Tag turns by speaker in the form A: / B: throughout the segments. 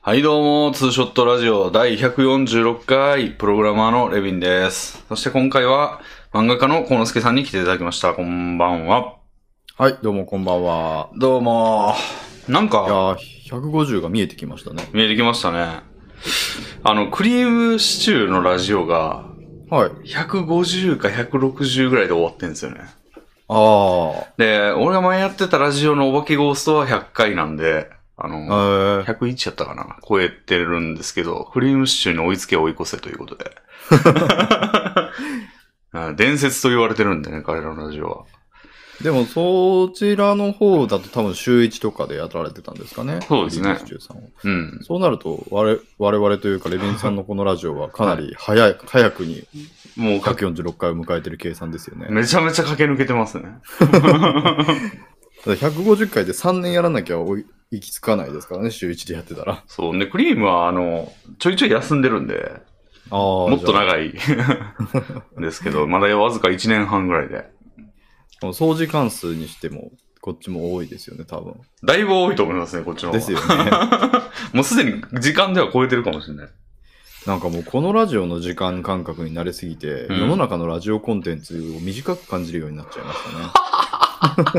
A: はい、どうも、ツーショットラジオ第146回、プログラマーのレビンです。そして今回は、漫画家のコノスケさんに来ていただきました。こんばんは。
B: はい、どうもこんばんは。
A: どうも。なん
B: いや
A: か、
B: ー、150が見えてきましたね。
A: 見えてきましたね。あの、クリームシチューのラジオが、
B: はい。
A: 150か160ぐらいで終わってんですよね。
B: あ
A: で、俺が前やってたラジオのお化けゴーストは100回なんで、あの、
B: ー、えー、
A: 101やったかな超えてるんですけど、クリームシチューに追いつけ追い越せという ことで。あ伝説と言われてるんでね、彼らのラジオは。
B: でもそちらの方だと多分週1とかでやられてたんですかね。
A: そうですね
B: リリース中さんは
A: うん。
B: そうなると我、我々というかレビンさんのこのラジオはかなり早い、早くに
A: もうか、
B: 146回を迎えてる計算ですよね。
A: めちゃめちゃ駆け抜けてますね。
B: ただ150回で3年やらなきゃ追い行き着かないですからね、週1でやってたら。
A: そう。で、クリームは、あの、ちょいちょい休んでるんで、
B: ああ。も
A: もっと長い ですけど、まだわずか1年半ぐらいで。
B: 掃除関数にしても、こっちも多いですよね、多分。
A: だいぶ多いと思いますね、こっちの方が
B: ですよね。
A: もうすでに時間では超えてるかもしれない。
B: なんかもうこのラジオの時間感覚に慣れすぎて、
A: うん
B: 世の中のラジオコンテンツを短く感じるようになっちゃいました ね。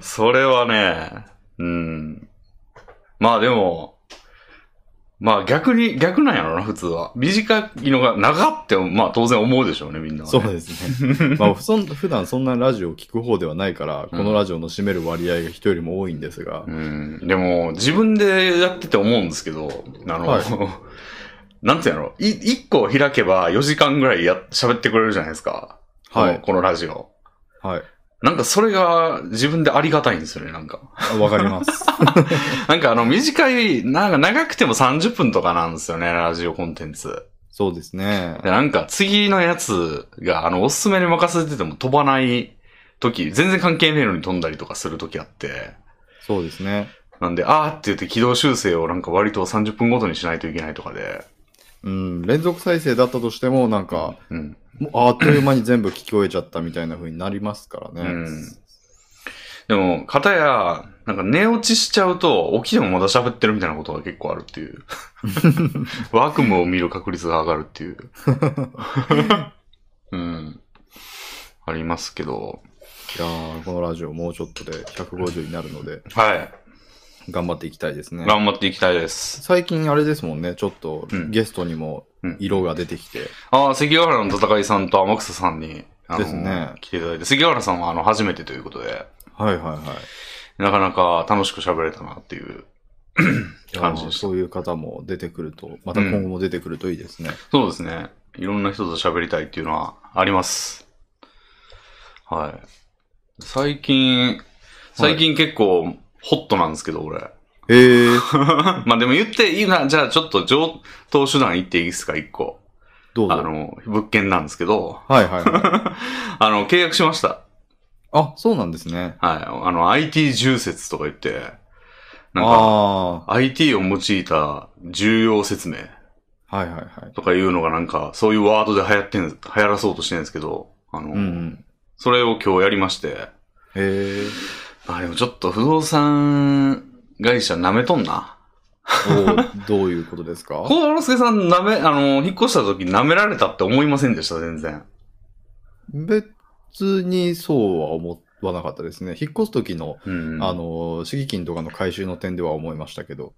A: それはね、うん。まあでも、まあ逆に、逆なんやろな、普通は。短いのが長って、まあ当然思うでしょうね、みんなは、ね。
B: そうで すね。まあ、そん普段そんなラジオを聞く方ではないから、このラジオの占める割合が人よりも多いんですが、
A: うん。でも、自分でやってて思うんですけど、あの、
B: はい
A: なんていうのい、一個開けば4時間ぐらいや、喋ってくれるじゃないですか。
B: は
A: こ
B: い
A: のこのラジオ。
B: はい
A: なんかそれが自分でありがたいんですよね、なんか。
B: あ。わかります。
A: なんかあの、短い、なんか長くても30分とかなんですよね、ラジオコンテンツ。
B: そうですね
A: で、。なんか次のやつが、あの、おすすめに任せてても飛ばない時、全然関係ねえのに飛んだりとかする時あって、
B: そうですね。
A: なんで、あーって言って軌道修正をなんか割と30分ごとにしないといけないとかで、
B: うん、連続再生だったとしても、なんか、
A: うん。
B: もうあっという間に全部聞き終えちゃったみたいな風になりますからね。
A: うんでも、片や、なんか寝落ちしちゃうと、起きてもまだ喋ってるみたいなことが結構あるっていう。悪夢を見る確率が上がるっていう。うん。ありますけど。
B: いやーこのラジオもうちょっとで150になるので、
A: はい。
B: 頑張っていきたいですね。
A: 頑張っていきたいです。
B: 最近あれですもんね、ちょっと
A: うん
B: ゲストにも
A: うん
B: 色が出てきて、
A: ああ、関ヶ原の戦いさんと天草さんに、あの
B: ですね
A: 来ていただいて、関ヶ原さんはあの初めてということで、
B: はいはいはい
A: なかなか楽しく喋れたなっていう。
B: いや
A: 感じでした
B: そういう方も出てくると、また今後も出てくるといいですね。
A: そうですね。いろんな人と喋りたいっていうのはあります。はい。最近、最近結構ホットなんですけど、俺。
B: えー、
A: まあでも言っていいな、じゃあちょっと上等手段言っていいですか、一個。
B: どう
A: あ
B: ぞ。
A: の、物件なんですけど、
B: はいはいはい。
A: あの、契約しました。
B: あ、そう なんですね。
A: はい。あの、IT 重説とか言って、なんか、
B: あ
A: IT を用いた重要説明
B: あ、はいはいはい。
A: とかいうのがなんか、そういうワードで流行ってん、流行らそうとしてるんですけど、あの、
B: うんうん。
A: それを今日やりまして、
B: え ー、
A: あ、でもちょっと不動産会社舐めとんな。
B: おーどういうことですか
A: コウノスケさん舐め、あの、引っ越した時舐められたって思いませんでした、全然。
B: 別にそうは思わなかったですね。引っ越す時の、
A: うん。
B: あ、の、敷金とかの回収の点では思いましたけど、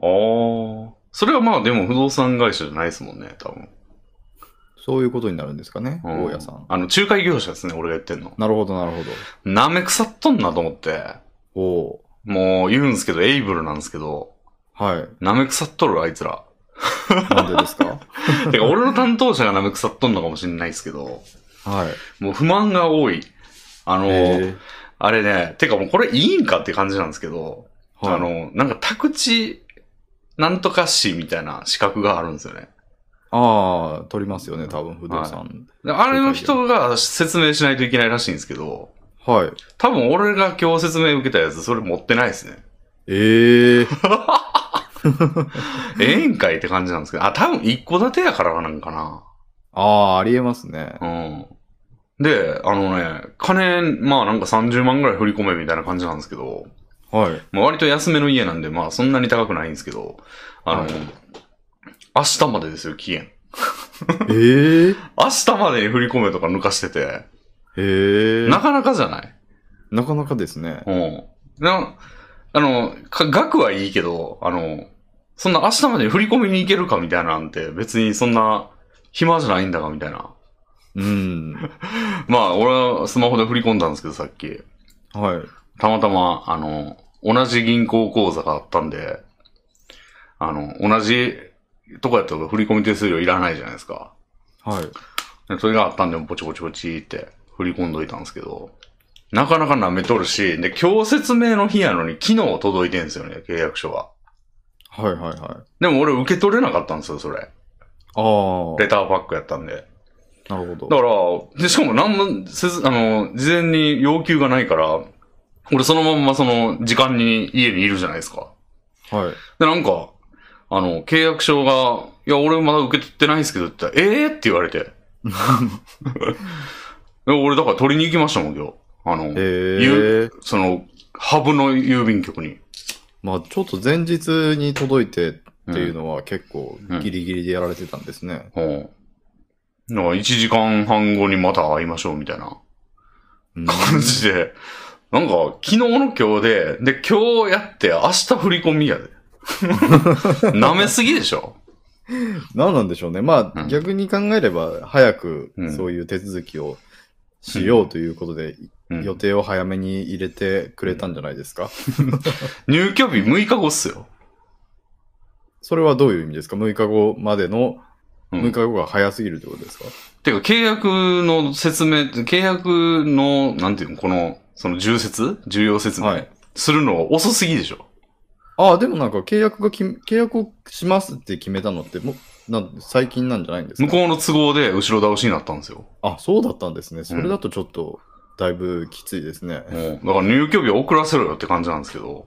A: ああ。それはまあでも不動産会社じゃないですもんね、多分。
B: そういうことになるんですかね、
A: うん
B: 大家さん。
A: あの、仲介業者ですね、俺が言ってんの。
B: なるほどなるほど。
A: 舐め腐っとんなと思って。
B: おー。
A: もう言うんですけど、エイブルなんですけど、
B: はい。
A: 舐め腐っとる、あいつら。
B: なんでです か
A: てか、俺の担当者が舐め腐っとんのかもしれないですけど、
B: はい。
A: もう不満が多い。あの、
B: えー
A: あれね、てかもうこれいいんかって感じなんですけど、
B: はい、
A: あの、なんか宅地、なんとか市みたいな資格があるんですよね。
B: ああ、取りますよね、多分、不動産。
A: であれの人が説明しないといけないらしいんですけど、
B: はい。
A: 多分俺が今日説明受けたやつ、それ持ってないですね。
B: ええ
A: ええんかいって感じなんですけど、あ、多分一戸建てやからなんかな。
B: ああ、ありえますね。
A: うん。で、あのね、金、まあなんか30万ぐらい振り込めみたいな感じなんですけど、
B: はい。
A: まあ、割と安めの家なんで、まあそんなに高くないんですけど、あの、
B: はい
A: 明日までですよ、期限。
B: えー、
A: 明日までに振り込めとか抜かしてて、
B: えー、
A: な
B: な
A: かなかじゃない
B: かなかですね。
A: うん。なあの、か額はいいけど、あの、そんな明日までに振り込みに行けるかみたいなんて、別にそんな暇じゃないんだかみたいな。
B: うん。
A: まあ、俺はスマホで振り込んだんですけど、さっき。
B: はい。
A: たまたま、あの、同じ銀行口座があったんで、あの、同じとこやったら振り込み手数料いらないじゃないですか。
B: はい。
A: でそれがあったんで、ぼちぼちぼちって振り込んどいたんですけど、なかなか舐めとるし、で、今日説明の日やのに昨日届いてんですよね、契約書が。
B: はいはいはい。あ
A: でも俺受け取れなかったんですよ、それ。
B: あー、
A: レターパックやったんで。
B: なるほ
A: だ
B: ど。
A: から、で、しかも何もせず、あの、事前に要求がないから、俺そのまんまその時間に家にいるじゃないですか。
B: はい。
A: で、なんか、あの、契約書が、いや、俺まだ受け取ってないんですけどって言ったら、ええー、って言われ て。で俺だから取りに行きましたもん、今日。あの、
B: え
A: ゆ
B: ー、
A: その、ハブの郵便局に。
B: まあちょっと前日に届いてっていうのは結構ギリギリでやられてたんですね。
A: うん。なんか1時間半後にまた会いましょう、みたいな。
B: うん
A: 感じで、なんか、昨日の今日で、で、今日やって、明日振り込み やで。舐めすぎでしょ
B: なんなんでしょうね。まあ、
A: うん
B: 逆に考えれば、早く
A: うん
B: そういう手続きをしようということで、
A: うん
B: 予定を早めに入れてくれたんじゃないですか。
A: 入居日6日後っすよ。
B: それはどういう意味ですか ?6 日後までの、
A: うん
B: 6日後が早すぎるということですか、
A: てか、契約の説明、契約の、なんていうの、この、その重説重要説明、
B: はい
A: するの遅すぎでしょ
B: ああ、でもなんか契約がき、契約をしますって決めたのって、もうなん最近なんじゃないんですか
A: 向こうの都合で後ろ倒しになったんですよ。
B: あ、そうだったんですね。それだとちょっと、だいぶきついですね。
A: もうだから入居日を遅らせろよって感じなんですけど。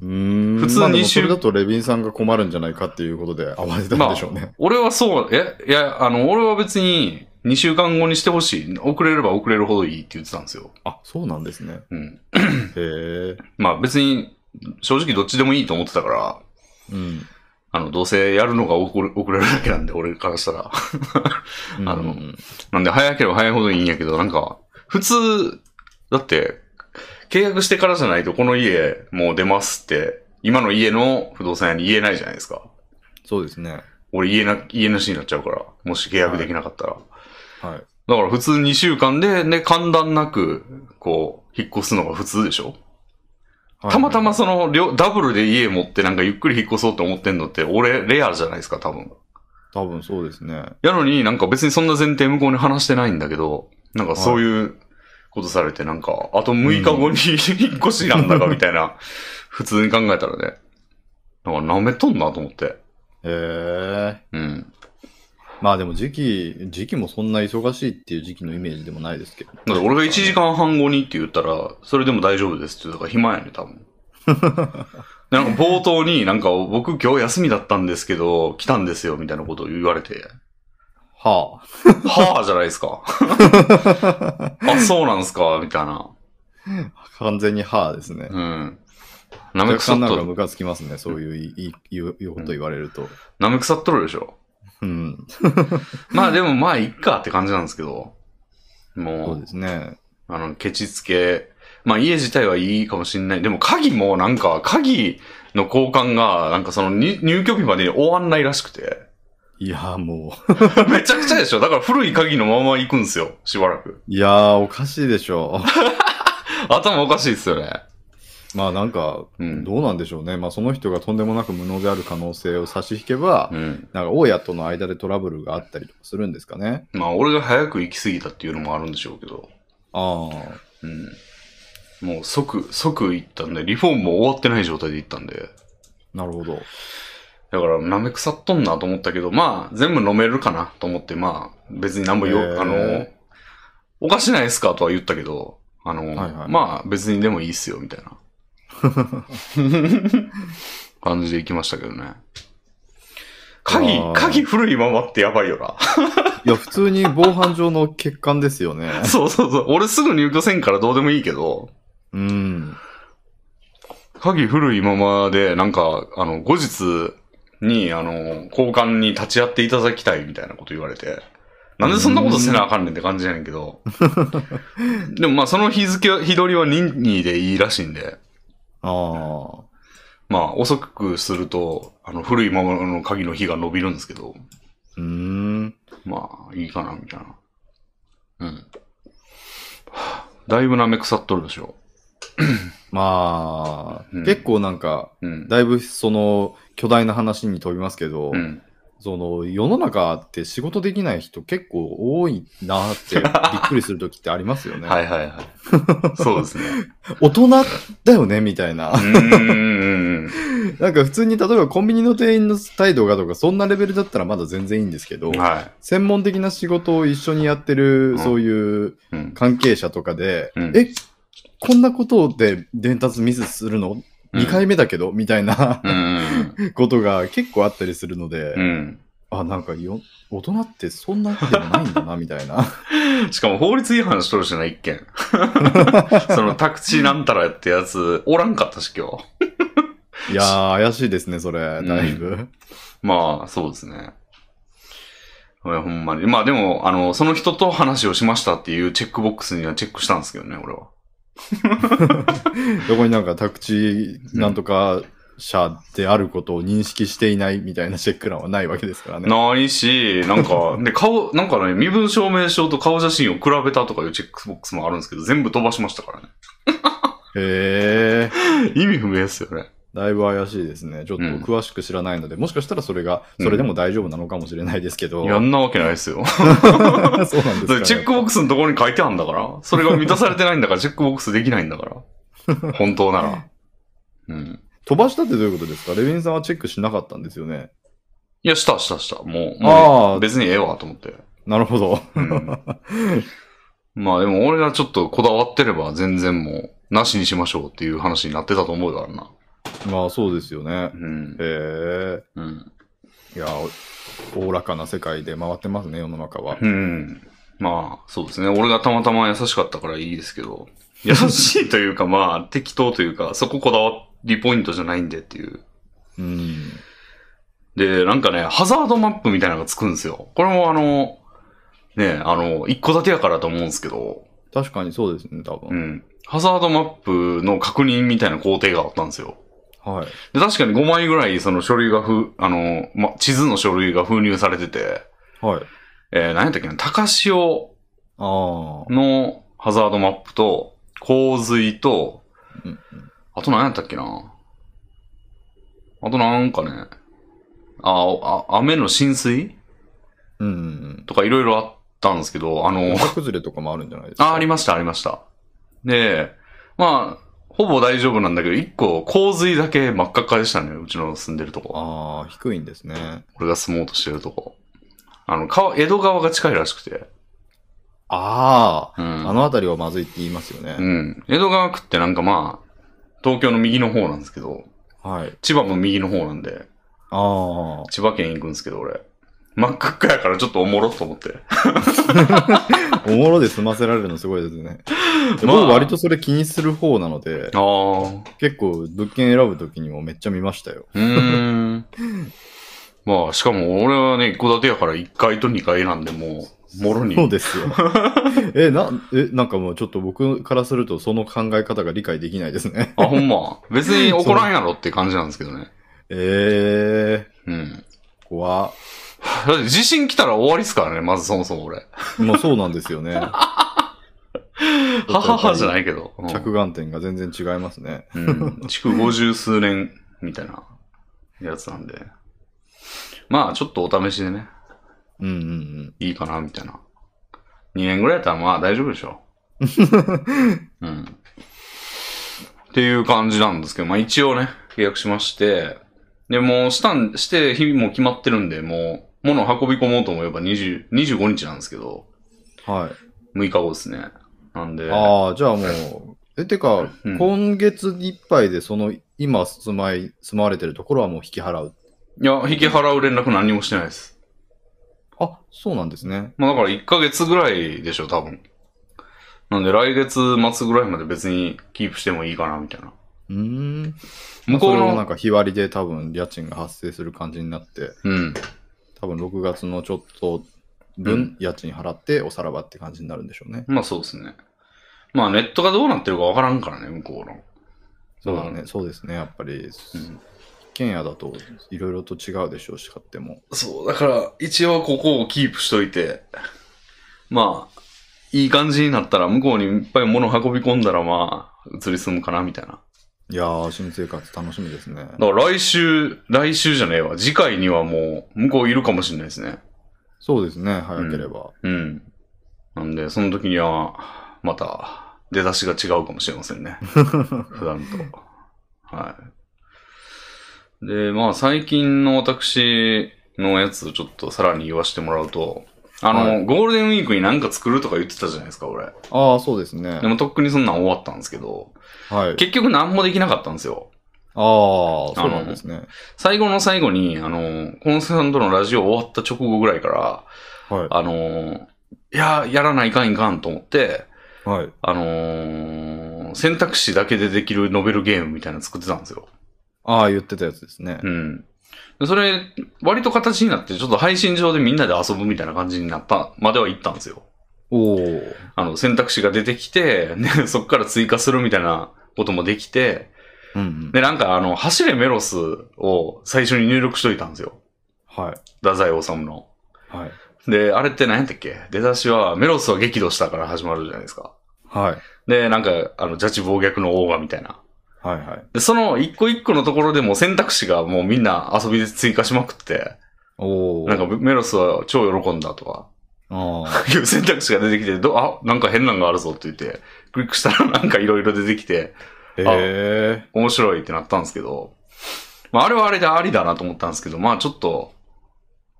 B: うーん。
A: 普通
B: まあでも
A: 二週
B: それだとレビンさんが困るんじゃないかっていうことで慌てたんでしょうね。
A: 俺はそう、え、いや、あの、俺は別に2週間後にしてほしい。遅れれば遅れるほどいいって言ってたんですよ。
B: あ、そうなんですね。
A: うん。
B: へえ。
A: まあ別に、正直どっちでもいいと思ってたから、
B: うん。
A: あの、どうせやるのが遅れ遅れるだけなんで、俺からしたら。あの
B: うん
A: なんで早ければ早いほどいいんやけど、なんか、普通、だって、契約してからじゃないとこの家もう出ますって、今の家の不動産屋に言えないじゃないですか。
B: そうですね。
A: 俺家な、家主になっちゃうから、もし契約できなかったら。
B: はい。
A: だから普通2週間で、ね、簡単なく、こう、引っ越すのが普通でしょ、たまたまその、両ダブルで家持ってなんかゆっくり引っ越そうと思ってんのって、俺、レアじゃないですか、多分。
B: 多分そうですね。
A: やのになんか別にそんな前提向こうに話してないんだけど、なんかそういうことされて、なんか、あと6日後に引っ越しなんだか、みたいな、普通に考えたらね。なんか舐めとんなと思って。
B: へえ。
A: うん。
B: まあでも時期、時期もそんな忙しいっていう時期のイメージでもないですけど。
A: だって俺が1時間半後にって言ったら、それでも大丈夫ですって言うから暇やね、多分。でなんか冒頭になんか僕今日休みだったんですけど、来たんですよ、みたいなことを言われて。
B: は
A: はぁじゃないですか。あ、そうなんすかみたいな。
B: あ、完全にはあですね。
A: うん。なめ
B: 若
A: くさ
B: 干
A: っ
B: なん
A: と
B: か
A: る、
B: ムカつきますね。そういうい、い、い、いういうこと言われると。
A: なめくさっとるでし ょ。
B: うん。
A: まあでもまあいっかって感じなんですけど。も
B: そう
A: う、
B: ですね。
A: あの、ケチつけ。まあ家自体はいいかもしんない。でも鍵もなんか、鍵の交換が、なんかその入入居日までに終わんないらしくて。
B: いや、も
A: めちゃくちゃでしょ。だから古い鍵のまま行くんですよ。しばらく。
B: う。いやー、おかしいでしょ
A: 頭おかしいですよね。
B: う。 まあなんか、
A: うん
B: どうなんでしょうね。まあその人がとんでもなく無能である可能性を差し引けば
A: う、ん。
B: なんか大家との間でトラブルがあったりとかするんですかね。
A: まあ俺が早く行き過ぎたっていうのもあるんでしょうけど。
B: ああ。
A: うん。もう即、即行ったんで、リフォームも終わってない状態で行ったんで。
B: なるほど。
A: だから、舐め腐っとんなと思ったけど、まあ、全部飲めるかなと思って、まあ、別に何も
B: へ
A: よ、
B: ー
A: あの、おかしないですかとは言ったけど、あの、
B: はいはい
A: まあ、別にでもいいっすよ、みた いな。感じで行きましたけどね。鍵
B: あー、
A: 鍵古いままってやばいよ な。
B: いや、普通に防犯上の欠陥ですよね。
A: そうそうそう。俺すぐ入居せんからどうでもいいけど、
B: うん。
A: 鍵古いままで、なんか、あの、後日に、あの、交換に立ち会っていただきたいみたいなこと言われて、なんでそんなことせなあかんねんって感じやねんけ ど。でもまあ、その日付は、日取りは任意でいいらしいんで、
B: あ
A: まあ、遅くすると、あの、古いままの鍵の日が伸びるんですけど、
B: あ。うーん。
A: まあ、いいかな、みたいな。うん。はあだいぶ舐め腐っとるでしょ。
B: まあ、
A: うん
B: 結構なんか、
A: うん。
B: だいぶその巨大な話に飛びますけど、
A: うん。
B: その世の中って仕事できない人結構多いなってびっくりする時ってありますよね。
A: はいはいはい。そうですね。
B: 大人だよねみたいな
A: う。ーん。
B: なんか普通に例えばコンビニの店員の態度がとかそんなレベルだったらまだ全然いいんですけど、
A: は
B: 専門的な仕事を一緒にやって
A: う
B: る
A: ん
B: そういう
A: い。うん。
B: 関係者とかで、
A: うん
B: えこんなことで伝達ミスするの
A: うん
B: ?2 回目だけどみたいな
A: うん。
B: ことが結構あったりするので、
A: うん。
B: あ、なんかよ、大人ってそんなでもないんだな、みたいな。
A: しかも法律違反しとるしな、一件。そのタクシーなんたらってやつ、おらんかったし、今日。
B: いやー、怪しいですね、それ、
A: ん
B: だいぶ。
A: まあ、そうですね。いやほんまに。まあでも、あの、その人と話をしましたっていうチェックボックスにはチェックしたんですけどね、俺は。
B: どこになんか宅地なんとか者であることを認識していないみたいなチェック欄はないわけですからね。
A: ないし、なんか、で、顔、なんかね、身分証明書と顔写真を比べたとかいうチェックボックスもあるんですけど、全部飛ばしましたからね。
B: へー。
A: 意味不明ですよね。
B: だいぶ怪しいですね。ちょっと
A: うん
B: 詳しく知らないので、もしかしたらそれが、
A: うん
B: それでも大丈夫なのかもしれないですけど。
A: いやんなわけないですよ。
B: そうなんです
A: そ
B: か、
A: れ
B: ね。
A: チェックボックスのところに書いてあるんだから、それが満たされてないんだから、チェッ クボックスできないんだから。本当なら。うん。
B: 飛ばしたってどういうことですかレビンさんはチェックしなかったんですよね。
A: いや、した、した、した。もう、
B: あ
A: も
B: あ
A: う別にええわ、と思って。
B: なるほど。
A: うん、まあでも、俺がちょっとこだわってれば、全然もう、なしにしましょうっていう話になってたと思うからな。
B: まあそうですよね
A: う。ん。
B: へー。
A: うん。
B: いや、おおらかな世界で回ってますね、世の中は。
A: うん。まあ、そうですね。俺がたまたま優しかったからいいですけど、優しいというか、まあ、適当というか、そここだわりポイントじゃないんでっていう。
B: うん。
A: で、なんかね、ハザードマップみたいなのがつくんですよ。これもあの、ね、あの、一戸建てやからと思うんですけど、
B: 確かにそうですね、多
A: う
B: 分。
A: ん。ハザードマップの確認みたいな工程があったんですよ。
B: はい。
A: で、確かに5枚ぐらいその書類がふ、あの、ま、地図の書類が封入されてて、
B: はい。
A: えー、何やったっけな、高潮
B: ああ。
A: のハザードマップと、洪水と、
B: うん
A: あと何やったっけな。あとなんかね、あ、あ雨の浸水
B: うんうんうん。
A: とかいろいろあったんですけど、あの
B: 土、砂崩れとかもあるんじゃないですか。
A: あ、ありました、ありました。で、まあ、ほぼ大丈夫なんだけど、一個、洪水だけ真っ赤っかでしたね、うちの住んでるとこ。
B: ああ、低いんですね。
A: 俺が住もうとしてるとこ。あの、川、江戸川が近いらしくて。
B: あ
A: う
B: あ、
A: ん。
B: あの辺りはまずいって言いますよね。
A: うん。江戸川区ってなんかまあ、東京の右の方なんですけど、
B: はい。
A: 千葉も右の方なんで、
B: ああ。
A: 千葉県行くんですけど、俺。真っ赤っかやからちょっとおもろっと思って。
B: おもろで済ませられるのすごいで すね。
A: まあ
B: 僕割とそれ気にする方なので、
A: ああ。
B: 結構物件選ぶときにもめっちゃ見ましたよ。
A: うーん。まあ、しかも俺はね、一戸建てやから1階と2階なんで、もう、もろに。
B: そうで すよ。え、な、え、なんかもうちょっと僕からするとその考え方が理解できないですね。
A: あ、ほんま。別に怒らんやろって感じなんですけどね。
B: ええ
A: うん。
B: ー、怖っ
A: だって地震来たら終わりっすからね、まずそもそも俺。
B: まあそうなんで すよね。
A: はははじゃないけど。うん
B: 着眼点が全然違いますね。
A: うん。築五十数年みたいなやつなんで。まあ、ちょっとお試しでね、
B: うんうん
A: いいかな、みたいな。2年ぐらいやったらまあ大丈夫でし ょう。うん。っていう感じなんですけど、まあ一応ね、契約しまして、で、もうしたん、して、日々も決まってるんで、もう、物を運び込もうと思えば20 25日なんですけど、
B: うん。はい。
A: 6日後ですね。なんで、
B: ああ、じゃあもう、え、てか、
A: うん
B: 今月いっぱいで、その、今住まい、住まわれてるところはもう引き払う。
A: いや、引き払う連絡何もしてないです。
B: あ、そうなんですね。
A: まあだから1ヶ月ぐらいでしょ、多分。なんで来月末ぐらいまで別にキープしてもいいかな、みたいな。
B: ううーん。
A: 向こう
B: それもなん
A: の、
B: か日割りで多分家賃が発生する感じになって、
A: うん。
B: 多分6月のちょっと
A: う
B: 分家賃払っておさらばって感じになるんでしょうね。
A: まあそうですね。まあネットがどうなってるかわからんからね、向こうの。
B: そうだね、そうですね、やっぱり、
A: うん
B: 一軒家だといろいろと違うでしょうし、買っても。
A: そう、だから一応ここをキープしといて、まあ、いい感じになったら向こうにいっぱい物運び込んだらまあ、移り住むかなみたいな。
B: いやー、新生活楽しみですね。
A: だから来週、来週じゃねえわ。次回にはもう向こういるかもしれないですね。
B: そうですね、早ければ。
A: うん。なんで、その時には、また、出だしが違うかもしれませんね。普段と。はい。で、まあ、最近の私のやつをちょっとさらに言わせてもらうと、あの、
B: は
A: ゴールデンウィークに何か作るとか言ってたじゃないですか、俺。
B: ああ、そうですね
A: で。も、とっくにそんなん終わったんですけど、
B: はい。
A: 結局何もできなかったんですよ。
B: ああ、そうなんですね。
A: 最後の最後に、あの、コンセさんとのラジオ終わった直後ぐらいから、
B: は
A: あの、いや、やらないかんいかんと思って、
B: い。はい。
A: あのー選択肢だけでできるノベルゲームみたいなの作ってたんですよ。
B: ああ、言ってたやつですね
A: う。ん。でそれ、割と形になって、ちょっと配信上でみんなで遊ぶみたいな感じになったまでは行ったんですよ。
B: おお。
A: あの、選択肢が出てきて、ね、 そっから追加するみたいなこともできて、
B: うんうん。
A: で、なんかあの、走れメロスを最初に入力しといたんですよ。
B: はい。
A: 太宰治の。
B: はい。
A: で、あれって何やったっけ出だしは、メロスは激怒したから始まるじゃないですか。
B: はい。
A: で、なんか、あの、ジャッジ暴虐のオーガみたいな。
B: はいはい。
A: で、その一個一個のところでも選択肢がもうみんな遊びで追加しまくって、
B: おお。
A: なんか、メロスは超喜んだとか、
B: ああ。
A: いう選択肢が出てきて、ど、あ、なんか変なのがあるぞって言って、クリックしたらなんかいろいろ出てきて、
B: へえ。
A: 面白いってなったんですけど、まああれはあれでありだなと思ったんですけど、まあちょっと、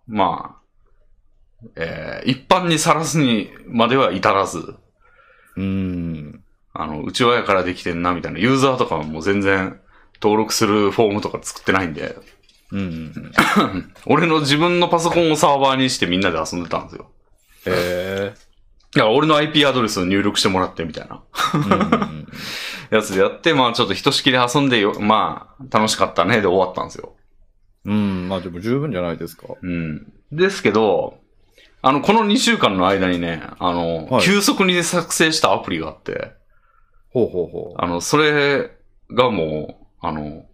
A: まあ、えー、一般にさらすにまでは至らず、
B: うーん。
A: あの、うちはやからできてんなみたいな、ユーザーとかはもう全然登録するフォームとか作ってないんで、
B: うんうん。
A: 俺の自分のパソコンをサーバーにしてみんなで遊んでたんですよ。
B: へえ。
A: だから俺の IP アドレスを入力してもらってみたいな
B: うんうん
A: やつでやって、まあちょっとひとしきり遊んでよ、まあ楽しかったねで終わったんですよ。
B: うん。うん。まあでも十分じゃないですか。
A: うん。ですけど、あの、この2週間の間にね、あの、
B: はい
A: 急速に作成したアプリがあって、
B: ほうほうほう。
A: あの、それがもう、あの、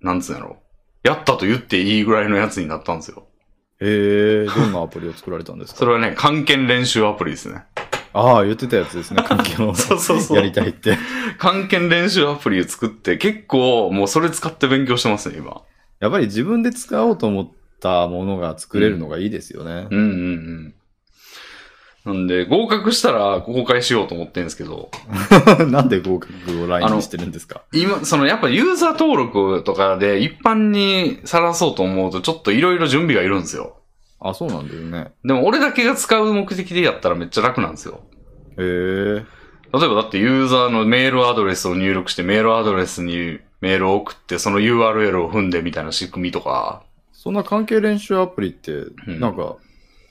A: なんつうんやろ。やったと言っていいぐらいのやつになったんですよ。
B: へえ。どんなアプリを作られたんですか
A: それはね、関係練習アプリですね。
B: ああ、言ってたやつ ですね。関係を
A: そうそうそう
B: やりたいって。
A: 関係練習アプリを作って、結構もうそれ使って勉強してますね、今。
B: やっぱり自分で使おうと思ったものが作れるのがいいですよね
A: う。んうんうん。なんで、合格したら公開しようと思ってるんですけど、
B: なんで合格をラインにしてるんですか
A: 今、そのやっぱユーザー登録とかで一般にさらそうと思うとちょっといろいろ準備がいるんですよ。
B: あそうなんですね。
A: でも俺だけが使う目的でやったらめっちゃ楽なんですよ。
B: へえ。
A: 例えばだってユーザーのメールアドレスを入力してメールアドレスにメールを送ってその URL を踏んでみたいな仕組みとか、
B: そんな関係練習アプリって、
A: ん
B: なんか、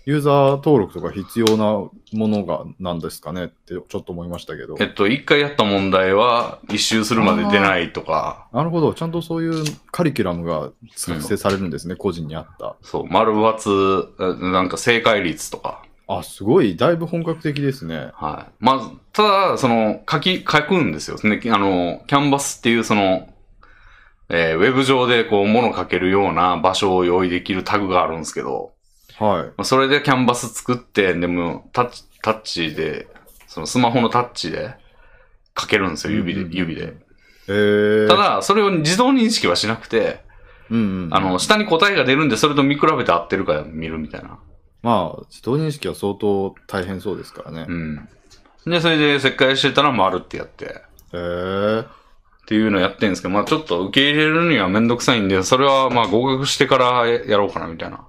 B: ユーザー登録とか必要なものがなんですかねってちょっと思いましたけど。
A: えっと、一回やった問題は一周するまで出ないとか、
B: なるほど。ちゃんとそういうカリキュラムが作成されるんですね。個人に合った。
A: そう、丸抜、えなんか正解率とか。
B: あ、すごい。だいぶ本格的ですね。
A: はい。まあ、ただ、その、書き、書くんですよ。ね、あの、キャンバスっていう、その、えーウェブ上でこう、物書けるような場所を用意できるタグがあるんですけど、
B: は
A: まあそれでキャンバス作って、でも、タッチ、タッチで、そのスマホのタッチで書けるんですよ、指
B: うんうんう
A: で、
B: ん
A: 指で。
B: い。へえ。
A: ただ、それを自動認識はしなくて、
B: うんうんうん
A: あの、下に答えが出るんで、それと見比べて合ってるか見るみたいな。
B: まあ、自動認識は相当大変そうですからね。
A: うん。で、それで切開してたら丸ってやって、
B: へえ。
A: っていうのやってんですけど、まあちょっと受け入れるにはめんどくさいんで、それはまあ合格してからやろうかなみたいな。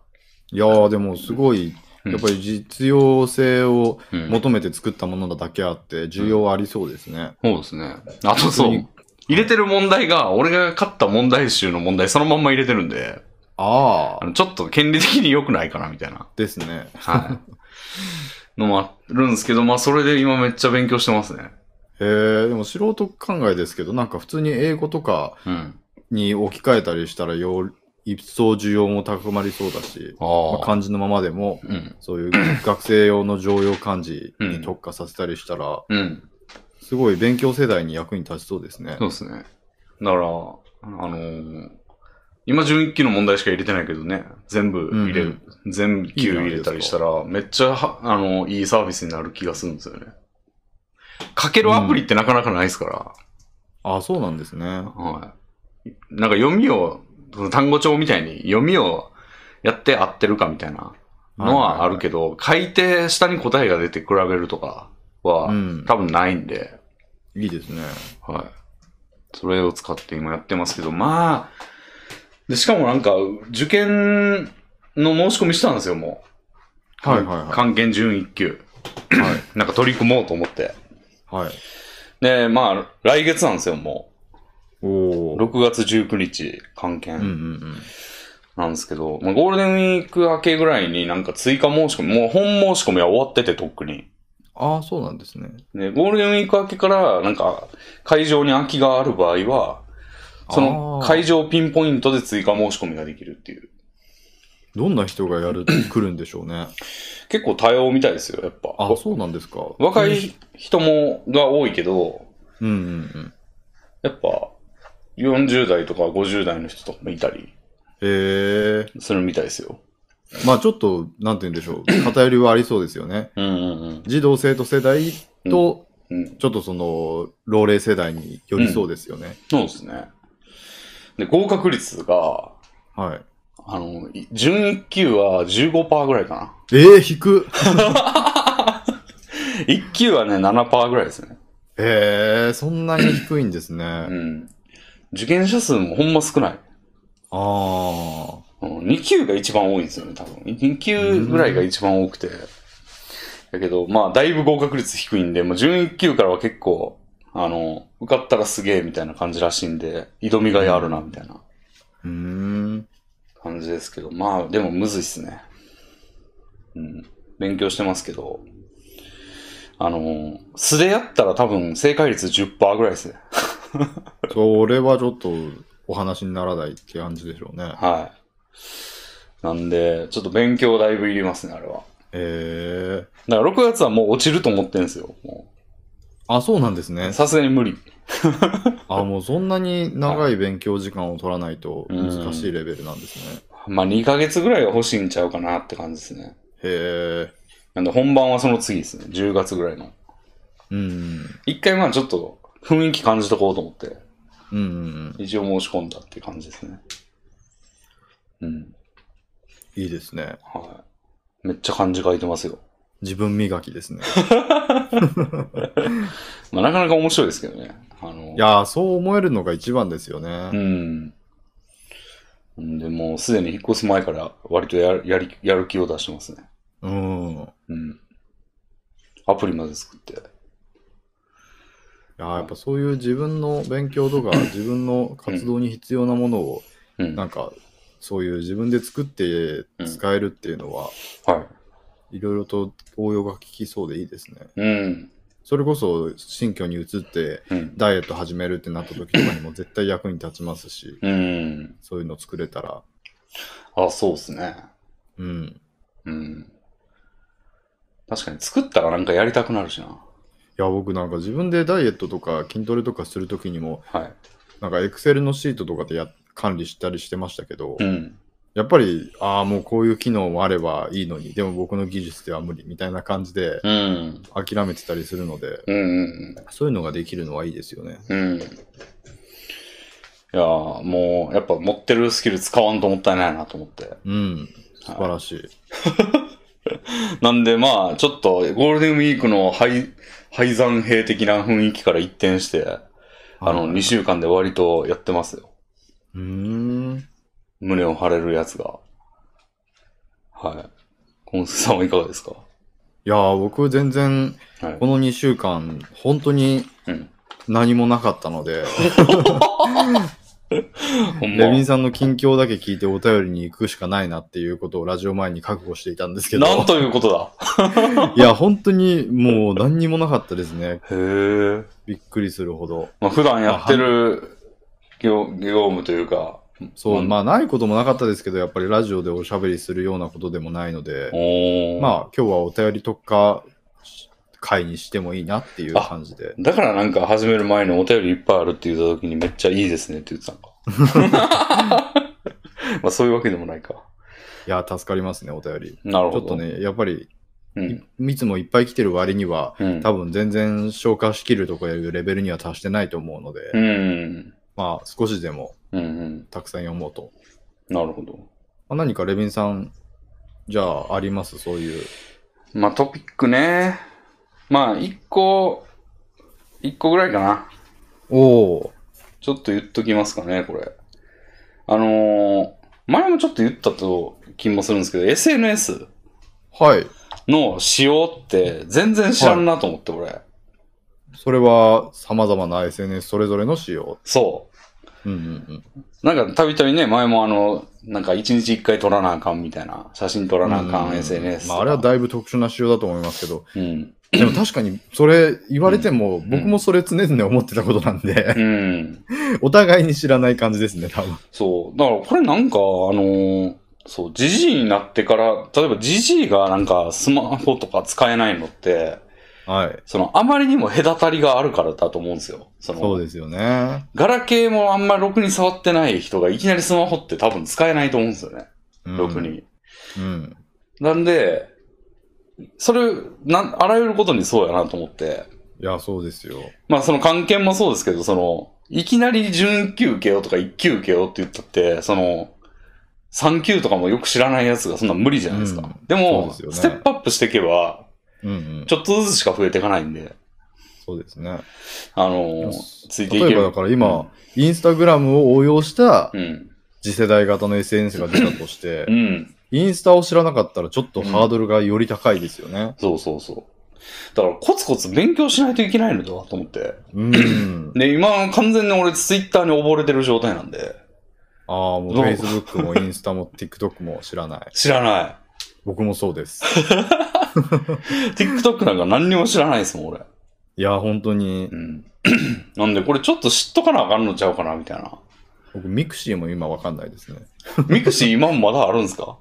B: いやー、でもすごい、
A: うん
B: やっぱり実用性を
A: うん
B: 求めて作ったものだけあって、需要ありそうですね。
A: そうですね。あとそ
B: 普通
A: う
B: に。
A: 入れてる問題が、俺が勝った問題集の問題そのまんま入れてるんで、
B: あ
A: あ
B: あ、
A: のちょっと権利的に良くないかなみたいな。
B: ですね。
A: はい。のもあるんですけど、まあそれで今めっちゃ勉強してますね。
B: へへえ、でも素人考えですけど、なんか普通に英語とか
A: うん。
B: に置き換えたりしたらよ、一層需要も高まりそうだし、
A: あ
B: ま
A: あ
B: あ、。漢字のままでも、
A: うん。
B: そういう学生用の常用漢字に特化させたりしたら、
A: うん。
B: すごい勉強世代に役に立ちそうですね。
A: そうですね。だから、あのー今11期の問題しか入れてないけどね、全部入れる、全部9入れたりしたら、めっちゃは、あのーいいサービスになる気がするんですよね。かけるアプリってなかなかないですから、
B: あ、そうなんですね。
A: はい。なんか読みを、その単語帳みたいに読みをやって合ってるかみたいなのはあるけど、書いて下に答えが出て比べるとかは
B: うん
A: 多分ないんで、
B: いいですね。
A: はい。それを使って今やってますけど、まあ、で、しかもなんか、受験の申し込みしたんですよ、もう。
B: はいはいは
A: 関係準一級。
B: い。はい。
A: なんか取り組もうと思って。
B: はい。
A: で、まあ、来月なんですよ、も
B: お
A: う。
B: ー。
A: 6月19日、関係。
B: うんうんうん。
A: なんですけど、まあ、ゴールデンウィーク明けぐらいになんか追加申し込み、もう本申し込みは終わってて、とっくに。
B: ああ、そうなんですね。
A: で、ゴールデンウィーク明けから、なんか、会場に空きがある場合は、その
B: あー
A: 会場ピンポイントで追加申し込みができるっていう。
B: どんな人が やる、来るんでしょうね。
A: 結構多様みたいですよ、やっぱ。
B: あ、そうなんですか。
A: 若い人も、が多いけど、
B: うんうんうん。
A: やっぱ、40代とか50代の人とかもいたり
B: へえ。
A: するみたいですよ。
B: まあちょっと、なんて言うんでしょ う。偏りはありそうですよね。
A: うんうん
B: 児童生徒世代と、
A: うん。うん。
B: ちょっとその、老齢世代に寄りそうですよね。
A: そうですね。で、合格率が、
B: はい。
A: あの、い準一級は15%ぐらいか
B: ええー、引く。
A: な。一級はね、7%ぐらいですね。
B: へえ、そんなに低いんですね。
A: う
B: あ
A: ん。受験者数もほんま少ない。
B: あ。
A: うん、2級が一番多いんですよね、多分。2級ぐらいが一番多くて。だけど、まあ、だいぶ合格率低いんで、もう準一級からは結構、あの、受かったらすげえみたいな感じらしいんで、挑みがいあるな、みたいな
B: うーん。
A: 感じですけど、まあ、でもむずいっすね。うん。勉強してますけど、あの、素でやったら多分正解率10%ぐらいですね。
B: それはちょっと、お話にならないって感じでしょうね。
A: はい。なんで、ちょっと勉強だいぶいりますね、あれは。
B: ええ。
A: だから6月はもう落ちると思ってんすよ。も
B: あ、そうなんです
A: う
B: ね。
A: さすがに無理。
B: あ、もうそんなに長い勉強時間を取らないと難しいレベルなんですね。
A: まあ2ヶ月ぐらいは欲しいんちゃうかなって感じですね。
B: へえ。
A: なんで本番はその次ですね。10月ぐらいの。
B: うん。
A: 一回まあちょっと雰囲気感じとこうと思って、
B: うんうんうん。
A: 一応申し込んだって感じですね。うん。
B: いいですね。
A: はい。めっちゃ漢字書いてますよ。
B: 自分磨きですね。
A: まあなかなか面白いですけどね。あの、
B: いやー、そう思えるのが一番ですよ
A: う
B: ね。
A: ん。んで、もうすでに引っ越す前から割とやるやりやる気を出してますね。
B: うん。い
A: うん。アプリまで作って。
B: やーやっぱそういう自分の勉強 とか、自分の活動に必要なものを、
A: うん。
B: な
A: はい。
B: んか、そういう自分で作って使えるっていうのは、いろいろと応用が効きそうでいいですね。
A: うん。
B: それこそ、新居に移って、
A: うん。
B: ダイエット始めるってなった時とかにも絶対役に立ちますし、
A: うん。
B: そういうの作れたら、
A: あ、そうですね。
B: うん。
A: うん。確かに作ったらなんかやりたくなるしな。
B: いや、僕なんか自分でダイエットとか筋トレとかする時にも、
A: はい。
B: なんかエクセルのシートとかでや管理したりしてましたけど、
A: うん。
B: やっぱり、ああ、もうこういう機能もあればいいのに、でも僕の技術では無理みたいな感じで
A: うん。
B: 諦めてたりするので、
A: うんうん
B: そういうのができるのはいいですよね。
A: うん。うん。いやーもう、やっぱ持ってるスキル使わんともったいないなと思って。
B: うん。素晴らしい。
A: なんでまあ、ちょっとゴールデンウィークの廃、廃山兵的な雰囲気から一転して、あの、
B: はい
A: 2週間で割とやってますよ。
B: うーん。
A: 胸を張れるやつが。はい。コンスケさんはいかがですか
B: いやー、僕全然、
A: はい
B: こ。の2週間、本当に
A: うん。
B: 何もなかったので、
A: ほんま
B: レ。ビンさんの近況だけ聞いてお便りに行くしかないなっていうことをラジオ前に覚悟していたんですけど。
A: なんということだ。
B: いや、本当にもう何にもなかったですね。
A: へえ。
B: びっくりするほど。
A: まあ、普段やってる業業務というか。
B: そう、
A: うん
B: まあないこともなかったですけど、やっぱりラジオでおしゃべりするようなことでもないので、
A: おまあ。
B: まあ今日はお便り特化会にしてもいいなっていう感じで。
A: だからなんか始める前にお便りいっぱいあるって言った時にめっちゃいいですねって言ってたのか。 まあそういうわけでもないか。
B: いや、助かりますね、お便り。
A: なる
B: ち
A: ほ
B: ょっ
A: ど。
B: と。ね、やっぱり、
A: うん。
B: いつもいっぱい来てる割には、
A: うん。
B: 多分全然消化しきるとかいうレベルには達してないと思うので、
A: うん。
B: まあ少しでも
A: うんうん。
B: たくさん読もうと。
A: なるほど。
B: あ何かレビンさん、じゃあありますそういう。
A: まあトピックね。まあ一個、一個ぐらいかな。
B: おお。
A: ちょっと言っときますかね、これ。あのー前もちょっと言ったと気もするんですけど、SNS
B: はい。
A: の仕様って全然知らんなと思って、俺。
B: それは様々な SNS それぞれの仕様。
A: そ
B: うんうん
A: う。なんか、たびたびね、前もあの、なんか一日一回撮らなあかんみたいな、写真撮
B: う
A: ら
B: ん。
A: なあか、
B: うんん
A: SNS と
B: ま
A: か。
B: あ、あれはだいぶ特殊な仕様だと思いますけど、
A: うん。
B: でも確かにそれ言われても、僕もそれ常々思ってたことな んで、
A: うん。
B: お互いに知らない感じですね、多分。
A: そう。だから、これなんか、あのーそう、じじいになってから、例えばじじいがなんかスマホとか使えないのって、
B: はい。
A: その、あまりにも隔たりがあるからだと思うんですよ。その、
B: そうですよね。
A: ガラケーもあんまろくに触ってない人がいきなりスマホって多分使えないと思うんですよね。
B: うん
A: ろく。に。
B: うん。
A: なんで、それ、なん、あらゆることにそうやなと思って。
B: いや、そうですよ。
A: まあその関係もそうですけど、その、いきなり準級受けようとか1級受けようって言ったって、その、3級とかもよく知らないやつがそんな無理じゃないですか。
B: うん
A: でも
B: そうですよ
A: ステ
B: ね
A: ップアップしていけば、
B: うんうん
A: ち。ょっとずつしか増えていかないんで、
B: そうですね。
A: あの、ついていける。
B: 例えばだから今、インスタグラムを応用した
A: うん。
B: 次世代型の SNS が出たとして
A: う、ん。
B: インスタを知らなかったらちょっとハードルがより高いですよね。
A: そうそうそう。だからコツコツ勉強しないといけないのだと思って。
B: うん。
A: で、今完全に俺ツイッターに溺れてる状態なんで、
B: ああ、もう
A: どう
B: Facebook もインスタも TikTok も知らない。
A: 知らな
B: 僕もそうです。
A: い。TikTok なんか何にも知らないですもん、俺。
B: いや、本当に
A: う、ん。 なんでこれちょっと知っとかなあかんのちゃうかな、みたいな。
B: 僕、ミクシーも今わかんないですね。
A: ミクシー今もまだあるんですか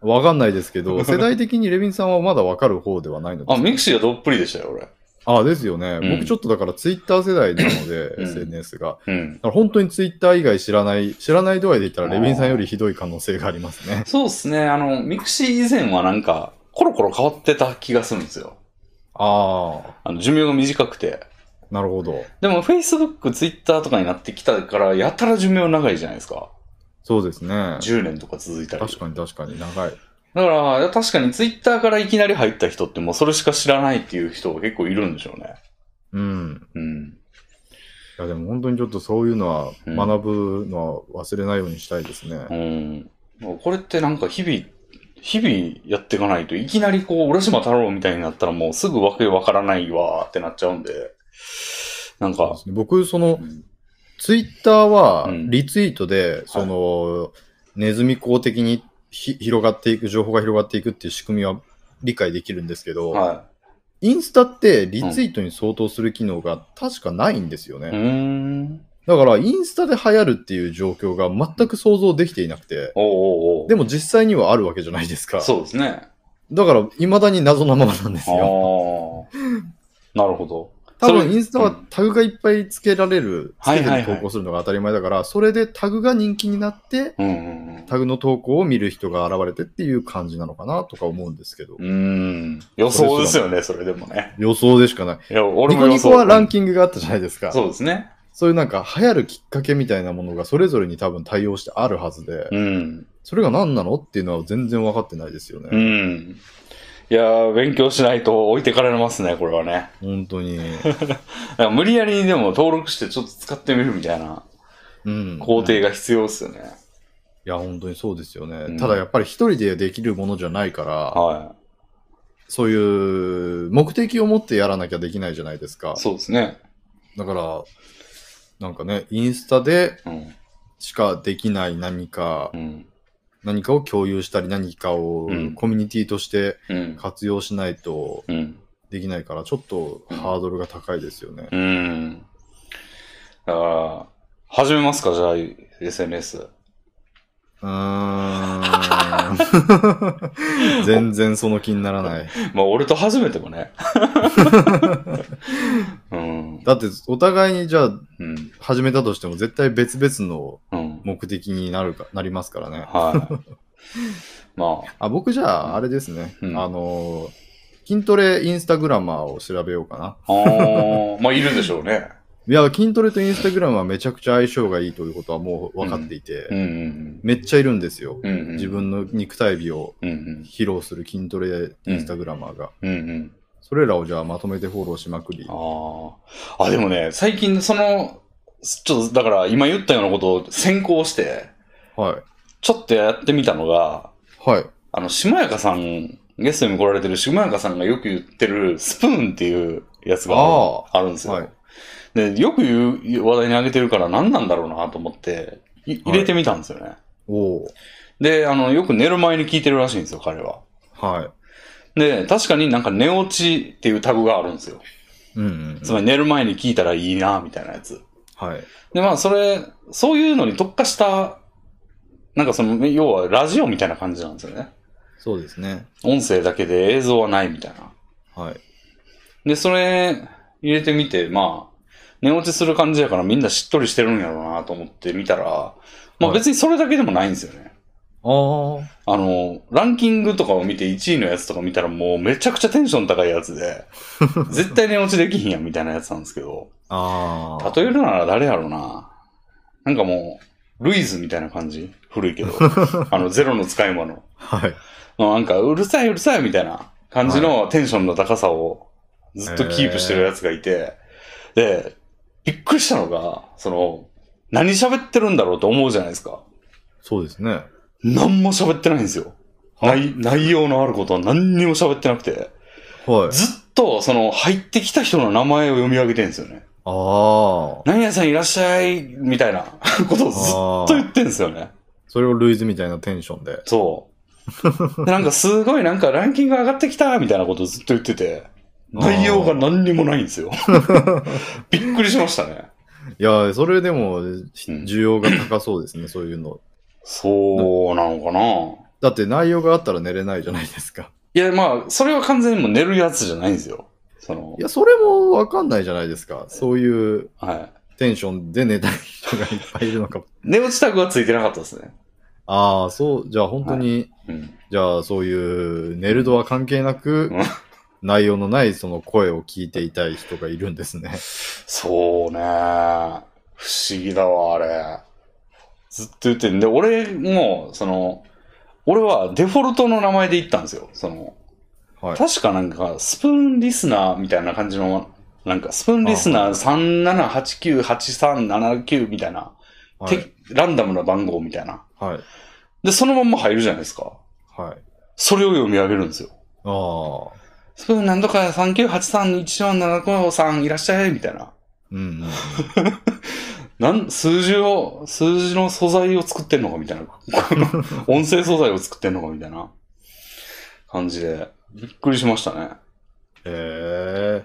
B: わかんないです けど、世代的にレビンさんはまだわかる方ではないので
A: あ、
B: す。
A: ミクシーがどっぷりでしたよ、俺。
B: あ、ですよね。
A: うん
B: 僕ちょっとだからツイッター世代なので、
A: ん
B: SNS が。
A: うん
B: だ。から本当にツイッター以外知らない、知らない度合いで言ったら
A: あー
B: レビンさんよりひどい可能性がありますね。
A: そうっすね。あの、ミクシー以前はなんか、コロコロ変わってた気がするんですよ。
B: あ
A: あの、寿命が短くて。
B: あ、なるほど。
A: でも Facebook、Twitter とかになってきたから、やたら寿命長いじゃないですか。
B: そうですね。
A: 10年とか続いたり。
B: 確かに確かに長い。
A: だから、確かにツイッターからいきなり入った人ってもうそれしか知らないっていう人が結構いるんでしょうね。
B: うん。
A: うん。
B: いやでも本当にちょっとそういうのは
A: うん
B: 学ぶのは忘れないようにしたいですね。
A: うん。これってなんか日々、日々やっていかないといきなりこう、浦島太郎みたいになったらもうすぐわけわからないわーってなっちゃうんで、なん
B: そうで
A: か、
B: すね僕、その
A: うん、
B: ツイッターは
A: うん
B: リツイートで、その、ネズミ講的にひ広がっていく、情報が広がっていくっていう仕組みは理解できるんですけど、
A: は
B: インスタってリツイートに相当する機能が確かないんですよね。
A: い。うーん。
B: だから、インスタで流行るっていう状況が全く想像できていなくて、
A: おうおうおう
B: でも実際にはあるわけじゃないですか。
A: そうですね。
B: だから、未だに謎のままなんで
A: あ
B: す
A: あ
B: よ。
A: ー。なるほど。
B: 多
A: そ
B: 分、
A: れ
B: インスタはタグがいっぱいつけられる、つ
A: はい
B: け
A: はいはい
B: て投稿するのが当たり前だから、それでタグが人気になって、
A: うんうんうん。
B: タグの投稿を見る人が現れてっていう感じなのかなとか思うんですけど
A: う、ーん。予想ですよね、それでもね。
B: 予想でしかない。
A: いや、俺
B: ニ
A: も予
B: コニ
A: 想。
B: コはランキングがあったじゃないですか。
A: そうですね。
B: そういうなんか流行るきっかけみたいなものがそれぞれに多分対応してあるはずで、
A: うん。
B: それが何なのっていうのは全然分かってないですよ
A: う
B: ね。
A: ん。いやー、勉強しないと置いてかれますね、これはね。
B: 本当に。
A: だから無理やりにでも登録してちょっと使ってみるみたいな
B: うん。
A: 工程
B: い
A: が必要ですよね。
B: や、本当にそうですよね。
A: うん
B: ただやっぱり一人でできるものじゃないから、
A: は
B: そういう目的を持ってやらなきゃできないじゃないですか
A: い。。そうですね。
B: だから、なんかね、インスタで
A: うん。
B: しかできない何か、
A: うん。
B: 何かを共有したり、何かを
A: うん
B: コミュニティとして
A: うん。
B: 活用しないと
A: うん。
B: できないから、ちょっとハードルが高いですよね。
A: うん。だから、始めますか、じゃあ、SNS。
B: うーん。 全然その気にならない。
A: まあ、俺と初めてもね。 うん。
B: だって、お互いにじゃあ
A: うん。
B: 始めたとしても絶対別々の
A: うん。
B: 目的になるか、なりますからね。
A: はい。まあ、
B: あ、僕じゃあ、あれですね。
A: うん
B: あのー、筋トレインスタグラマーを調べようかな。
A: あーまあ、いるでしょうね。
B: いや、筋トレとインスタグラムはめちゃくちゃ相性がいいということはもう分かっていて、
A: うんうん
B: めっちゃいるんですよ。
A: うん。うんうん
B: 自。分の肉体美を
A: うんうん。
B: 披露する筋トレインスタグラマーが。
A: うんうん。
B: それらをじゃあまとめてフォローしまくり。
A: ああ。あ、でもね、最近、その、ちょっと、だから、今言ったようなことを先行して、
B: は
A: ちょっとやってみたのが、
B: い。はい。
A: あの、しもやかさん、ゲストにも来られてるしもやかさんがよく言ってる、スプーンっていうやつがあるあるんですよ、
B: はい
A: で、よく言う話題に挙げてるから何なんだろうなと思って、い入れてみたんですよね。
B: おー
A: で、あの、よく寝る前に聞いてるらしいんですよ、彼は。
B: は
A: で、確かになんか寝落ちっていうタグがあるんですよ。
B: い。うん、うん。
A: つまり寝る前に聞いたらいいな、みたいなやつ。
B: はい。
A: で、まあ、それ、そういうのに特化した、なんかその、要はラジオみたいな感じなんですよね。
B: そうですね。
A: 音声だけで映像はないみたいな。
B: はい。
A: で、それ入れてみて、まあ、寝落ちする感じやからみんなしっとりしてるんやろうなと思って見たら、まあ
B: はい
A: 別にそれだけでもないんですよね。
B: あ
A: あの、ランキングとかを見て1位のやつとか見たらもうめちゃくちゃテンション高いやつ で、絶対寝落ちできひんやんみたいなやつなんですけど、
B: あ。ああ。
A: 例えるなら誰やろうな。なんかもう、ルイズみたいな感じ古いけど。あの、ゼロの使い魔の。
B: はい。
A: なんか、うるさいうるさいみたいな感じのテンションの高さをずっとキープしてるやつがいて、で、びっくりしたのが、その、何喋ってるんだろうと思うじゃないですか。
B: そうですね。
A: 何も喋ってないんですよ。内内容のあることは何にも喋ってなくて、
B: はい。
A: ずっとその入ってきた人の名前を読み上げてるんですよね。
B: ああ。
A: 何々さんいらっしゃいみたいなことをずっ
B: あ
A: と言
B: あ。
A: ってるんですよね。
B: それをルイズみたいなテンションで。
A: そう。でなんかすごいなんかランキング上がってきたみたいなことをずっと言ってて、内容が何にもないんです よ。びっくりしましたね。
B: いや、それでも、需要が高そ うですね、そういうの。
A: そうなのかな
B: だって内容があったら寝れないじゃないですか。
A: いや、まあ、それは完全にもう寝るやつじゃないんですよ。その
B: い、や、それもわかんないじゃないですか。そういう
A: はい。
B: テンションで寝たい人がいっぱいいるのかも。
A: 寝落ちタグはついてなかったですね。
B: ああ、そう、じゃあ本当に、
A: うん。
B: じゃあそういう寝る度は関係なく
A: うん、
B: 内容のないその声を聞いていたい人がいるんです ね。
A: そうね不思議だわ、あれ。ずっと言ってんで、俺も、その、俺はデフォルトの名前で行ったんですよ。その、
B: はい。
A: 確かなんか、スプーンリスナーみたいな感じの、なんか、スプーンリスナー37898379みたいな、
B: は
A: て
B: い。
A: ランダムな番号みたいな。
B: はい。
A: で、そのまんま入るじゃないですか。
B: はい。
A: それを読み上げるんですよ。
B: ああ。
A: スプーンなんとか398314753いらっしゃいみたいな。
B: うん、うん。
A: なん、数字を、数字の素材を作ってんのかみたい な。音声素材を作ってんのかみたいな感じで、びっくりしましたね。
B: へえ。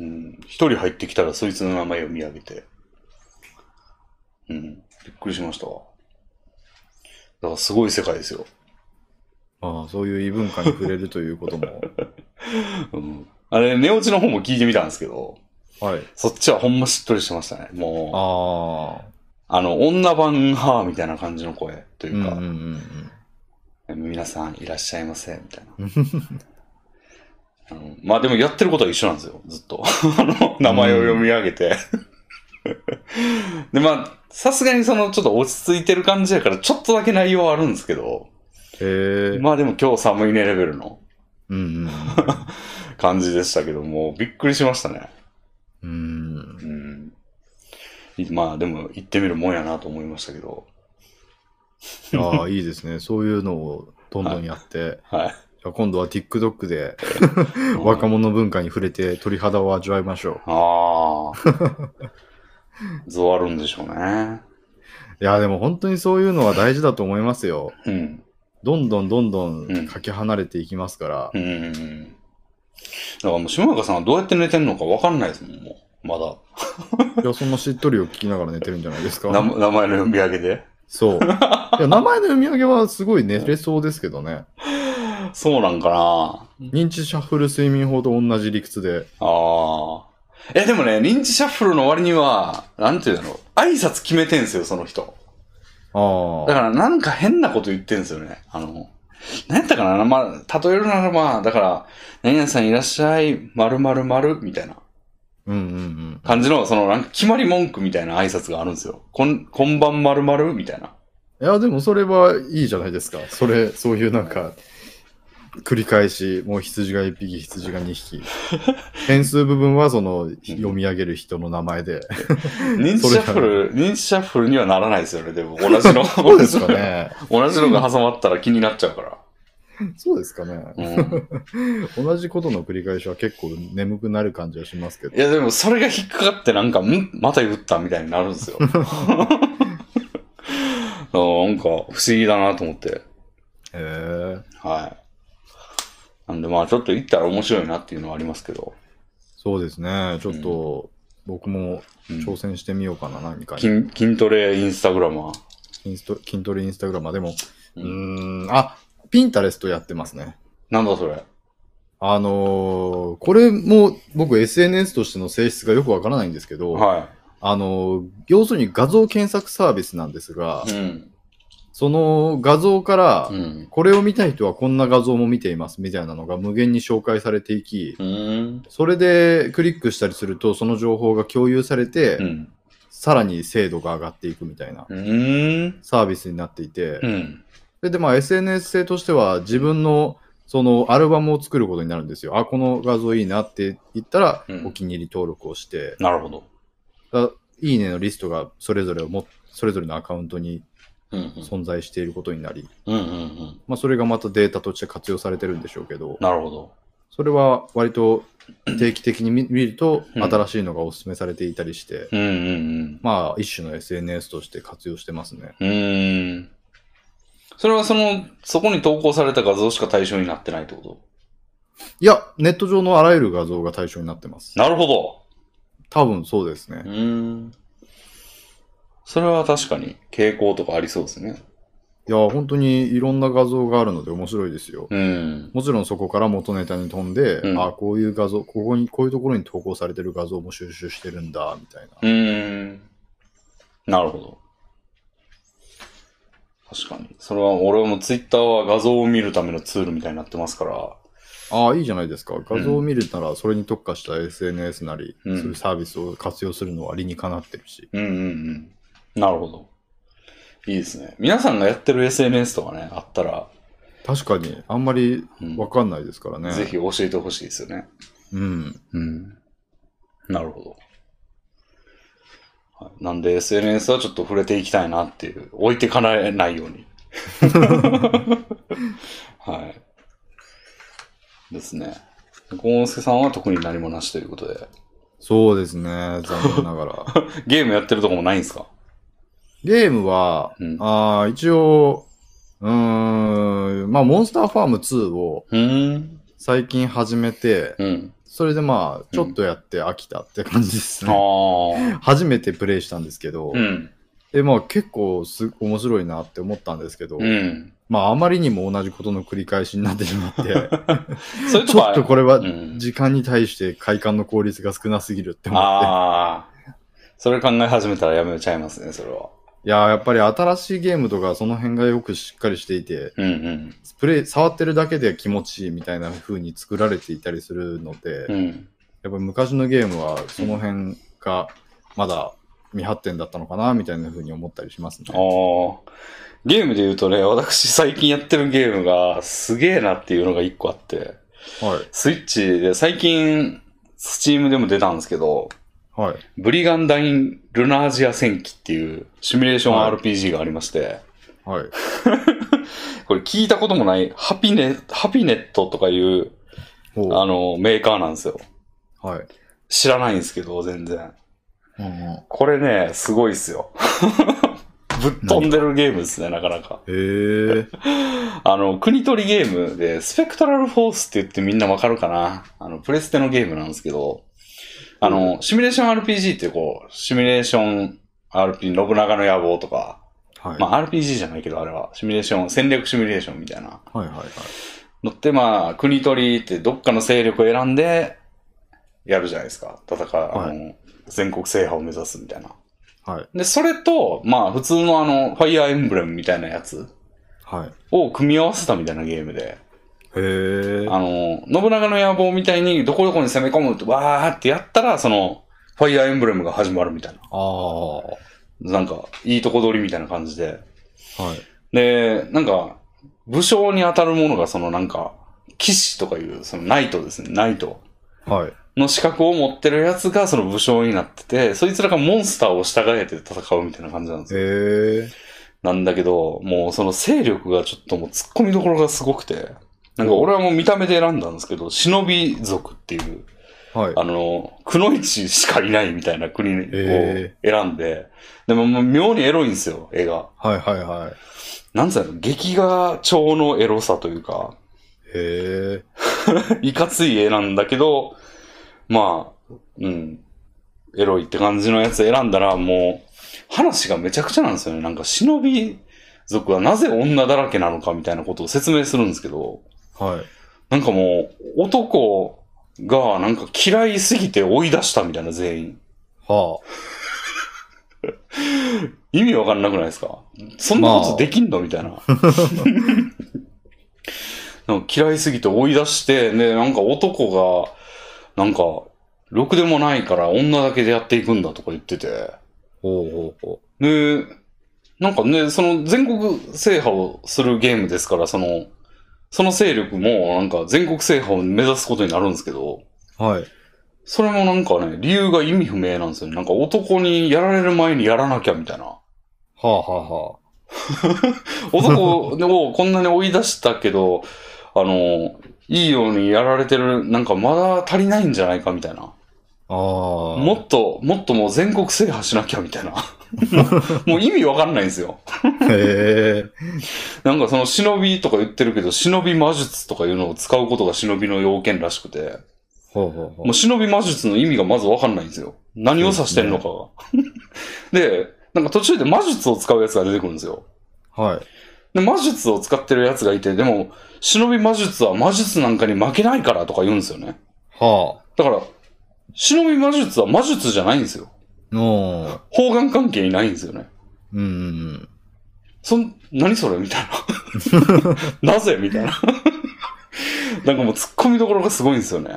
A: うん。一人入ってきたらそいつの名前を見上げて。うん。びっくりしましたわ。だからすごい世界ですよ。
B: ああ、そういう異文化に触れるということ も。
A: うん。あれ、寝落ちの方も聞いてみたんですけど、
B: はい。
A: そっちはほんましっとりしてましたね。もう、
B: ああ。
A: あの、女版派みたいな感じの声と
B: う
A: い
B: ん
A: う
B: うん
A: か、
B: うんうん。
A: 皆さんいらっしゃいませ、みたいな。あのまあでもやってることは一緒なんですよ、ずっと。 あの、名前を読み上げて。で、まあ、さすがにそのちょっと落ち着いてる感じやから、ちょっとだけ内容はあるんですけど、
B: へえ。
A: まあでも今日寒いねレベルの
B: うん
A: 感じでしたけども、びっくりしましたね。
B: うん。うん。
A: うん。いまあでも行ってみるもんやなと思いましたけど、
B: ああ、いいですね。そういうのをどんどんやって。
A: はい。
B: じゃあ今度は TikTok で若者文化に触れて鳥肌を味わいましょ う。
A: ああ。ゾワるんでしょうね。
B: いや、でも本当にそういうのは大事だと思いますよ。
A: うん。
B: どんどんどんど
A: うん
B: んかけ離れていきますから。
A: うん。だからもう、下中さんはどうやって寝てんのかわかんないですもん、もう。まだ。
B: いや、そんなしっとりを聞きながら寝てるんじゃないです
A: 名
B: か。
A: 名前の読み上げで。
B: そう。いや、名前の読み上げはすごい寝れそうですけどね。
A: そうなんかな
B: 認知シャッフル睡眠法と同じ理屈で。
A: ああ。え、でもね、認知シャッフルの割には、なんていうの、挨拶決めてんすよ、その人。
B: あ
A: だか
B: あ。
A: らなんか変なこと言ってんすよね。あの、何やったかなまあ、例えるならまあ、だから、何々さんいらっしゃい、〇〇〇みたいな
B: うんうんうん。
A: 感じの、その、なんか決まり文句みたいな挨拶があるんですよ。こん、こんばん〇〇みたいな。
B: いや、でもそれはいいじゃないですか。それ、そういうなんか、繰り返し、もう羊が1匹、羊が2匹。 変数部分はその、読み上げる人の名前で。
A: 認知シャッフル、認知シャッフルにはならないですよね、でも。同じの。
B: そうですかね。
A: 同じのが挟まったら気になっちゃうから。
B: そうですかね。
A: うん、
B: 同じことの繰り返しは結構眠くなる感じはしますけど
A: い。や、でもそれが引っかかってなんか、んまた言ったみたいになるんですよ。 あーなんか、不思議だなと思って。
B: へえ。
A: はい。なんでまあ、ちょっと行ったら面白いなっていうのはありますけど。
B: そうですね。ちょっと、僕も
A: うん
B: 挑戦してみようかな、何かに。
A: 筋筋トレインスタグラマー。
B: インスト筋トレインスタグラマーでも、う
A: う
B: ーん、あ、ピンタレストやってますね。
A: なんだそれ。
B: あのーこれも僕 SNS としての性質がよくわからないんですけど、
A: は
B: あのー要するに画像検索サービスなんですが
A: い。、うん。
B: その画像から
A: う、ん。
B: これを見た人はこんな画像も見ていますみたいなのが無限に紹介されていき、
A: うん。
B: それでクリックしたりすると、その情報が共有されて、
A: うん。
B: さらに精度が上がっていくみたいな
A: うん。
B: サービスになっていて、
A: うん。
B: それでまあ SNS 性としては自分のそのアルバムを作ることになるんですよ。あ、この画像いいなって言ったら
A: うん
B: お気に入り登録をして、
A: なるほど。
B: だいいねのリストがそれぞれをもそれぞれのアカウントに
A: うん。
B: 存在していることになり、
A: うん。うん。うん。
B: まあ、それがまたデータとして活用されてるんでしょうけど、
A: なるほど。
B: それは割と定期的に見見ると
A: うん
B: 新しいのがお勧めされていたりして、
A: うん。うん。
B: まあ一種の SNS として活用してますね。
A: うん。うん。それはその、そこに投稿された画像しか対象になってないってこと
B: いや、ネット上のあらゆる画像が対象になってます。
A: なるほど。
B: 多分そうですね
A: う。ーん。それは確かに傾向とかありそうですね。
B: いや、本当にいろんな画像があるので面白いですよ。
A: うん。
B: もちろんそこから元ネタに飛んで、
A: うん
B: あこういう画像、ここに、こういうところに投稿されてる画像も収集してるんだ、みたいな。
A: うーん。なるほど。確かに。それは、俺はもうツイッターは画像を見るためのツールみたいになってますから。
B: ああ、いいじゃないですか。画像を見るなら、それに特化した SNS なり、
A: うん
B: そういうサービスを活用するのは理にかなってるし。
A: うんうんうん。なるほど。いいですね。皆さんがやってる SNS とかね、あったら、
B: 確かに、あんまり
A: うん
B: わかんないですからね。
A: ぜひ教えてほしいですよね。
B: うん。
A: うん。なるほど。はい、なんで SNS はちょっと触れていきたいなっていう、置いてかれないよう に。はい。ですね。ゴンスケさんは特に何もなしということで。
B: そうですね、残念ながら。
A: ゲームやってるとこもないんですか
B: ゲームは、
A: うん
B: あー一応、うーん、まあ、モンスターファーム2を
A: うーん。
B: 最近始めて、
A: うん。
B: それでまあ、ちょっとやって飽きたって感じです
A: あ
B: ね。
A: あ。
B: 初めてプレイしたんですけど、
A: うん。
B: で、まあ結構す面白いなって思ったんですけど、
A: うん。
B: まああまりにも同じことの繰り返しになってしま って、
A: そういうと
B: ち
A: こ
B: ょ
A: は
B: っとこれは
A: うん
B: 時間に対して快感の効率が少なすぎるって思って。
A: ああ。それ考え始めたらやめちゃいますね、それは。
B: いやー、やっぱり新しいゲームとかその辺がよくしっかりしていて、
A: うん
B: プレイ、触ってるだけで気持ちいいみたいな風に作られていたりするので、
A: うん。うん。
B: やっぱり昔のゲームはその辺がまだ未発展だったのかなみたいな風に思ったりしますね。
A: ああ。ゲームで言うとね、私最近やってるゲームがすげえなっていうのが一個あって、
B: はい。
A: スイッチで最近、スチームでも出たんですけど、
B: はい。
A: ブリガンダイン・ルナージア戦記っていうシミュレーショ
B: はい
A: ン RPG がありまして、
B: はい。
A: これ聞いたこともないハピネ、ハピネットとかいう、
B: ほ
A: あの、メーカーなんですよ。
B: う。はい。
A: 知らないんですけど、全然。
B: うんうん
A: これね、すごいっすよ。 ぶっ飛んでるゲームですね、なかなか。
B: へえ。
A: あの、国取りゲームで、スペクトラルフォースって言ってみんなわかるかなあの、プレステのゲームなんですけど、あの、シミュレーション RPG ってこう、シミュレーション RP、信長の野望とか、
B: はい。
A: まあ RPG じゃないけど、あれは、シミュレーション、戦略シミュレーションみたいな。
B: はいはいはい。
A: のって、まあ、国取りってどっかの勢力を選んで、やるじゃないですか。戦う、あ
B: は
A: の、全国制覇を目指すみたいな。
B: はい。
A: で、それと、まあ、普通のあの、ファイアーエンブレムみたいなやつ
B: はい。
A: を組み合わせたみたいなゲームで、
B: へえ。
A: あの、信長の野望みたいにどこどこに攻め込むってわーってやったら、その、ファイアーエンブレムが始まるみたいな。
B: ああ。は
A: なんか、いいとこ取りみたいな感じで。
B: い。
A: で、なんか、武将に当たるものが、そのなんか、騎士とかいう、そのナイトですね、ナイト
B: はい。
A: の資格を持ってるやつが、その武将になってて、そいつらがモンスターを従えて戦うみたいな感じなんですよ。
B: へえ。
A: なんだけど、もうその勢力がちょっともう突っ込みどころがすごくて、なんか俺はもう見た目で選んだんですけど、忍び族っていう、
B: はい。
A: あの、くのいちしかいないみたいな国を選
B: へ
A: んで、でももう妙にエロいんですよ、絵が。
B: はいはいはい。
A: なんつうの、劇画調のエロさというか、
B: へえ。
A: いかつい絵なんだけど、まあ、うん、エロいって感じのやつ選んだら、もう、話がめちゃくちゃなんですよね。なんか、忍び族はなぜ女だらけなのかみたいなことを説明するんですけど、
B: はい。
A: なんかもう、男がなんか嫌いすぎて追い出したみたいな全員。
B: は
A: 意味わかんなくないですかそんなことできんのみたいな。なんか嫌いすぎて追い出して、で、なんか男が、なんか、ろくでもないから女だけでやっていくんだとか言ってて。
B: あ。ほうほうほ
A: で、なんかね、その全国制覇をするゲームですから、その、その勢力もなんか全国制覇を目指すことになるんですけど、
B: う。はい。
A: それもなんかね、理由が意味不明なんですよね。なんか男にやられる前にやらなきゃみたいな。
B: はあはあは
A: 男をこんなに追い出したけど、あの、いいようにやられてる、なんかまだ足りないんじゃないかみたいな。
B: あ。ああ。
A: もっと、もっともう全国制覇しなきゃみたいな。もう意味わかんないんですよ。
B: へえ。
A: なんかその忍びとか言ってるけど、忍び魔術とかいうのを使うことが忍びの要件らしくて、
B: ほうほうほう
A: もう。忍び魔術の意味がまずわかんないんですよ。何を指してんのかが。 で、なんか途中で魔術を使うやつが出てくるんですよ。
B: はい。
A: で、魔術を使ってるやつがいて、でも、忍び魔術は魔術なんかに負けないからとか言うんですよね。
B: は
A: だから、忍び魔術は魔術じゃないんですよ。
B: あ。のー
A: 方眼関係にないんですよね。
B: うんうん
A: そん、何それみたいな。なぜみたいな。 なんかもう突っ込みどころがすごいんですよね。
B: うん。へ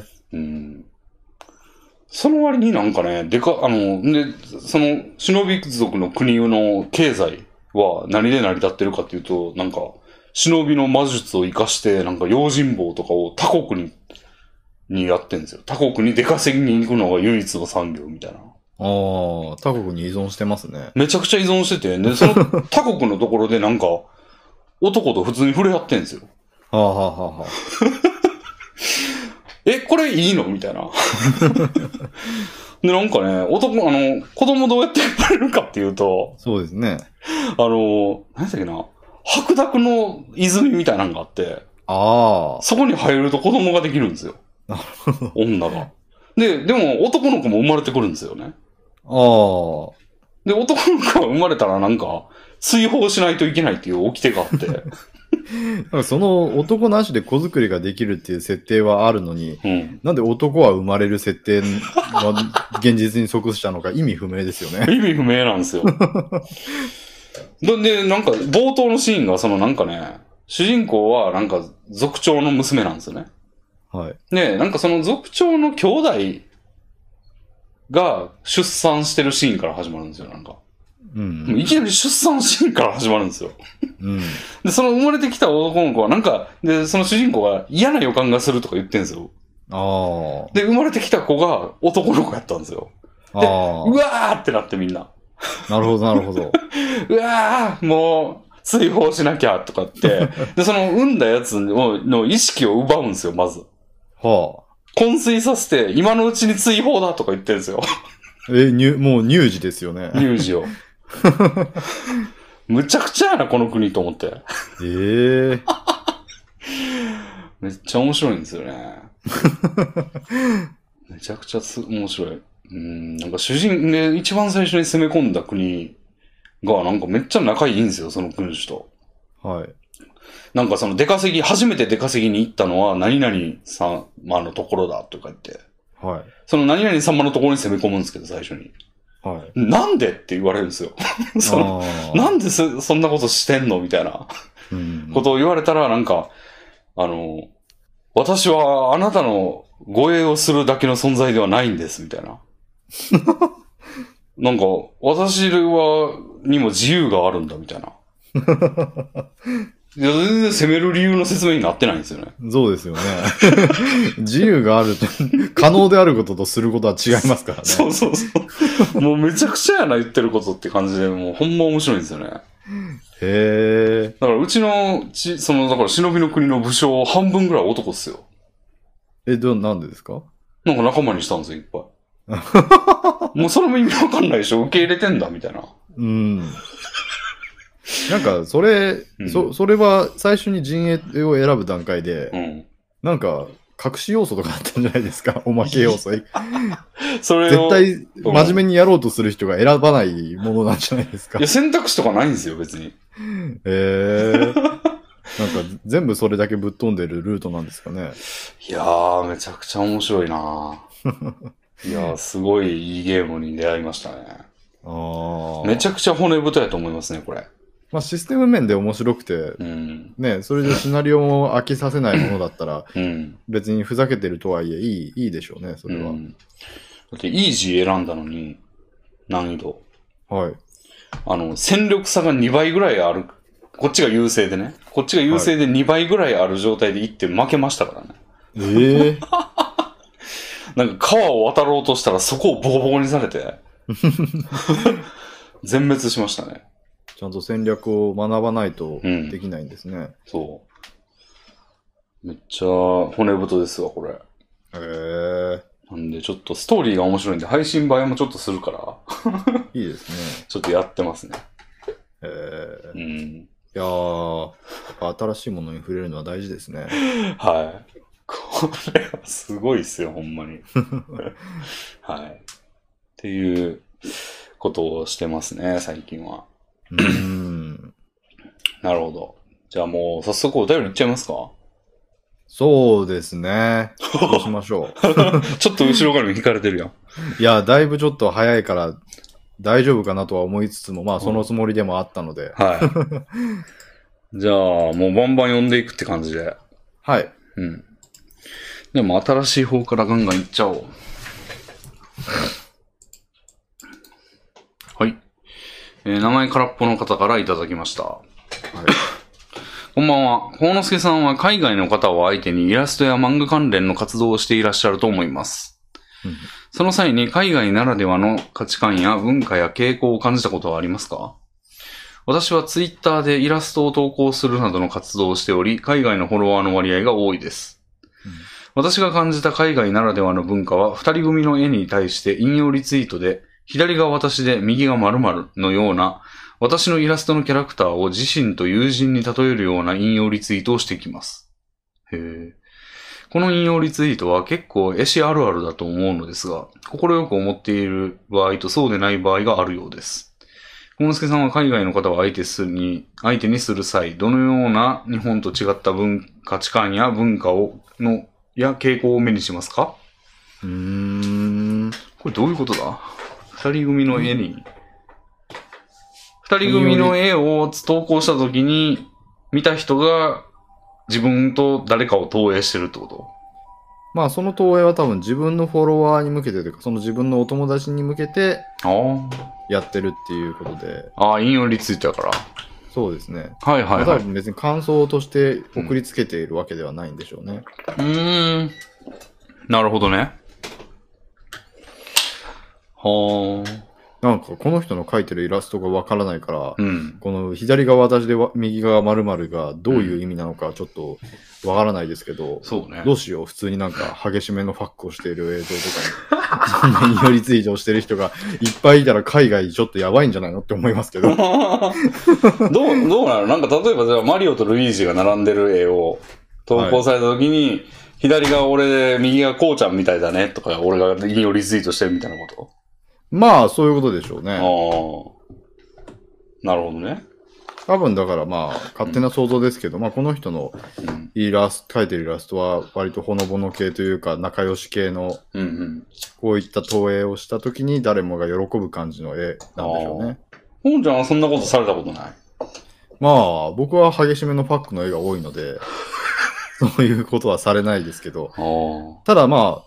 B: え。
A: うん。その割になんかね、でか、あの、で、その、忍び族の国の経済は何で成り立ってるかっていうと、なんか、忍びの魔術を活かして、なんか用心棒とかを他国に、にやってんですよ。他国に出稼ぎに行くのが唯一の産業みたいな。
B: ああ。他国に依存してますね。
A: めちゃくちゃ依存してて、で、その他国のところでなんか、男と普通に触れ合ってんですよ。
B: はあはあはあはあ。
A: え、これいいのみたいな。で、なんかね、男、あの、子供どうやって生まれるかっていうと、
B: そうですね。
A: あの、何だっけな、白濁の泉みたいなのがあって、
B: あ
A: そこに入ると子供ができるんですよ。
B: なる
A: 女が。で、でも男の子も生まれてくるんですよね。
B: あ。ああ。
A: で、男の子が生まれたらなんか、追放しないといけないっていう掟があって、
B: なんかその男なしで子作りができるっていう設定はあるのに、
A: うん。
B: なんで男は生まれる設定は現実に即したのか意味不明ですよね。
A: 意味不明なんです よ。で、でなんか、冒頭のシーンが、そのなんかね、主人公はなんか、族長の娘なんですよね。
B: はい。
A: で、なんかその族長の兄弟が出産してるシーンから始まるんですよ、なんか。
B: う。
A: もうんいきなり出産シーンから始まるんですよ。
B: うん。
A: で、その生まれてきた男の子は、なんか、で、その主人公が嫌な予感がするとか言ってんですよ。
B: あ
A: で、生まれてきた子が男の子やったんですよ。
B: あ。あ
A: うわーってなってみんな。
B: あ。なるほど、なるほど。
A: うわーもう、追放しなきゃとかって、で、その産んだやつのの意識を奪うんですよ、まず。
B: はあ。
A: 昏睡させて、今のうちに追放だとか言ってるんですよ、
B: え、乳もう乳児ですよね。
A: 乳児を。むちゃくちゃやな、この国と思って。
B: ええ
A: めっちゃ面白いんですよね。めちゃくちゃす面白い。うん、なんか主人で一番最初に攻め込んだ国が、なんかめっちゃ仲いいんですよ、その君主と。
B: はい。
A: なんかその出稼ぎ、初めて出稼ぎに行ったのは何々様のところだとか言って、
B: はい。
A: その何々様のところに攻め込むんですけど、最初に。
B: はい。
A: なんでって言われるんですよ。 その
B: あー
A: なんでそそんなことしてんのみたいな
B: うん
A: ことを言われたら、なんか、あの、私はあなたの護衛をするだけの存在ではないんです、みたい な。なんか、私は、にも自由があるんだ、みたい な。いや全然攻める理由の説明になってないんですよね。
B: そうですよね。 自由があると、可能であることとすることは違いますからね。
A: そうそうそう。もうめちゃくちゃやな、言ってることって感じで、もうほんま面白いんですよね。
B: へえ。
A: だからうちのち、その、だから忍びの国の武将半分ぐらい男っすよ。
B: え、ど、なんでですか
A: なんか仲間にしたんですよ、いっぱ い。もうそれも意味わかんないでしょ受け入れてんだ、みたいな。
B: うん。なんか、それ、
A: うん
B: そ、それは最初に陣営を選ぶ段階で、
A: うん。
B: なんか、隠し要素とかあったんじゃないですかおまけ要素。絶
A: それを。い
B: 対、真面目にやろうとする人が選ばないものなんじゃないですか
A: や、選択肢とかないんですよ、別に。
B: へえ。 なんか、全部それだけぶっ飛んでるルートなんですかね。
A: いやー、めちゃくちゃ面白い ないやー、すごいいいゲームに出会いましたね。
B: ああ。
A: めちゃくちゃ骨太やと思いますね、これ。
B: まあ、システム面で面白くて、
A: うん。
B: ね、それでシナリオも飽きさせないものだったら、
A: うん。
B: 別にふざけてるとはいえ、いい、いいでしょうね、それは。
A: うん、だって、イージー選んだのに、難易度。
B: はい。
A: あの、戦力差が2倍ぐらいある。こっちが優勢でね。こっちが優勢で2倍ぐらいある状態で行って負けましたからね。
B: ええ
A: なんか川を渡ろうとしたらそこをボコボコにされ て。全滅しましたね。
B: ちゃんと戦略を学ばないと
A: うん
B: できないんですね。
A: そう。めっちゃ骨太ですわ、これ。
B: へえ
A: なんでちょっとストーリーが面白いんで配信映えもちょっとするから、
B: いいですね。
A: ちょっとやってますね。
B: ええ
A: うん。
B: いやー、やっぱ新しいものに触れるのは大事ですね。
A: はい。これはすごいっすよ、ほんまに。はい。っていうことをしてますね、最近は。
B: うーん。
A: なるほど。じゃあもう早速お便りいっちゃいますか
B: そうで すね。そうしましょう。
A: ちょっと後ろから引かれてるやん。
B: いや、だいぶちょっと早いから大丈夫かなとは思いつつも、まあそのつもりでもあったので、
A: はい。じゃあ、もうバンバン読んでいくって感じで。
B: はい。
A: うん。でも新しい方からガンガンいっちゃおう。はい。えー名前空っぽの方からいただきました。こんばんは。幸之助さんは海外の方を相手にイラストや漫画関連の活動をしていらっしゃると思います
B: うん。
A: その際に海外ならではの価値観や文化や傾向を感じたことはありますか私はツイッターでイラストを投稿するなどの活動をしており、海外のフォロワーの割合が多いです。
B: うん
A: 私が感じた海外ならではの文化は、二人組の絵に対して引用リツイートで、左が私で右が〇〇のような、私のイラストのキャラクターを自身と友人に例えるような引用リツイートをしてきます。へえ。この引用リツイートは結構絵師あるあるだと思うのですが、快く思っている場合とそうでない場合があるようです。小野助さんは海外の方を相手するに、相手にする際、どのような日本と違った文価値観や文化を、の、や傾向を目にしますか
B: うーん。
A: これどういうことだ二人組の絵に、二人組の絵を投稿した時に、見た人が自分と誰かを投影してるってこと
B: まあその投影は多分自分のフォロワーに向けてというか、その自分のお友達に向けて
A: あ
B: やってるっていうことで、
A: あ。ああ、引用リツイートやから。
B: そうですね。
A: はいはい
B: ま
A: は
B: あ
A: い。
B: 多
A: う
B: 分別に感想として送りつけているわけではないんでしょうね。
A: ーん。なるほどね。はあ。
B: なんかこの人の描いてるイラストがわからないから、
A: うん。
B: この左側私でわ右側〇〇がどういう意味なのかちょっとわからないですけど、
A: そうね。
B: どうしよう普通になんか激しめのファックをしている映像とかに、そんな寄りツイートしてる人がいっぱいいたら海外ちょっとやばいんじゃないのって思いますけ
A: ど
B: ど。
A: う、どうなのなんか例えばじゃあマリオとルイージが並んでる絵を投稿された時に、左が俺で右がこうちゃんみたいだねとか、俺が引用リツイートしてるみたいなこと。
B: まあそういうことでしょう
A: ああ
B: ね。
A: ー。なるほどね。
B: 多分だからまあ勝手な想像ですけど、まあこの人の
A: うん。
B: イラスト、描いてるイラストは割とほのぼの系というか仲良し系の
A: うんうん。
B: こういった投影をした時に誰もが喜ぶ感じの絵なんでしょうね。
A: ほんちゃんはそんなことされたことない。
B: まあ、僕は激しめのパックの絵が多いので、 そういうことはされないですけど、
A: ああ。
B: ただま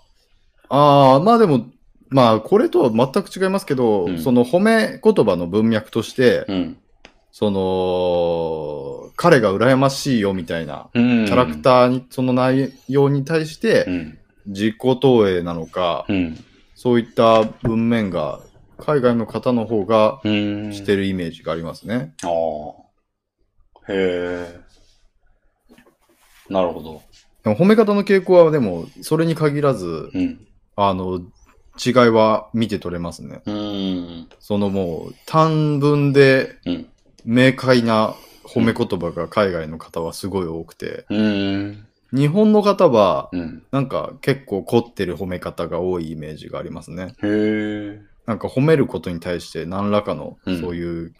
B: あ、ああ、まあでも、まあ、これとは全く違いますけど、
A: うん
B: その褒め言葉の文脈として、
A: うん。
B: その、彼が羨ましいよみたいな、
A: うん。
B: キャラク
A: ー。
B: ターに、その内容に対して
A: う、ん。
B: 自己投影なのか、
A: うん。
B: そういった文面が、海外の方の方が
A: うん。
B: してるイメージがありますね。
A: ああ。へえ。なるほど。
B: でも褒め方の傾向は、でも、それに限らず、
A: うん。
B: あの、違いは見て取れますね。
A: うん。
B: そのもう、短文で
A: うん。
B: 明快な褒め言葉が海外の方はすごい多くて、
A: うん。
B: 日本の方は、
A: うん。
B: なんか結構凝ってる褒め方が多いイメージがありますね。
A: へえ。
B: なんか褒めることに対して何らかの
A: うん
B: そういう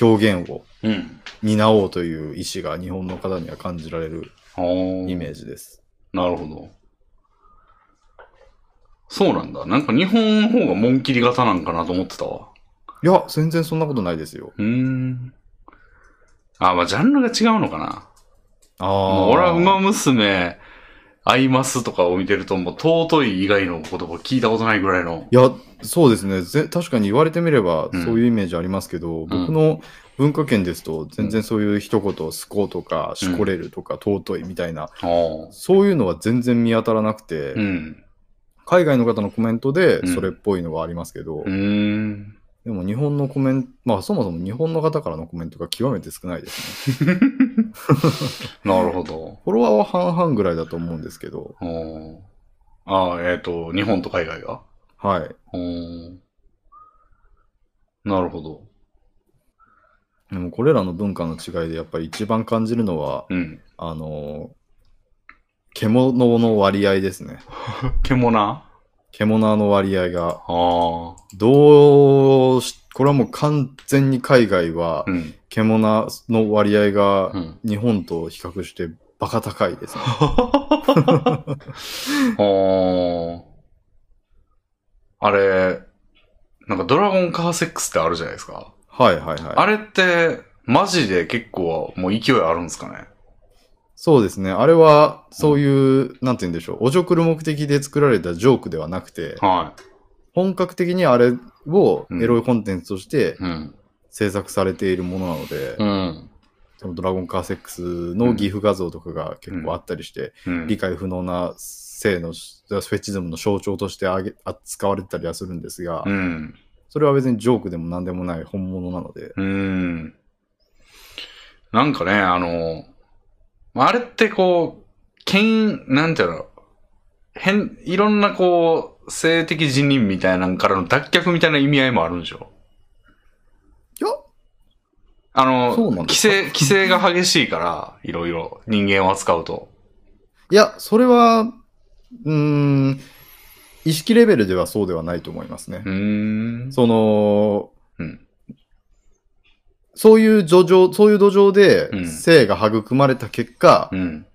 B: 表現を
A: うん。
B: 担おうという意思が日本の方には感じられる
A: あー
B: イメージです。
A: なるほど。そうなんだ。なんか日本の方が紋切り型なんかなと思ってたわ。
B: いや、全然そんなことないですよ。
A: うーん。あ、まあ、ジャンルが違うのかな。
B: あ
A: も
B: あ。
A: う俺は馬娘、アイマスとかを見てると、もう尊い以外の言葉聞いたことないぐらいの。
B: いや、そうですね。ぜ確かに言われてみれば、
A: うん
B: そういうイメージありますけど、僕の文化圏ですと、全然そういう一言、スコとか、しこれるとか、尊いみたいな、
A: ああ。
B: そういうのは全然見当たらなくて、
A: うん。
B: 海外の方のコメントで、
A: うん
B: それっぽいのはありますけど、
A: うーん。
B: でも日本のコメント、まあそもそも日本の方からのコメントが極めて少ないですね。
A: なるほど。
B: フォロワーは半々ぐらいだと思うんですけど、
A: あーあー、えっ、と、日本と海外が
B: はい。
A: うーん。なるほど。
B: でもこれらの文化の違いで、やっぱり一番感じるのは、
A: うん。
B: あの獣の割合ですね。
A: 獣な
B: 獣の割合が、
A: ああ。
B: どうし、これはもう完全に海外は
A: う、ん。
B: 獣の割合
A: う
B: が
A: ん。
B: 日本と比較してバカ高いですね。
A: ああ。あれ、なんかドラゴンカーセックスってあるじゃないですか。
B: はいはいはい。
A: あれって、マジで結構もう勢いあるんですかね。
B: そうですね。あれは、そういう、なんて言うんでしょう。おちょくる目的で作られたジョークではなくて、
A: は
B: 本格的にあれをエロいコンテンツとして
A: い。うん。
B: 制作されているものなので、
A: うん。
B: そのドラゴンカーセックスのギフ画像とかが結構あったりして、
A: うん。
B: 理解不能な性のフェチズムの象徴としてあげ扱われてたりはするんですが、
A: うん。
B: それは別にジョークでも何でもない本物なので、
A: うん。なんかね、あの、あれってこう、けん、なんていうの、変、いろんなこう、性的自認みたいなのからの脱却みたいな意味合いもあるんでしょ
B: いや
A: あ
B: そう
A: の、
B: なん
A: 規
B: ですか
A: 制、規制が激しいから、いろいろ人間を扱うと。
B: いや、それは、うーん、意識レベルではそうではないと思いますね
A: う。ーん。
B: その、
A: うん
B: そういう土壌、そういう土壌
A: う
B: で
A: ん
B: 性が育まれた結果、
A: うん。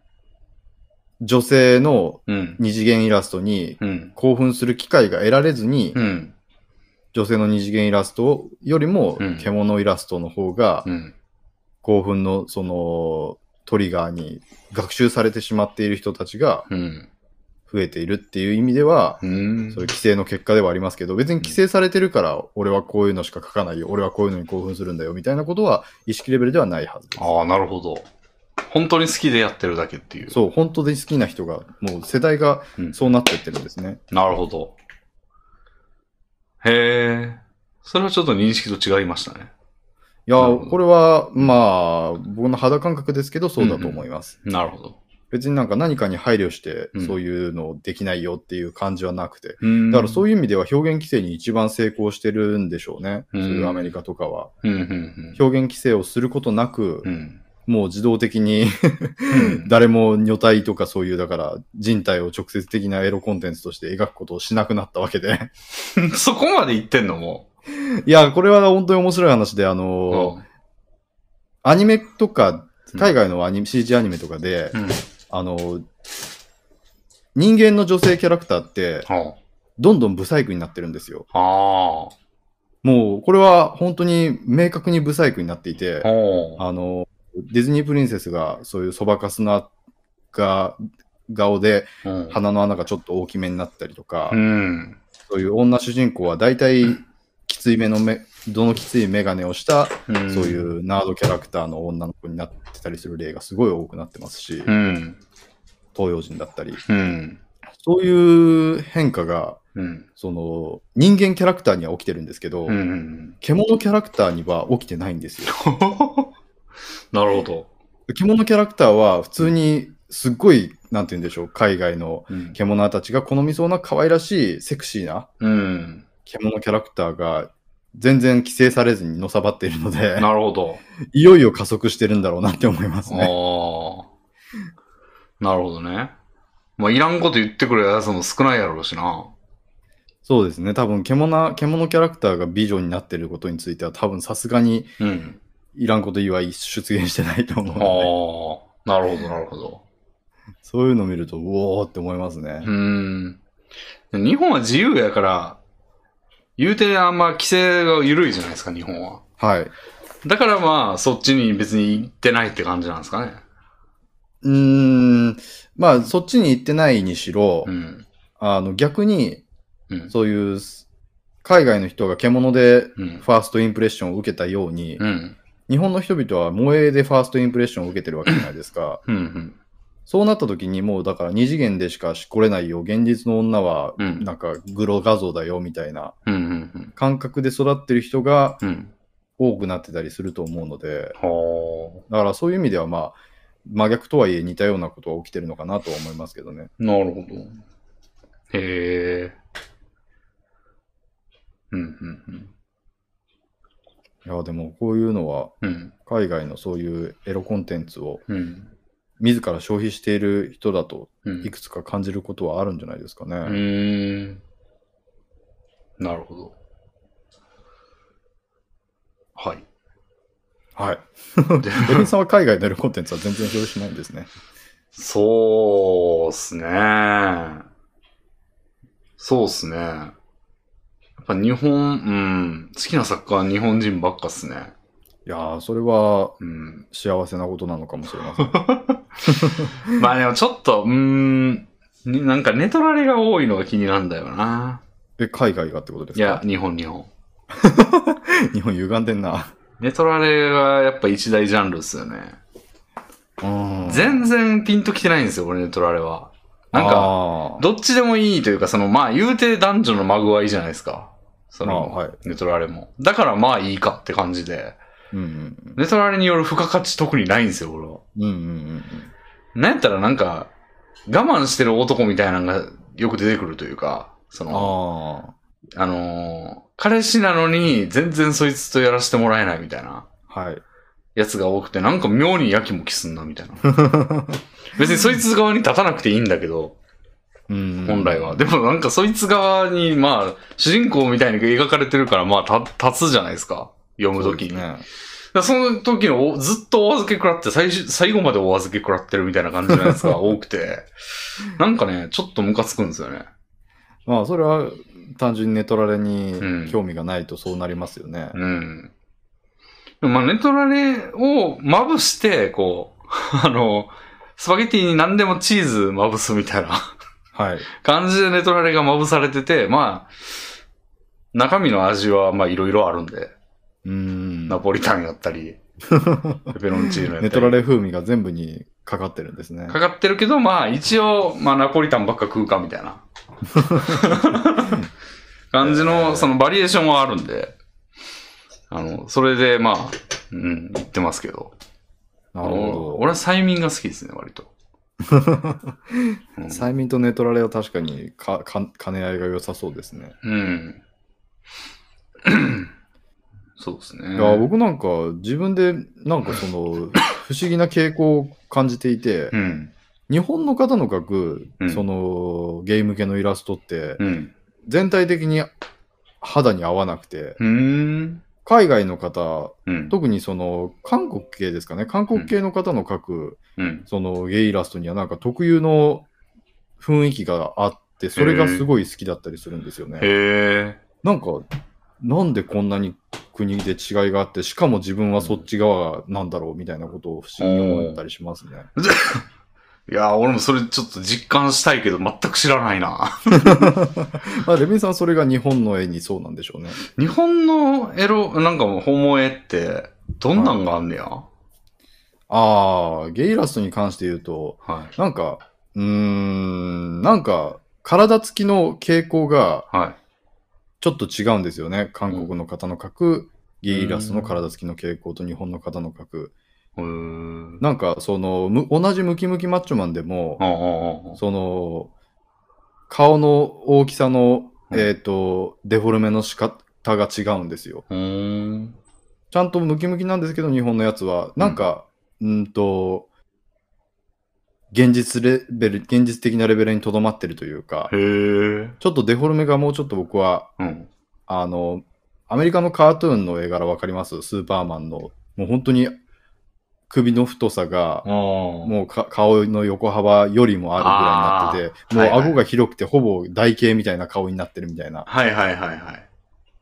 B: 女性の
A: うん。
B: 二次元イラストに
A: うん。
B: 興奮する機会が得られずに、
A: うん。
B: 女性の二次元イラストよりも
A: うん
B: 獣イラストの方が
A: うん。
B: 興奮のそのトリガーに学習されてしまっている人たちが
A: うん。
B: 増えているっていう意味では、
A: うん
B: そういう規制の結果ではありますけど、別に規制されてるから、俺はこういうのしか書かないよ、俺はこういうのに興奮するんだよ、みたいなことは意識レベルではないはずです。
A: ああ、なるほど。本当に好きでやってるだけっていう。
B: そう、本当に好きな人が、もう世代が
A: うん
B: そうなってってるんですね。
A: なるほど。へえ。それはちょっと認識と違いましたね。
B: いや
A: なるほど、
B: これは、まあ、僕の肌感覚ですけど、そうだと思います。
A: なるほど。
B: 別になんか何かに配慮して
A: うん、
B: そういうのできないよっていう感じはなくて。
A: うん
B: だからそういう意味では表現規制に一番成功してるんでしょうね。
A: うん
B: そういうアメリカとかは。
A: うんうん
B: 表現規制をすることなく
A: う、ん。
B: もう自動的に
A: うん。
B: 誰も女体とかそういう、だから人体を直接的なエロコンテンツとして描くことをしなくなったわけ で。
A: うん、そこまで言ってんのも
B: いや、これは本当に面白い話で、あ
A: う。
B: の、
A: う
B: アニメとか、
A: うん
B: 海外のアニメ、CG アニメとかで、
A: ん。
B: あの、人間の女性キャラクターって、
A: は
B: どんどんブサイクになってるんですよ。
A: あ。は
B: もう、これは本当に明確にブサイクになっていて
A: あ。、はあ。
B: あの、ディズニープリンセスが、そういうそばかすなが顔で、
A: うん
B: 鼻の穴がちょっと大きめになったりとか、
A: うん。
B: そういう女主人公は大体、きつい目の目、どのきつい眼鏡をした、
A: そう
B: そうい。うナードキャラクターの女の子になってたりする例がすごい多くなってますし、
A: うん。
B: 東洋人だったり、
A: うん。
B: そういう変化が、
A: うん。
B: その、人間キャラクターには起きてるんですけど、
A: うん。
B: 獣キャラクターには起きてないんですよ。
A: なるほど。
B: 獣キャラクターは普通にすっごい、なんて言うんでしょう、海外の
A: うん。
B: 獣たちが好みそうな可愛らしいセクシーな
A: うん。
B: 獣キャラクターが全然規制されずにのさばっているので、
A: なるほど。
B: いよいよ加速してるんだろうなって思います
A: ああ
B: ね。
A: なるほどね。まあ、いらんこと言ってくるやつも少ないやろうしな。
B: そうですね。多分獣、獣キャラクターが美女になっていることについては多分さすがに
A: うん。
B: いらんこと言わい出現してないと思う
A: ああ
B: の
A: なる
B: で、
A: ほど、なるほど。
B: そういうの見ると、うおーって思いますね。
A: うーん。日本は自由やから、言うてあんま規制が緩いじゃないですか、日本は。
B: はい。
A: だからまあ、そっちに別に行ってないって感じなんですかね。
B: うーん、まあ、そっちに行ってないにしろ、
A: うん。
B: あの逆に、
A: うん。
B: そういう、海外の人が獣で
A: うん。
B: ファーストインプレッションを受けたように、
A: うん。
B: 日本の人々は萌えでファーストインプレッションを受けてるわけじゃないですか。
A: うん。うん。
B: そうなった時に、もうだから二次元でしかしこれないよ、現実の女は、
A: うん
B: なんかグロ画像だよ、みたいな
A: うん。うん。
B: 感覚で育ってる人が
A: うん。
B: 多くなってたりすると思うので、
A: は
B: だからそういう意味ではまあ、真逆とはいえ似たようなことは起きてるのかなとは思いますけどね。
A: あ。なるほど。へえ。うん。うん。
B: いや、でもこういうのは、
A: うん。うん。
B: 海外のそういうエロコンテンツを
A: うん。
B: 自ら消費している人だと
A: うん
B: いくつか感じることはあるんじゃないですかね。
A: うーん。なるほど。はい。
B: はい。
A: で
B: エリンさんは海外のエロコンテンツは全然消費しないんですね。
A: そうっすね。そうっすね。やっぱ日本、うん。好きな作家は日本人ばっかっすね。
B: いやー、それは
A: うん。
B: 幸せなことなのかもしれませ ん。
A: まあでもちょっと、うーん。になんか寝取られが多いのが気になるんだよな。
B: え、海外がってことで
A: い
B: す
A: や
B: か、
A: 日本、日本。
B: 日本歪んでんな。
A: 寝取られがやっぱ一大ジャンルっすよね。
B: うん。
A: 全然ピンときてないんですよ、俺寝取られは。なんか、
B: か、
A: どっちでもいいというか、その、まあ、言うて男女のまぐわいじゃないですか。そ
B: まあ、
A: の、
B: はい。
A: ネトラレも。だからまあいいかって感じで。
B: うんうん
A: ネトラレによる付加価値特にないんですよ、俺は。
B: うん。うんうんうんうん。
A: なんやったらなんか、我慢してる男みたいなのがよく出てくるというか、その、
B: あ
A: あのー彼氏なのに全然そいつとやらせてもらえないみたいな
B: あ、はい。
A: やつが多くて、なんか妙にやきもきすんなみたいな。 別にそいつ側に立たなくていいんだけど、
B: うん
A: 本来は。でもなんかそいつ側に、まあ、主人公みたいに描かれてるから、まあ、た立つじゃないですか。読む
B: そう
A: と
B: で
A: き
B: す
A: に。
B: ね。
A: だからその時のおずっとお預け食らって最終、最後までお預け食らってるみたいな感じのやつが多くて、 なんかね、ちょっとムカつくんですよね。
B: まあ、それは単純にネトラレ
A: うん
B: に興味がないとそうなりますよね。
A: うん。でもまあ、ネトラレをまぶして、こう、 あの、スパゲティに何でもチーズまぶすみたいな。
B: はい。
A: 感じでネトラレがまぶされてて、まあ、中身の味はまあいろいろあるんで、
B: うん。
A: ナポリタンやった り、ペペロンチーノやったり。
B: ネトラレ風味が全部にかかってるんですね。
A: かかってるけど、まあ一応、まあナポリタンばっか食うかみ たいな。感じ
B: えー
A: の、そのバリエーションはあるんで、あの、それで、まあ、うん、言ってますけど。
B: なるほど。
A: 俺は催眠が好きですね、割 と。うん
B: 催眠と寝取られは確かにかか兼ね合いが良さそうですね。
A: うん。そうですね。
B: いや僕なんか自分でなんか その不思議な傾向を感じていて
A: う、ん。
B: 日本の方の描く
A: うん
B: そのゲーム系のイラストって
A: うん。
B: 全体的に肌に合わなくて、
A: うーん。
B: 海外の方、
A: うん。
B: 特にその韓国系ですかね、韓国系の方の描く
A: うん。
B: そのゲイイラストにはなんか特有の雰囲気があって、それがすごい好きだったりするんですよね。
A: へ
B: なんか、なんでこんなに国で違いがあって、しかも自分はそっち側なんだろうみたいなことを不思議に思ったりしますね。
A: え。いや、俺もそれちょっと実感したいけど、全く知らない な。
B: まあ、レミンさん、それが日本の絵にそうなんでしょうね。
A: 日本のエロ、なんかもう、ホモエって、どんなんがあんねや。は
B: ああ、ゲイイラストに関して言うと、
A: い。
B: なんか、うーん、なんか、体つきの傾向が
A: はい。
B: ちょっと違うんですよね。韓国の方の描くゲイイラストの体つきの傾向と日本の方の描く。
A: うーん。
B: なんか、その、む同じムキムキマッチョマンでも、
A: ああ、ああああ
B: その、顔の大きさの、
A: うん
B: えっ、と、デフォルメの仕方が違うんですよ。
A: うーん。
B: ちゃんとムキムキなんですけど、日本のやつは、なんか、うん、と、現実レベル、現実的なレベルにとどまってるというか
A: へ、え。
B: ちょっとデフォルメがもうちょっと僕は、
A: うん。
B: あの、アメリカのカートゥーンの絵柄わかりますスーパーマンの。もう本当に首の太さ
A: あ、
B: が
A: あ。
B: もうか顔の横幅よりもあるぐらいになってて、も
A: は
B: う
A: いはい
B: 顎が広くてほぼ台形みたいな顔になってるみたいな。
A: はいはいはいはい。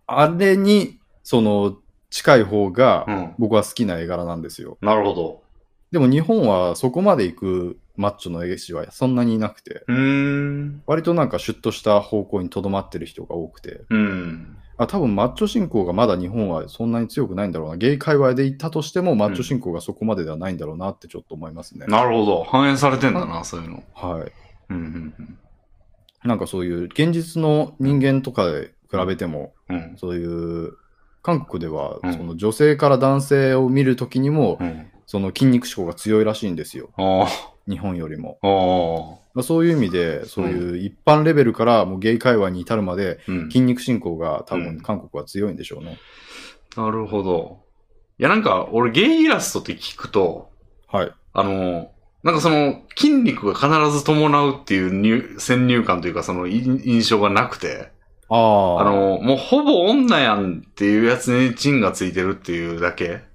B: あれに、その、近い方
A: う
B: が
A: ん。
B: 僕は好きな絵柄なんですよ。
A: なるほど。
B: でも日本はそこまで行くマッチョの絵師はそんなにいなくて、
A: うーん。
B: 割となんかシュッとした方向に留まってる人が多くて、
A: うん。
B: あ多分マッチョ信仰がまだ日本はそんなに強くないんだろうな。ゲイ界隈で行ったとしてもマッチョ信仰がそこまでではないんだろうなってちょっと思いますね。
A: なるほど。反映されてんだな、そういうの。
B: はい。
A: うんうん
B: なんかそういう現実の人間とかで比べても、
A: うん。うん。
B: そういう韓国では
A: うん
B: その女性から男性を見るときにも、
A: うん。
B: その筋肉志向が強いらしいんですよ、
A: あ
B: 日本よりも。
A: あ。ああ。
B: まあ、そういう意味で、そういう一般レベルからもうゲイ界隈に至るまで、
A: うん。
B: 筋肉信仰が多
A: うん
B: 分韓国は強いんでしょうね。
A: なるほど。いや、なんか、俺、ゲイイラストって聞くと、
B: はい。
A: あの、なんかその、筋肉が必ず伴うっていう入先入観というか、その、い印象がなくて、
B: あ
A: あ
B: あ、
A: の、もうほぼ女やんっていうやつにチンがついてるっていうだけ、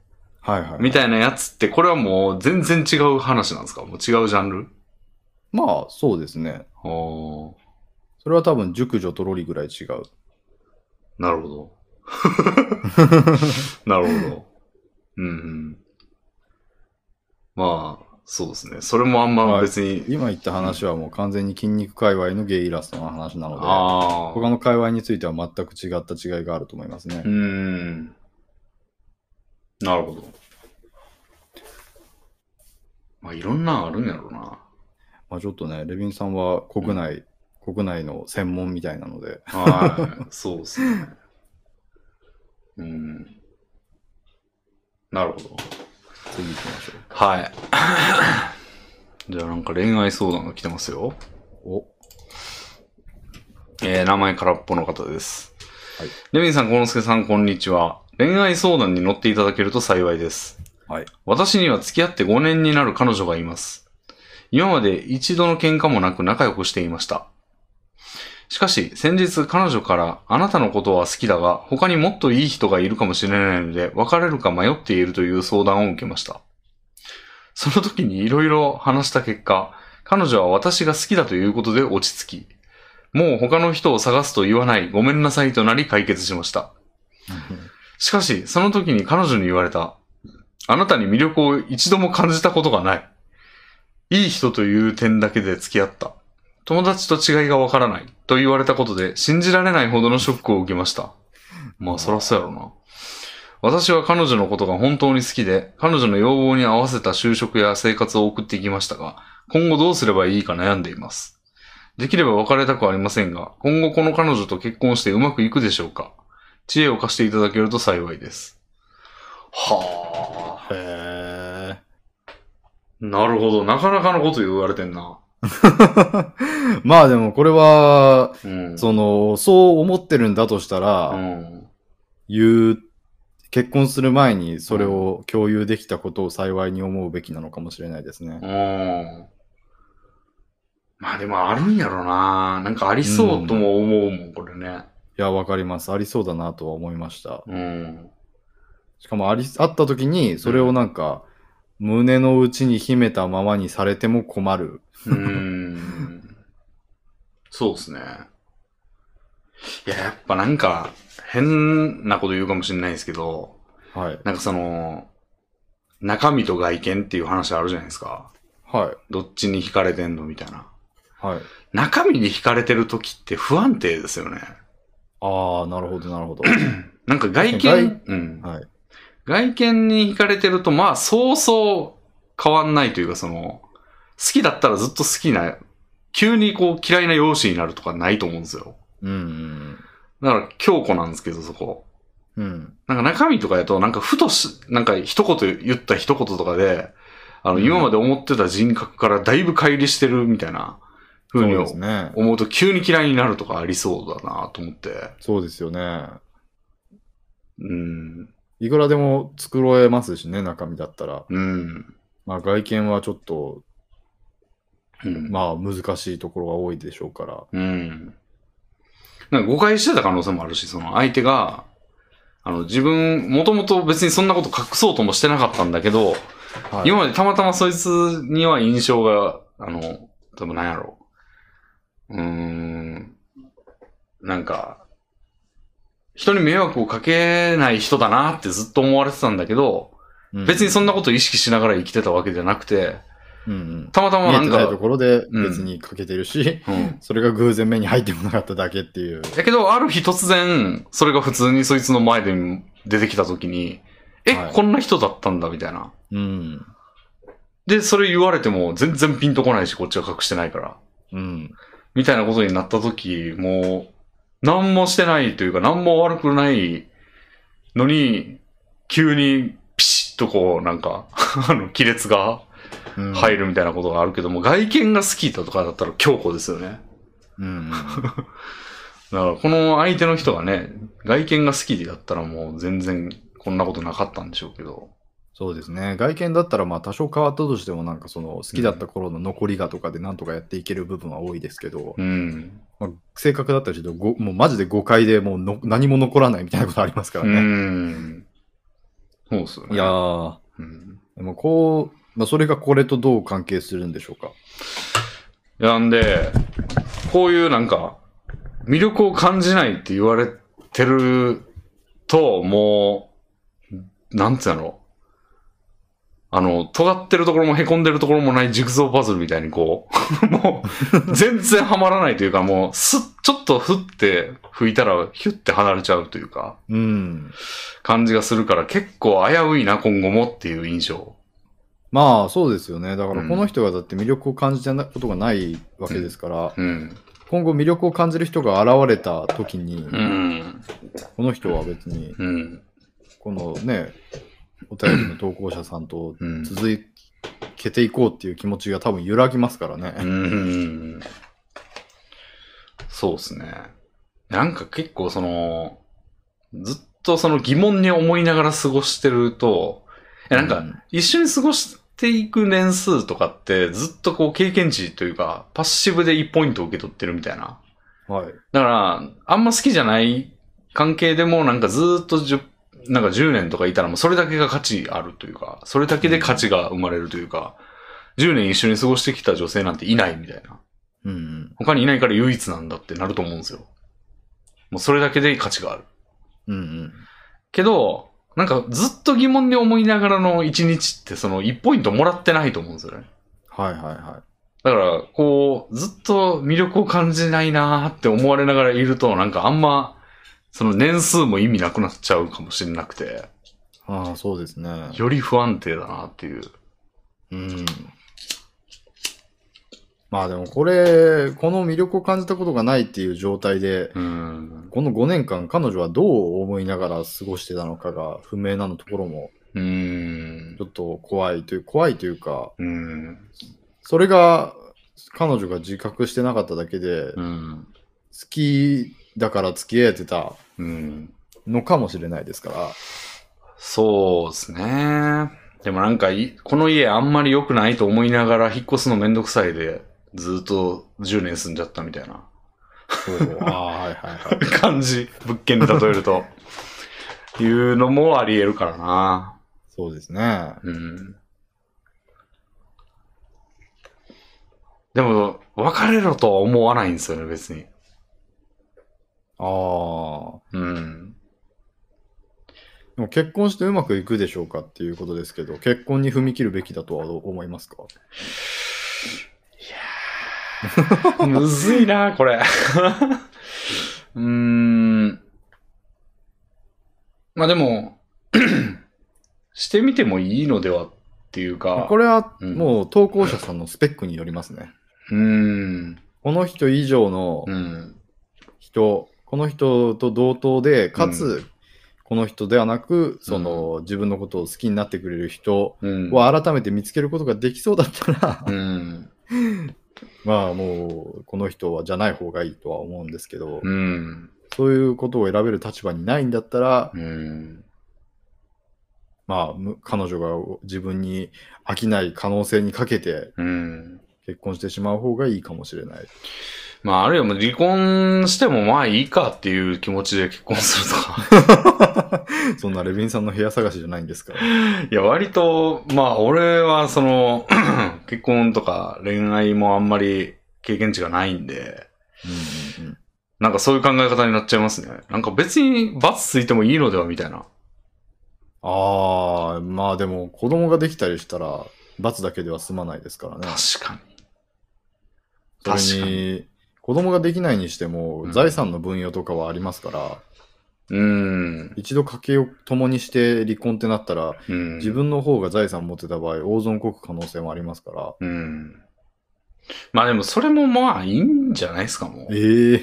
B: はいはい。
A: みたいなやつって、これはもう全然違う話なんですかもう違うジャンル
B: まあそうですね。
A: ああ。
B: それは多分熟女とロリぐらい違う。
A: なるほど。なるほど。うん、うん。まあ、そうですね。それもあんま別に、
B: 今言った話はもう完全に筋肉界隈のゲイイラストの話なので。
A: ああ。
B: 他の界隈については全く違った違いがあると思いますね
A: うー。ん。なるほど。まあ、いろんなんあるんやろうな。
B: まあ、ちょっとね、レビンさんは国内、国内の専門みたいなので、
A: はい。そうですね。うん。なるほど。
B: 次行きましょ
A: はい。 じゃあなんか恋愛相談が来てますよ。
B: う。お、
A: えー、名前空っぽの方です。
B: はい
A: レミンさん、コノスケさん、こんにちは。恋愛相談に乗っていただけると幸いです。
B: はい
A: 私には付き合って5年になる彼女がいます。今まで一度の喧嘩もなく仲良くしていました。しかし、先日彼女から、あなたのことは好きだが、他にもっといい人がいるかもしれないので、別れるか迷っているという相談を受けました。その時に色々話した結果、彼女は私が好きだということで落ち着き、もう他の人を探すと言わない、ごめんなさいとなり解決しました。しかし、その時に彼女に言われた。あなたに魅力を一度も感じたことがない。いい人という点だけで付き合った。友達と違いがわからない。と言われたことで信じられないほどのショックを受けました。まあそらそうやろな。私は彼女のことが本当に好きで、彼女の要望に合わせた就職や生活を送ってきましたが、今後どうすればいいか悩んでいます。できれば別れたくはありませんが、今後この彼女と結婚してうまくいくでしょうか知恵を貸していただけると幸いです。はあ。
B: へえ。
A: なるほど。なかなかのこと言われてんな。
B: まあでもこれは、
A: うん。
B: その、そう思ってるんだとしたら、
A: うん。
B: 言う、結婚する前にそれを共有できたことを幸いに思うべきなのかもしれないですね。
A: うん。まあでもあるんやろな。なんかありそうとも思うもん、これね。
B: いや、わかります。ありそうだなとは思いました。
A: うん。
B: しかもあり、あった時に、それをなんか、胸の内に秘めたままにされても困る。
A: うん。そうですね。いや、やっぱなんか、変なこと言うかもしれないですけど、
B: はい。
A: なんかその、中身と外見っていう話あるじゃないですか。
B: は
A: どっちに惹かれてんのみたいな。
B: い。はい。
A: 中身に惹かれてる時って不安定ですよね。
B: ああ、なるほど、な るほど。
A: なんか外見、
B: 外
A: うん、
B: はい
A: 外見に惹かれてると、まあ、そうそう変わんないというか、その、好きだったらずっと好きな、急にこう嫌いな容姿になるとかないと思うんですよ。
B: うん。
A: だから、強固なんですけど、そこ。
B: うん。うん。
A: なんか中身とかやと、なんかふとし、なんか一言言った一言とかで、あの、
B: うん
A: 今まで思ってた人格からだいぶ乖離してるみたいな
B: そ
A: 風に
B: うですね。
A: 思うと急に嫌いになるとかありそうだなと思って。
B: そうですよね。
A: うん。
B: いくらでも繕えますしね、中身だったら。
A: うん。
B: まあ外見はちょっと、
A: うん。
B: まあ難しいところが多いでしょうから。
A: うん。なんか誤解してた可能性もあるし、その相手が、あの自分、もともと別にそんなこと隠そうともしてなかったんだけど、
B: はい。
A: 今までたまたまそいつには印象が、あの、多分なんやろう。うーん。なんか、人に迷惑をかけない人だなってずっと思われてたんだけど、
B: うん
A: 別にそんなこと意識しながら生きてたわけじゃなくて、
B: うんうん。
A: たまたま
B: 見え
A: なん
B: てないと
A: か、
B: ころで
A: ん
B: 別に欠けてるし、
A: うん。
B: それが偶然目に入ってこなかっただけっていう。
A: だけど、ある日突然、それが普通にそいつの前で出てきたときに、え、
B: はい
A: こんな人だったんだ、みたいな。
B: うん。
A: で、それ言われても全然ピンとこないし、こっちは隠してないから。
B: うん。
A: みたいなことになったとき、もう、何もしてないというか、何も悪くないのに、急にピシッとこう、なんか、 あの、亀裂が
B: うん
A: 入。るみたいなことがあるけども、外見が好きだとかだったら強固ですよね。
B: うん。
A: だから、この相手の人がね、外見が好きだったらもう全然こんなことなかったんでしょうけど。
B: そうですね。外見だったらまあ多少変わったとしてもなんかその好きだった頃の残りがとかでなんとかやっていける部分は多いですけど、
A: うん。
B: まあ、性格だったりするとごもうマジで誤解でもうの何も残らないみたいなことありますから
A: う
B: ね。
A: ん。そうですよね。
B: いやー、
A: うん。
B: でもこう、まあ、それがこれとどう関係するんでしょうか。
A: いやなんで、こういうなんか、魅力を感じないって言われてると、もう、なんつうのあの、尖ってるところも凹んでるところもないジグソーパズルみたいにこう、 もう、全然はまらないというか、もう、すっ、ちょっとふって吹いたら、ヒュって離れちゃうというか、
B: うん。
A: 感じがするから、結構危ういな、今後もっていう印象。
B: まあそうですよね。だか
A: う
B: ら
A: ん
B: この人がだって魅力を感じたことがないわけですから、
A: うん。
B: 今後魅力を感じる人が現れた時に、
A: うん。
B: この人は別に、
A: うん。
B: このね、お便りの投稿者さんと
A: うん。
B: 続けていこうっていう気持ちが多分揺らぎますからね。
A: うん。そうですね。なんか結構その、ずっとその疑問に思いながら過ごしてると、えなん
B: う
A: か一緒に過ごしていく年数とかってずっとこう経験値というか、パッシブで1ポイントを受け取ってるみたいな。
B: はい。
A: だから、あんま好きじゃない関係でもなんかずーっと10、なんか10年とかいたらもうそれだけが価値あるというか、それだけで価値が生まれるというか、10年一緒に過ごしてきた女性なんていないみたいな。
B: うん
A: 他にいないから唯一なんだってなると思うんですよ。もうそれだけで価値がある。
B: うん。うん
A: けど、なんかずっと疑問に思いながらの1日ってその1ポイントもらってないと思うんですよね。
B: はいはいは
A: だから、こう、ずっと魅力を感じないなーって思われながらいると、なんかあんま、その年数も意味なくなっちゃうかもしれなくて、
B: い。ああ、そうですね。
A: より不安定だなっていう。
B: うん。まあでもこれ、この魅力を感じたことがないっていう状態で、
A: うん。
B: この5年間彼女はどう思いながら過ごしてたのかが不明なのところも
A: うーん
B: ちょ。っと怖いという、怖いというか、
A: うーん。
B: それが彼女が自覚してなかっただけで、好
A: うん。
B: きだから付き合えてた
A: うん。
B: のかもしれないですから、
A: そうですね。でもなんかい、この家あんまり良くないと思いながら引っ越すのめんどくさいで、ずっと10年住んじゃったみたいな
B: そうああ、はいはいはい。
A: 感じ。物件で例えると。 いうのもあり得るからな。
B: そうですね。
A: うん。でも、別れろとは思わないんですよね、別に。
B: ああ。
A: うん。
B: でも結婚してうまくいくでしょうかっていうことですけど、結婚に踏み切るべきだとはどう思いますか
A: むずいな、これ。 うーん。まあでも、 してみてもいいのではっていうか。
B: これは
A: うん
B: もう投稿者さんのスペックによりますね。
A: うーん。
B: この人以上の
A: うん。
B: 人、この人と同等で、かつ、
A: う
B: この人ではなく、その、自分のことを好きになってくれる人
A: うん。
B: を改めて見つけることができそうだったら、
A: うん。
B: まあもう、この人はじゃない方がいいとは思うんですけど、
A: うん。
B: そういうことを選べる立場にないんだったら、
A: うん。
B: まあ、む彼女が自分に飽きない可能性にかけて
A: うん。
B: 結婚してしまう方がいいかもしれない。
A: まあ、あるいはもう離婚してもまあいいかっていう気持ちで結婚するとか。
B: そんなレビンさんの部屋探しじゃないんですから。
A: いや、割と、まあ、俺は、その、 結婚とか恋愛もあんまり経験値がないんで、
B: うんうんうん
A: なんかそういう考え方になっちゃいますね。なんか別に罰ついてもいいのではみたいな。
B: ああ、まあでも子供ができたりしたら、罰だけでは済まないですからね。
A: 確かに。
B: そ
A: 確
B: れ
A: かに。
B: に、子供ができないにしても
A: う、ん
B: 財産の分与とかはありますから、
A: うん。
B: 一度家計を共にして離婚ってなったら、
A: うん。
B: 自分の方が財産持ってた場合、大損こく可能性もありますから。
A: うん。まあでもそれもまあいいんじゃないですか、もう。い
B: ええ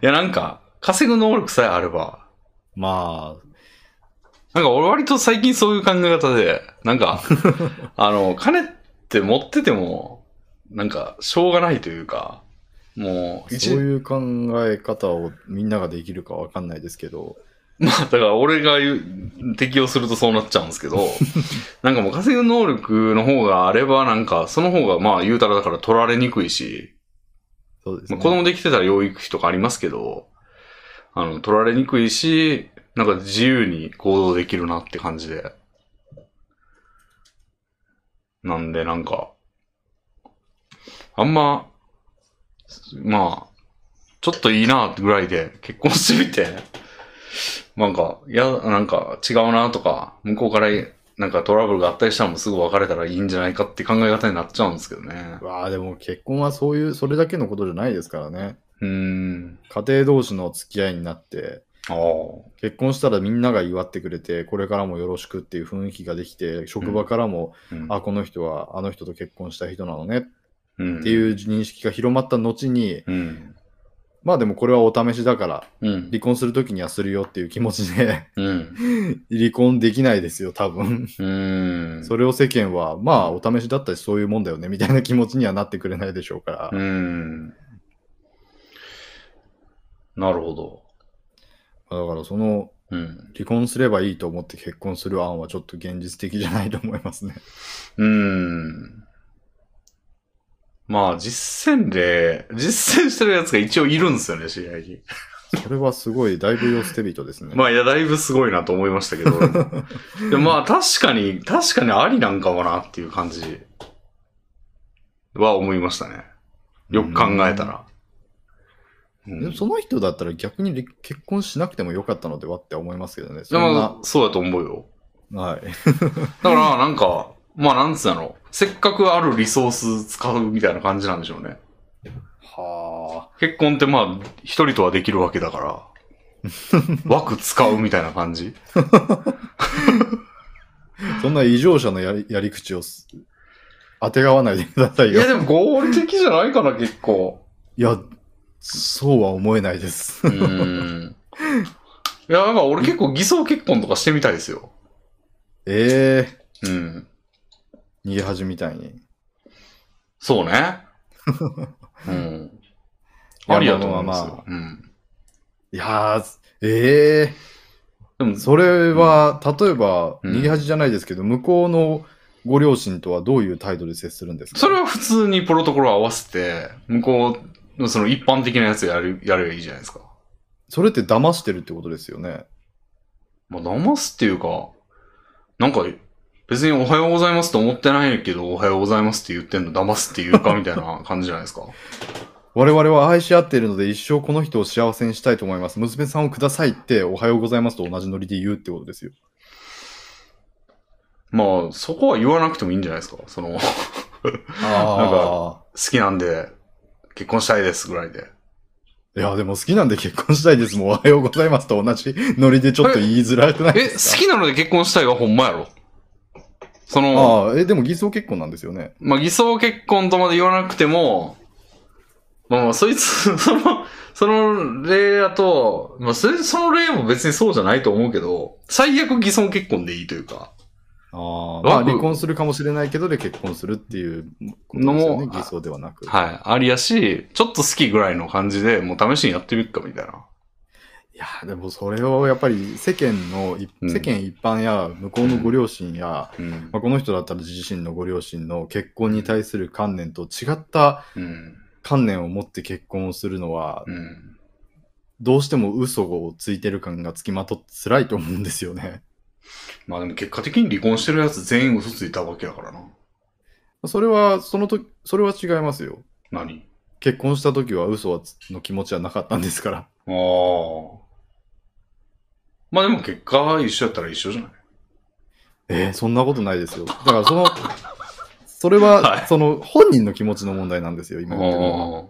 A: や、なんか、稼ぐ能力さえあれば、
B: まあ、
A: なんか俺割と最近そういう考え方で、なん か、あの、金って持ってても、なんか、しょうがないというか、もう、一
B: そういう考え方をみんなができるかわかんないですけど、
A: まあ、だから俺が言う適用するとそうなっちゃうんですけど、 なんかもう稼ぐ能力の方があれば、なんか、その方がまあ言うたらだから取られにくいし、
B: そうです
A: まあ、
B: ね。
A: 子供できてたら養育費とかありますけど、あの、取られにくいし、なんか自由に行動できるなって感じで。なんで、なんか、あんま、まあ、ちょっといいなぐらいで結婚してみて、なんか、いや、なんか違うなとか、向こうからなんかトラブルがあったりしたらもうすぐ別れたらいいんじゃないかって考え方になっちゃうんですけどね。
B: わあでも結婚はそういう、それだけのことじゃないですからね。
A: うーん。
B: 家庭同士の付き合いになって、
A: ああ。
B: 結婚したらみんなが祝ってくれて、これからもよろしくっていう雰囲気ができて、職場からも、
A: うん
B: あ、この人はあの人と結婚した人なのねっ
A: って
B: いう認識が広まった後に、
A: うん。
B: まあでもこれはお試しだから、
A: うん。
B: 離婚するときにはするよっていう気持ちで、
A: うん。
B: 離婚できないですよ、多分。
A: うん。
B: それを世間は、まあお試しだったしそういうもんだよね、みたいな気持ちにはなってくれないでしょうから。
A: うん。なるほど。
B: だからその、
A: うん。
B: 離婚すればいいと思って結婚する案はちょっと現実的じゃないと思いま すね。
A: うん。まあ、実践で、実践してるやつが一応いるんですよね、知り合いに。
B: それはすごい、だいぶ寄捨て人ですね。
A: まあ、いや、だいぶすごいなと思いましたけど。でもまあ、確かに、確かにありなんかもなっていう感じは思いましたね。よく考えたら。うん
B: でもその人だったら逆に離結婚しなくてもよかったのではって思いますけどね。そ
A: で
B: ん
A: も
B: な、
A: そうだと思うよ。
B: はい。
A: だから、なんか、まあ、なんつうの、せっかくあるリソース使うみたいな感じなんでしょうね。
B: は
A: 結婚ってまあ、一人とはできるわけだ から、枠使うみたいな感じ
B: あ。そんな異常者のやりやり口をす当てがわないでください
A: い
B: よ。い
A: や、
B: や、
A: でも合理的じゃないかな、結構。
B: そうは思えないです
A: う。ーん。いや、なんか俺結構偽装結婚とかしてみたいですよ。
B: ええ
A: うん。
B: 逃げ恥みたいに。
A: そう ね。うん。ありやと思いますよ。
B: ま
A: うん。
B: いやー、え
A: で
B: え
A: も、
B: それは、例えば、
A: うん
B: 逃げ恥じゃないですけど、向こうのご両親とはどういう態度で接するんですか
A: それは普通にプロトコルを合わせて、向こうのその一般的なやつやる、やればいいじゃないですか。
B: それって騙してるってことですよね。
A: まあ、騙すっていうか、なんか、別におはようございますと思ってないけど、おはようございますって言ってんの騙すっていう か、みたいな感じじゃないですか。
B: 我々は愛し合っているので一生この人を幸せにしたいと思います。娘さんをくださいっておはようございますと同じノリで言うってことですよ。
A: まあ、そこは言わなくてもいいんじゃないですか。その、好
B: あ
A: きなんで、結婚したいですぐらいで。
B: あ。いや、でも好きなんで結婚したいですもん。おはようございますと同じノリでちょっと言いづらくない
A: え、
B: です
A: 好
B: か
A: きなので結婚したいはほんまやろ。その、
B: ああ、え、でも偽装結婚なんですよね。
A: まあ、偽装結婚とまで言わなくても、まあまあ、そいつ、その、 その例だと、まあ、それ、その例も別にそうじゃないと思うけど、最悪偽装結婚でいいというか、
B: ああ、まあ
A: 僕
B: 離婚するかもしれないけどで結婚するっていうことですよ
A: のも
B: ね。偽装ではなく。
A: はい、ありやし、ちょっと好きぐらいの感じでもう試しにやってみっかみたいな。
B: いや、でもそれをやっぱり世間の、い
A: うん
B: 世間一般や向こうのご両親や、
A: うん
B: ま。あ、この人だったら自身のご両親の結婚に対する観念と違った
A: うん。
B: 観念を持って結婚をするのは、
A: うん。
B: どうしても嘘をついてる感がつきまとって辛いと思うんですよね。
A: まあでも結果的に離婚してるやつ全員嘘ついたわけだからな。
B: それは、その時、それは違いますよ。
A: 何
B: 結婚した時は嘘はつの気持ちはなかったんですから。
A: ああ。まあでも結果は一緒やったら一緒じゃない
B: えー、そんなことないですよ。だからその、それ
A: はい
B: は、その本人の気持ちの問題なんですよ、今言ってるのは。
A: あ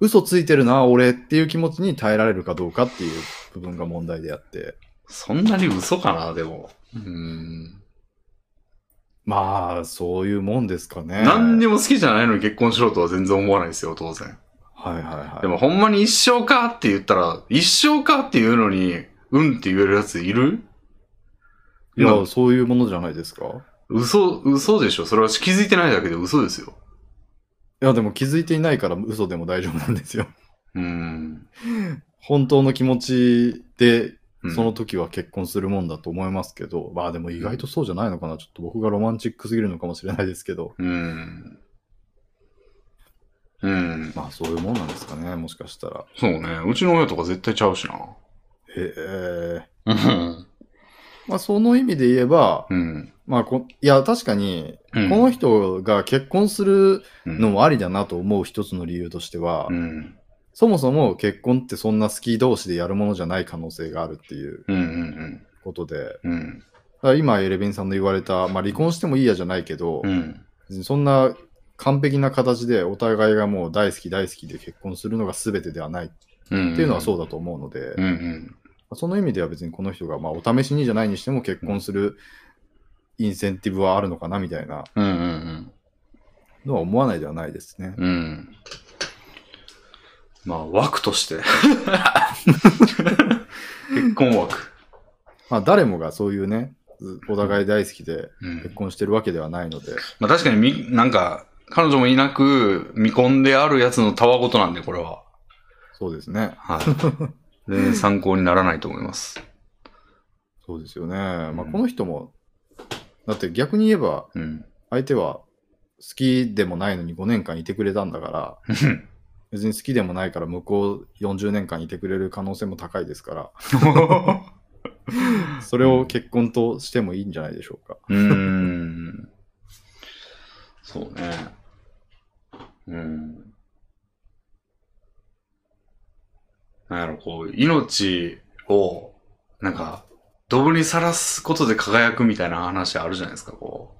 B: 嘘ついてるな、俺っていう気持ちに耐えられるかどうかっていう部分が問題であって。
A: そんなに嘘かな、でも。うん。
B: まあ、そういうもんですかね。
A: 何にも好きじゃないのに結婚しろとは全然思わないですよ、当然。
B: はいはいはい。
A: でもほんまに一生かって言ったら、一生かって言うのに、うんって言えるやついる
B: いや、
A: 今
B: そういうものじゃないですか。い
A: 嘘、嘘でしょそれは気づいてないだけで嘘ですよ。
B: や、でも気づいていないから嘘でも大丈夫なんですよ。
A: うん。
B: 本当の気持ちで、
A: うん
B: その時は結婚するもんだと思いますけど、まあでも意外とそうじゃないのかな。ちょっと僕がロマンチックすぎるのかもしれないですけど、
A: うん。うん。
B: まあそういうもんなんですかね、もしかしたら。
A: そうね。うちの親とか絶対ちゃうしな。
B: へえ。
A: うん。
B: まあその意味で言えば、
A: うん。
B: まあこ、いや、確かに、
A: こ
B: この人が結婚するの
A: の、
B: もありだなと思う一つの理由としては、
A: うん。
B: そもそも結婚ってそんな好き同士でやるものじゃない可能性があるっていう
A: うん。うん。
B: ことで、だか
A: うん。
B: ら今、エレベンさんの言われた、まあ、離婚してもいいやじゃないけど、
A: うん。
B: 別にそんな完璧な形でお互いがもう大好き大好きで結婚するのが全てではないっ
A: うん。
B: ていうのはそううだと思うので、
A: ん。うん。
B: その意味では別にこの人が、まあ、お試しにじゃないにしても結婚するインセンティブはあるのかなみたいな
A: うん。うん。うん。
B: のは思わないではないですね。
A: うん。まあ、枠として。結婚枠。
B: まあ、誰もがそういうね、ずお互い大好きで
A: うん
B: 結。婚してるわけではないので、
A: まあ確かにみ、なんか、彼女もいなく、見込んであるやつのたわごとなんで、これは。
B: そうですね。
A: はい。全然参考にならないと思います。
B: そうですよね。まあ、
A: うん
B: この人も、だって逆に言えば、
A: うん。
B: 相手は好きでもないのに5年間いてくれたんだから、別に好きでもないから向こう40年間いてくれる可能性も高いですから、それを結婚としてもいいんじゃないでしょうか。
A: うーん。そうね。うん。なんやろ、こう、命を、なんか、ドブにさらすことで輝くみたいな話あるじゃないですか、こう。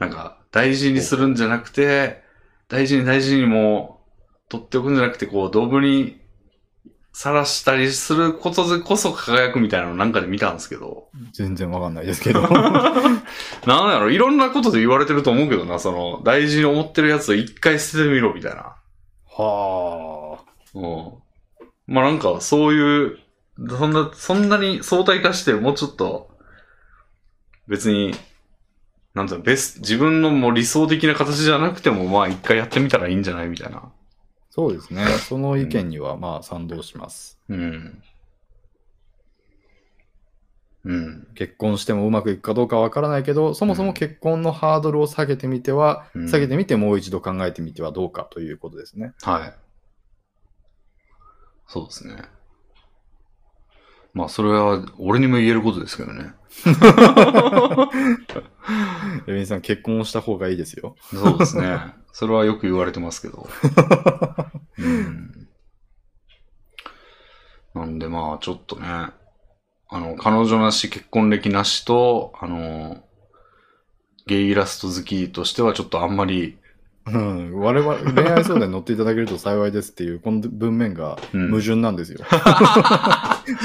A: なんか、大事にするんじゃなくて、大事に大事にもう、取っておくんじゃなくて、こう、ドブにさらしたりすることでこそ輝くみたいなのなんかで見たんですけど。
B: 全然わかんないですけど。
A: なんやろ、いろんなことで言われてると思うけどな、その、大事に思ってるやつを一回捨ててみろ、みたいな。
B: はあ。
A: うん。まあなんか、そういうそんな、そんなに相対化して、もうちょっと、別に、なんだろう、ベス、自分のもう理想的な形じゃなくても、まあ一回やってみたらいいんじゃないみたいな。
B: そうですね。その意見にはまあ賛同します。
A: うん。うん。
B: 結婚してもうまくいくかどうかわからないけど、そもそも結婚のハードルを下げてみては、
A: うん
B: 下げてみてもう一度考えてみてはどうかということですね。
A: はい。そうですね。まあ、それは、俺にも言えることですけどね。
B: レビンさん、結婚をした方がいいですよ。
A: そうですね。それはよく言われてますけど。うん。なんでまあ、ちょっとね、あの、彼女なし、結婚歴なしと、あの、ゲイイラスト好きとしてはちょっとあんまり、
B: うん、我々、恋愛相談に乗っていただけると幸いですっていう、この文面が
A: うん
B: 矛盾なんですよ。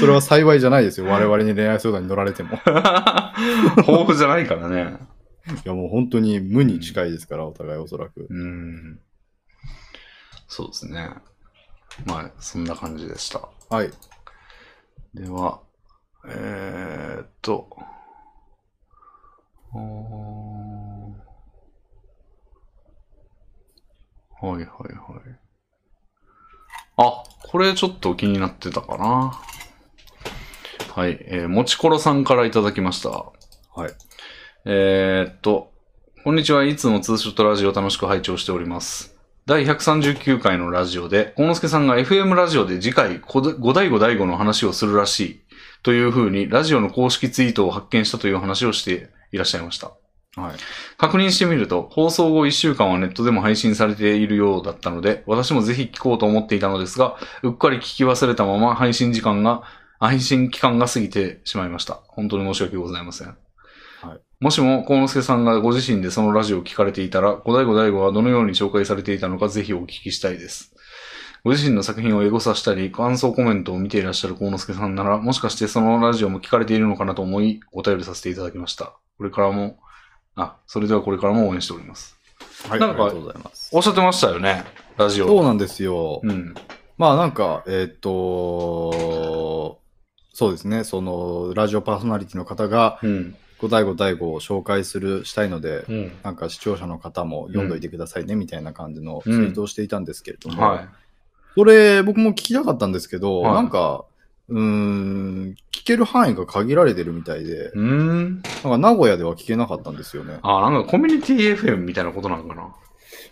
B: それは幸いじゃないですよ。我々に恋愛相談に乗られても。い
A: 豊富じゃないからね。
B: や、もう本当に無に近いですから、お互いおそらく。
A: うん。そうですね。まあ、そんな感じでした。
B: はい。
A: では、えー、っと、あーはいはいはい。あ、これちょっと気になってたかな。はい、えー、もちころさんからいただきました。
B: はい。
A: えーっと、こんにちは。いつもツーショットラジオを楽しく拝聴しております。第139回のラジオで、幸之助さんが FM ラジオで次回、こど五代五代五の話をするらしい。というふうに、ラジオの公式ツイートを発見したという話をしていらっしゃいました。
B: はい。
A: 確認してみると、放送後1週間はネットでも配信されているようだったので、私もぜひ聞こうと思っていたのですが、うっかり聞き忘れたまま配信時間が、配信期間が過ぎてしまいました。本当に申し訳ございません。
B: はい
A: もしも、幸之助さんがご自身でそのラジオを聞かれていたら、五代五代五はどのように紹介されていたのかぜひお聞きしたいです。ご自身の作品をエゴさしたり、感想コメントを見ていらっしゃる幸之助さんなら、もしかしてそのラジオも聞かれているのかなと思い、お便りさせていただきました。これからもあ、それではこれからも応援しております。
B: はい、
A: なんか
B: ありがとうございます
A: お。っしゃってましたよね、ラジオ。
B: そうなんですよ。
A: うん。
B: まあなんか、えーっと、そうですね、その、ラジオパーソナリティの方が、
A: うん。
B: 五代五代五を紹介する、したいので、
A: うん。
B: なんか視聴者の方も読んどいてくださいね、みたいな感じのツイートをしていたんですけれども、
A: は
B: それ僕も聞きたかったんですけど、
A: はい
B: なんか、うーん、聞ける範囲が限られてるみたいで
A: い。、うーん。
B: なんか名古屋では聞けなかったんですよね。
A: あ、なんかコミュニティ FM みたいなことなんかな。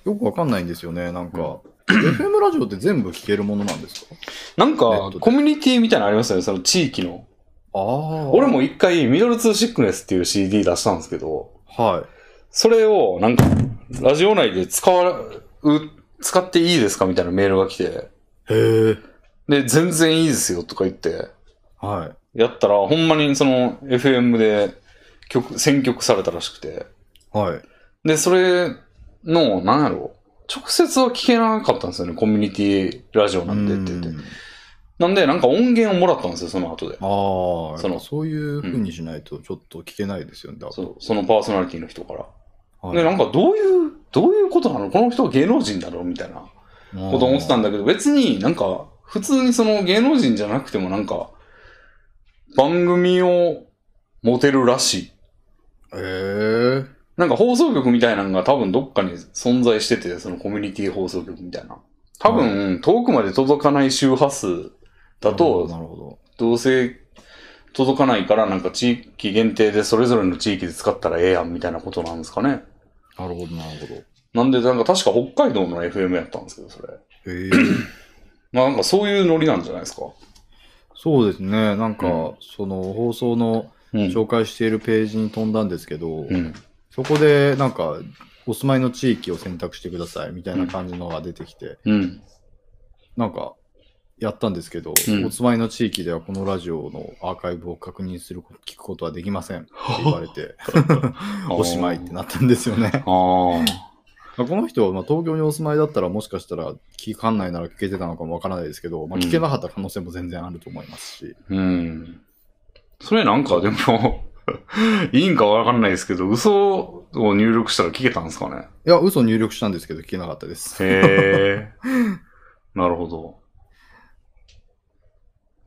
B: よくわかんないんですよね、なんか。FM ラジオって全部聞けるものなんですか
A: なん
B: ネット
A: か
B: で、
A: コミュニティみたいなのありますよね、その地域の。
B: ああ。
A: 俺。も一回、ミドルツーシックネスっていう CD 出したんですけど、
B: は
A: それを、なんか、ラジオ内で使う、使っていいですかみたいなメールが来て、
B: い。へえ。
A: で、全然いいですよとか言って、
B: はい。
A: やったら、ほんまにその FM で曲、選曲されたらしくて、
B: はい。
A: で、それの、なんやろ直接は聞けなかったんですよね、コミュニティラジオなんでって言って。
B: うん
A: なんで、なんか音源をもらったんですよ、その後で。
B: ああ、
A: そ
B: そ
A: の
B: のそういう風にしないとちょっと聞けないですよね。だか
A: そうそのパーソナリティの人から。
B: ら
A: で、
B: は
A: ないんかどういう、どういうことなのこの人は芸能人だろうみたいなこと思ってたんだけど、別になんか、普通にその芸能人じゃなくてもなんか、番組を持てるらしい。
B: へえ。
A: なんか放送局みたいなのが多分どっかに存在してて、そのコミュニティ放送局みたいな。多分、遠くまで届かない周波数だと、
B: なるほど。
A: どうせ届かないからなんか地域限定でそれぞれの地域で使ったらええやんみたいなことなんですかね。
B: なるほど、なるほど。へ
A: なんで、なんか確か北海道の FM やったんですけど、それ。
B: え。
A: まあなんかそういうノリなんじゃないですか。
B: そうですね。なんか、
A: うん
B: その放送の
A: うん。
B: 紹介しているページに飛んだんですけど、
A: うん。
B: そこでなんか、お住まいの地域を選択してくださいみたいな感じのが出てきて、
A: うん。
B: なんか、やったんですけど、
A: うん
B: お住まいの地域ではこのラジオのアーカイブを確認すること、聞くことはできませんって言わ れて、 おしまいってなったんですよね。
A: あー
B: まあこの人はまあ東京にお住まいだったらもしかしたら聞かんないなら聞けてたのかもわからないですけど、まあ、聞けなかった可能性も全然あると思いますし、
A: うん。それなんかでも、 いいんかわかんないですけど、嘘を入力したら聞けたんですかね。
B: いや嘘入力したんですけど聞けなかったです
A: へえ。なるほど。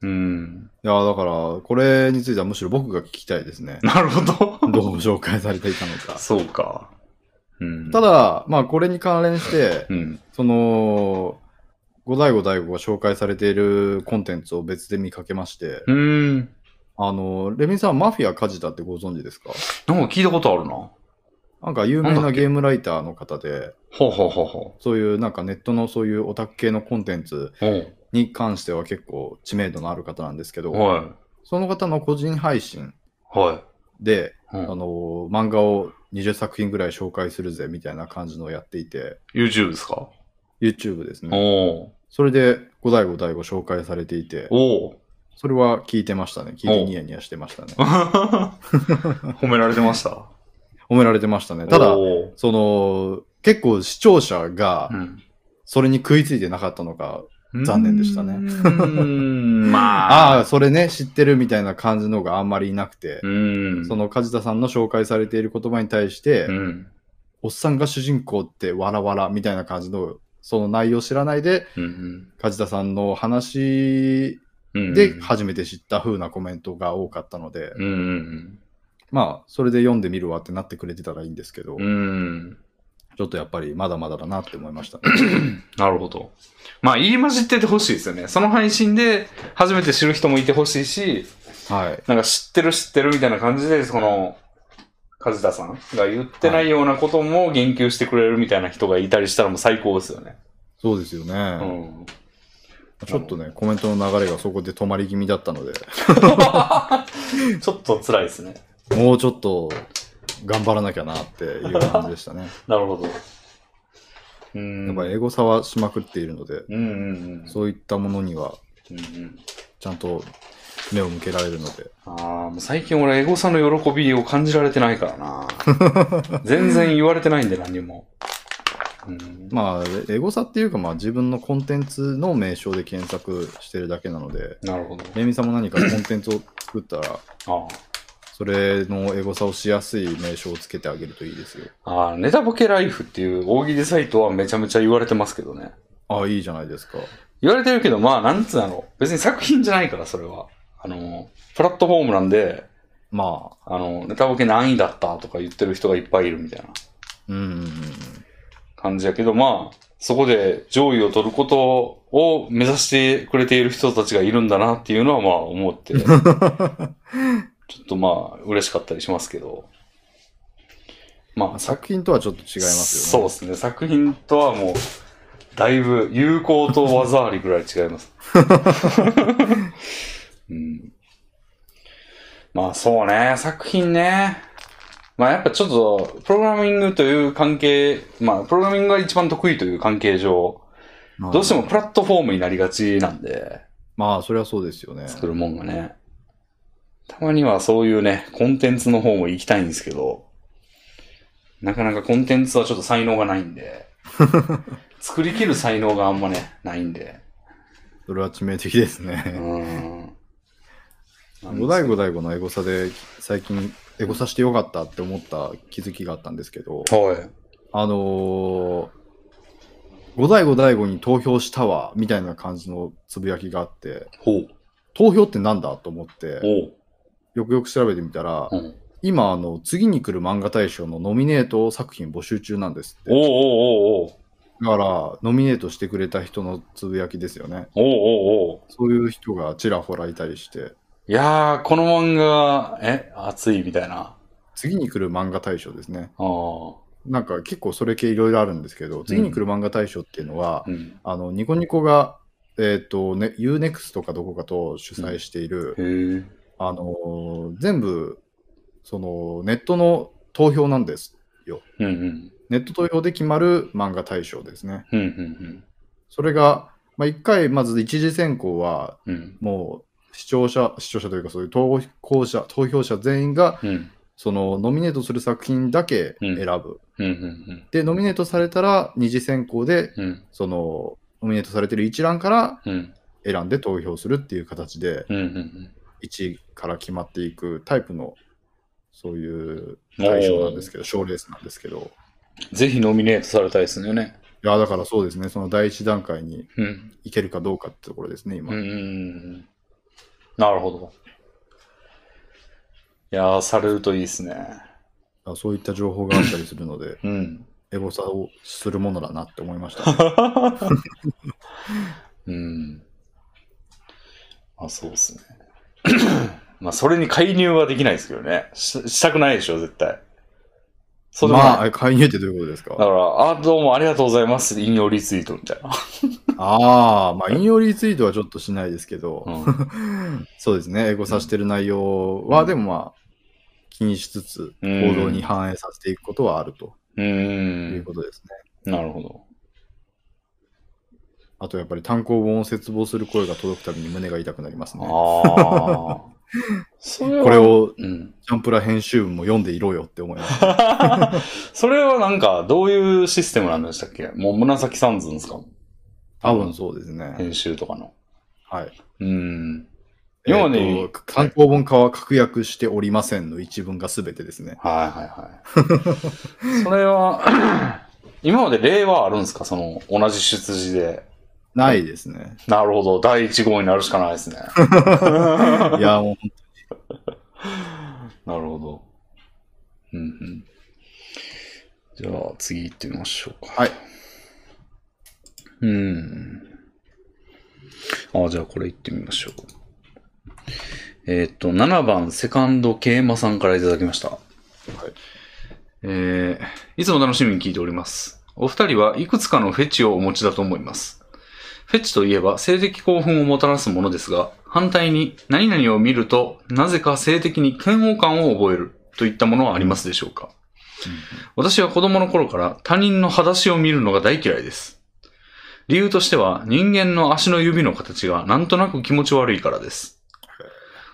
A: うん。。
B: いや、だから、これについてはむしろ僕が聞きたいです ね
A: なるほど。
B: どう紹介されていたのか。
A: そうか。うん。
B: た、だ、まあ、これに関連して、
A: うん。
B: その、五大五大五が紹介されているコンテンツを別で見かけまして、
A: うん。
B: あの、レミさん、マフィア・カジタってご存知ですか
A: なんか聞いたことあるな。ほ
B: なんか有
A: な
B: 名
A: んだっ
B: な
A: け
B: ゲームライターの方で、
A: うほうほうほ
B: そういうなんかネットのそういうオタク系のコンテンツ
A: う。おう
B: に関しては結構知名度のある方なんですけど、
A: は
B: その方の個人配信
A: い。はい。
B: で、
A: う
B: あ
A: ん、
B: の漫画を20作品ぐらい紹介するぜみたいな感じのをやっていて、
A: YouTube ですか、
B: YouTube ですね。
A: おう
B: それで5第5第5紹介されていて、
A: おう
B: それは聞いてましたね。聞いてニヤニヤしてましたね。
A: 褒められてました
B: 褒められてましたね。ただ、
A: おう
B: その、結構視聴者が
A: うん
B: それに食いついてなかったのか、残念でしたね
A: うーん、まあ。
B: ああ、それね、知ってるみたいな感じのがあんまりいなくて
A: う、ん。
B: その梶田さんの紹介されている言葉に対して、
A: うん、
B: おっさんが主人公ってわらわらみたいな感じの、その内容を知らないで、
A: うん。
B: 梶田さんの話
A: うん。
B: で初めて知った風なコメントが多かったので、
A: うんうん
B: まあ、それで読んでみるわってなってくれてたらいいんですけど、
A: うん。うん。
B: ちょっとやっぱりまだまだだなって思いましたね。
A: なるほど。まあ、言い混じっててほしいですよね。その配信で初めて知る人もいてほしいし、
B: はい。
A: なんか知ってる知ってるみたいな感じで、その、梶田さんが言ってないようなことも言及してくれるみたいな人がいたりしたらもう最高ですよね。
B: そうですよね。
A: うん。
B: ちょっとね、コメントの流れがそこで止まり気味だったので、
A: ちょっと辛いですね。
B: もうちょっと頑張らなきゃなっていう感じでしたね。
A: なるほど。 うん。
B: やっぱり英語差はしまくっているので、
A: うんうんうん。
B: そういったものには
A: うんうん、
B: ちゃんと目を向けられるので、
A: ああ、もう最近俺、エゴさんの喜びを感じられてないからな。全然言われてないんで、何も。うん、
B: まあ、エゴサっていうか、まあ自分のコンテンツの名称で検索してるだけなので、
A: なるほど。
B: レミさんも何かコンテンツを作ったら、
A: あ
B: それのエゴサをしやすい名称をつけてあげるといいですよ。
A: ああー、ネタボケライフっていう大喜利サイトはめちゃめちゃ言われてますけどね。
B: ああ、いいじゃないですか。
A: 言われてるけど、まあ、なんつうの。別に作品じゃないから、それは。あの、プラットフォームなんで、
B: まあ、
A: あの、ネタボケ何位だったとか言ってる人がいっぱいいるみたいな
B: うんうんうん。
A: 感じやけど、まあ、そこで上位を取ることを目指してくれている人たちがいるんだなっていうのは、まあ、思って、ちょっとまあ、嬉しかったりしますけど。ま
B: まあ
A: あ、
B: 作品とはちょっと違います
A: そう
B: よね。
A: ですね。作品とはもう、だいぶ、有効と技ありぐらい違い ます。うん、まあそうね、作品ね。まあやっぱちょっと、プログラミングという関係、まあプログラミングが一番得意という関係上、
B: まあ
A: どうしてもプラットフォームになりがちなんで、
B: まあ、それはそうですよね。
A: 作るもんがね。たまにはそういうね、コンテンツの方も行きたいんですけど、なかなかコンテンツはちょっと才能がないんで、作りきる才能があんまね、ないんで。
B: それは致命的です
A: う
B: ね。
A: ん。
B: 五大五大五のエゴサで、最近、エゴサしてよかったって思った気づきがあったんですけど、
A: はい。
B: あのー、五大五大五に投票したわ、みたいな感じのつぶやきがあって、
A: ほう。
B: 投票ってなんだと思って、
A: おう。
B: よくよく調べてみたら
A: う、ん、
B: 今、あの、次に来る漫画大賞のノミネート作品募集中なんですって。
A: おうおうおうおう。
B: だから、ノミネートしてくれた人のつぶやきですよね。
A: おうおうおう。
B: そういう人がちらほらいたりして、
A: いやー、この漫画、え、熱いみたいな。
B: 次に来る漫画大賞ですね。
A: ああ。
B: なんか結構それ系いろいろあるんですけど、次に来る漫画大賞っていうのは、
A: うん。
B: あの、ニコニコが、えっ、と、ね、UNEXT かどこかと主催している、
A: へえ。
B: あのー全部、その、ネットの投票なんです。
A: うんうん。
B: ネット投票で決まる漫画大賞ですね。
A: うんうん
B: それが、まあ、一回、まず一次選考は、
A: うん。うん。
B: もう、視聴者、視聴者というか、そういう投稿者、投票者全員が、
A: うん。
B: その、ノミネートする作品だけ選ぶ。
A: うんうん
B: で、ノミネートされたら、二次選考で、
A: うん。うん。
B: その、ノミネートされてる一覧から
A: うん。
B: 選んで投票するっていう形で、
A: うんうんうん。
B: 1位から決まっていくタイプの、そういう対象なんですけど、賞レースなんですけど、
A: ぜひノミネートされたいですよね。
B: いや、だからそうですね、その第一段階に
A: うん。
B: 行けるかどうかってところですね、今。
A: うんうんうん。
C: なるほど。いやー、されるといいですね。
B: あそういった情報があったりするので、
C: うん。
B: エゴサをするものだなって思い ました。
C: うん。まあ、そうですね。 まあ、それに介入はできないですけどね。ししたくないでしょ、絶対。そうでもない
B: まあ、介入ってどういうことです
C: だ
B: か
C: から、あ、どうもありがとうございます。引用リツイートみたいな。
B: ああ、まあ、引用リツイートはちょっとしないですけど、
C: うん。
B: そうですね、エゴサしてる内容は、
C: うん
B: でもまあ、気にしつつ、
C: う
B: 行
C: ん
B: 動に反映させていくことはあると
C: う。
B: いうんことですね。
C: なるほど。
B: あと、やっぱり単行本を絶望する声が届くたびに胸が痛くなりますね。
C: ああ。 それは、
B: これを
C: うん。
B: ジャンプラ編集部も読んでいろよって思います。
C: それはなんか、どういうシステムなんでしたっけもう紫三寸ですか
B: 多分そうですね。
C: 編集とかの。
B: はい。
C: うん。要はね
B: えーと単行本化は確約しておりませんの一文が全てですね。
C: はいはい はい。それは、今まで例はあるんですかその、同じ出自で。
B: ないです ね。
C: なるほど。第一号になるしかないですね。
B: いや、もう
C: なるほど。うんうん。じゃあ次行ってみましょうか。
B: はい。
C: うん。あじゃあこれ行ってみましょう。えーっと、7番セカンドケイマさんからいただきました。
A: えーいつも楽しみに聞いております。お二人はいくつかのフェチをお持ちだと思います。フェチといえば性的興奮をもたらすものですが、反対に何々を見るとなぜか性的に嫌悪感を覚えるといったものはありますでしょうか、私は子供の頃から他人の裸足を見るのが大嫌いです。理由としては人間の足の指の形がなんとなく気持ち悪いからです。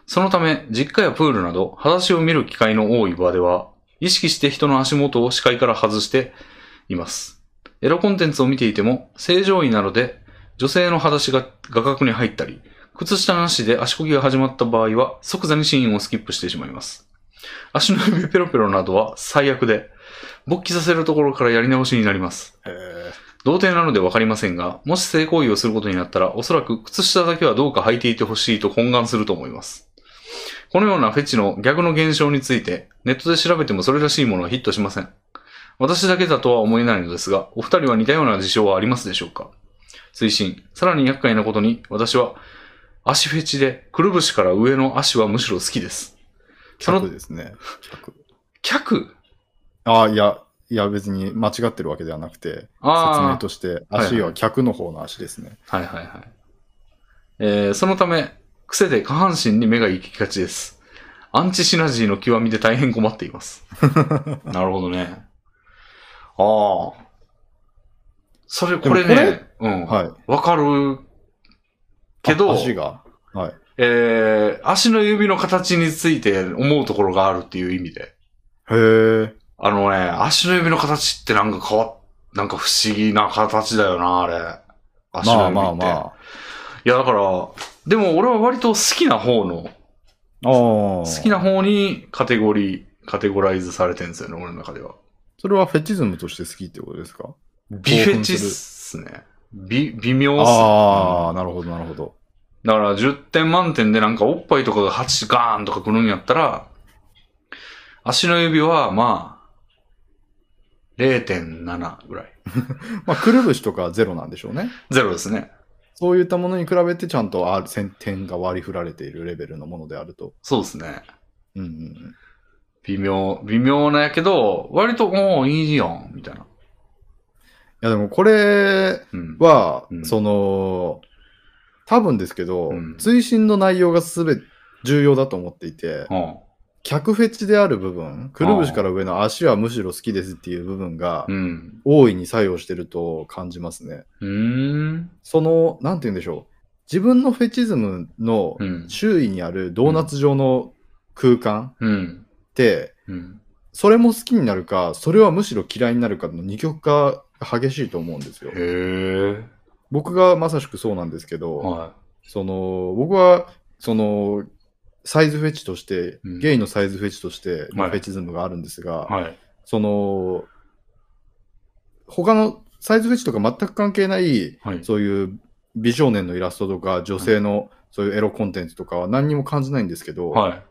A: そのため、実家やプールなど、裸足を見る機会の多い場では、意識して人の足元を視界から外しています。エロコンテンツを見ていても、正常位なので、女性の裸足が画角に入ったり、靴下なしで足こぎが始まった場合は、即座にシーンをスキップしてしまいます。足の指ペロペロなどは最悪で、勃起させるところからやり直しになります。
B: え
A: 童貞なのでわかりませんが、もし性行為をすることになったら、おそらく靴下だけはどうか履いていてほしいと懇願すると思います。このようなフェチの逆の現象について、ネットで調べてもそれらしいものはヒットしません。私だけだとは思えないのですが、お二人は似たような事象はありますでしょうか推進。さらに厄介なことに、私は、足フェチで、くるぶしから上の足はむしろ好きです。
B: ー、
A: その
B: 客ですね。客。
A: 客
B: ああ、いや、いや別に間違ってるわけではなくて、説明
A: あ
B: として、
A: はいはい
B: 足は客の方の足ですね。
A: あ、はいはいはい。えーそのため、癖で下半身に目が行きがちです。アンチシナジーの極みで大変困っています。
C: なるほどね。ああ。
A: それ、
B: で
A: こ
B: も
A: れね、うん。
B: はい。
A: わかるけど、
B: あ足が。はい。
A: えー足の指の形について思うところがあるっていう意味で。
B: へえ。
A: あのね、足の指の形ってなんか変わっ、なんか不思議な形だよな、あれ。足の
B: まあ
A: 指って。
B: まあまあ。
A: いや、だから、でも俺は割と好きな方の
B: ああ。好
A: 好き。な方にカテゴリー、カテゴライズされてるんですよね、俺の中では。
B: それはフェチズムとして好きってことですか
A: ビフェチっすね。び、微妙っす。
B: ああ、なるほど、なるほど。
A: だから10点満点でなんかおっぱいとかが8ガーンとか来るんやったら、足の指はまあ、0.7ぐらい。
B: まあ、くるぶしとかゼロなんでしょうね。
A: ゼロですね。
B: そういったものに比べて、ちゃんとある点点が割り振られているレベルのものであると。
A: そうですね。
B: うんうんうん。
A: 微妙、微妙なんやけど、割ともういいやん、みたいな。
B: いや、でもこれ
A: うん。
B: は、
A: うん
B: その、多分ですけど、
A: うん
B: 追伸の内容がすべて重要だと思っていて、
A: うん
B: 客フェチである部分、くるぶしから上の足はむしろ好きですっていう部分が、
A: うん。
B: 大いに作用してると感じますね。
A: うーん。
B: その、なんて言うんでしょう。自分のフェチズムの
A: うん。
B: 周囲にあるドーナツ状の空間
A: うん。
B: って、
A: うん。
B: それも好きになるか、それはむしろ嫌いになるかの二極化が激しいと思うんですよ
A: へ。え。
B: 僕がまさしくそうなんですけど、
A: は
B: その、僕は、その、サイズフェチとして、
A: うん
B: ゲイのサイズフェチとしての
A: はい
B: フェチズムがあるんですが、
A: い。はい。
B: その、他のサイズフェチとか全く関係ない、
A: はい。
B: そういう美少年のイラストとか、女性のそういうエロコンテンツとかは何にも感じないんですけど、
C: はい。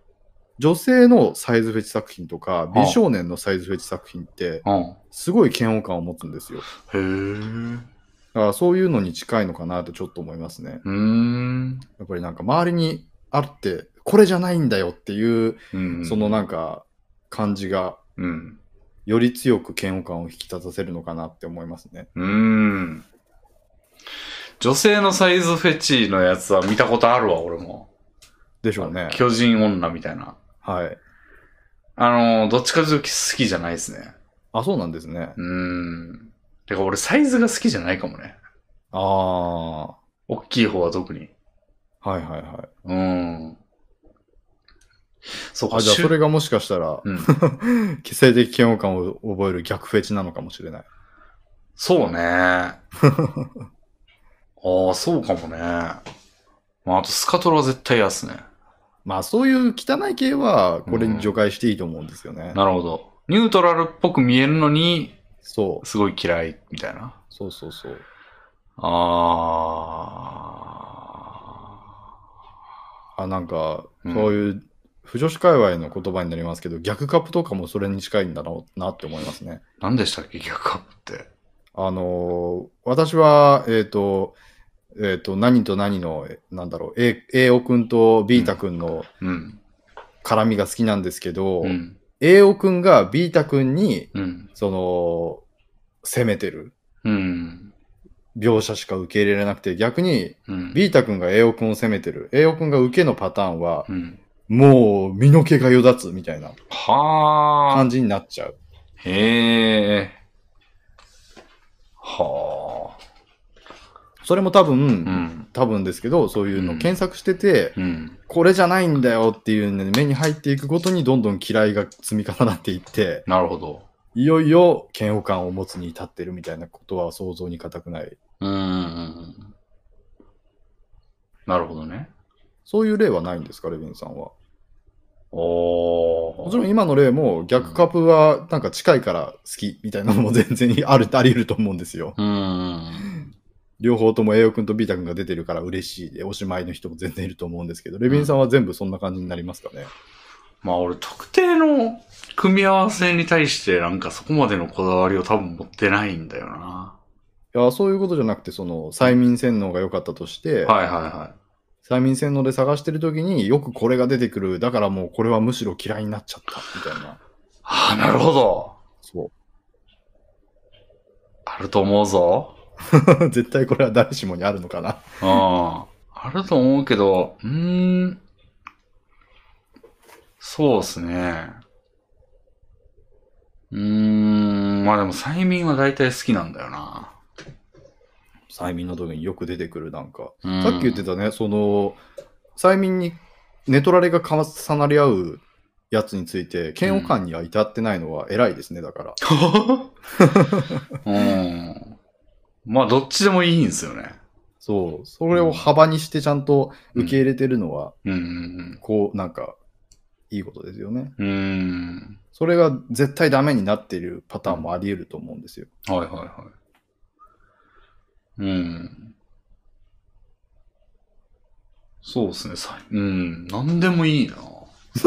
B: 女性のサイズフェチ作品とか、美少年のサイズフェチ作品って、
C: うん。
B: すごい嫌悪感を持つんですよ。
A: へー
B: だからそういうのに近いのかなとちょっと思いますね。
A: うーん。
B: やっぱりなんか周りにあって、これじゃないんだよっていう、
A: うん。
B: そのなんか感じが、
A: うん。
B: より強く嫌悪感を引き立たせるのかなって思いますね。
A: うーん。女性のサイズフェチのやつは見たことあるわ、俺も。
B: でしょうね。
A: 巨人女みたいな。
B: はい。
A: あのー、どっちかというと好きじゃないですね。
B: あ、そうなんですね。
A: うーん。てか俺サイズが好きじゃないかもね。
B: ああ、は
A: 大きい方は特に。
B: いはいはい。
A: うん。そうか、
B: あ、じゃあ
A: シュ
B: それがもしかしたら、
A: うん、
B: 性的嫌悪感を覚える逆フェチなのかもしれない。
A: そう ね。ああ、そうかもね。まあ、あとスカトラは絶対嫌っすね。
B: まあそういう汚い系は、これに除外していいと思うんですよね。
A: なるほど。ニュートラルっぽく見えるのに、
B: そう、
A: すごい嫌い、みたいな。
B: そうそうそう。
A: あ
B: あ、なんか、
A: うん
B: そういう、不女子界隈の言葉になりますけど、逆カップとかもそれに近いんだろうなって思いますね。
A: あ。何でしたっけ、逆カップって。
B: あのー私は、えっ、と、えっ、と、何と何の、えなんだろう、A, A おくんと B 太くんの
A: うん。
B: 絡みが好きなんですけど、
A: うん。
B: A おくんが B 太くんに、
A: うん。
B: その、攻めてる
A: うん。
B: 描写しか受け入れられなくて、逆に
A: うん。
B: ビータ君が栄く君を攻めてる。栄く君が受けのパターンは、
A: うん。
B: もう身の毛がよだつみたいな
A: はあ。
B: 感じになっちゃう。
A: へえ。はあ。
B: それも多分、
A: うん。
B: 多分ですけど、そういうの
A: うん
B: 検索してて、
A: うん。
B: これじゃないんだよっていうのに目に入っていくごとにどんどん嫌いが積み重なっていって、
A: なるほど。
B: いよいよ嫌悪感を持つに至ってるみたいなことは想像に難くない。
A: うーん。なるほどね。
B: そういう例はないんですか、レヴィンさんは。
A: お
B: もちろん今の例も逆カップはなんか近いから好きみたいなのも全然ある、あり得ると思うんですよ。
A: うーん。
B: 両方とも栄養君とビータ君が出てるから嬉しいで、おしまいの人も全然いると思うんですけど、レビンさんは全部そんな感じになりますかね。
A: まあ俺特定の組み合わせに対してなんかそこまでのこだわりを多分持ってないんだよな。
B: いや、そういうことじゃなくて、その、催眠洗脳が良かったとして、
A: はいはいは
B: 催眠洗脳で探してる時によくこれが出てくる、だからもうこれはむしろ嫌いになっちゃった、みたいな。
A: い。ああ、なるほど。
B: そ
A: あると思うぞ。
B: う。 絶対これは誰しもにあるのかな。
A: うん。あると思うけど、うーん。そうですね。うーん。まあでも催眠は大体好きなんだよな。
B: 催眠の時によく出てくる、なんか。
A: うん
B: さっき言ってたね、その、催眠に寝取られが重なり合うやつについて、嫌悪感には至ってないのは偉いですね、だから。
A: うん。まあ、どっちでもいいんですよね。
B: そう、それを幅にしてちゃんと受け入れてるのは、
A: うん
B: こう、なんか、いいことですよね。
A: うんうん。うん。
B: それが絶対ダメになっているパターンもあり得ると思うんですよ。
A: はいはいはい。うん。そうですね。さいうん。なんでもいいな。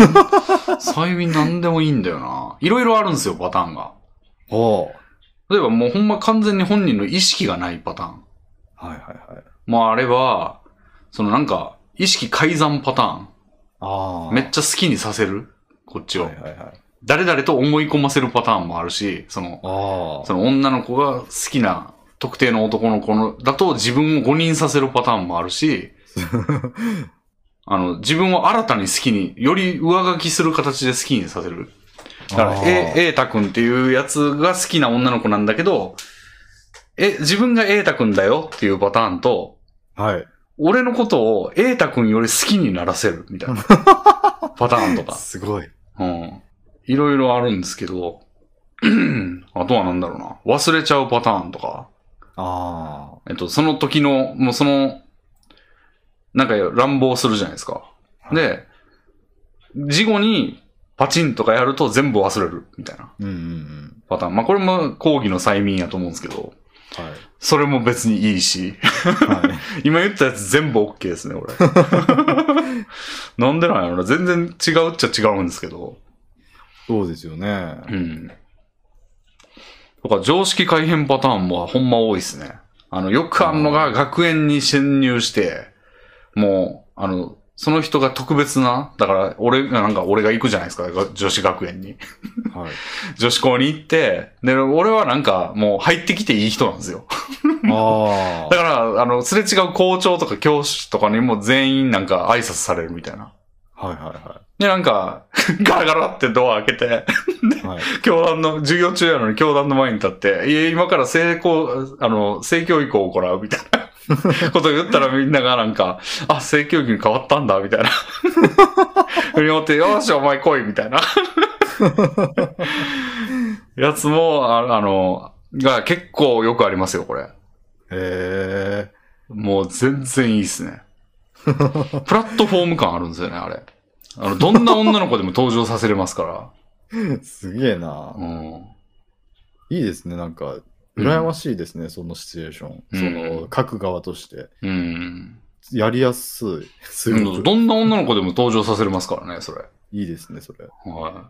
A: 催眠なんでもいいんだよな。いろいろあるんですよ、パターンが。
B: お
A: 例えばもうほんま完全に本人の意識がないパターン
B: はいはいはい。
A: もあれば、そのなんか、意識改ざんパターン。
B: ああ。
A: めっちゃ好きにさせるこっちを。
B: はいはいはい。
A: 誰々と思い込ませるパターンもあるし、その、
B: あ
A: その女の子が好きな特定の男の子のだと自分を誤認させるパターンもあるし、あの、自分を新たに好きに、より上書きする形で好きにさせる。だか
B: あ
A: ら、
B: ー
A: え、えーたくんっていうやつが好きな女の子なんだけど、え、自分がえーたくんだよっていうパターンと、
B: あ。はい。
A: 俺のことをえーたくんより好きにならせるみたいなパターンとか。
B: すごい。
A: うん。いろいろあるんですけど、 あとはなんだろうな。忘れちゃうパターンとか、
B: ああ。
A: えっと、その時の、もうその、なんか乱暴するじゃないですか。
B: はい
A: で、事後にパチンとかやると全部忘れるみたいな
B: うんうんうん。
A: パターン。まあこれも講義の催眠やと思うんですけど、
B: はい。
A: それも別にいいし。
B: はい、
A: 今言ったやつ全部 OK ですね、 俺。なんでなんやろな。全然違うっちゃ違うんですけど。
B: そうですよね。
A: うん。とか、常識改変パターンもほんま多いですね。あの、よくあんのが学園に潜入して、もう、あの、その人が特別な、だから、俺、なんか俺が行くじゃないですか、が女子学園に。
B: はい。
A: 女子校に行って、で、俺はなんかもう入ってきていい人なんですよ。
B: あ
A: だから、あの、すれ違う校長とか教師とかにも全員なんか挨拶されるみたいな。
B: あ。はいは
A: で、なんか、 ガラガラってドア開けて、
B: いはい。はい、
A: 教団の、授業中やのに教団の前に立って、いえ、今から性交、あの、性教育を行うみたいな ことを言ったらみんながなんか、あ、性教育に変わったんだ、みたいな。ふうに思って、よし、お前来い、みたいな。 やつも、ああの、が結構よくありますよ、これ。
B: え
A: もう全然いいっすね。プラットフォーム感あるんですよね、あれ。あの、どんな女の子でも登場させれますか
B: ー、すげえ
A: ら。
B: な
A: う。ん。
B: いいですね、なんか、
A: うん
B: 羨ましいですね、そのシチュエーション。
A: うん
B: その、書く側として。
A: うん。
B: やりやすい。すごく
A: どんな女の子でも登場させれますからね、それ。
B: いいですね、それ。
A: は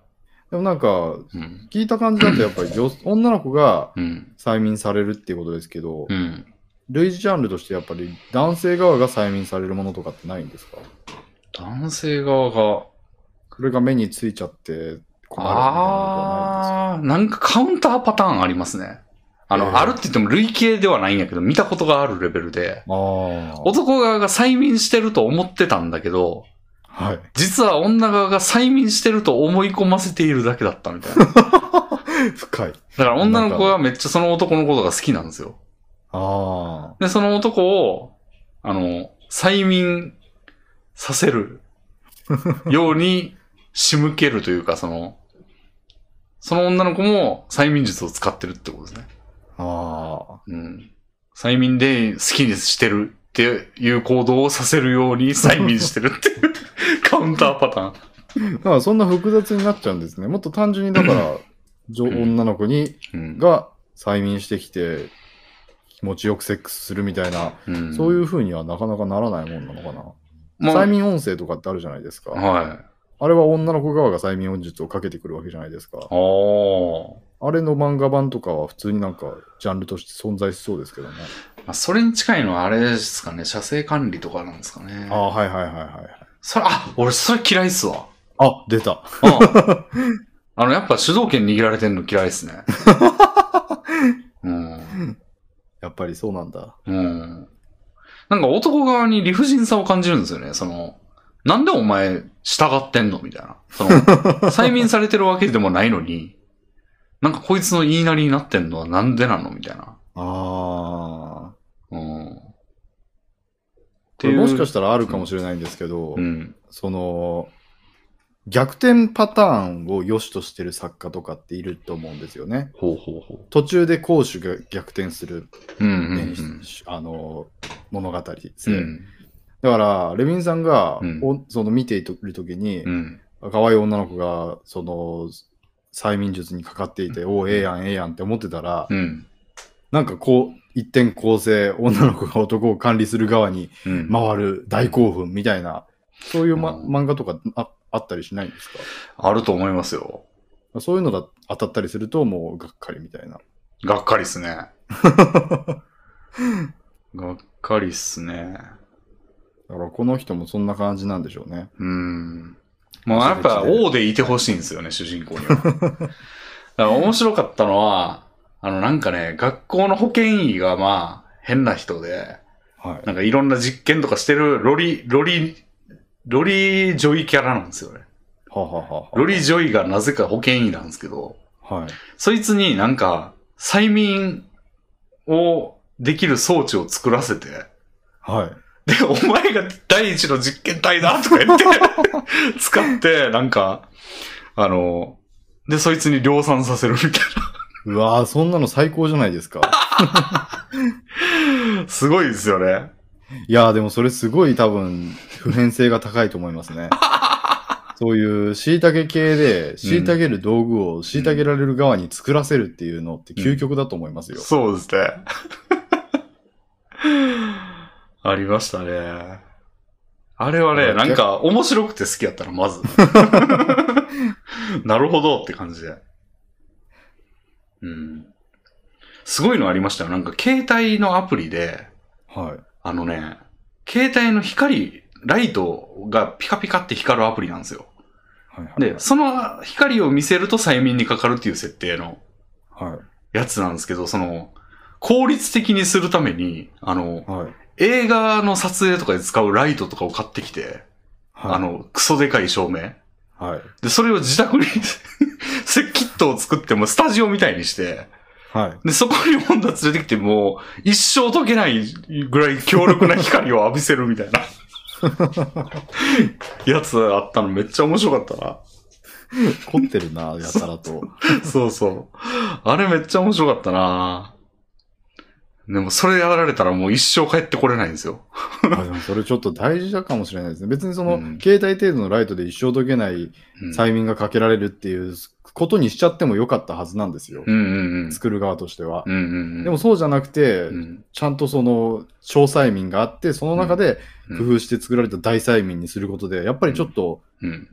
B: でもなんか、
A: い。うん。
B: 聞いた感じだとやっぱり女女の子が
A: うん。
B: 催眠されるっていうことですけど、
A: うん。
B: 類似ジャンルとしてやっぱり男性側が催眠されるものとかってないんですか
A: 男性側が、
B: これが目についちゃって困るみたいなこ
A: あー、なんかカウンターパターンありますね。あの、
B: えー
A: あるって言っても類型ではないんやけど、見たことがあるレベルで、
B: とはないんですかあ
A: 男側が催眠してると思ってたんだけど、
B: あ。はい。
A: 実は女側が催眠してると思い込ませているだけだったみたいな。だか
B: 深い。
A: ら女の子がめっちゃその男のことが好きなんですよ。
B: あ
A: で、その男を、あの、催眠させ るように仕向けるというか、その、その女の子も催眠術を使ってるってことですね。
B: あ。あ
A: うん。催眠で好きにしてるっていう行動をさせるよう に催眠してるっていう カウンターパターン。
B: あ。だからそんな複雑になっちゃうんですね。もっと単純にだから、女
A: ん
B: 女の子に
A: うん
B: が催眠してきて、気持ちよくセックスするみたいな、
A: うん
B: そういう風にはなかなかならないもんなのかな。
A: まあ
B: 催眠音声とかってあるじゃないですか。
A: はい。
B: あれは女の子側が催眠音術をかけてくるわけじゃないですか。
A: おー。
B: あれの漫画版とかは普通になんかジャンルとして存在しそうですけどね。
A: まあ、それに近いのはあれですかね、射精管理とかなんですかね。
B: ああ、はいはいはいはいはい。
A: それ、あ、俺それ嫌いっすわ。
B: あ、出た。
A: うん。あの、やっぱ主導権握られてんの嫌いっす ね。うん。
B: やっぱりそうなんだ。
A: うん。なんか男側に理不尽さを感じるんですよね。その、なんでお前従ってんのみたいな。そ の、催眠されてるわけでもないのに、なんかこいつの言いなりになってんのはなんでなのみたいな。
B: ああ。
A: うん。っ
B: これもしか
A: し
B: したらあるかもしれないんですけど、
A: うん。
B: その、逆転パターンを良しとしてる作家とかっていると思うんですよね。
A: ほうほうほ
B: 途中で攻守が逆転する、
A: う。うんうん、う
B: ね
A: ん。
B: あの、物語です
A: う
B: ね。
A: ん。
B: だから、レビンさんが、
A: うん
B: おその見ているときに、
A: うん。
B: 可愛い女の子が、その、催眠術にかかっていて、おうええやん、ええやんって思ってたら、
A: うん。
B: なんかこう、一点構成、女の子が男を管理する側に
A: うん。
B: 回る大興奮みたいな、そういう、ま、
A: うん
B: 漫画とかああったりしないんです
A: あると思いますよ。
B: かそういうのだ当たったりすると、もうがっかりみたいな。
A: がっかりっすね。がっかりっすね。
B: だからこの人もそんな感じなんでしょうね。
A: うん。もうやっぱ王でいてほしいんですよね、主人公には。だから面白かったのは、あのなんかね、学校の保健医がまあ変な人で、
B: はい。
A: なんかいろんな実験とかしてるロリ、ロリ、ロリジョイキャラなんですよね。
B: はあはあはあ
A: ロリジョイがなぜか保健医なんですけど、
B: ははい。
A: そいつになんか催眠をできる装置を作らせて、
B: はい。
A: で、お前が第一の実験体だとか言って、使って、なんか、あの、で、そいつに量産させるみたいう
B: わぁ、そんなの最高じゃないですか。
A: な。すごいですよね。
B: いやーでもそれすごい多分、普遍性が高いと思いますね。そういう虐げ系で、虐げる道具を虐げられる側に作らせるっていうのって究極だと思いますよ。
A: そうですね。ありましたね。あれはね、
B: あ
A: なんか面白くて好きやったら、まず。なるほどって感じで。うん。すごいのありましたよ。なんか携帯のアプリで、
B: はい。
A: あのね、携帯の光、ライトがピカピカって光るアプリなんですよ。
B: はいはい。
A: で、その光を見せると催眠にかかるっていう設定の
B: は
A: やつなんですけど、その、効率的にするために、あの
B: い。、はい。はい。
A: 映画の撮影とかで使うライトとかを買ってきて、あ、の、クソでかい照明。
B: はい。
A: で、それを自宅に、 キットを作ってもスタジオみたいにして、
B: はい。
A: で、そこに女連れてきてもう、一生解けないぐらい強力な光を浴びせるみたいな。やつあったのめっちゃ面白かったな。
B: 凝ってるな、やたら と。
A: そうそう。あれめっちゃ面白かったなでもそれやられたらもう一生帰ってこれないんですよ。
B: あでもそれちょっと大事だかもしれないですね。別にその、
A: うん
B: 携帯程度のライトで一生解けない
A: うん
B: 催眠がかけられるっていうことにしちゃってもよかったはずなんですよ。
A: うんうんうん。
B: 作る側としては。
A: うんうんうん。
B: でもそうじゃなくて、
A: うん、
B: ちゃんとその小催眠があって、その中で
A: うん
B: 工夫して作られた大催眠にすることで、やっぱりちょっと
A: うん。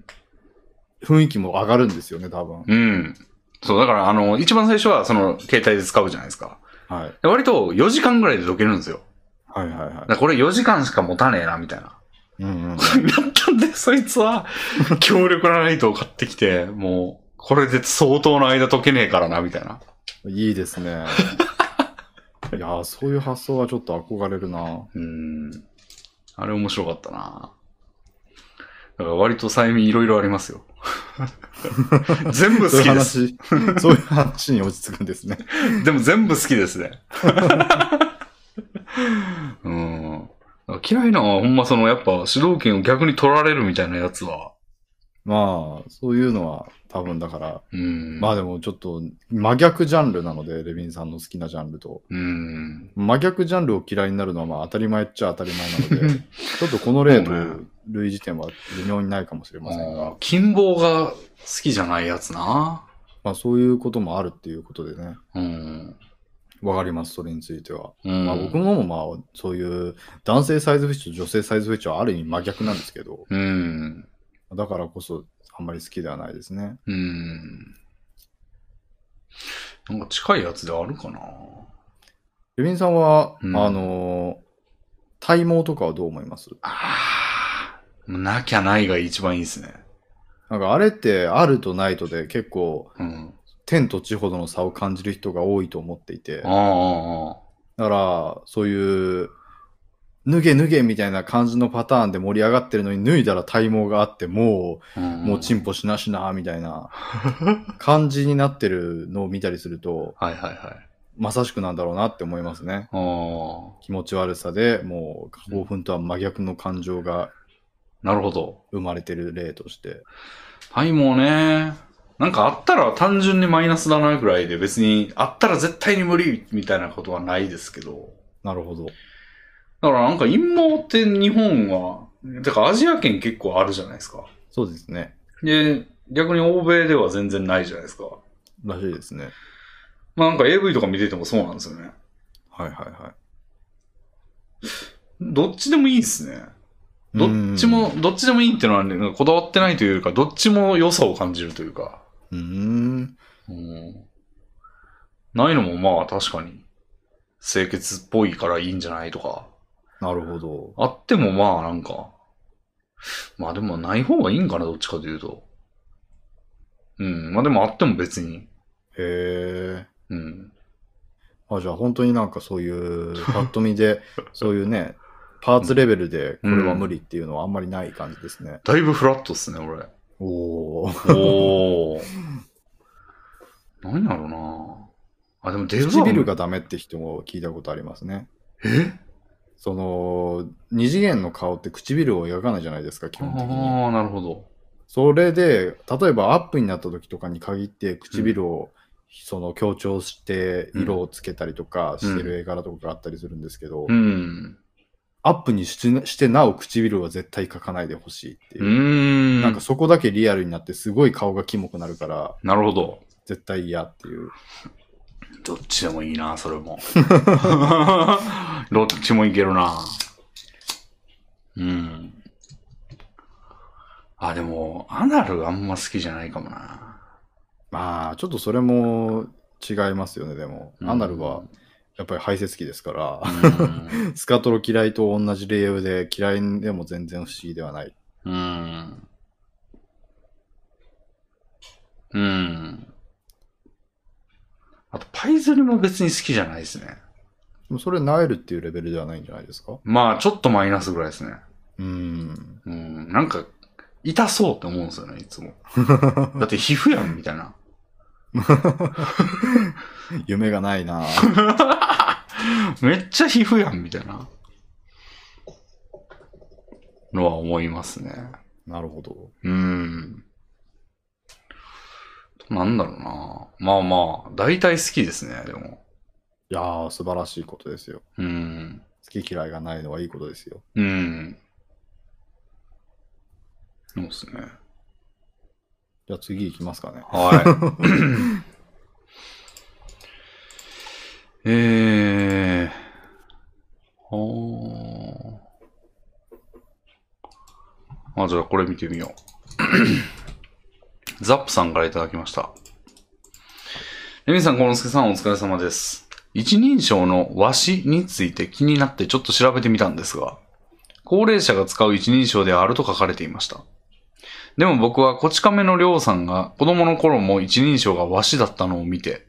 B: 雰囲気も上がるんですよね、多分。
A: うん。そう、だからあの、一番最初はその携帯で使うじゃないですか。
B: はい。
A: で割と4時間ぐらいで解けるんですよ。
B: はいはいは
A: だからこれ4時間しか持たねえな、みたいな。
B: い。うんうん。
A: なったんで、そいつ は、強力なライトを買ってきて、もう、これで相当の間解けねえからな、みたいな。
B: いいですね。い やーそういう発想はちょっと憧れるな。
A: うん。あれ面白かったな。だから割と催眠いろいろあります よ。全部
B: そう
A: 好
B: いう
A: きです。
B: 話、そういう話に落ち着くんですね。
A: でも全部好きですね。 うん。だから嫌いなのはほんまそのやっぱ主導権を逆に取られるみたいなやつは。
B: まあ、そういうのは多分だから、
A: うん。
B: まあでもちょっと真逆ジャンルなので、レヴィンさんの好きなジャンルと。
A: うん。
B: 真逆ジャンルを嫌いになるのはまあ当たり前っちゃ当たり 前なので、ちょっとこの例
A: そうね
B: の類似点は微妙にないかもしれませんが、
A: あー金棒が好きじゃないやつな。
B: まあそういうこともあるっていうことでね、
A: うん。
B: わかります、それについては。
A: うん。
B: まあ僕もまあそういう男性サイズフィッシュと女性サイズフィッシュはある意味真逆なんですけど、
A: うん。
B: だからこそあんまり好きではないですね。
A: うん。なんか近いやつであるかな。
B: レヴィンさんは、
A: うん
B: あのー体毛とかはどう思います
A: ああ。もうなきゃないが一番いいですね。
B: なんかあれってあるとないとで結構
A: うん。
B: 天と地ほどの差を感じる人が多いと思っていて、
A: ああああ。
B: だから、そういう、脱げ脱げみたいな感じのパターンで盛り上がってるのに、脱いだら体毛があって、もう、も
A: も
B: うチンポしなしな、みたいな感じになってるのを見たりすると、
A: はいはいはい。
B: まさしくなんだろうなって思いますね。
A: ああ。
B: 気持ち悪さでもう、興奮とは真逆の感情が
A: なるほど。
B: 生まれてる例として。
A: はい、もうね。なんかあったら単純にマイナスだなぐらいで別にあったら絶対に無理みたいなことはないですけど。
B: なるほど。
A: だからなんか陰謀って日本は、だからアジア圏結構あるじゃないですか。
B: そうですね。
A: で、逆に欧米では全然ないじゃないですか。
B: らしいですね。
A: まあなんか AV とか見ててもそうなんですよね。
B: はいはいはい。
A: どっちでもいいですね。どっちも、どっちでもいいっていうのは、ね、なんかこだわってないというか、どっちも良さを感じるというか。
B: うーん。
A: うんないのもまあ確かに清潔っぽいからいいんじゃないとか。
B: なるほど。
A: あってもまあなんか。まあでもない方がいいんかな、どっちかというと。うん。まあでもあっても別に。
B: へー。
A: うん。
B: あ、じゃあ本当になんかそ ういう、パッと見で、そういうね、パーツレベルでこれは無理っていうのはあんまりない感じですね。
A: だいぶフラットっすね、俺。
B: おー。
A: おー。何やろうなあ、でもデブは
B: 唇がダメって人も聞いたことありますね。
A: え
B: その、二次元の顔って唇を描かないじゃないですか、基
A: あ
B: 本的に。
A: あ、なるほど。
B: それで、例えばアップになった時とかに限って唇を、その強調して色をつけたりとかしてる絵柄とかがあったりするんですけど、
A: うん。
B: アップにししてなお唇は絶対描かないでほしいっていう
A: うーん。
B: なんかそこだけリアルになってすごい顔がキモくなるから、
A: なるほど。
B: 絶対嫌っていう。
A: どっちでもいいな、それも。どっちもいけるな。うん。あ、でも、アナルあんま好きじゃないかもな。
B: まあ、ちょっとそれも違いますよね、でも。
A: うん
B: アナルは、やっぱり排泄器ですから、
A: うん。
B: スカトロ嫌いと同じ理由で嫌いでも全然不思議ではない。
A: うん。うん。あと、パイズリも別に好きじゃないですね。
B: でもそれなえるっていうレベルではないんじゃないですか
A: まあ、ちょっとマイナスぐらいですね。
B: うん。
A: うん。なんか、痛そうって思うんですよね、いつも。だって皮膚やん、みたいな。
B: 夢がないな
A: めっちゃ皮膚やん、みたいな。のは思いますね。
B: なるほど。
A: うん。なんだろうな。まあまあ、大体好きですね、でも。
B: いやー、素晴らしいことですよ。
A: うん。
B: 好き嫌いがないのはいいことですよ。
A: うん。そうですね。
B: じゃあ次行きますかね。
A: はい。えー。はあ。あ、じゃあこれ見てみよう。ザ ップさんからいただきました。レミさん、コロスケさん、お疲れ様です。一人称の和紙について気になってちょっと調べてみたんですが、高齢者が使う一人称であると書かれていました。でも僕はこち亀のりょうさんが子供の頃も一人称が和紙だったのを見て、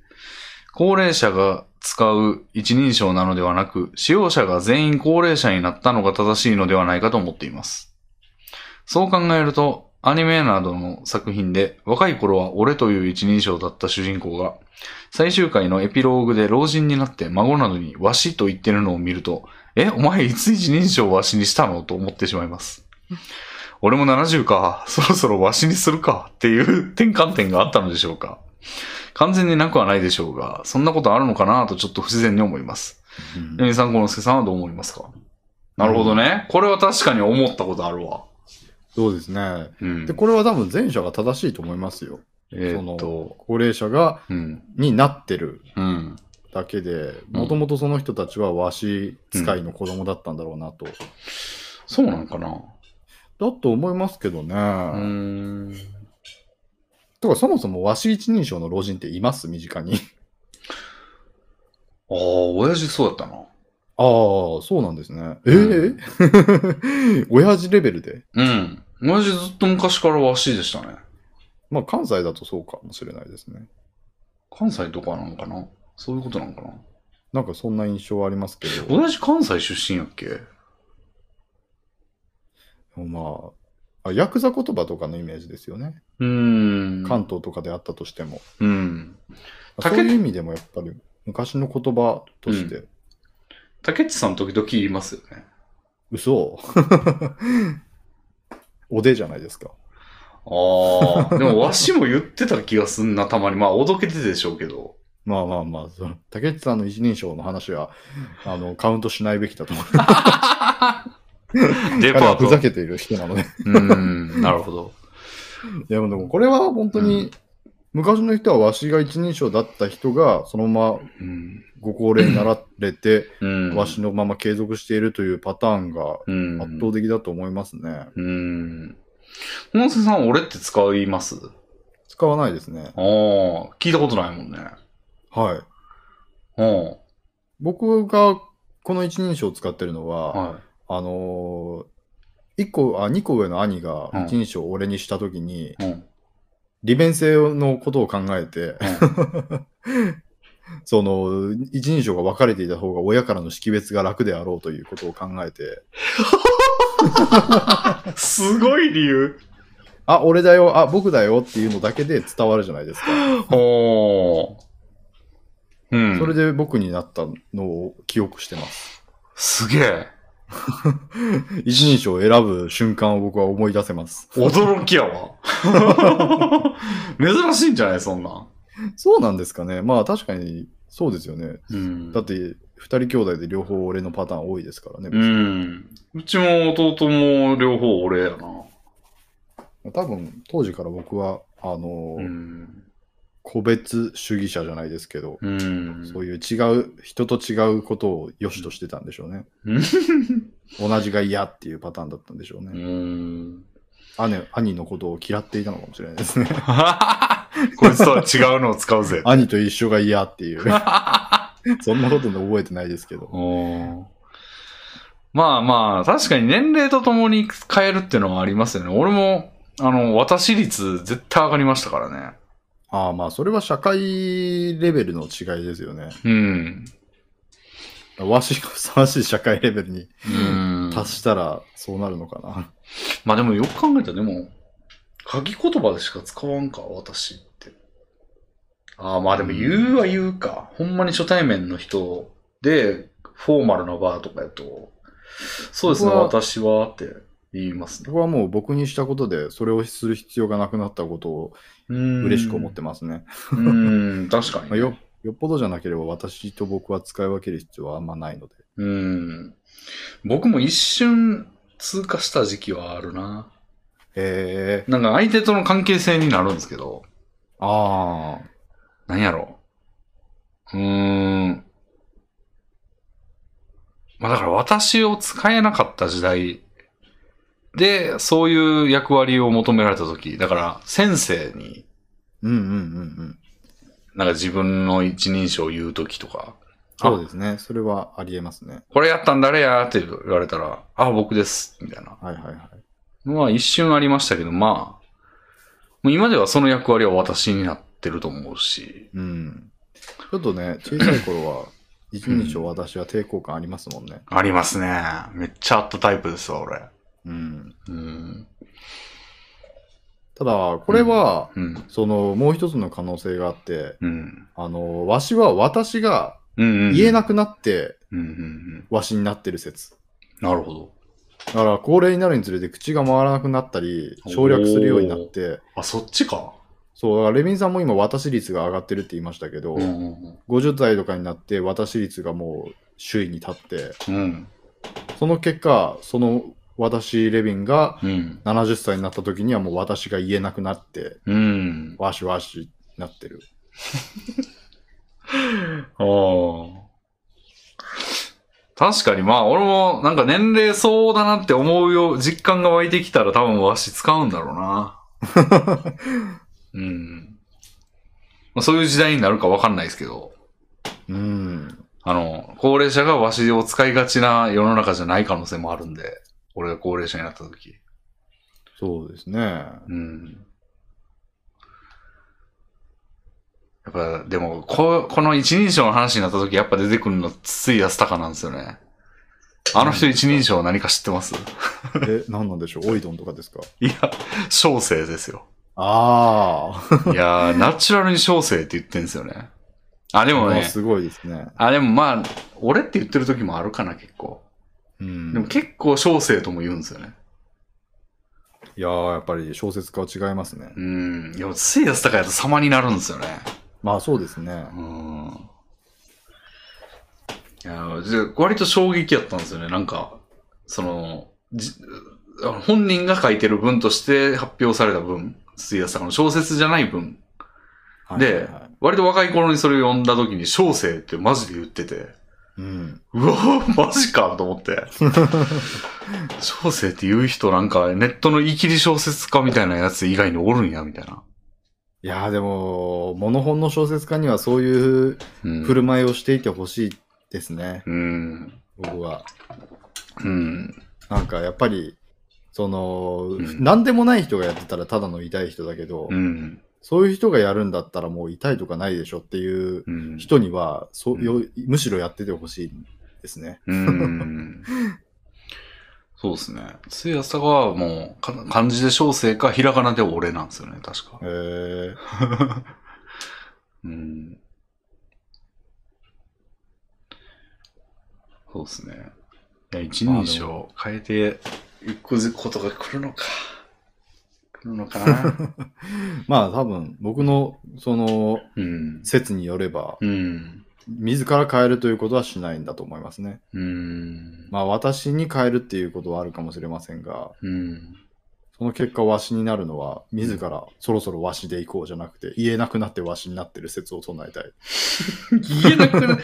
A: 高齢者が使う一人称なのではなく、使用者が全員高齢者になったのが正しいのではないかと思っています。そう考えると、アニメなどの作品で若い頃は俺という一人称だった主人公が、最終回のエピローグで老人になって孫などにわしと言ってるのを見ると、え、お前いつ一人称わしにしたのと思ってしまいます。俺も70か、 そろそろわしにするかっていう転換点があったのでしょうか。完全になくはないでしょうが、そんなことあるのかなとちょっと不自然に思います。
B: うん
A: レミさん、このすけさんはどう思いますかなるほどね。これは確かに思ったことあるわ。
B: そうですね。
A: うん
B: で、。これは多分前者が正しいと思いますよ。
A: えーっと、
B: 高齢者が、
A: うん。
B: になってる
A: うん。
B: だけで、
A: うん
B: もともとその人たちは和紙使いの子供だったんだろうなと。
A: そうなんかな。
B: だと思いますけどね。
A: うーん。
B: とか、そもそも和紙一人称の老人っています身 近に。
A: ああ、親父そうだったな。
B: ああ、そうなんですね。ええ
A: うん
B: 親父レベルで。
A: うん。親父ずっと昔からわしでしたね。
B: まあ、関西だとそうかもしれないですね。
A: 関西とかなのかなそういうことなのかな
B: なんかそんな印象はありますけど、
A: 親父関西出身やっけ
B: まあ、あヤクザ言葉とかのイメージですよね。
A: うーん。
B: 関東とかであったとしても。
A: うん。
B: そ
A: 竹
B: ういう意味でもやっぱり昔の言葉として、
A: 竹内さん時々言いますよね。
B: 嘘おでじゃないですか。
A: あ あ。でもわしも言ってた気がすんな、たまに。まあ、おどけてでしょうけど。
B: まあまあまあ、その竹内さんの一人称の話は、あの、カウントしないべきだと思う。
A: デ
B: 彼
A: パー
B: はふ
A: ト。
B: ざけている人なので。
A: うー ん、なるほど。
B: いや、でもこれは本当に、昔の人はわしが一人称だった人が、そのまま
A: うん。
B: ご高齢になられて、
A: うん。
B: わしのまま継続しているというパターンが
A: うん。
B: 圧倒的だと思いますね。
A: うん。本瀬さん、俺って使います
B: 使わないですね。
A: ああ、聞いたことないもんね。
B: はい。
A: うん。
B: 僕がこの一人称を使ってるのは、
A: は
B: あのー、一個、あ、二個上の兄が
A: うん
B: 一人称を俺にしたときに、
A: い。うん。
B: 利便性のことを考えて、 その、一人称が分かれていた方が親からの識別が楽であろうということを考えて、
A: すごい理由。
B: あ、俺だよ、あ、僕だよっていうのだけで伝わるじゃないですか。
A: おー。うん。
B: それで僕になったのを記憶してます。
A: すげえ。
B: 一人称を選ぶ瞬間を僕は思い出せます。
A: 驚きやわ。 珍しいんじゃないそんなん。
B: そうなんですかね。まあ確かにそうですよね。
A: うん
B: だって、二人兄弟で両方俺のパターン多いですからね。
A: うん。うちも弟も両方俺やな。
B: 多分、当時から僕は、あのー
A: うん。
B: 個別主義者じゃないですけど、
A: うん。
B: そういう違う、人と違うことを良しとしてたんでしょ うね。
A: うん
B: 同じが嫌っていうパターンだったんでしょうね。
A: うん。
B: 姉兄のことを嫌っていたのかもしれないですね。
A: こいつとは違うのを使うぜ。
B: 兄と一緒が嫌っていう。そんなことで覚えてないですけど。
A: おまあまあ、確かに年齢とともに変えるっていうのはありますよね。俺も、あの、私率絶対上がりましたからね。
B: ああ、まあ、それは社会レベルの違いですよね。
A: うん。
B: わしがふさわしい社会レベルに
A: うん。
B: 達したらそうなるのかな。
A: まあでもよく考えたら、でも、鍵言葉でしか使わんか、私って。ああ、まあでも言うは言うか。ほんまに初対面の人で、フォーマルなバーとかやと、そうですね、
B: 僕は
A: 私はって言いますね。
B: 僕はもう僕にしたことで、それをする必要がなくなったことを嬉
A: 嬉
B: しく思ってますね。
A: うん、確かに、
B: まあ、よよっぽどじゃなければ私と僕は使い分ける必要はあんまないので。
A: うん。僕も一瞬通過した時期はあるな。
B: へえ。
A: なんか相手との関係性になるんですけど、
B: ああ。
A: なんやろう。うーん。まあだから私を使えなかった時代で、そういう役割を求められた時、だから先生に、
B: うんうんうんうん。
A: なんか自分の一人称を言う時とか、
B: そうですね。それはありえますね。
A: これやったん誰やって言われたら、あ、僕です、みたいな。
B: はいはいはい。
A: のは一瞬ありましたけど、まあ、もう今ではその役割は私になってると思うし、
B: うん。ちょっとね、小さい 頃は、一人称私は抵抗感ありますもんね。
A: ありますね。めっちゃあったタイプですわ、俺。
B: うん。
A: うん。
B: ただ、これは、
A: うん。
B: その、もう一つの可能性があって、
A: うん。
B: あの、わしは私が
A: うん、うん。
B: 言え
A: な。
B: なくなって、
A: うんうんうん。
B: わしになってる説。
A: なるほど。
B: だから、高齢になるにつれて口が回らなくなったり、省略するようになって、
A: あ、そっちか。
B: そう、だからレミンさんも今、私率が上がってるって言いましたけど、
A: うんうん
B: 50代とかになって、私率がもう首位に立って、
A: うん。うん。
B: その結果、その私レビンが
A: うん。
B: 70歳になった時にはもう私が言えなくなって、
A: うん。
B: わしわしなってる。
A: ああ。確かに、まあ、俺も、なんか年齢そうだなって思うよ、実感が湧いてきたら多分わし使うんだろうな。うん。まあ、そういう時代になるかわかんないですけど、
B: うん。
A: あの、高齢者がわしを使いがちな世の中じゃない可能性もあるんで、俺が高齢者になった時。
B: そうです ね。
A: うん。やっぱ、でも、こ、この一人称の話になった時、やっぱ出てくるの、筒井康隆なんですよね。あの人一人称何か知ってます
B: え、何なんでしょうオイドンとかですか
A: いや、小生ですよ。
B: ああ。
A: いやー、ナチュラルに小生って言ってんですよね。 あ、でも
B: もう
A: ね、
B: すごいですね。
A: あ、でもまあ、俺って言ってる時もあるかな、結構。
B: う
A: でも
B: ん。
A: 結構小生とも言うんですよね。
B: いやー、やっぱり小説家は違いますね。
A: うん。いや、筒井康隆やと様になるんですよね。
B: まあそうですね。
A: うんいや、じゃあ割と衝撃やったんですよね。なんか、その、じあの本人が書いてる文として発表された文、筒井康隆の小説じゃない文。
B: はい
A: で
B: はいはい
A: 割と若い頃にそれを読んだ時に小生ってマジで言ってて、
B: うん。
A: うわぁ、マジかと思って。 小生って言う人なんかネットの言い切り小説家みたいなやつ以外におるんや、みたいな。
B: いやーでも、モノ本の小説家にはそういう
A: うん。
B: 振る舞いをしていてほしいですね、
A: うん。
B: 僕は。
A: うん。
B: なんかやっぱり、その、
A: ん
B: 何でもない人がやってたらただの痛い人だけど、
A: うん。
B: そういう人がやるんだったらもう痛いとかないでしょっていう
A: うん。
B: 人には、そう
A: うん
B: よむしろやっててほしいですね。
A: うーんそうですね。つやさはもうか、漢字で小生か、ひらがなで俺なんですよね、確か
B: へ。え
A: うん。そうですね。いや、一人称変えていくことが来るのか。来るのかな。
B: まあ多分、僕のその
A: うん。
B: 説によれば、
A: うん。
B: 自ら変えるということはしないんだと思いますね。
A: うん。
B: まあ私に変えるっていうことはあるかもしれませんが、
A: うん。
B: その結果、わしになるのは、自らそろそろわしで行こうじゃなくて、言えなくなってわしになってる説を唱えたい。
A: 言えなくな、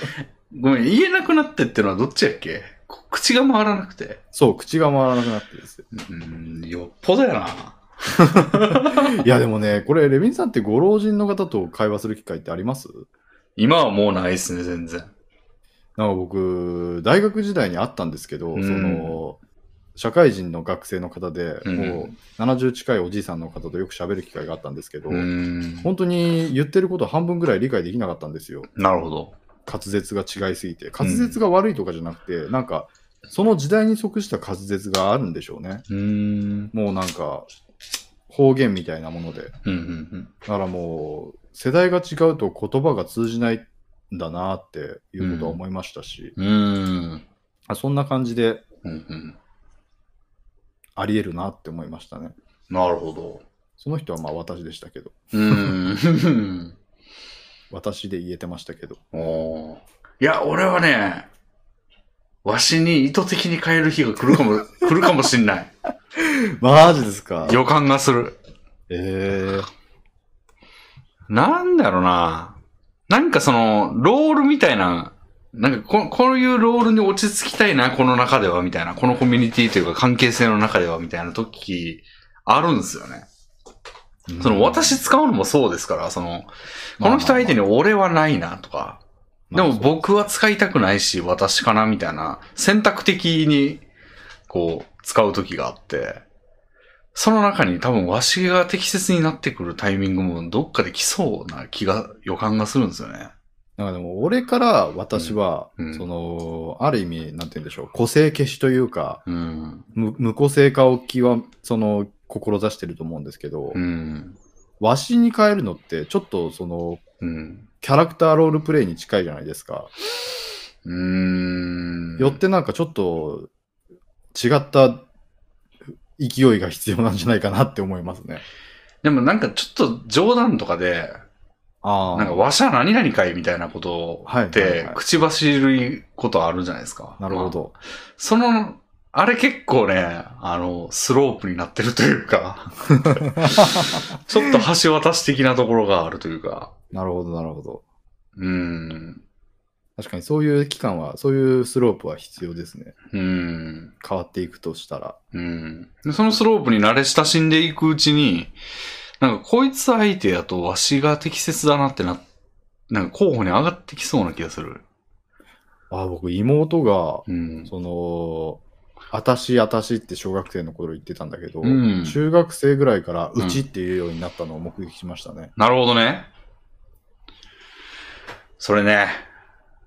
A: ごめん、言えなくなってってのはどっちやっけこ口が回らなくて。
B: そう、口が回らなくなってるんです よ。
A: うん、よっぽどやな。
B: いや、でもね、これ、レビンさんってご老人の方と会話する機会ってあります
A: 今はもうないっすね、全然。
B: なんか僕、大学時代にあったんですけど、
A: うん
B: その、社会人の学生の方で、
A: うん
B: もう70近いおじいさんの方とよく喋る機会があったんですけど、
A: うん。
B: 本当に言ってること半分ぐらい理解できなかったんですよ。
A: なるほど。
B: 滑舌が違いすぎて。滑舌が悪いとかじゃなくて、なんか、その時代に即した滑舌があるんでしょうね。
A: うーん。
B: もうなんか、方言みたいなもので。
A: うん、うん、
B: だからもう、世代が違うと言葉が通じないんだなっていうことは思いましたし、
A: うん。うーん。
B: あそんな感じで
A: うん、うん。
B: ありえるなって思いましたね。
A: なるほど。
B: その人はまあ私でしたけど、
A: うーん。
B: 私で言えてましたけど。
A: おーいや、俺はね、わしに意図的に変える日が来るかも、来るかもしんない。
B: マジですか
A: 予感がする。
B: えー、
A: なんだろうな。なんかその、ロールみたいな、なんかここういうロールに落ち着きたいな、この中では、みたいな。このコミュニティというか関係性の中では、みたいな時、あるんですよね。その、私使うのもそうですから、その、この人相手に俺はないな、とか。でも僕は使いたくないし、私かなみたいな、選択的に、こう、使う時があって、その中に多分わしが適切になってくるタイミングもどっかで来そうな気が、予感がするんですよね。
B: なんかでも俺から私は、
A: うんうん
B: その、ある意味、なんて言うんでしょう、個性消しというか、
A: うん。
B: 無無個性化を極、その、志してると思うんですけど、
A: うん。
B: わしに変えるのって、ちょっとその、
A: うん。
B: キャラクターロールプレイに近いじゃないですか。
A: うーん。
B: よってなんかちょっと、違った勢いが必要なんじゃないかなって思いますね。
A: でもなんかちょっと冗談とかで、
B: ああ。
A: なんかわしは何々かいみたいなこと
B: はい
A: っ
B: はい
A: て
B: はい、
A: 口走ることあるじゃないですか。
B: なるほど。
A: その、あれ結構ね、あの、スロープになってるという か、ちょっと橋渡し的なところがあるというか、
B: なるほど、なるほど。
A: うん、
B: 確かにそういう期間は、そういうスロープは必要ですね。
A: うん、
B: 変わっていくとしたら。
A: うん。でそのスロープに慣れ親しんでいくうちに、なんかこいつ相手やとわしが適切だなってな、なんか候補に上がってきそうな気がする。
B: ああ、僕、妹が、
A: うん。
B: その、あたしあたしって小学生の頃言ってたんだけど、
A: うん
B: 中学生ぐらいから
A: うん
B: うちっていうようになったのを目撃しましたね。
A: なるほどね。それね。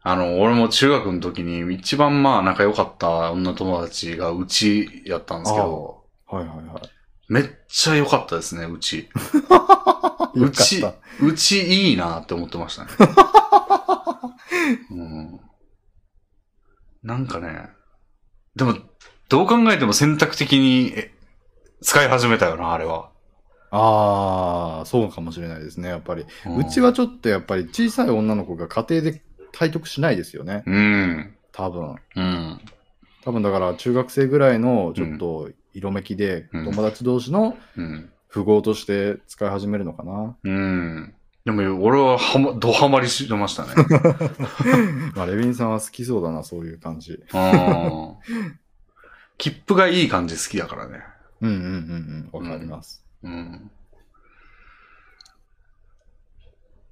A: あの、俺も中学の時に一番まあ仲良かった女友達がうちやったんですけど、
B: はいはいはい。
A: めっちゃ良かったですね、うち。う
B: よかっ
A: ち
B: た、
A: うちいいなって思ってま したね。うん、なんかね、でも、どう考えても選択的にえ使い始めたよな、あれは。
B: ああ、そうかもしれないですね、やっぱり。
A: う
B: うんちはちょっとやっぱり小さい女の子が家庭で体得しないですよね、
A: うん。
B: 多分。
A: うん。
B: 多分だから中学生ぐらいのちょっと色めきで、
A: うん
B: 友達同士の
A: うん。
B: 符号として使い始めるのかな。
A: うん。でも、俺ははま、ドハマりしてま したね。
B: まあ、レビンさんは好きそうだな、そういう感じ。
A: うん。切符がいい感じ好きだからね。
B: うんうんうんうん、わかります。
A: うん。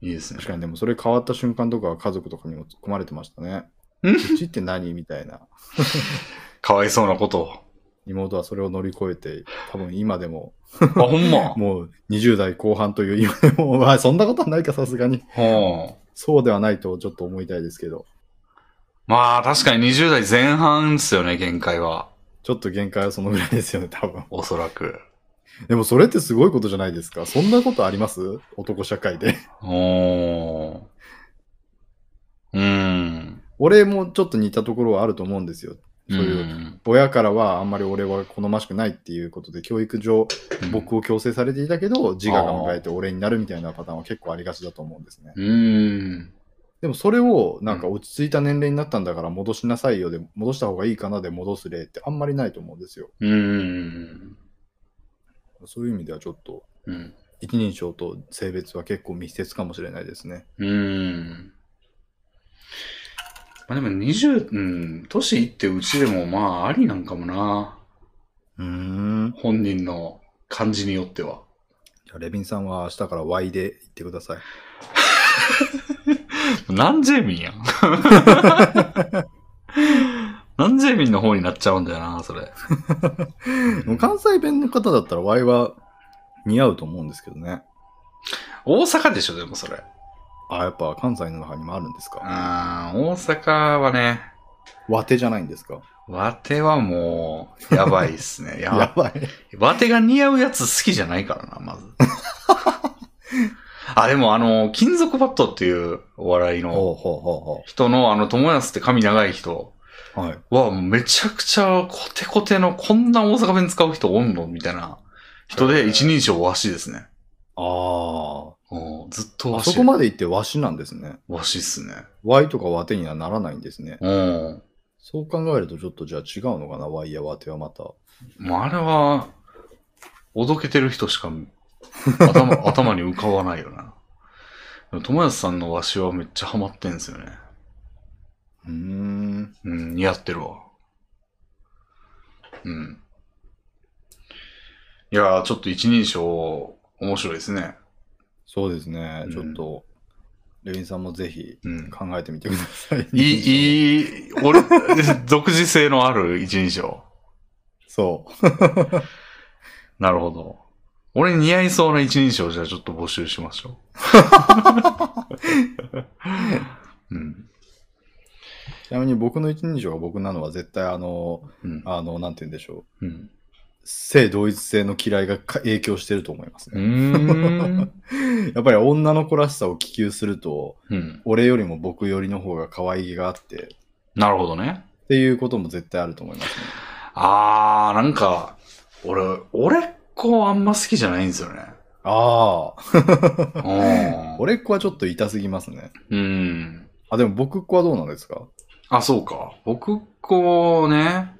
A: いいですね
B: 確。かに、でもそれ変わった瞬間とかは家族とかにも突っ込まれてましたね。
A: うん
B: うちって何みたいな。
A: かわいそうなこと を。
B: 妹はそれを乗り越えて、多分今でも、
A: あ、ほんま。
B: もう20代後半という今でも、まあそんなことはないか、さすがに。
A: うん。
B: そうではないとちょっと思いたいですけど、
A: まあ、確かに20代前半ですよね、限界は。
B: ちょっと限界はそのぐらいですよね、多分。
A: おそらく。
B: でもそれってすごいことじゃないですか。そんなことあります男社会で。
A: おー。うん。
B: 俺もちょっと似たところはあると思うんですよ。そういう
A: うん。
B: 親からはあんまり俺は好ましくないっていうことで教育上僕を強制されていたけど自我が芽生えて俺になるみたいなパターンは結構ありがちだと思うんですね
A: うん。
B: でもそれをなんか落ち着いた年齢になったんだから戻しなさいよで戻した方がいいかなで戻す例ってあんまりないと思うんですよ
A: うん。
B: そういう意味ではちょっと、
A: うん。
B: 一人称と性別は結構密接かもしれないですね。
A: うーん。まあでも20、うん、年いってうちでもまあありなんかもな。
B: うーん。
A: 本人の感じによっては。
B: じゃあ、レビンさんは明日から Y で言ってくだ さい。
A: なんジェミンやん。 なんジェミンの方になっちゃうんだよな、それ。
B: もう関西弁の方だったら Y は似合うと思うんですけどね。
A: 大阪でしょ、でもそれ。
B: あ、やっぱ関西の中にもあるんですか。
A: あー大阪はね、
B: 和手じゃないんですか。
A: わてはもう、やばいっす ね。や
B: やばい。
A: わてが似合うやつ好きじゃないからな、 まず。あ、でもあの、金属バットっていうお笑いの
B: ほうほうほ
A: 人の、あの、友安って髪長い人
B: うほう。はい。
A: は、もうめちゃくちゃコテコテの、こんな大阪弁使う人おんのみたいな人で
B: へー
A: 一人称わしですね。
B: あ
A: うんずっと
B: あ。
A: わ
B: あ
A: し。
B: そこまで行って和紙なんですね。
A: わしっすね。
B: Y とか和手にはならないんですね。
A: うん。
B: そう考えるとちょっとじゃあ違うのかな ?Y や和手はまた。
A: もうあれは、おどけてる人しか頭頭に浮かばないよな。でも友安さんのわしはめっちゃハマってんすよね。
B: うーん。
A: うん、似合ってるわ。うん。いやー、ちょっと一人称、面白いですね。
B: そうですね。
A: うん
B: ちょっと、レビンさんもぜひ
A: うん。
B: 考えてみてください。
A: いい、いい、俺、 独自性のある一人称。
B: そう。
A: なるほど。俺に似合いそうな一人称じゃあちょっと募集しましょ う。うん。
B: ちなみに僕の一人称が僕なのは絶対あの、
A: うん。
B: あの、なんて言うんでしょう。
A: うん。
B: 性同一性の嫌いがか影響してると思います
A: う
B: ね。
A: ーん。
B: やっぱり女の子らしさを希求すると、
A: うん。
B: 俺よりも僕よりの方が可愛げがあって、
A: なるほどね。
B: っていうことも絶対あると思いますね。
A: あー、なんか、俺、俺っ子あんま好きじゃないんですよね。
B: ああ、
A: うん。
B: 俺っ子はちょっと痛すぎますね。
A: うん。
B: あ、でも僕っ子はどうなんですか
A: あ、そうか。僕、こうね、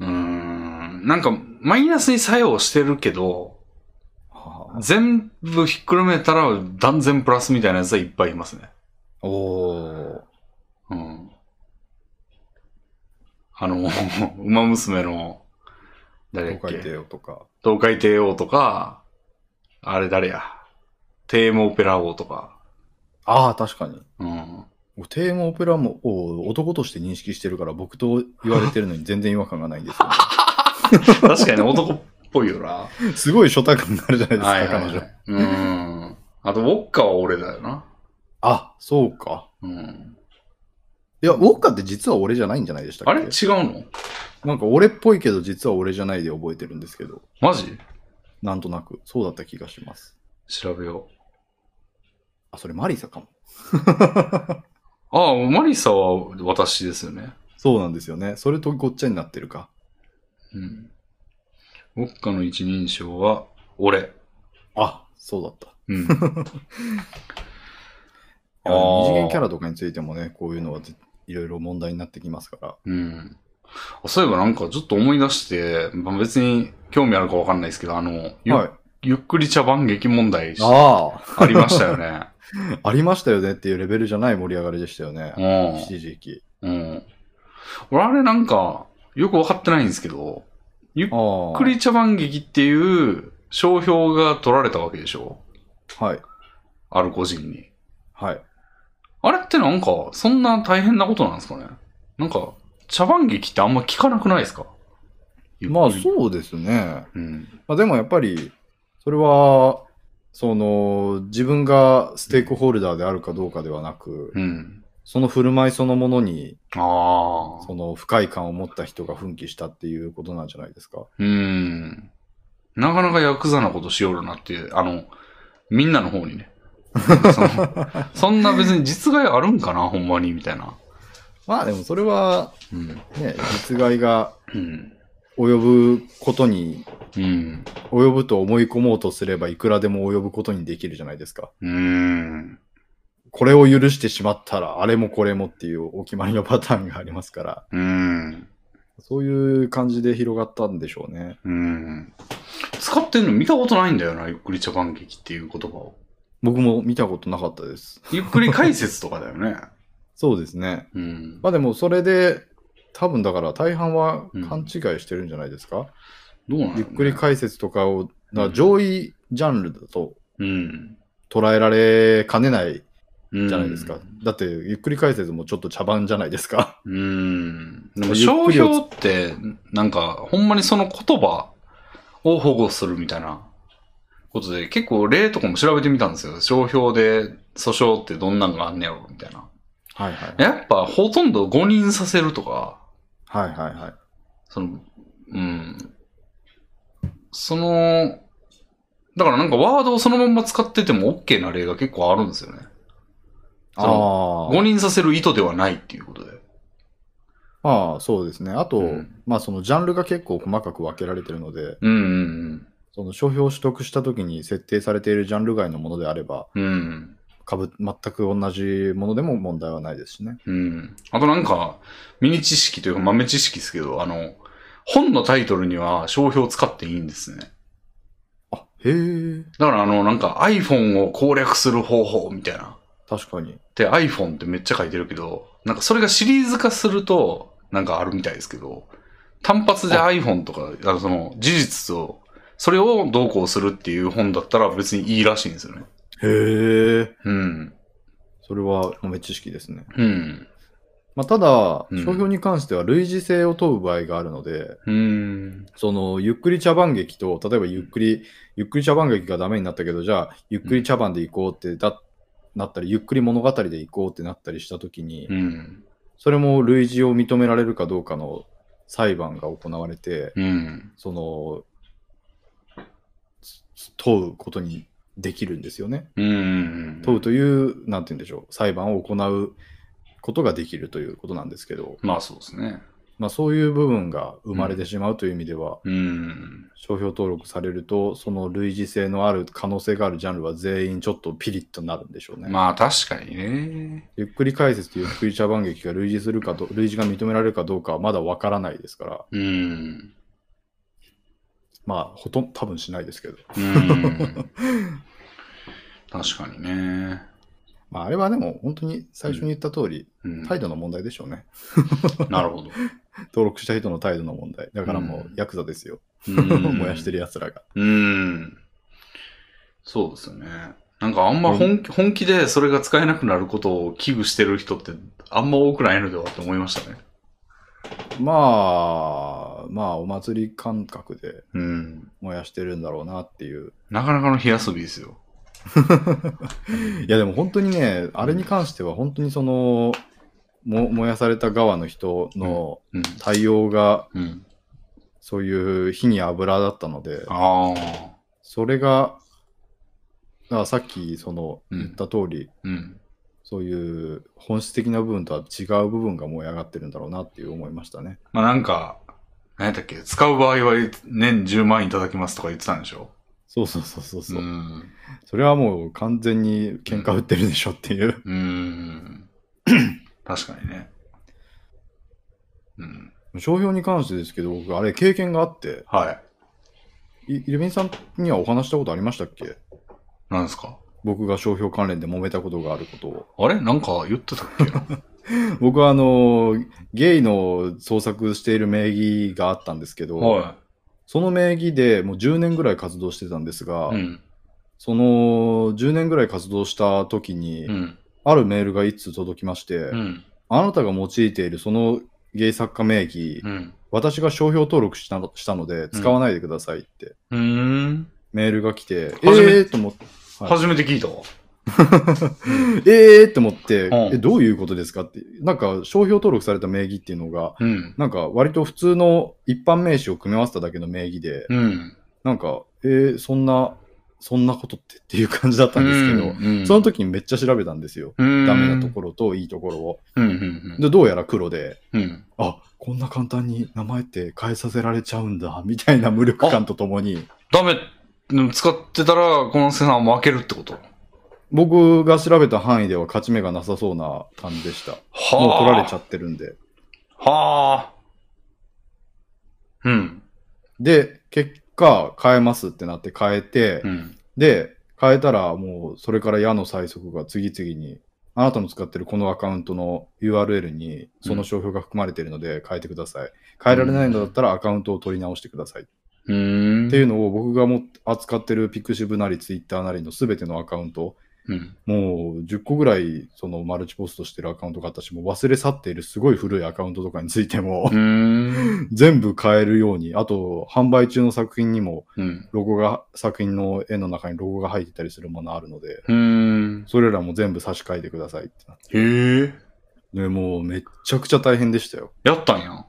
A: うーん、なんか、マイナスに作用してるけど、
B: はあ、
A: 全部ひっくるめたら断然プラスみたいなやつはいっぱいいますね。
B: おー。
A: うん。あの、 馬娘の、誰だっ
B: 東海帝
A: け
B: 王とか。
A: 東海帝王とか、あれ誰や帝王オペラ王とか。
B: ああ、確かに。
A: うん。
B: テーマオペラもを男として認識してるから僕と言われてるのに全然違和感がないんですよ。
A: 確かに男っぽいよな。
B: すごい初対感があるじゃないですか、
A: はいはい
B: 彼
A: は
B: 女。
A: い。うん。あと、ウォッカは俺だよな。
B: あ、そうか。
A: うん。
B: いや、ウォッカって実は俺じゃないんじゃないでした
A: あ
B: っけ
A: れ違うの
B: なんか俺っぽいけど実は俺じゃないで覚えてるんですけど、
A: マジ
B: なんとなくそうだった気がします。
A: 調べよ
B: あ、それマリサかも。
A: う。ああ、マリサは私ですよね。
B: そうなんですよね。それとごっちゃになってるか。
A: うん。ウォッカの一人称は、俺。
B: あ、そうだった。
A: うん。
B: いやでも
A: あー
B: 二次元キャラとかについてもね、こういうのはぜいろいろ問題になってきますから。
A: うん。あそういえばなんかちょっと思い出して、まあ、別に興味あるかわかんないですけど、あの、ゆ,、
B: はい。
A: ゆっくり茶番劇問題し
B: あ
A: ありましたよ ね。
B: あ、ありましたよねっていうレベルじゃない盛り上がりでしたよね。
A: う
B: 一時期。
A: ん。うん。俺あれなんか、よくわかってないんですけど、
B: あ
A: ゆ
B: あ
A: っくり茶番劇っていう商標が取られたわけでしょ
B: はい。
A: ある個人に。
B: はい。
A: あれってなんか、そんな大変なことなんですかねなんか、茶番劇ってあんま聞かなくないですか
B: まあ
A: う。
B: そうですね。
A: うん。
B: まあでもやっぱり、それは、その、自分がステークホルダーであるかどうかではなく、
A: うん。
B: その振る舞いそのものに、
A: ああ。
B: その不快感を持った人が奮起したっていうことなんじゃないですか。
A: うーん。なかなかヤクザなことしよるなっていう、あの、みんなの方にね。そのそんな別に実害あるんかな、ほんまに、みたいな。
B: まあでもそれは、
A: うん。
B: ね、実害が
A: うん。
B: 及ぶことに、
A: うん。
B: 及ぶと思い込もうとすればいくらでも及ぶことにできるじゃないですか。
A: うーん。
B: これを許してしまったら、あれもこれもっていうお決まりのパターンがありますから、
A: うーん。
B: そういう感じで広がったんでしょうね。
A: うん。使ってんの見たことないんだよな、ゆっくり茶番劇っていう言葉を。
B: 僕も見たことなかったです。
A: ゆっくり解説とかだよね。
B: そうですね。
A: うん。
B: まあでもそれで、多分だから大半は
A: うん
B: 勘違いしてるんじゃないですか、
A: どうなんだろうね
B: ゆっくり解説とかを、だか
A: う
B: ら
A: ん
B: 上位ジャンルだと
A: うん。
B: 捉えられかねない
A: うん
B: じゃないですか。だって、ゆっくり解説もちょっと茶番じゃないですか。
A: うん。で
B: ゆ
A: も、
B: っく
A: 商
B: りを
A: 標って、なんか、ほんまにその言葉を保護するみたいなことで、結構例とかも調べてみたんですよ。商標で訴訟ってどんなんがあんねやろ、みたいな。
B: はいはい。
A: やっぱ、ほとんど誤認させるとか、
B: はいはいはい。
A: その、うん。その、だからなんかワードをそのまんま使ってても OK な例が結構あるんですよね。そ
B: あ
A: 誤認させる意図ではないっていうことで。
B: あ。まあそうですね。あと、
A: うん
B: まあそのジャンルが結構細かく分けられてるので、
A: うんうん
B: その商標を取得した時に設定されているジャンル外のものであれば、
A: うん。うん。
B: かぶ全く同じものでも問題はないですしね。
A: うん。あとなんか、ミニ知識というか豆知識ですけど、あの、本のタイトルには商標を使っていいんですね。
B: あ、へえ。
A: だからあの、なんか iPhone を攻略する方法みたいな。
B: 確かに。
A: で、iPhone ってめっちゃ書いてるけど、なんかそれがシリーズ化すると、なんかあるみたいですけど、単発で iPhone とか、あのその、事実を、それをどうこうするっていう本だったら別にいいらしいんですよね。
B: へえ。
A: うん。
B: それは豆知識ですね。
A: うん。
B: まあ、ただ、
A: うん
B: 商標に関しては類似性を問う場合があるので、
A: うん。
B: その、ゆっくり茶番劇と、例えばゆっくり、ゆっくり茶番劇がダメになったけど、じゃあ、ゆっくり茶番で行こうってだ、なったり、ゆっくり物語で行こうってなったりしたときに、
A: うん。
B: それも類似を認められるかどうかの裁判が行われて、
A: うん。
B: その、問うことにできるんですよね。
A: うん。
B: 問うという、なんて言うんでしょう、裁判を行うことができるということなんですけど、
A: まあそうですね。
B: まあ、そういう部分が生まれてしまうという意味では、
A: うん。
B: 商標登録されると、その類似性のある可能性があるジャンルは全員ちょっとピリッとなるんでしょうね。
A: まあ確かにね。
B: ゆっくり解説とゆっくり茶番劇が類似するかど、類似が認められるかどうかはまだわからないですから、
A: うん。
B: まあ、ほとんど多分しないですけど、
A: うん。確かにね。
B: まあ、あれはでも本当に最初に言った通り、
A: うん、
B: 態度の問題でしょうね。
A: なるほど。
B: 登録した人の態度の問題。だからも
A: う
B: うヤクザですよ。
A: 燃
B: 燃やしてる奴らが。
A: うーん。そうですよね。なんかあんま本,、本気でそれが使えなくなることを危惧してる人ってあんま多くないのではって思いましたね。
B: まあ、まあ、お祭り感覚で
A: うん。
B: 燃やしてるんだろうなっていう。
A: なかなかの火遊びですよ。
B: いや、でも本当にね、あれに関しては本当にその、も燃やされた側の人の
A: うん。
B: 対応が、
A: うん。
B: そういう火に油だったので、
A: ああ。
B: それが、だからさっきその
A: うん
B: 言った通り、
A: うん。
B: そういう本質的な部分とは違う部分が燃え上がってるんだろうなっていう思いましたね。
A: まあなんか、何やったっけ、使う場合は年10万円いただきますとか言ってたんでしょ
B: そうそうそうそうそう。
A: ん。
B: それはもう完全に喧嘩売ってるでしょっ ていう。
A: うーん。確かにね。うん。
B: 商標に関してですけど、僕、あれ経験があって、
A: はい。
B: いイレビンさんにはお話したことありましたっけ
A: なんですか
B: 僕が商標関連で揉めたことがあることを。
A: あれなんか言ってたっけ
B: 僕はあの、ゲイの創作している名義があったんですけど、
A: は
B: その名義でもう10年ぐらい活動してたんですが、
A: い。うん。
B: その10年ぐらい活動した時に、
A: うん。
B: あるメールが一通届きまして、
A: うん。
B: あなたが用いているそのゲイ作家名義、
A: うん。
B: 私が商標登録したのしたので使わないでくださいって、
A: うーん。
B: メールが来て、え
A: 初め
B: ーと思って、はい
A: 初めて聞いたわ。
B: えーと思って、
A: うん
B: え、どういうことですかって、なんか商標登録された名義っていうのが、
A: うん。
B: なんか割と普通の一般名詞を組み合わせただけの名義で、
A: うん。
B: なんか、えー、そんな、そんなことってっていう感じだったんですけど、
A: うん
B: その、時にめっちゃ調べたんですよ。
A: うん
B: ダメなと。ころといいところを。
A: うん。うん。
B: で、どうやら黒で、
A: うんうん。
B: あ、こんな簡単に名前って変えさせられちゃうんだ、みたいな無力感とともに、
A: ダメ、でも使ってたら、この瀬さんは負けるってこと。
B: 僕が調べた範囲では勝ち目がなさそうな感じでした。
A: は
B: もう取られちゃ
A: っ
B: ってるんで。
A: はあ。うん。
B: で、結果、変えますってなって変えて、
C: うん。
B: で、変えたら、もう、それから矢の最速が次々に、あなたの使ってるこのアカウントの URL に、その商標が含まれているので変えてください。変えられないんだったらアカウントを取り直してください。
A: うーん。
B: っていうのを僕がも扱ってる Pixiv なり Twitter なりの全てのアカウント、
A: うん。
B: もう10個ぐらいそのマルチポストしてるアカウントがあったし、もう忘れ去っているすごい古いアカウントとかについても
A: う、ーん。
B: 全部変えるように、あと販売中の作品にも
A: うん。
B: ロゴが、作品の絵の中にロゴが入ってたりするものあるので、
A: うーん。
B: それらも全部差し替えてくださいってなって。
A: へえ。
B: でもうめっちゃくちゃ大変でしたよ。
A: やったんや。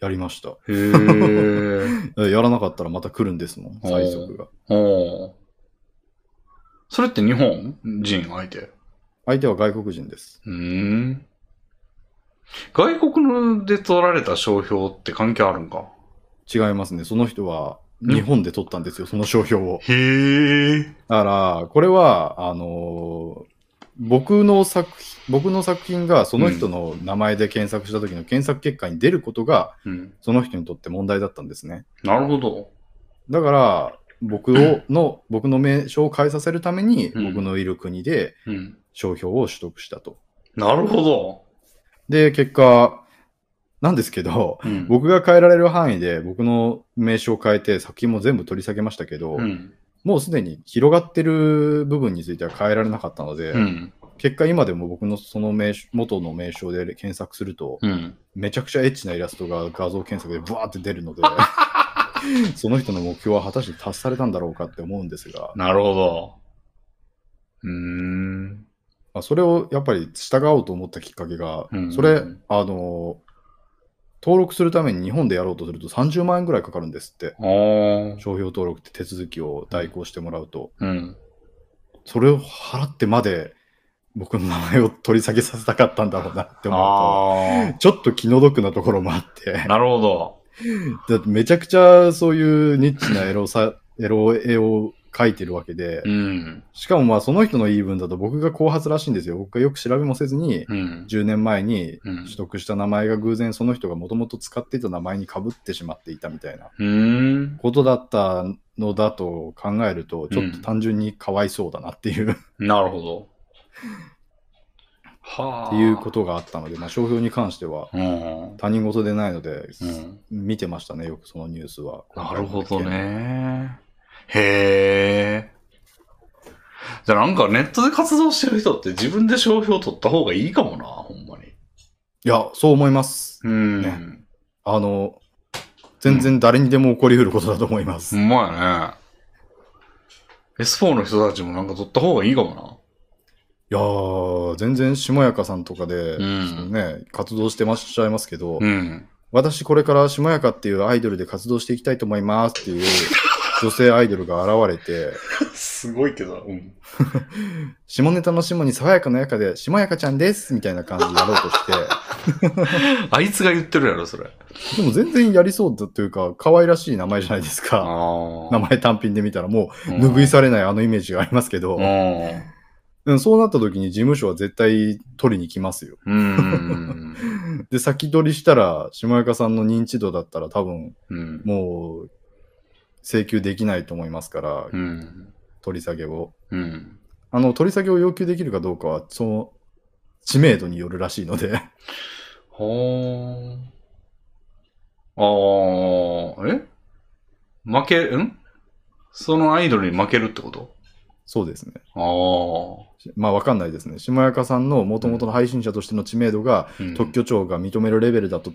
B: やりました。
A: へ え。
B: やらなかったらまた来るんですもん、最速が。
A: おーそれって日本人相手。
B: 相手は外国人です。
A: うーん。外国ので取られた商標って関係あるんか。
B: 違いますね。その人は
A: ん
B: 日本で取ったんですよ、その商標を。
A: へえ。
B: だから、これは、あのー僕の作品、僕の作品がその人の名前で検索した時の検索結果に出ることが、
A: うん。
B: その人にとって問題だったんですね。
A: なるほど。
B: だから、僕をの、僕の名称を変えさせるために、
A: うん
B: 僕のいる国で
A: うん。
B: 商標を取得したと。
A: なるほど。
B: で、結果、なんですけど、
A: うん。
B: 僕が変えられる範囲で僕の名称を変えて作品も全部取り下げましたけど、
A: うん。
B: もうすでに広がってる部分については変えられなかったので、
A: うん。
B: 結果今でも僕のその名称元の名称で検索すると、
A: うん。
B: めちゃくちゃエッチなイラストが画像検索でブワーって出る ので、その人の目標は果たして達されたんだろうかって思うんですが、
A: なるほど。うーん。
B: まあ、それをやっぱり従おうと思ったきっかけが、
A: うん
B: それ、あの、登録するために日本でやろうとすると30万円ぐらいかかるんですって。
A: あー。
B: 商標登録って手続きを代行してもらうと、
A: うん。
B: それを払ってまで僕の名前を取り下げさせたかったんだろうなって思う
A: あ
B: と、ちょっと気の毒なところもあって
A: あ。、なるほど。
B: だってめちゃくちゃそういうニッチなエ ロさ、エロ絵を描いてるわけで
A: う、ん。
B: しかもまあその人の言い分だと僕が後発らしいんですよ。僕がよく調べもせずに、
A: うん。
B: 10年前に
A: うん
B: 取得した名前が偶然その人がもともと使っていた名前に被ってしまっていたみたいな
A: うーん。
B: ことだったのだと考えると、ちょっと単純にかわいそうだなっていう
A: なるほど。はあ。
B: っていうことがあったので、まあ、商標に関しては
A: うん。
B: 他人事でないので、
A: うん。
B: 見てましたね、よくそのニュースは。
A: なるほど。ね。へえ。じゃあなんかネットで活動してる人って自分で商標取った方がいいかもな、ほんまに。
B: いや、そう思います。
A: うん。
B: ねあの、全然誰にでも起こりうることだと思いま
A: ほ
B: す。
A: んまやね。S4 の人たちもなんか取った方がいいかも
B: いやー、全然下かさんとかで、
A: うん
B: そのね、活動してまっしゃいますけど、
A: な。うん。
B: 私これから下かっていうアイドルで活動していきたいと思いますっていう女性アイドルが現れて、
A: すごいけど、うん。
B: 下ネタの下に爽やかなやかで、下やかちゃんですみたいな感じでやろうとして、
A: あいつが言ってるやろ、それ。
B: でも全然やりそうだというか、可愛らしい名前じゃないですか。
A: あ
B: 名前単品で見たらもう拭い
A: さ
B: されないあのイメージがありますけど、うんそうなった時に事務所は絶対取りに来ますよ。
A: うん。
B: で、先取りしたら、下岡さんの認知度だったら多分
A: うん。
B: もう請求できないと思いますから、
A: うん。
B: 取り下げを。
A: うん。
B: あの、取り下げを要求できるかどうかは、その知名度によるらしいので、
A: ほー。ああ、え負け、んそのアイドルに負けるってこと
B: そうですね。
A: あ
B: まあわかんないですね。下岡さんの元々の配信者としての知名度
A: あ、
B: が
A: うん
B: 特許庁が認めるレベルだと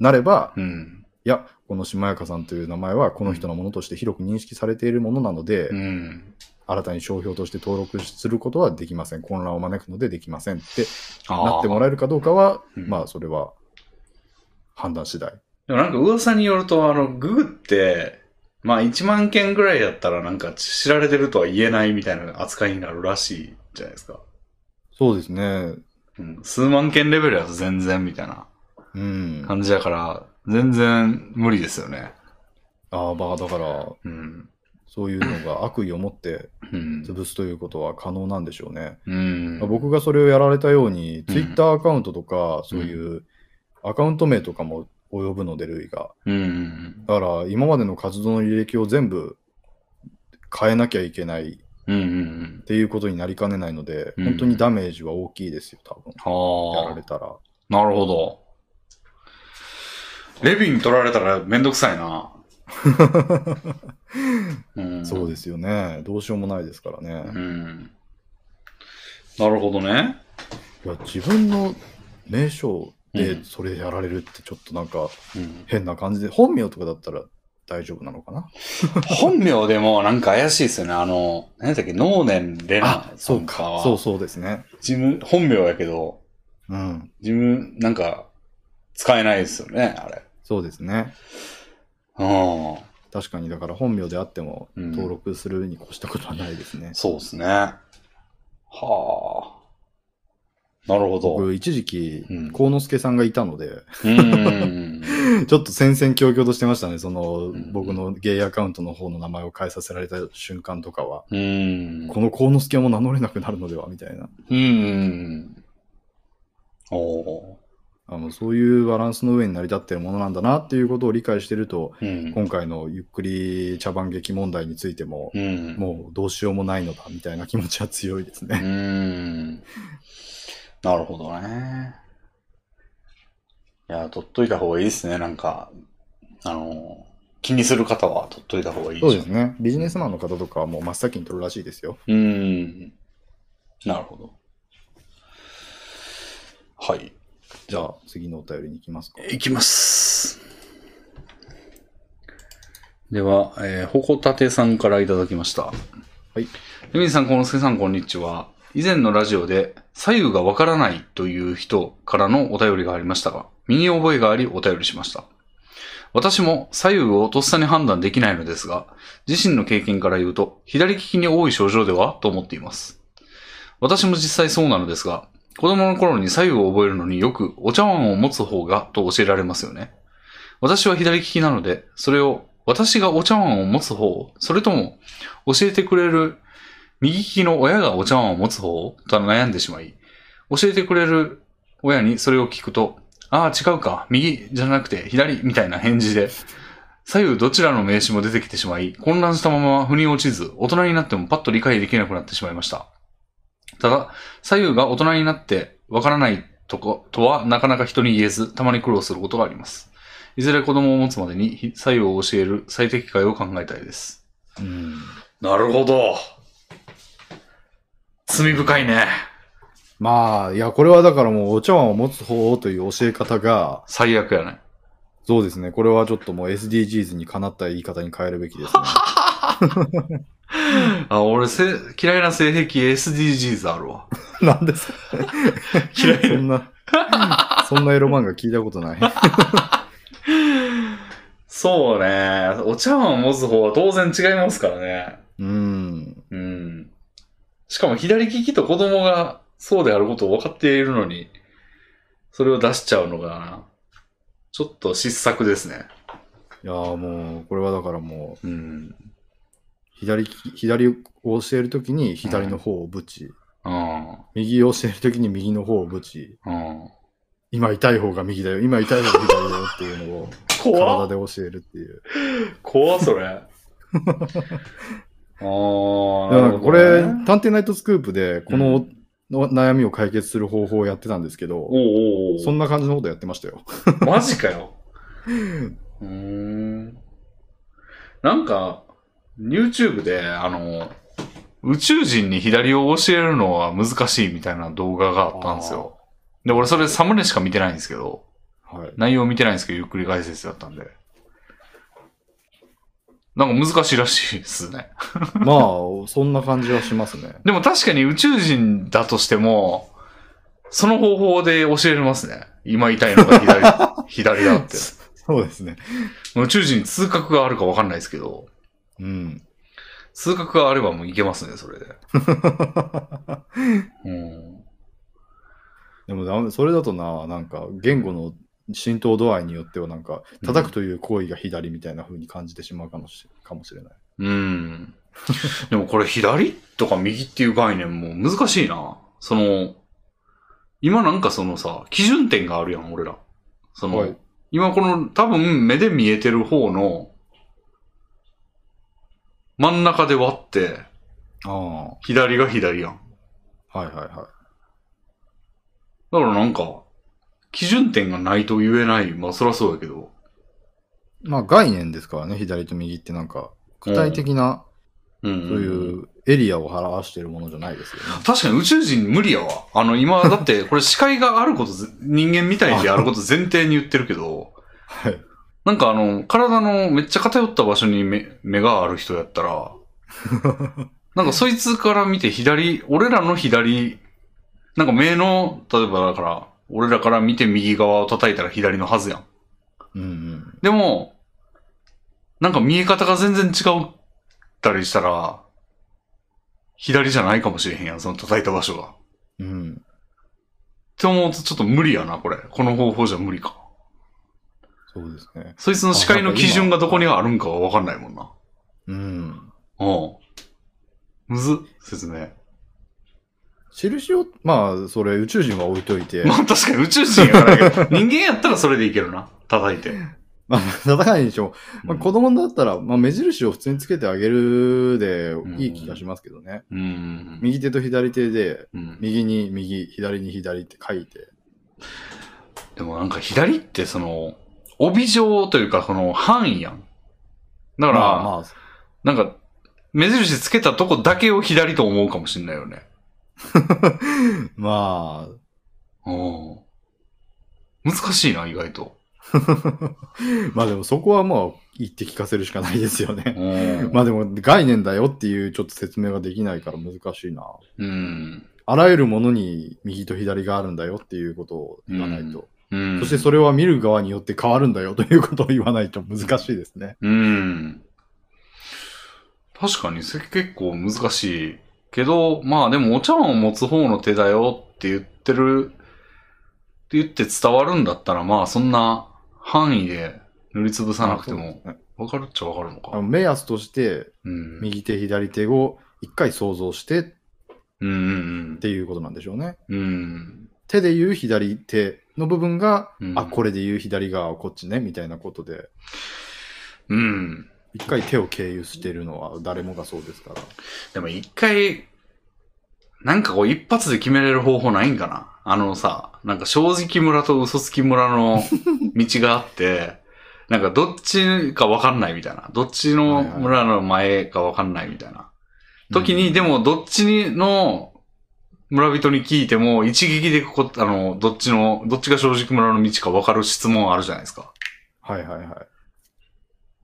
B: なれば、
A: うん。
B: いや、この島やかさんという名前はこの人のものとして広く認識されているものなので、
A: うん。
B: 新たに商標として登録することはできません。混乱を招くのでできませんって
A: ああ。
B: なってもらえるかどうかは、
A: うん
B: まあそれは判断次第。
A: でもなんか噂によると、あの、ググって、まあ1万件ぐらいだったらなんか知られてるとは言えないみたいな扱いになるらしいじゃないですか。
B: そうですね。
A: うん。数万件レベルやと全然みたいな
B: うん。あ
A: 感じやから、全然無理ですよね。
B: あ、まあだから、
A: うん。
B: そういうのが悪意を持って
A: うん。
B: 潰すということは可能なんでしょうね。
A: うん。
B: 僕がそれをやられたように、
A: うん
B: Twitter アカウントとか、そういうアカウント名とかも及ぶので、類が。
A: うん。
B: だから、今までの活動の履歴を全部変えなきゃいけないっ
A: うんうんうん。
B: ていうことになりかねないので、
A: うん
B: 本当にダメージは大きいですよ、多分。や
A: は
B: られたら。
A: あ。なるほど。
D: レビン取られたらめんどくさい な。
A: うん。
B: そうですよね。どうしようもないですからね。
D: うん。なるほどね。
B: いや自分の名称
A: う
B: で
A: ん
B: それやられるってちょっとなんか
A: うん
B: 変な感じで、本名とかだったら大丈夫なのかな
A: 本名でもなんか怪しいですよね。あの、何だっけ、能年レナさんかは。
B: そうそうですね。
A: 自分、本名やけど、
B: うん。
A: 自分、なんか、使えないですよね、あれ。
B: そうですね。
A: うん。
B: 確かに、だから本名であっても
A: うん
B: 登録するに越したことはないですね。
A: そうですね。はあ。なるほど。
B: 僕、一時期
A: うん、
B: 幸之助さんがいたので、
A: うん。
B: ちょっと戦々恐々としてましたね。その
A: ん、
B: 僕のゲイアカウントの方の名前を変えさせられた瞬間とかは。
A: うん。
B: この幸之助も名乗れなくなるのではみたいな。
A: うん。おお
B: あのそういうバランスの上に成り立ってるものなんだなっていうことを理解してると、
A: ー。うん。
B: 今回のゆっくり茶番劇問題についても、
A: うん。
B: もうどうしようもないのだみたいな気持ちは強いです
A: う
B: ね。
A: ん。なるほどね。いや、取っといた方がいいですね、なんか。あの、気にする方は取っといた方がいい
B: そうです
A: ね。
B: ね。ビジネスマンの方とかはもう真っ先に取るらしいですよ。
A: うん。なるほど。はい。
B: じゃあ次のお便りに行きますか。。
A: いきます。では、えー、ほこたてさんからいただきました。はいレミンさん、このすけさん、こんにちは。以前のラジオで、左右がわからないという人からのお便りがありましたが、身に覚えがありお便りしました。私も左右をとっさに判断できないのですが、自身の経験から言うと、左利きに多い症状ではと思っています。私も実際そうなのですが、子供の頃に左右を覚えるのによくお茶碗を持つ方がと教えられますよね。私は左利きなので、それを私がお茶碗を持つ方、それとも教えてくれる右利きの親がお茶碗を持つ方と悩んでしまい、教えてくれる親にそれを聞くと、ああ、違うか、右じゃなくて左みたいな返事で、左右どちらの名詞も出てきてしまい、混乱したまま腑に落ちず、大人になってもパッと理解できなくなってしまいました。ただ、左右が大人になってわからないとことはなかなか人に言えず、たまに苦労することがあります。いずれ子供を持つまでにひ左右を教える最適解を考えたいです。
B: うん。
A: なるほど。罪深いね。
B: まあ、いや、これはだからもうお茶碗を持つ方という教え方が、
A: 最悪やね。
B: そうですね。これはちょっともう SDGs にかなった言い方に変えるべきですね。
A: あ、俺せ、嫌いな性癖 SDGs あるわ。
B: なんですか
A: 嫌い
B: そんな、そんなエロ漫画聞いたことない。
A: そうね。お茶碗を持つ方は当然違いますからね。
B: うん。
A: うん。しかも左利きと子供がそうであることを分かっているのに、それを出しちゃうのが、ちょっと失策ですね。
B: いやーもう、これはだからもう、
A: うん。
B: 左利き、左を教えるときに左の方をぶち、
A: うん。
B: 右を教えるときに右の方をぶち、
A: うん。
B: 今痛い方が右だよ、今痛い方が左だよっていうのを体
A: 怖
B: で教えるっていう。
A: 怖っそ れ。ああ。
B: だからこれ、
A: なるほどね
B: 探偵ナイトスクープで、この,、
A: う
B: の悩みを解決する方法をやってたんですけど、
A: おうおうおう
B: そんな感じのことやってましたよ。
A: マジかよ。 うーん。なんか、YouTube で、あの、宇宙人に左を教えるのは難しいみたいな動画があったんですよ。で、俺それサムネしか見てないんですけど、
B: はい。
A: 内容見てないんですけど、ゆっくり解説だったんで。なんか難しいらしいですね。
B: まあ、そんな感じはします ね。
A: でも確かに宇宙人だとしても、その方法で教えれますね。今痛いのが 左左だって。
B: そうですね。
A: 宇宙人に通覚があるか分かんないですけど、
B: うん。
A: 通覚があればもういけますね、そ れで。うん。
B: でもダメ、それだとな、なんか、言語の浸透度合いによっては、なんか、叩くという行為が左みたいな風に感じてしまうかもしかもしれない。
A: うん。でもこれ左とか右っていう概念も難しいな。その、今なんかそのさ、基準点があるやん、俺ら。その、
B: はい
A: 今この多分目で見えてる方の真ん中で割って
B: ああ。は
A: 左が左やん。
B: いはいは
A: だからなんか基準点がないと言えない。まあそりゃそうやけど。
B: い。まあ概念ですからね、左と右ってなんか、具体的
A: うん
B: な、
A: んん
B: そういうエリアを表しているものじゃないですよね。
A: 確かに宇宙人無理やわ。あの、今、だって、 これ視界があることぜ、人間みたいであること前提に言ってるけど、
B: はい。
A: なんかあの、体のめっちゃ偏った場所に目目がある人やった ら、なんかそいつから見て左、俺らの左、なんか目の、例えばだから、俺らから見て右側を叩いたら左のはずやん。
B: うんうん。
A: でも、なんか見え方が全然違うったりしたら、左じゃないかもしれへんやん、その叩いた場所が。
B: うん。
A: って思うとちょっと無理やな、これ。この方法じゃ無理か。
B: そうですね。
A: そいつの視界の基準がどこにあるんかはわかんないもんな。
B: うん。
A: うん。むずっ、説明。
B: 印を、まあ、それ宇宙人は置いといて、
A: まあ確かに宇宙人やからやけど、 人間やったらそれでいけるな。叩いて。
B: まあ、戦いにしても、まあ、
A: うん
B: 子供だったら、まあ、目印を普通につけてあげるでいい気がしますけどね。
A: うん。
B: 右手と左手で、
A: うん
B: 右に右、左に左って書いて。
A: でもなんか左ってその、帯状というかこの範囲やん。だから、
B: まあ まあ、
A: なんか、目印つけたとこだけを左と思うかもしんないよね。
B: ま
A: うん。難しいな、意外と。
B: あ、まあでもそこはまあ、言って聞かせるしかないですよね。
A: うん。
B: まあでも概念だよっていうちょっと説明ができないから難しいな。
A: うん。
B: あらゆるものに右と左があるんだよっていうことを言わないと。
A: うん
B: そしてそれは見る側によって変わるんだよということを言わないと難しいですね。
A: うん。確かに、それ結構難しいけど、まあでもお茶碗を持つ方の手だよって言ってる、って言って伝わるんだったら、まあそんな範囲で塗りつぶさなくても、わかるっちゃわかるの
B: あ
A: か。
B: の目安として
A: うん。うん
B: 右手左手を一回想像してっ
A: うん
B: ていうことなんでしょうね。
A: うん。うん。
B: 手で言う左手の部分が、
A: うん
B: あ、これで言う左側はこっちねみたいなことで、
A: うん。
B: 一回手を経由してるのは誰もがそうですから。
A: でも一回、なんかこう一発で決めれる方法ないんかなあのさ、なんか正直村と嘘つき村の道があって、なんかどっちかわかんないみたいな。どっちの村の前かわかんないみたいな。時に、でもどっちの村人に聞いても、一撃でこ、あの、どっちの、どっちが正直村の道かわかる質問あるじゃないですか。
B: はいはいはい。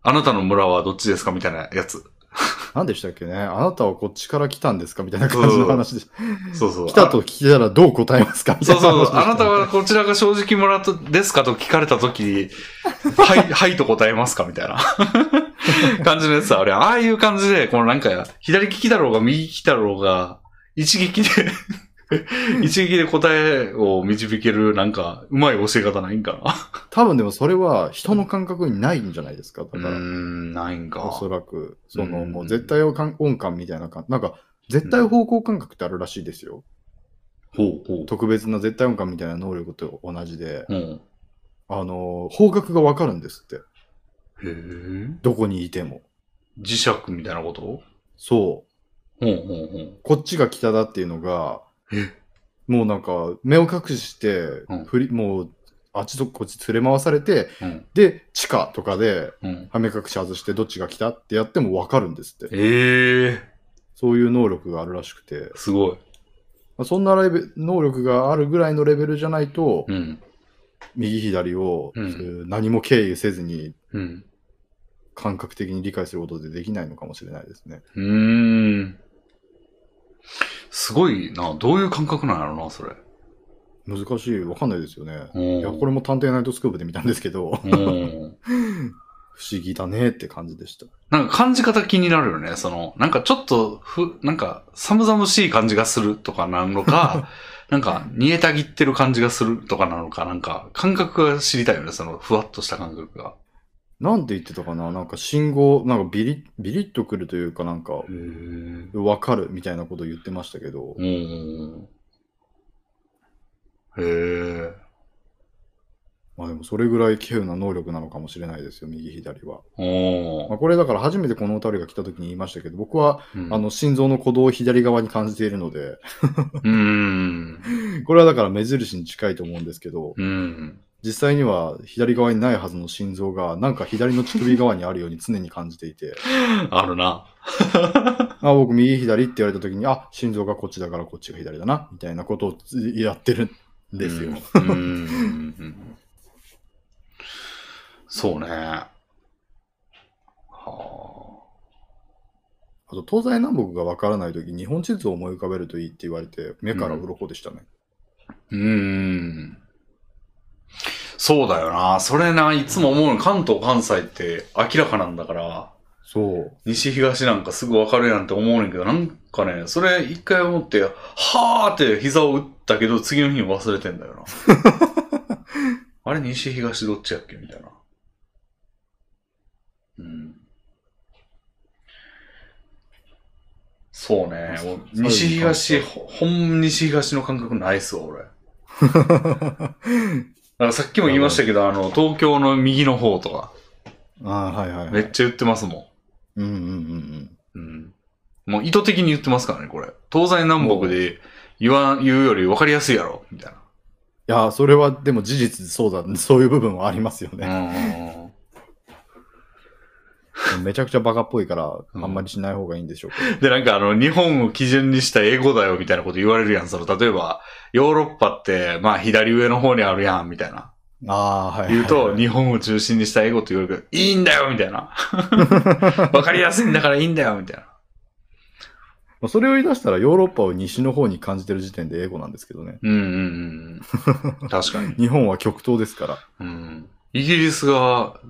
A: あなたの村はどっちですかみたいなやつ。
B: 何でしたっけねあなたはこっちから来たんですかみたいな感じの話で。
A: そうそう。
B: 来たと聞いたらどう答えますかみたい
A: そう
B: な
A: そう
B: 話
A: そ
B: でし
A: う。
B: た よ
A: あ
B: ね
A: なたはこちらが正直村とですかと聞かれたと き、はい、はいと答えますかみたいな 感じのやつあれ、ああいう感じで、このなんか、左利きだろうが右利きだろうが、一撃で、 一撃で答えを導ける、なんか、うまい教え方ないんか
B: 多分でもそれは人の感覚にないんじゃないですかだか
A: なう
B: ら。
A: ーん、ないん
B: おそ
A: か。
B: らく、その、
A: うん
B: もう絶対音感音感みたいな感なんか、絶対方向感覚ってあるらしいですよ。
A: ほうほう。
B: 特別な絶対音感みたいな能力と同じで、
A: うん。
B: あの、方角がわかるんですって。
A: へえ。
B: どこにいても。
A: 磁石みたいなことほ
B: そう
A: ほうほう
B: う。。こっちが北だっていうのが
A: え、
B: もうなんか、目を隠して
A: うん、
B: 振り、もう、あっちとこっち連れ回されて、
A: うん
B: で、地下とかで、
A: うん。
B: はめ隠し外して、どっちが北ってやってもわかるんですって。
A: ええー、
B: そういう能力があるらしくて。
A: すごい。
B: まあそんなレベ能力があるぐらいのレベルじゃないと、
A: うん。
B: 右左を、
A: うん
B: そういう何も経由せずに
A: うん。
B: 感覚的に理解することでできないのかもしれないですね。
A: うーん。すごいな。どういう感覚なんやろな、それ。
B: 難しい、わかんないですよね。
A: うん
B: いや、これも探偵ナイトスクープで見たんですけど、
A: うん。
B: 不思議だねって感じでした。
A: なんか感じ方気になるよね。その、なんかちょっと、ふ、なんか、寒々しい感じがするとかなの か、なんか、煮えたぎってる感じがするとかなのか、なんか、感覚が知りたいよね。その、ふわっとした感覚が。
B: なんて言ってたかななんか信号、なんかビリッ、ビリッとくるというかなんか
A: へ、ー
B: わかるみたいなことを言ってましたけど、
A: うん。へえ。
B: まあでもそれぐらい稀有な能力なのかもしれないですよ、右左は。
E: お
B: ま
E: ー
B: あ、これだから初めてこのお便りが来た時に言いましたけど、僕は、
E: うん
B: あの、心臓の鼓動を左側に感じているので、
E: うん。
B: これはだから目印に近いと思うんですけど、
E: うん。
B: 実際には左側にないはずの心臓が、なんか左の乳首側にあるように常に感じていて、
E: あるな。
B: あ僕右左って言われた時に、あ、心臓がこっちだからこっちが左だな、みたいなことをやってるんですよ。
E: うん。うんうん
A: そうね。はあ。
B: あと、東西南北がわからないとき、日本地図を思い浮かべるといいって言われて、目から鱗でしたね。
A: うん。そうだよな。それな、いつも思うの。関東、関西って明らかなんだから、
B: そう。
A: 西東なんかすぐ分かるやんって思うねんけど、なんかね、それ一回思って、はーって膝を打ったけど、次の日に忘れてんだよな。 あれ、西東どっちやっけみたいな。うん。そうね。もう西東、ほほん西東の感覚ないっすわ、 俺。だからさっきも言いましたけど、あの、東京の右の方とか、
B: ああ、はいはい、は
A: め
B: い。
A: っちゃ言ってますもん。
B: うんうんうん
A: うんもう意図的に言ってますからね、これ。東西南北で言わ、言うより分かりやすいやろ、みたい
B: いや、それはでも事実、そうだ、 そういう部分はありますよね。
A: な。うん。
B: めちゃくちゃバカっぽいから、
A: うん
B: あんまりしない方がいいんでしょうけ
A: で、なんかあの、日本を基準にした英語だよ、みたいなこと言われるやん。その、例えば、ヨーロッパって、まあ、左上の方にあるやん、みたいな。
B: ど。ああ、はい、はい。
A: 言うと、日本を中心にした英語って言われるけど、いいんだよ、みたい な。分かりやすいんだからいいんだよ、みたいな。
B: まあそれを言い出したら、ヨーロッパを西の方に感じてる時点で英語なんですけどね。
A: うんうんうん。確かに。
B: 日本は極東ですから。
A: うん。イギリスが、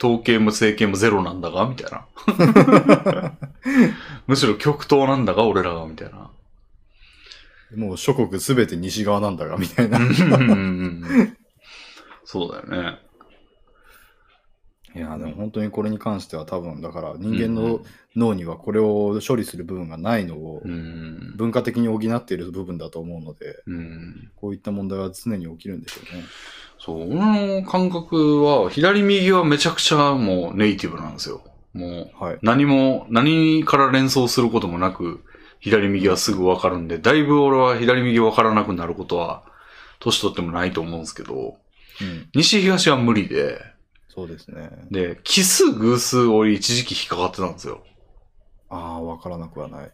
A: 統計も整形もゼロなんだがみたいな。 むしろ極東なんだが俺らがみたいな。
B: もう諸国すべて西側なんだが、みたいな。
A: そうだよね。
B: いや、でも本当にこれに関しては多分、だから人間の脳にはこれを処理する部分がないのを
A: うん。
B: 文化的に補っている部分だと思うので、
A: うん。
B: こういった問題は常に起きるんでしょうね。
A: そう、俺の感覚は、左右はめちゃくちゃもうネイティブなんですよ。もう、
B: はい。
A: 何も、何から連想することもなく、左右はすぐわかるんで、だいぶ俺は左右わからなくなることは、年取ってもないと思うんですけど、
B: うん。
A: 西東は無理で、
B: そうですね。
A: で、奇数偶数俺一時期引っかかってたんですよ。
B: ああ、わからなくはない。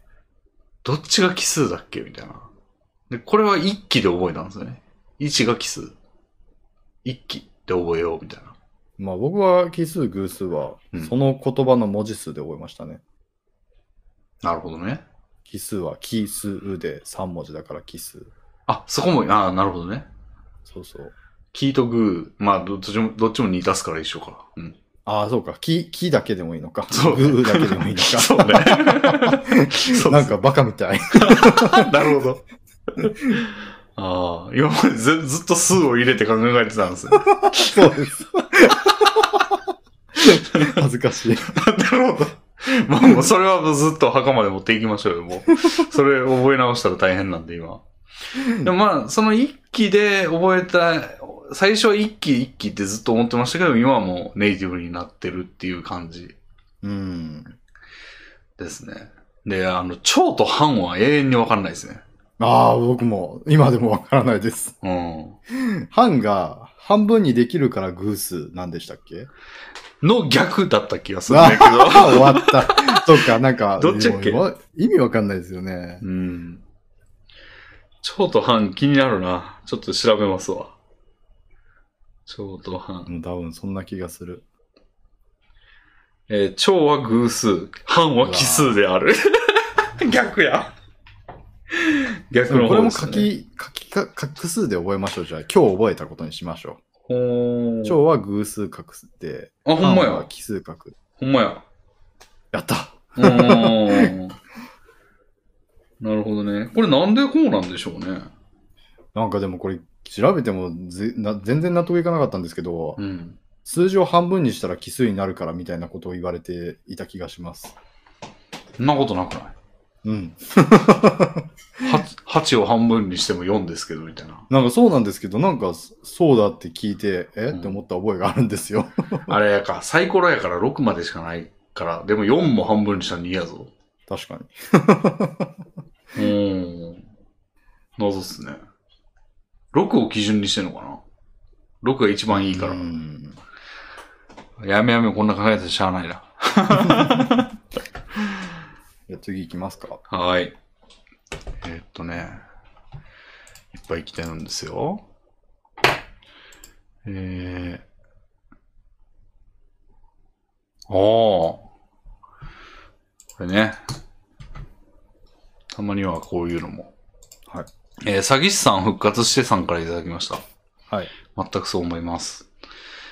A: どっちが奇数だっけみたいな。で、これは一期で覚えたんですよね。1が奇数。一期で覚えよう、みたいな。
B: まあ僕は奇数偶数は
A: うん、
B: その言葉の文字数で覚えましたね。
A: なるほどね。
B: 奇数は奇数で3文字だから奇数。
A: あ、そこも、ああ、なるほどね。
B: そうそう。
A: キーとグー、まあ、どっちも、どっちも2足すから一緒か。うん。
B: ああ、そうか。木、木だけでもいいのか。
A: そう
B: 偶だけでもいいの
A: そう
B: か。
A: ね。 そう
B: なんかバカみたい。
A: なるほど。ああ、今までずずっと数を入れて考えてたんですよ。
B: そうです。恥ずかしい。
A: なるほど。まあもうそれはもうずっと墓まで持っていきましょうよ、もう。それ覚え直したら大変なんで、今。でもまあ、その一期で覚えた、最初は一期一期ってずっと思ってましたけど、今はもうネイティブになってるっていう感じ
B: うん。
A: ですね。で、あの、蝶と半は永遠にわかんないですね。
B: ああ、僕も、今でもわからないです。
A: う
B: 半が半分にできるから偶数なんでしたっ け
A: ん。の逆だった気がするんだけど。
B: あ、終わった。そっか、なんか、
A: どっちやっけ
B: もう意味わかんないですよね。
A: うん。蝶と半気になるな。ちょっと調べますわ。蝶と半。
B: もう多分そんな気がする。
A: えー、蝶は偶数、半は奇数で ある。逆や。逆の
B: こ
A: 方
B: れ
A: で
B: も
A: す、
B: 書
A: ね。
B: き、書きか、画数で覚えましょう。じゃあ、今日覚えたことにしましょ
A: ほ
B: う。
A: ー
B: 今日は偶数画数で、
A: あ、ほんま
B: 半は
A: や。
B: 奇数画。
A: ほんまや。
B: やった
A: うー ん。なるほどね。これなんでこうなんでしょうね。
B: なんかでもこれ、調べてもぜな全然納得いかなかったんですけど、
A: うん。
B: 数字を半分にしたら奇数になるからみたいなことを言われていた気がします。
A: そんなことなくない
B: うん。
A: 8, 8を半分にしても4ですけど、みたいな。
B: なんかそうなんですけど、なんかそそうだって聞いて、え
A: うん
B: って思った覚えがあるんですよ。
A: あれやか、サイコロやから6までしかないから、でも4も半分にしたら2やぞ。
B: 確かに。
A: うーん。謎っすね。6を基準にしてんのかな ?6 が一番いいから。
B: うん
A: やめやめ、こんな考えたらしゃあないな。
B: じゃあ次行きますか。
A: はーい。えーっとね、いっぱい来てるんですよ。えー、おー。これね。たまにはこういうのも。
B: はい。
A: えー詐欺師さん復活してさんからいただきました。
B: はい。
A: 全くそう思います。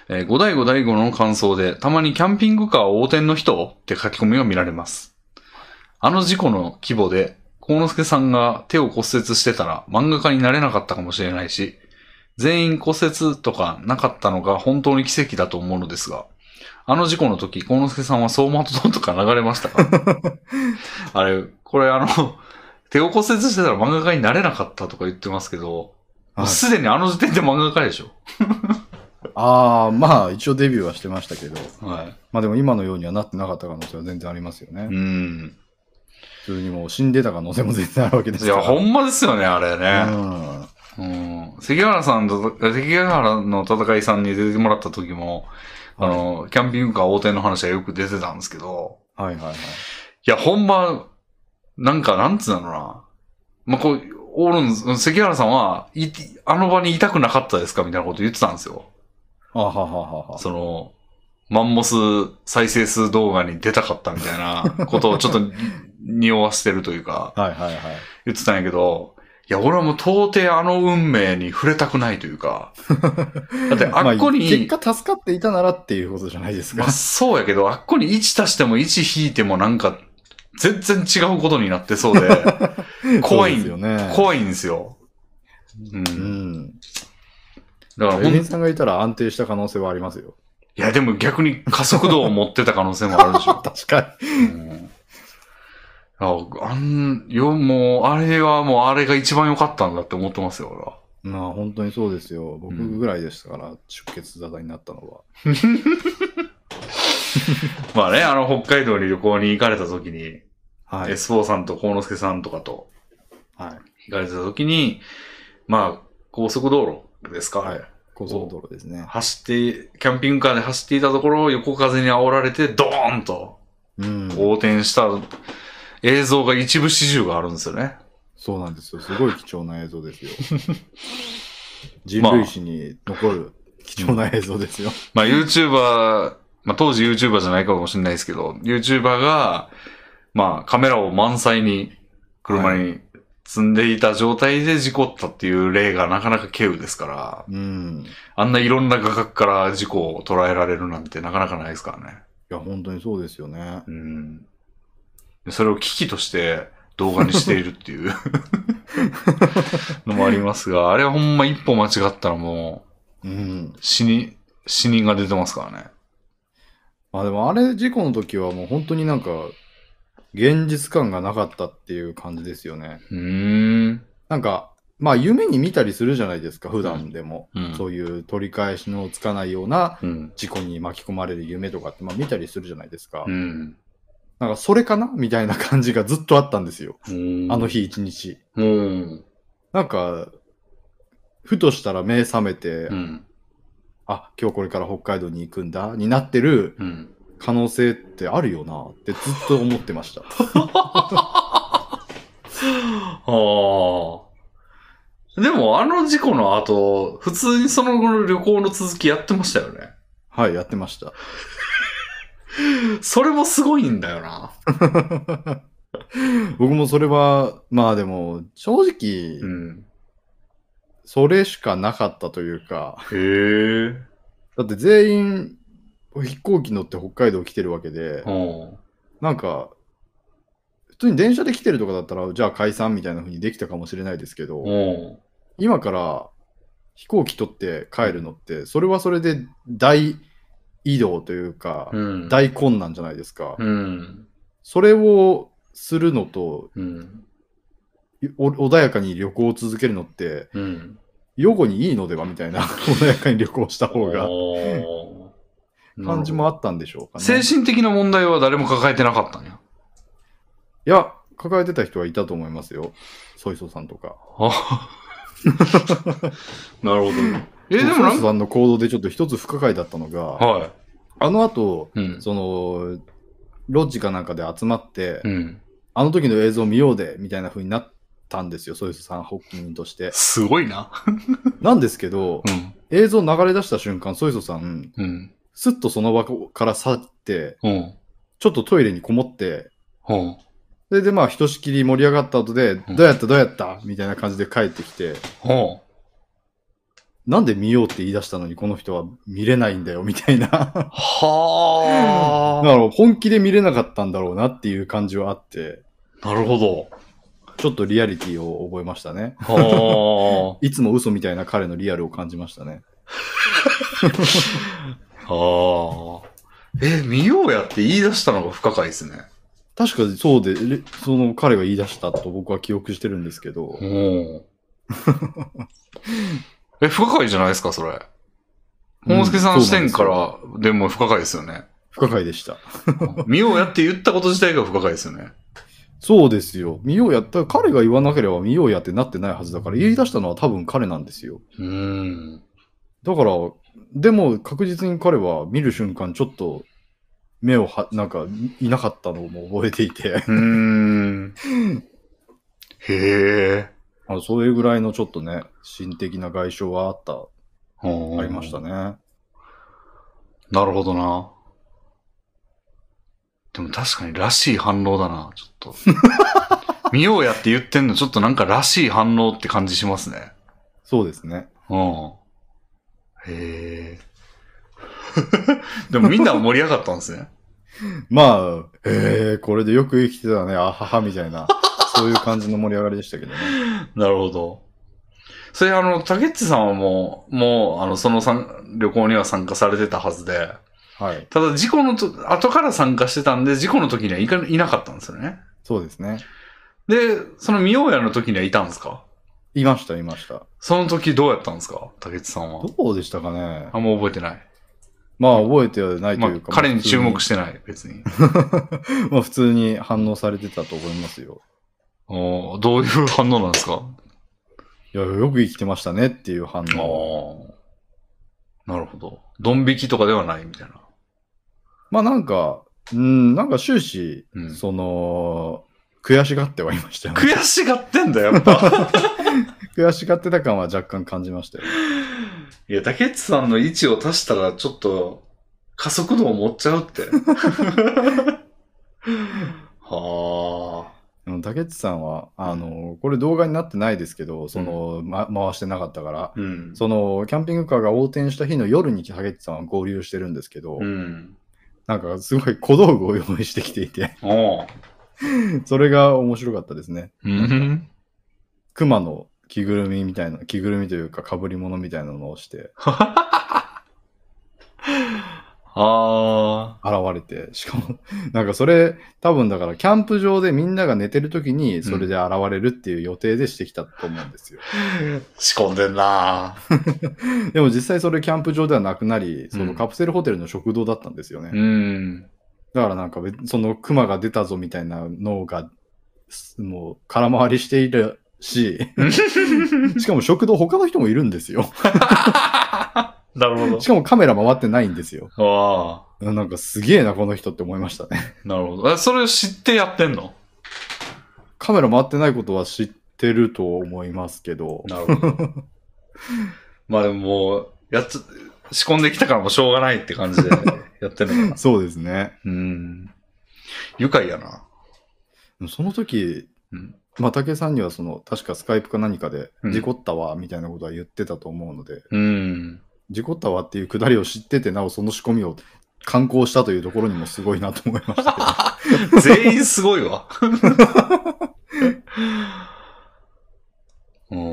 A: えー、5第5第5の感想で、たまにキャンピングカー横転の人って書き込みが見られます。あの事故の規模で、幸之助さんが手を骨折してたら漫画家になれなかったかもしれないし、全員骨折とかなかったのが本当に奇跡だと思うのですが、あの事故の時、幸之助さんは走馬灯とか流れましたかあれ、これあの、手を骨折してたら漫画家になれなかったとか言ってますけど、もうすでにあの時点で漫画家でしょ。
B: ああ、まあ一応デビューはしてましたけど、
A: はい。
B: まあでも今のようにはなってなかった可能性は全然ありますよね。
A: うん。
B: 普通にもう死んでた可能性も全然あるわけで
A: い
B: すから。
A: や、ほんまですよね、あれね。
B: うん。
A: うん。関ヶ原さんと、関ヶ原の戦いさんに出てもらった時も、あの、キャンピングカー横転の話はよく出てたんですけど、
B: はいはいはい。
A: いや、ほんま、なんか、なんつうのかな。まあ、こう、おるんです関ヶ原さんは、い、あの場にいたくなかったですかみたいなこと言ってたんですよ。
B: あはははは。
A: その、マンモス再生数動画に出たかったみたい なことをちょっと匂わしてるというか。
B: はいはいはい。
A: 言ってたんやけど、いや、俺はもう到底あの運命に触れたくないという か。だってあっこ
B: ま
A: に、
B: 結果助かっていたならっていうことじゃないです
A: ま
B: か
A: あ、。そうやけど、あっこに1足しても1引いてもなんか、全然違うことになってそうで、 怖い
B: そ
A: ん
B: うですよね。
A: 怖いんですよ。う。
B: うんん。
A: だからほ
B: エ
A: ん、
B: リ
A: い
B: ンさんがいたら安定した可能性はありますよ。
A: や、でも逆に加速度を持ってた可能性もあるでし ょ。
B: 確か
A: うんああん、よ、もう、あれはもう、あれが一番良かったんだって思ってますよ、俺は。
B: に。まあ本当にそうですよ。僕ぐらいでしたから、出血沙汰になったのは。
A: まあね、あの、北海道に旅行に行かれた時に、
B: はい。
A: S4 さんと幸之助さんとかと
B: はい。
A: 行かれてた時に、まあ、高速道路ですか、
B: はい高速道路ですね。
A: 走って、キャンピングカーで走っていたところを横風に煽られて、ドーンと
B: うん。
A: 横転した映像が一部始終があるんですよね。
B: そうなんですよ。すごい貴重な映像 ですよ。人類史に残る貴重な映像ですよ。
A: まあ YouTuber、まあ当時 YouTuber じゃないかもしれないですけど、YouTuber が、まあカメラを満載に車に積んでいた状態で事故ったっていう例がなかなか稀有ですから。
B: うん。い
A: あんないろんな画角から事故を捉えられるなんてなかなかないですからね。
B: や、本当にそうですよね。
A: うん。でそれを機器として動画にしているって いうのもありますが、あれはほんま一歩間違ったらも
B: うん
A: う。死に、死人が出てますからね。
B: まあでもあれ事故の時はもう本当になんか、現実感がなかったっていう感じですよね。
A: うーん。
B: なんか、まあ夢に見たりするじゃないですか、普段でも。
A: うん。
B: そういう取り返しのつかないような
A: うん。
B: 事故に巻き込まれる夢とかって、まあ見たりするじゃないですか。
A: うん。
B: なんかそれかなみたいな感じがずっとあったんですよ。あの
A: 日。
B: 日一日。
A: うん。
B: なんか、ふとしたら目覚めて、
A: うん。
B: あ、今日これから北海道に行くんだ、になってる
A: うん。
B: 可能性ってあるよなってずっと思ってました。
A: ああ。でも、あの事故の後、普通にその後の旅行の続きやってましたよね。
B: はい、やってました。
A: それもすごいんだよな。
B: 僕もそれは、まあでも、正直、
A: ん。
B: それしかなかったというか、
A: へえ。
B: だって全員、飛行機乗って北海道来てるわけで
A: う、ん。
B: なんか、普通に電車で来てるとかだったら、じゃあ解散みたいな風にできたかもしれないですけど、
A: うん。
B: 今から飛行機取って帰るのって、それはそれで大移動というか、
A: うん。
B: 大困難じゃないですか。
A: うん。
B: それをするのと、
A: うん。
B: お穏やかに旅行を続けるのって、
A: うん。
B: 予後にいいのではみたいな、 穏やかに旅行した方が、
A: おー
B: 感じもあったんでしょうかね。
A: 精神的な問題は誰も抱えてなかったんや。
B: いや、抱えてた人はいたと思いますよ。ソイソさんとか。
A: あなるほど。え、でも
B: ソ
A: な
B: イ
A: ん
B: ソ
A: か、
B: さんの行動でちょっと一つ不可解だったのが、
A: は
B: あの後、
A: い。うん。
B: その、ロッジかなんかで集まって、
A: うん。
B: あの時の映像を見ようで、みたいな風になったんですよ、ソイソさん発起人として。
A: すごいな。
B: なんですけど
A: う、ん。
B: 映像流れ出した瞬間、ソイソさん、
A: うん。
B: すっとその場から去って、
A: うん。
B: ちょっとトイレにこもって、
A: うん。
B: で、で、まあ、ひとしきり盛り上がった後で、
A: うん
B: どうやったどうやったみたいな感じで帰ってきて、
A: うん。
B: なんで見ようって言い出したのにこの人は見れないんだよ、みたいな。だか
A: は
B: ら本気で見れなかったんだろうなっていう感じはあって、
A: あ。 なるほど。
B: ちょっとリアリティを覚えましたね。
A: はい
B: つも嘘みたいな彼のリアルを感じましたね。
A: あ。はあ。え、見ようやって言い出したのが不可解ですね。
B: 確かにそうで、れその彼が言い出したと僕は記憶してるんですけど、
A: うん。え、不可解じゃないですか、それ。
B: うん
A: 大助さん視点か
B: そう
A: らでも不可解ですよ ね。
B: 不可解でした。
A: 見ようやって言ったこと自体が不可解ですよね。
B: そうですよ。見ようやった、彼が言わなければ見ようやってなってないはずだから、言い出したのは多分彼なんですよ。
A: うーん。
B: だから、でも確実に彼は見る瞬間ちょっと目をは、なんかいなかったのも覚えていて、
A: うーん。へえ。
B: あのそれぐらいのちょっとね、心的な外傷はあった、
A: あり
B: ありましたね。
A: なるほどな。でも確かにらしい反応だな、ちょっ と。見ようやって言ってんの、ちょっとなんからしい反応って感じしますね。
B: そうですね。
A: うん。へえ。 でもみんなは盛り上がったんですね。
B: まあ、えー、これでよく生きてたね、あはは、みた いな、そういう感じの盛り上がりでしたけどね。
A: なるほど。それあの、竹内さんはもう、もう、あの、そのさん旅行には参加されてたはずで、
B: はい。
A: ただ事故のと、後から参加してたんで、事故の時にはいかいなかったんですよね。
B: そうですね。
A: で、その見ようやの時にはいたんですか
B: いました、いました。
A: その時どうやったんですか竹内さんは。
B: どうでしたかね
A: あんま覚えてない。
B: まあ、覚えてはないと
A: まあ
B: いう、か。
A: 彼に注目
B: し
A: してない、別に。
B: まあ、普通に反応されてたと思いますよ。
A: おーどういう反応なんですか
B: いや、よく生きてましたねっていう反
A: あ
B: 応。
A: あ。なるほど。ドン引きとかではないみたいな。
B: まあ、なんか、うん、なんか終始、
A: うん
B: その、悔しがってはいましたよね。
A: 悔しがってんだよ、やっぱ。
B: 悔しがってた感は若干感じましたよ。
A: いや、竹内さんの位置を足したら、ちょっと、加速度を持っちゃうって。 はあ。
B: でも竹内さんは、あの、これ動画になってないですけど、その、ま、回してなかったから、
A: うん。
B: その、キャンピングカーが横転した日の夜に竹内さんは合流してるんですけど、
A: うん。
B: なんかすごい小道具を用意してきていて、
A: おう。
B: それが面白かったですね。
A: うん。
B: 熊の着ぐるみみたいな、着ぐるみというか被り物みたいなのをして、
A: ああ。
B: 現れて、しかも、 なんかそれ、多分だから、キャンプ場でみんなが寝てる時に、それで現れるっていう予定でしてきたと思うんですよ。
A: 仕込んでんな
B: でも実際それキャンプ場ではなくなり、そ
A: うん
B: のカプセルホテルの食堂だったんですよ ね。
A: うん。
B: だからなんか別、その熊が出たぞみたいなのが、すもう空回りしているし、しかも食堂他の人もいるんですよ。
A: なるほ
B: しかもカメラ回ってないんですよ。
A: ど。あ
B: なんかすげえな、この人って思いましたね。
A: あ。なるほど。えそれを知ってやってんの
B: カメラ回ってないことは知ってると思いますけど、。
A: なるほど。 まあでももう、やっつ、仕込んできたからもうしょうがないって感じでやってるのかな
B: そうですね。
A: うん。愉快やな。
B: その時
A: うん、
B: まあ、武さんにはその、確かスカイプか何かで
A: う、ん
B: 事故ったわ、みたいなことは言ってたと思うので、
A: うん。
B: 事故ったわっていうくだりを知ってて、なおその仕込みを観光したというところにもすごいなと思いましたけど。
A: 全員すごいわ。 うん。い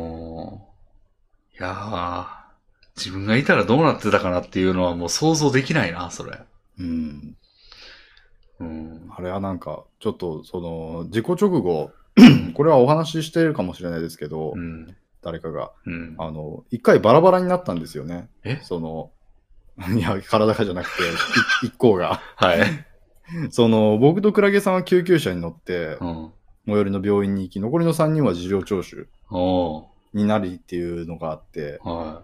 A: やー、自分がいたらどうなってたかなっていうのはもう想像できないな、それ。
B: うん。
F: うん。
B: あれはなんか、ちょっと、その、事故 直後、これはお話ししてるかもしれないですけど、
F: うん。
B: 誰かが、
F: うん。
B: あの、一回バラバラになったんですよね。
F: え
B: その、 いや、体がじゃなくて、い 一行が。
F: はい。
B: その、僕とクラゲさんは救急車に乗って、
F: うん。
B: 最寄りの病院に行き、残りの3人は事情聴取
F: お
B: になりっていうのがあって、
F: ーは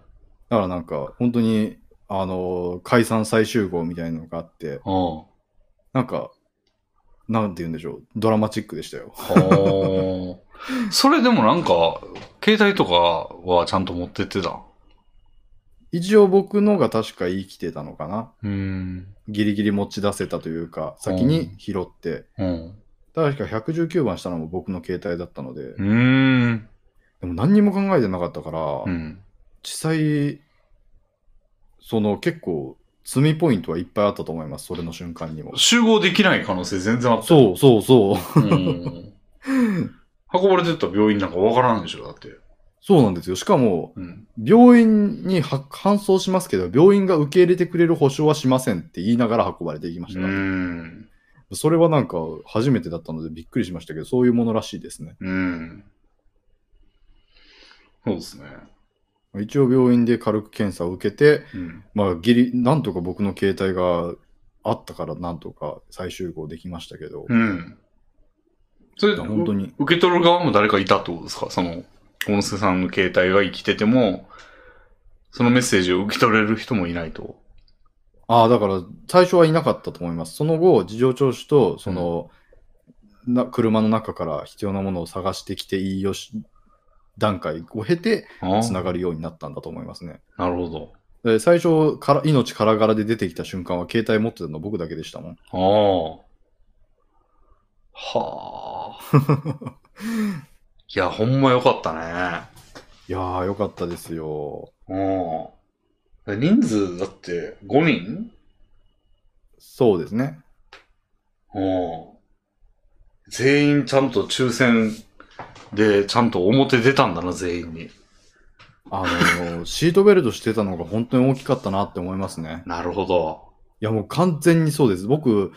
B: だからなんか、本当に、あの、解散再集合みたいなのがあって
F: い。、おー
B: なんか、なんて言うんでしょう、ドラマチックでしたよ。
F: お
A: うんそれでもなんか、携帯とかはちゃんと持ってってた。
B: 一応僕のが確か生きてたのかな。
A: うん。
B: ギリギリ持ち出せたというか、先に拾って、
A: うん。
B: 確か119番したのも僕の携帯だったので
A: う、ーん。
B: でも何にも考えてなかったから、
A: うん。
B: 実際、その結構、罪ポイントはいっぱいあったと思います、それの瞬間にも。
A: 集合できない可能性全然あった。
B: そうそうそう。
A: うん。運ばれてった病院なんかわからないでしょ、だって。
B: そうなんですよ。しかも、
A: うん。
B: 病院には搬送しますけど、病院が受け入れてくれる保証はしませんって言いながら運ばれていきまし
A: う
B: たから、
A: ん。
B: それはなんか初めてだったのでびっくりしましたけど、そういうものらしいですね。
A: うん。そうですね。
B: 一応病院で軽く検査を受けて、
A: うん。
B: まあ、ギリ、なんとか僕の携帯があったから、なんとか再集合できましたけど、
A: うん。それ、
B: 本当に、
A: 受け取る側も誰かいたってことですかその、小野助さんの携帯が生きてても、そのメッセージを受け取れる人もいないと。
B: ああ、だから、最初はいなかったと思います。その後、事情聴取と、その、な車の中から必要なものを探してきていいよし、段階を経て、
A: あ
B: つながるようになったんだと思いますね。
A: あ、なるほど。
B: で最初から、命からがらで出てきた瞬間は、携帯持ってたの僕だけでしたもん。
A: ああ。はあ。いや、ほんまよかったね。
B: いやー、よかったですよ。
A: うん。人数だって5人
B: そうですね。
A: うん。全員ちゃんと抽選でちゃんと表出たんだな、全員に。
B: あのーシートベルトしてたのが本当に大きかったなって思いますね。
A: なるほど。
B: いや、もう完全にそうです。僕、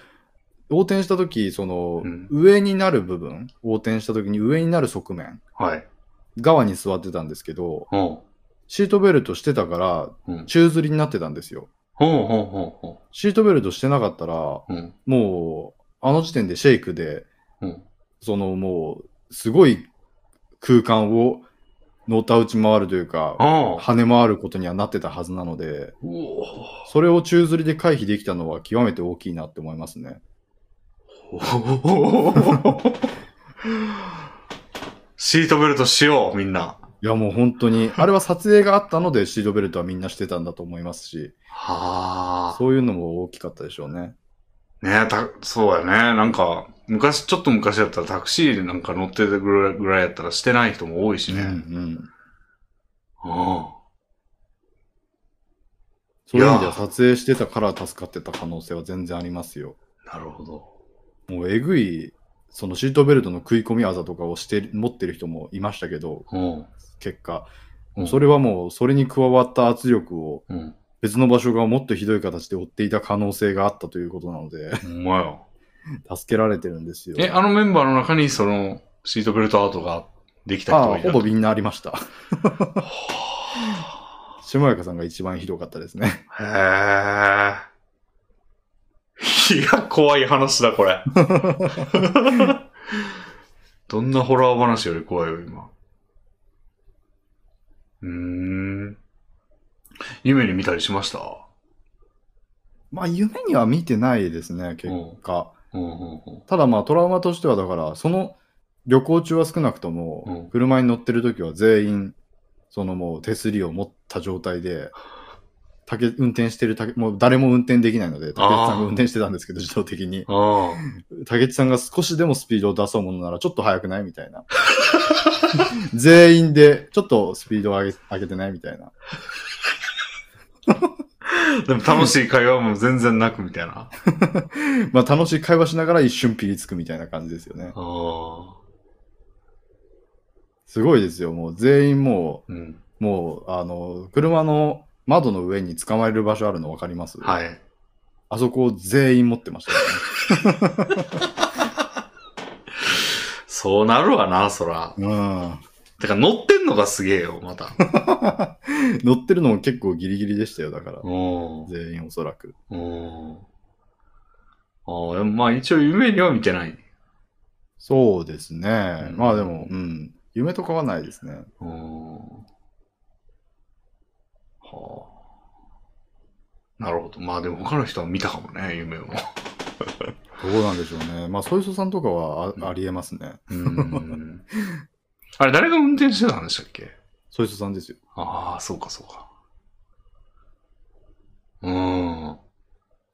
B: 横転した時その、
A: うん
B: 上になる部分、横転した時に上になる側面、
A: はい。
B: 側に座ってたんですけど、
A: うん。ほ
B: シートベルトしてたから
A: うん、
B: 宙吊りになってたんですよ。
A: うほうほうほ
B: シートベルトしてなかったら、
A: う。うん。
B: もう、あの時点でシェイクで、
A: うん
B: そのもう、すごい空間を、のた打ち回るというか、
A: ああ。
B: 跳ね回ることにはなってたはずなので、
A: うお
B: それを宙吊りで回避できたのは極めて大きいなって思いますね。
A: ーシートベルトしよう、みんな。
B: いやもう本当に、あれは撮影があったのでシートベルトはみんなしてたんだと思いますし、
A: はあ。
B: そういうのも大きかったでしょうね。
A: ねえ、た、そうやね。なんか、昔、ちょっと昔だったらタクシーでなんか乗ってたぐらいぐらいやったらしてない人も多いし
B: うん
A: ね。
B: うん。
A: うん。
B: そういう意味では撮影してたから助かってた可能性は全然ありますよ。
A: なるほど。
B: もうえぐい、そのシートベルトの食い込みあざとかをして、持ってる人もいましたけど、
A: うん。
B: 結果。
A: うん
B: それはもう、それに加わった圧力を
A: うん。
B: 別の場所がもっとひどい形で負っていた可能性があったということな ので、
A: ほんまよ。
B: 助けられてるんですよ。
A: え、あのメンバーの中に、その、シートベルトアートができた人
B: あ
A: が
B: あ、
A: いた
B: ほ
A: と
B: ぼみんなありました。 下中さんが一番ひどかったですね。
A: へえ。いや、怖い話だ、こ れ。どんなホラー話より怖いよ、今。うーん。夢に見たりしました
B: まあ、夢には見てないですね、結果。
A: うんうんうん。
B: ただまあ、トラウマとしては、だから、その旅行中は少なくと
A: うん
B: も、車に乗ってる時は全員、そのもう手すりを持った状態で、竹運転してる竹、もう誰も運転できないので、竹内さんが運転してたんですけど、自動的に。
A: ああ。
B: 竹内さんが少しでもスピードを出そうものなら、ちょっと速くないみたいな。 全員で、ちょっとスピードを上げ上げてないみたいな。
A: でも楽しい会話も全然なくみたいな。
B: まあ、楽しい会話しながら一瞬ピリつくみたいな感じですよね。
A: ああ。
B: すごいですよ。もう全員も
A: うん。
B: う、もう、あの、車の窓の上に捕まえる場所あるの分かります
A: はい。
B: あそこを全員持ってましたからね。
A: そうなるわな、そら。
B: う
A: てか乗ってんのがすげえよ、また。
B: ん。乗ってるのも結構ギリギリでしたよ、だから。
A: うん。
B: 全員おそらく。
A: うん。ああ、でもまあ一応夢には見てない。
B: そうですね。
A: うん
B: まあでも、うん。夢とかはないですね。
A: うん。はあ。なるほど。まあでも他の人は見たかもね、夢を。
B: どうなんでしょうね。まあ、ソイソさんとかはあありえますね。
A: うん。あれ、誰が運転してたんでしたっけ
B: ソイソさんですよ。
A: ああ、そうかそうか。うん。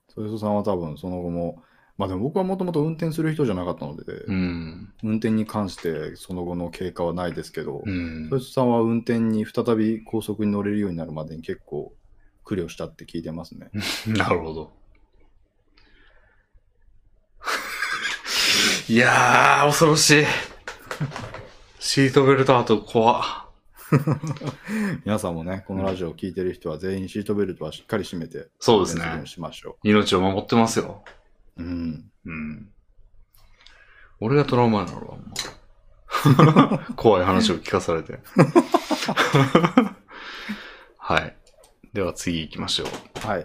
B: ソイソさんは多分その後も、まあでも僕はもともと運転する人じゃなかったので、
A: うん。
B: 運転に関してその後の経過はないですけど、
A: うん
B: ソイソさんは運転に再び高速に乗れるようになるまでに結構苦慮したって聞いてますね。
A: なるほど。 いやー、恐ろしい。シートベルト後怖っ。
B: 皆さんもね、このラジオを聞いてる人は全員シートベルトはしっかり締めて、
A: そうです
B: 運転るよ
A: ね
B: に。しましょ
A: 命を守ってますよ。
B: う。うん。
A: うん。俺がトラウマになるわ、もう 怖い話を聞かされて。 はい。では次行きましょう。
B: はい。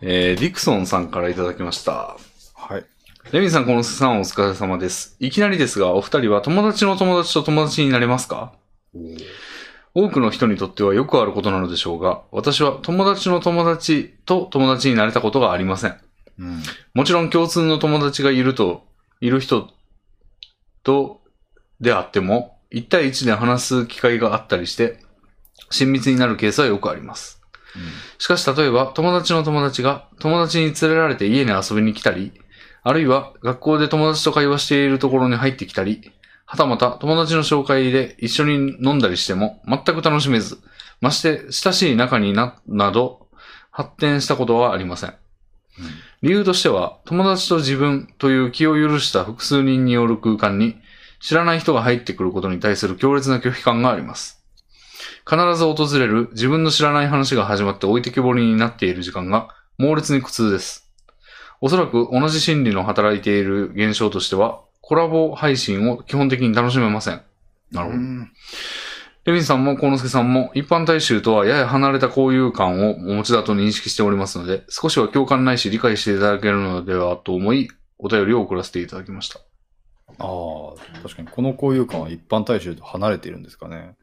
A: えー、ディクソンさんからいただきました。
B: はい。
A: レミさん、このすさんお疲れ様です。いきなりですが、お二人は友達の友達と友達になれますか多くの人にとってはよくあることなのでしょうが、私は友達の友達と友達になれたことがありません。
B: うん。
A: もちろん共通の友達がいると、いる人とであっても、1対1で話す機会があったりして、親密になるケースはよくあります。しかし例えば、友達の友達が友達に連れられて家に遊びに来たり、あるいは学校で友達と会話しているところに入ってきたり、はたまた友達の紹介で一緒に飲んだりしても全く楽しめず、まして親しい仲にな、など発展したことはありません。理由としては、友達と自分という気を許した複数人による空間に、知らない人が入ってくることに対する強烈な拒否感があります。必ず訪れる自分の知らない話が始まって置いてけぼりになっている時間が猛烈に苦痛です。おそらく同じ心理の働いている現象としては、コラボ配信を基本的に楽しめません。なるほど
B: うん
A: レミンさんも幸之助さんも一般大衆とはやや離れた交友感をお持ちだと認識しておりますので、少しは共感ないし理解していただけるのではと思い、お便りを送らせていただきました。
B: ああ、確かにこの交友感は一般大衆と離れているんですかね。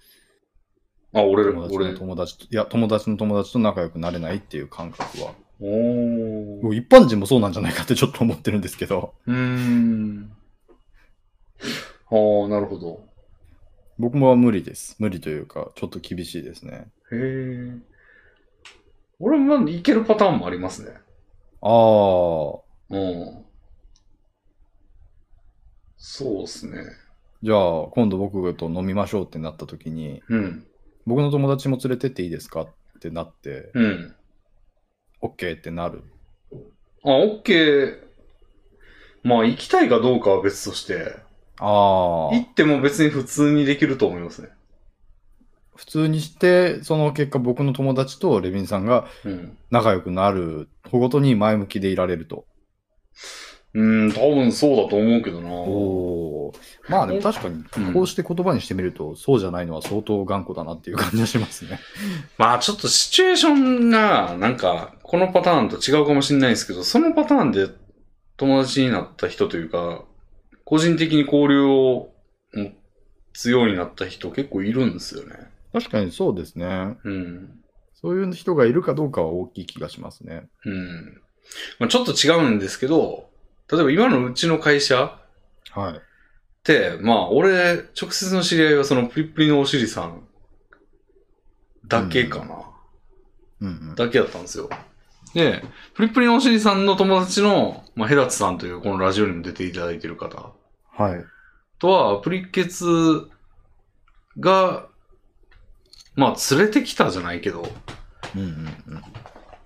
A: あ、俺
B: 友達の友達と、いや、友達の友達と仲良くなれないっていう感覚は。
A: おー
B: もう一般人もそうなんじゃないかってちょっと思ってるんですけど、
A: うーん。ああ、なるほど。
B: 僕もは無理です。無理というか、ちょっと厳しいですね。
A: へえ。俺もまあいけるパターンもありますね。
B: ああ、
A: うん。そうですね。
B: じゃあ今度僕と飲みましょうってなった時に、
A: うん。
B: 僕の友達も連れてっていいですかってなって、
A: うん。
B: OK ってなる。
A: あ、OK。まあ、行きたいかどうかは別として、
B: あ
A: 行
B: あ、
A: っても別に普通にできると思いますね。
B: 普通にして、その結果僕の友達とレビンさんが
A: うん。
B: 仲良くなるほごとに前向きでいられると。
A: うん、多分そうだと思うけどな。
B: おーまあでも確かに
A: うん、
B: こうして言葉にしてみると、そうじゃないのは相当頑固だなっていう感じがしますね。
A: まあ、ちょっとシチュエーションが、なんか、このパターンと違うかもしれないですけど、そのパターンで友達になった人というか、個人的に交流を持つようになった人結構いるんですよね。
B: 確かにそうですね。
A: うん。
B: そういう人がいるかどうかは大きい気がしますね。
A: うん。まあ、ちょっと違うんですけど、例えば今のうちの会社、
B: はい。
A: で、まあ、俺、直接の知り合いはそのプリプリのお尻さんだけかな。
B: うんうん、
A: だけだったんですよ。で、プリプリのお尻さんの友達の、まあ、ヘダツさんというこのラジオにも出ていただいてる方
B: はい。
A: とは、プリケツが、まあ、連れてきたじゃないけど、
B: うんうん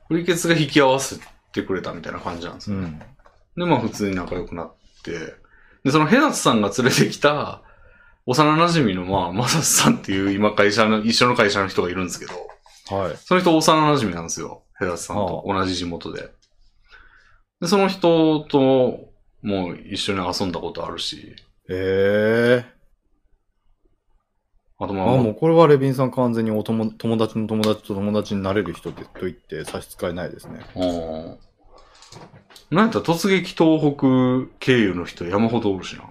A: プリケツが引き合わせてくれたみたいな感じなんです
B: う
A: よ。
B: ん。うん。
A: で、まあ、普通に仲良くなって、で、そのヘダツさんが連れてきた、幼馴染の、まあ、マサスさんっていう今会社の、一緒の会社の人がいるんですけど、
B: はい。
A: その人幼馴染なんですよ。ヘラスさんと同じ地元で。で、その人ともう一緒に遊んだことあるし、
B: ええ
A: あと
B: あ、
A: まあ、
B: もうこれはレビンさん完全にお友友達の友達と友達になれる人でと言って差し支えないですね。
A: うん。なんやったら突撃東北経由の人山ほどおるしな。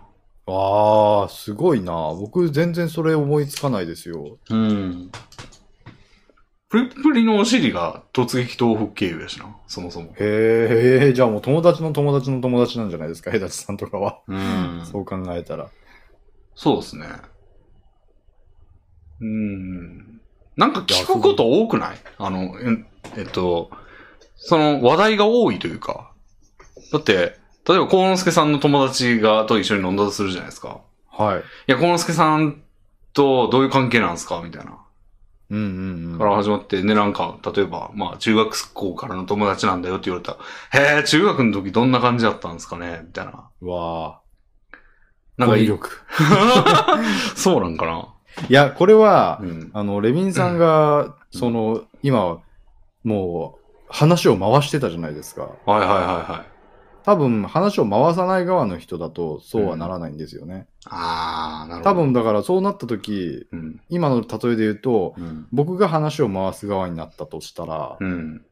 B: ああ、すごいな。僕全然それ思いつかないですよ。
A: うん。プリップリのお尻が突撃東北経由やしな、そもそも。
B: へえ、じゃあもう友達の友達の友達なんじゃないですか、ヘダチさんとかは。
A: うん。
B: そう考えたら。
A: そうですね。うん。なんか聞くこと多くないあの、ええっと、その話題が多いというか。だって、例えば、幸之助さんの友達がと一緒に飲んだとするじゃないですか。
B: はい。
A: いや、幸之助さんとどういう関係なんですかみたいな。
B: うんうんうん。
A: から始まって、で、なんか、例えば、まあ、中学校からの友達なんだよって言われたら、へえ、中学の時どんな感じだったんですかねみたいな。
B: うわ
A: な
B: あ、
A: ん
B: 語
A: かい
B: 彙
A: い、
B: 力。
A: そうなんかな。
B: いや、これは、
A: うん。
B: あの、レビンさんが、その、今、もう、話を回してたじゃないですか。
A: はいはいはいはい。
B: 多分、話を回さない側の人だと、そうはならないんですよね。
A: ああ、なるほど。
B: 多分、だから、そうなった時、
A: うん。
B: 今の例えで言うと、
A: うん。
B: 僕が話を回す側になったとしたら、
A: うん。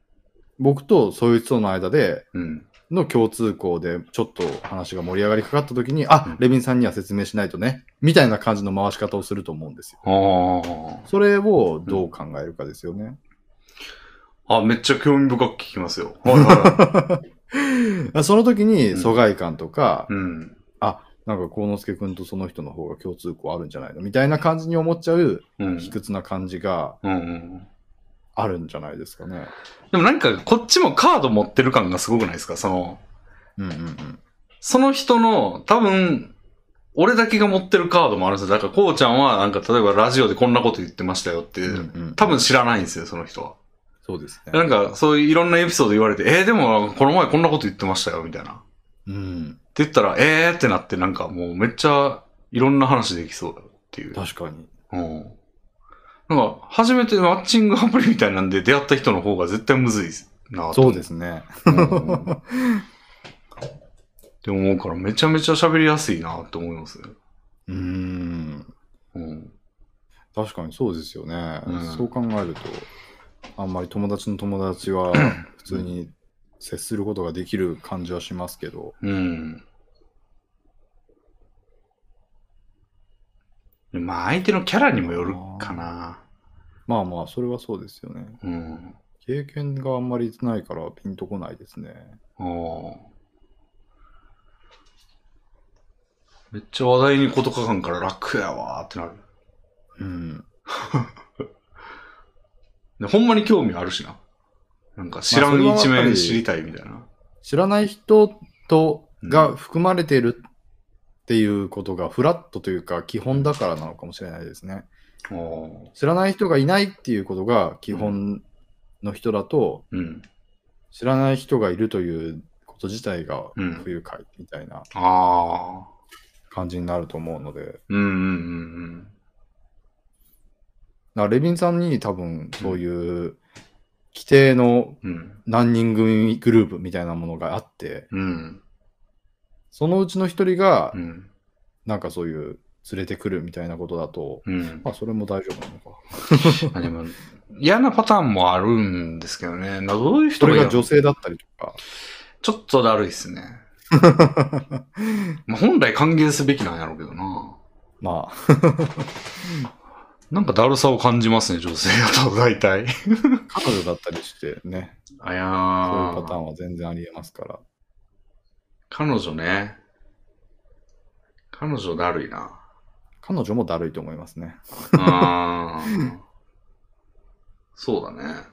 B: 僕とそいつとの間で、
A: うん。
B: の共通項で、ちょっと話が盛り上がりかかった時に、あ、レビンさんには説明しないとね、みたいな感じの回し方をすると思うんですよ。
A: あ
B: それをどう考えるかですよね。
A: あ。あ、めっちゃ興味深く聞きます よ。はいはいはい。
B: その時に
A: うん
B: 疎外感とか、
A: うん。
B: なんか幸之助君とその人の方が共通項あるんじゃないのみたいな感じに思っちゃう
A: うん。
B: 卑屈な感じが
A: うんうん。
B: あるんじゃないですかね。
A: でもなんか、こっちもカード持ってる感がすごくないですかその、
B: うんうんうん。
A: その人の、多分、俺だけが持ってるカードもあるんですよ。だから、こうちゃんは、なんか、例えばラジオでこんなこと言ってましたよって、
B: うんうん
A: 多分知らないんですよ、その人は。
B: そうですね。
A: なんか、そういういろんなエピソード言われて、えー、でも、この前こんなこと言ってましたよ、みたいな。って
B: うん。
A: 言ったら、えーってなって、なんかもうめっちゃ、いろんな話できそうだよっていう。
B: 確かに。
A: うん。なんか、初めてマッチングアプリみたいなんで出会った人の方が絶対むずいな。
B: そうですすね。
A: うんって思うから、めちゃめちゃ喋りやすいなって思いますね。
B: うーん。
A: うん。
B: 確かにそうですよね。
A: うん
B: そう考えると、あんまり友達の友達 は普通に接することができる感じはしますけど。
A: うん。まあ、相手のキャラにもよるかな。
B: まあまあ、それはそうですよね。
A: うん。
B: 経験があんまりないからピンとこないですね。
A: あーめっちゃ話題に事書かんから楽やわーってなる。
B: うん。
A: でほんまに興味あるしな。なんか知ら
B: まあそ
A: ん
B: れはやっぱ
A: 一面
B: り
A: 知りたいみたいな。
B: 知らない人と
A: う
B: が
A: ん
B: 含まれているっていうことがフラットというか基本だからなのかもしれないですね。
A: おー
B: 知らない人がいないっていうことが基本の人だと、
A: うん。
B: 知らない人がいるということ自体が
A: うん
B: 不愉快みたいな
A: ああ。
B: 感じになると思うので、だか
A: うんうん
B: らレビンさんに多分そういう規定の
A: うんうん。うん。
B: 何人組グループみたいなものがあって、
A: うん。
B: そのうちの一人が
A: うん。
B: なんかそういう連れてくるみたいなことだと、
A: うん。
B: まあそれも大丈夫なのか。
A: あでも、嫌なパターンもあるんですけどね。などういう人
B: そ
A: が
B: れ
A: いい
B: が
A: の
B: 女性だったりとか。
A: ちょっとだるいっ すね。まあ本来歓迎すべきなんやろうけどな。
B: ま あ、
A: なんかだるさを感じますね、女性だと 大体。
B: 彼女だったりしてね、
A: あや
B: そう
A: ー
B: いうパターンは全然ありえますから。
A: 彼女ね。彼女だるいな。
B: 彼女もだるいと思いますね。
A: あー そうだね。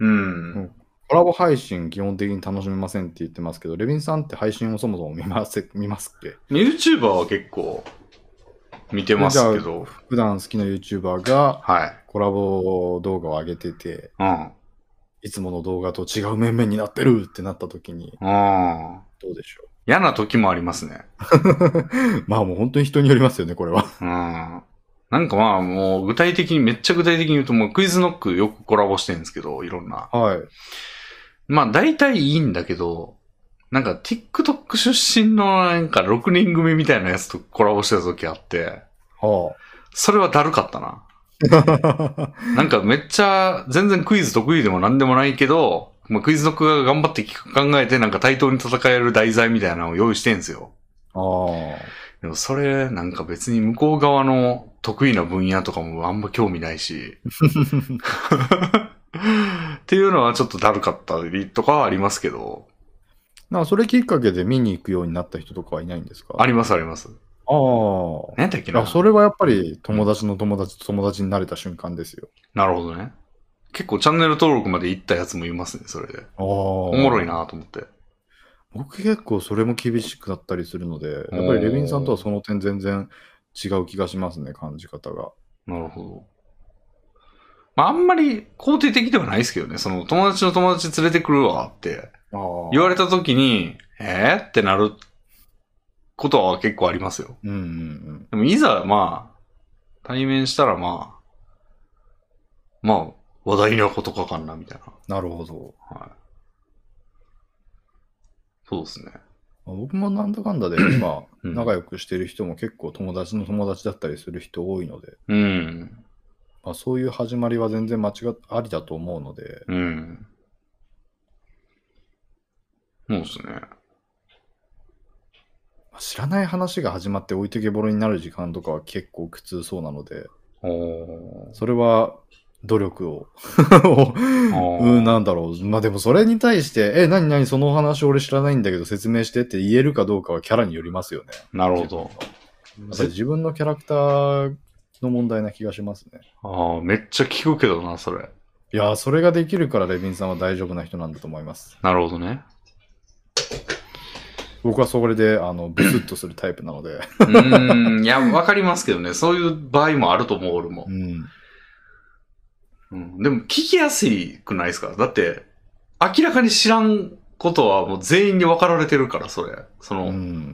A: うん。
B: うんコラボ配信基本的に楽しめませんって言ってますけど、レビンさんって配信をそもそも見ます 見ますっけ
A: YouTuber は結構見てますけど。
B: 普段好きな YouTuber が
A: はい。
B: コラボ動画を上げてて、
A: うん。
B: いつもの動画と違う面々になってるってなった時に、
A: うん。
B: どうでしょ
A: 嫌な時もありますね。
B: う。まあもう本当に人によりますよね、これは。
A: うん。なんかまあもう具体的に、めっちゃ具体的に言うともうクイズノックよくコラボしてるんですけど、いろんな。
B: はい。
A: まあ大体いいんだけど、なんか TikTok 出身のなんか6人組みたいなやつとコラボしてた時あって、
B: は
A: それはだるかったな。
B: あ。
A: なんかめっちゃ、全然クイズ得意でもなんでもないけど、まあ、クイズノックが頑張って企画考えてなんか対等に戦える題材みたいなのを用意してんすよ。
B: ああ。
A: でもそれ、なんか別に向こう側の得意な分野とかもあんま興味ないし。っていうのはちょっとだるかったりとかはありますけど、
B: なんかそれきっかけで見に行くようになった人とかはいないんですか
A: ありますあります。
B: ああ。
A: 何やったっけ
B: い
A: な
B: や、それはやっぱり友達の友達と友達になれた瞬間ですよ。
A: なるほどね。結構チャンネル登録まで行ったやつもいますね、それで。
B: ああ。
A: お
B: お
A: もろい。なと思って。
B: 僕結構それも厳しくなったりするので、やっぱりレビンさんとはその点全然違う気がしますね、感じ方が。
A: なるほど。まあ、あんまり肯定的ではないですけどね、その友達の友達連れてくるわって
B: ああ
A: 言われた時に、えー、ってなることは結構ありますよ。
B: うんうんうん。
A: でもいざ、まあ、対面したらまあ、まあ、話題にはことかかんな、みたいな。
B: なるほど。
A: そうですね。
B: まあ僕もなんだかんだで今、
A: うん
B: 仲良くしてる人も結構友達の友達だったりする人多いので、
A: うん。
B: まあ、そういう始まりは全然間違っありだと思うので、
A: うん。そうですね。
B: まあ知らない話が始まって置いてけぼろになる時間とかは結構苦痛そうなので、
A: おー
B: それは努力を。
A: ー
B: うん、なんだろう。まあでもそれに対して、え、何何そのお話俺知らないんだけど説明してって言えるかどうかはキャラによりますよね。
A: なるほど。
B: やっぱり自分のキャラクターの問題な気がしますね。
A: ああ、めっちゃ聞くけどな、それ。
B: いやー、それができるからレビンさんは大丈夫な人なんだと思います。
A: なるほどね。
B: 僕はそれで、あの、ブスッとするタイプなので。
A: うーん、いや、わかりますけどね。そういう場合もあると思う、俺も
B: う。ん。
A: うん、でも、聞きやすくないですかだって、明らかに知らんことはもう全員に分かられてるから、それ。そうの、
B: ん。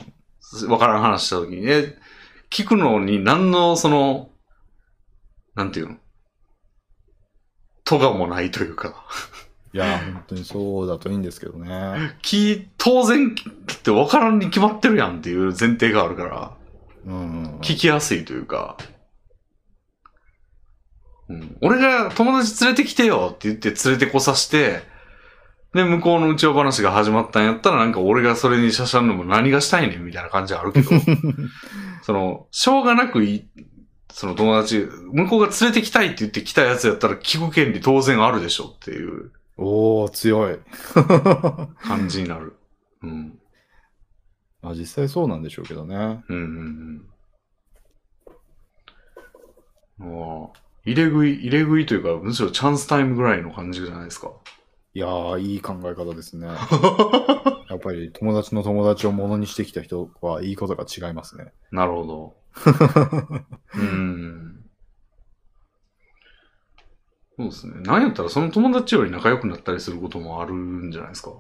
A: 分からん話した時に。え、聞くのに何の、その、なんていうのとがもないというか。
B: いやー、本当にそうだといいんですけどね。
A: き、当然、だって分からんに決まってるやんっていう前提があるから。
B: うん、うん。
A: 聞きやすいというか、うん、俺が友達連れてきてよって言って連れてこさして、で、向こうのうちわ話が始まったんやったら、なんか俺がそれにしゃしゃんのも何がしたいねんみたいな感じはあるけど、その、しょうがなくい、その友達、向こうが連れてきたいって言ってきたやつやったら聞く権利当然あるでしょっていう
B: おー、強い。
A: 感じになる。うん。
B: まあ実際そうなんでしょうけどね。
A: うんうんうん。もう、入れ食い、入れ食いというか、むしろチャンスタイムぐらいの感じじゃないですか。
B: いやー、いい考え方です ね。やっぱり友達の友達をものにしてきた人はいいことが違いますね。
A: なるほど。うん。そうですね。なんやったらその友達より仲良くなったりすることもあるんじゃないですか。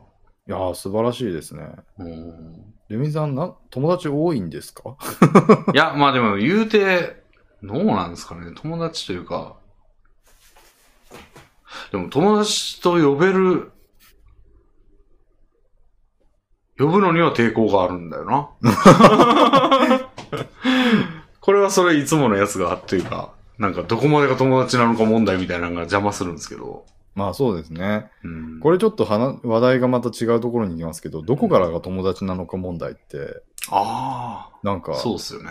B: いやー、素晴らしいですね。
A: うん。
B: レミさん、な友達多いんですか
A: いや、まあでも言うて、どうなんですかね。友達というか、でも友達と呼べる、呼ぶのには抵抗があるんだよな。 これはそれいつものやつがあっていうか、なんかどこまでが友達なのか問題みたいなのが邪魔するんですけど。
B: まあそうですね。
A: うん、
B: これちょっと話話題がまた違うところに行きますけど、どこからが友達なのか問題って、
A: あ
B: なんか
A: あ、、そうっすよね。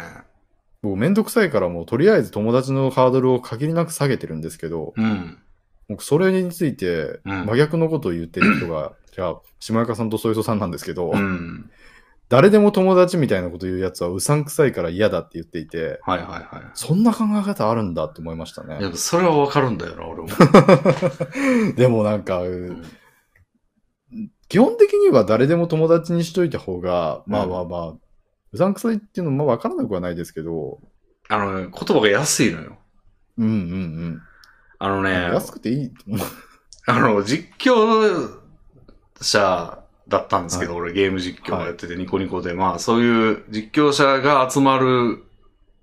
B: 僕めんどくさいからもうとりあえず友達のハードルを限りなく下げてるんですけど、
A: うん。
B: 僕それについて
A: うん
B: 真逆のことを言ってる人 が、じゃあ、島岡さんとソイソさんなんですけど、
A: うん。
B: 誰でも友達みたいなこと言うやつはうさんくさいから嫌だって言っていて、
A: はいはいは
B: そんな考え方あるんだって思いました
A: い。い
B: ね。
A: や、それはわかるんだよな、俺も。
B: でもなんか、
A: うん
B: 基本的には誰でも友達にしといた方が、まあ
A: うん
B: まあまあ、うさんくさいっていうのもまあわからなくはないですけど、
A: あのね、言葉が安いのよ。
B: うんうん
A: あのね、
B: うん。安くていい。
A: あの、実況者だったんですけど、俺ゲーム実況をやってて、ニコニコで、まあそういう実況者が集まる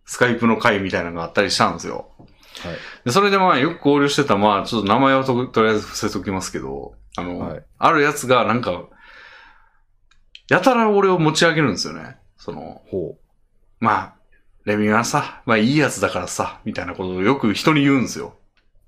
A: スカイプの会みたいなのがあったりしたんですよ。
B: はい
A: でそれでまあよく交流してた、まあちょっと名前はととりあえず伏せときますけど、あの、
B: はい
A: あるやつがなんか、やたら俺を持ち上げるんですよね。その、
B: ほ
A: まあ、レミはさ、まあいいやつだからさ、みたいなことをよく人に言うんですよ。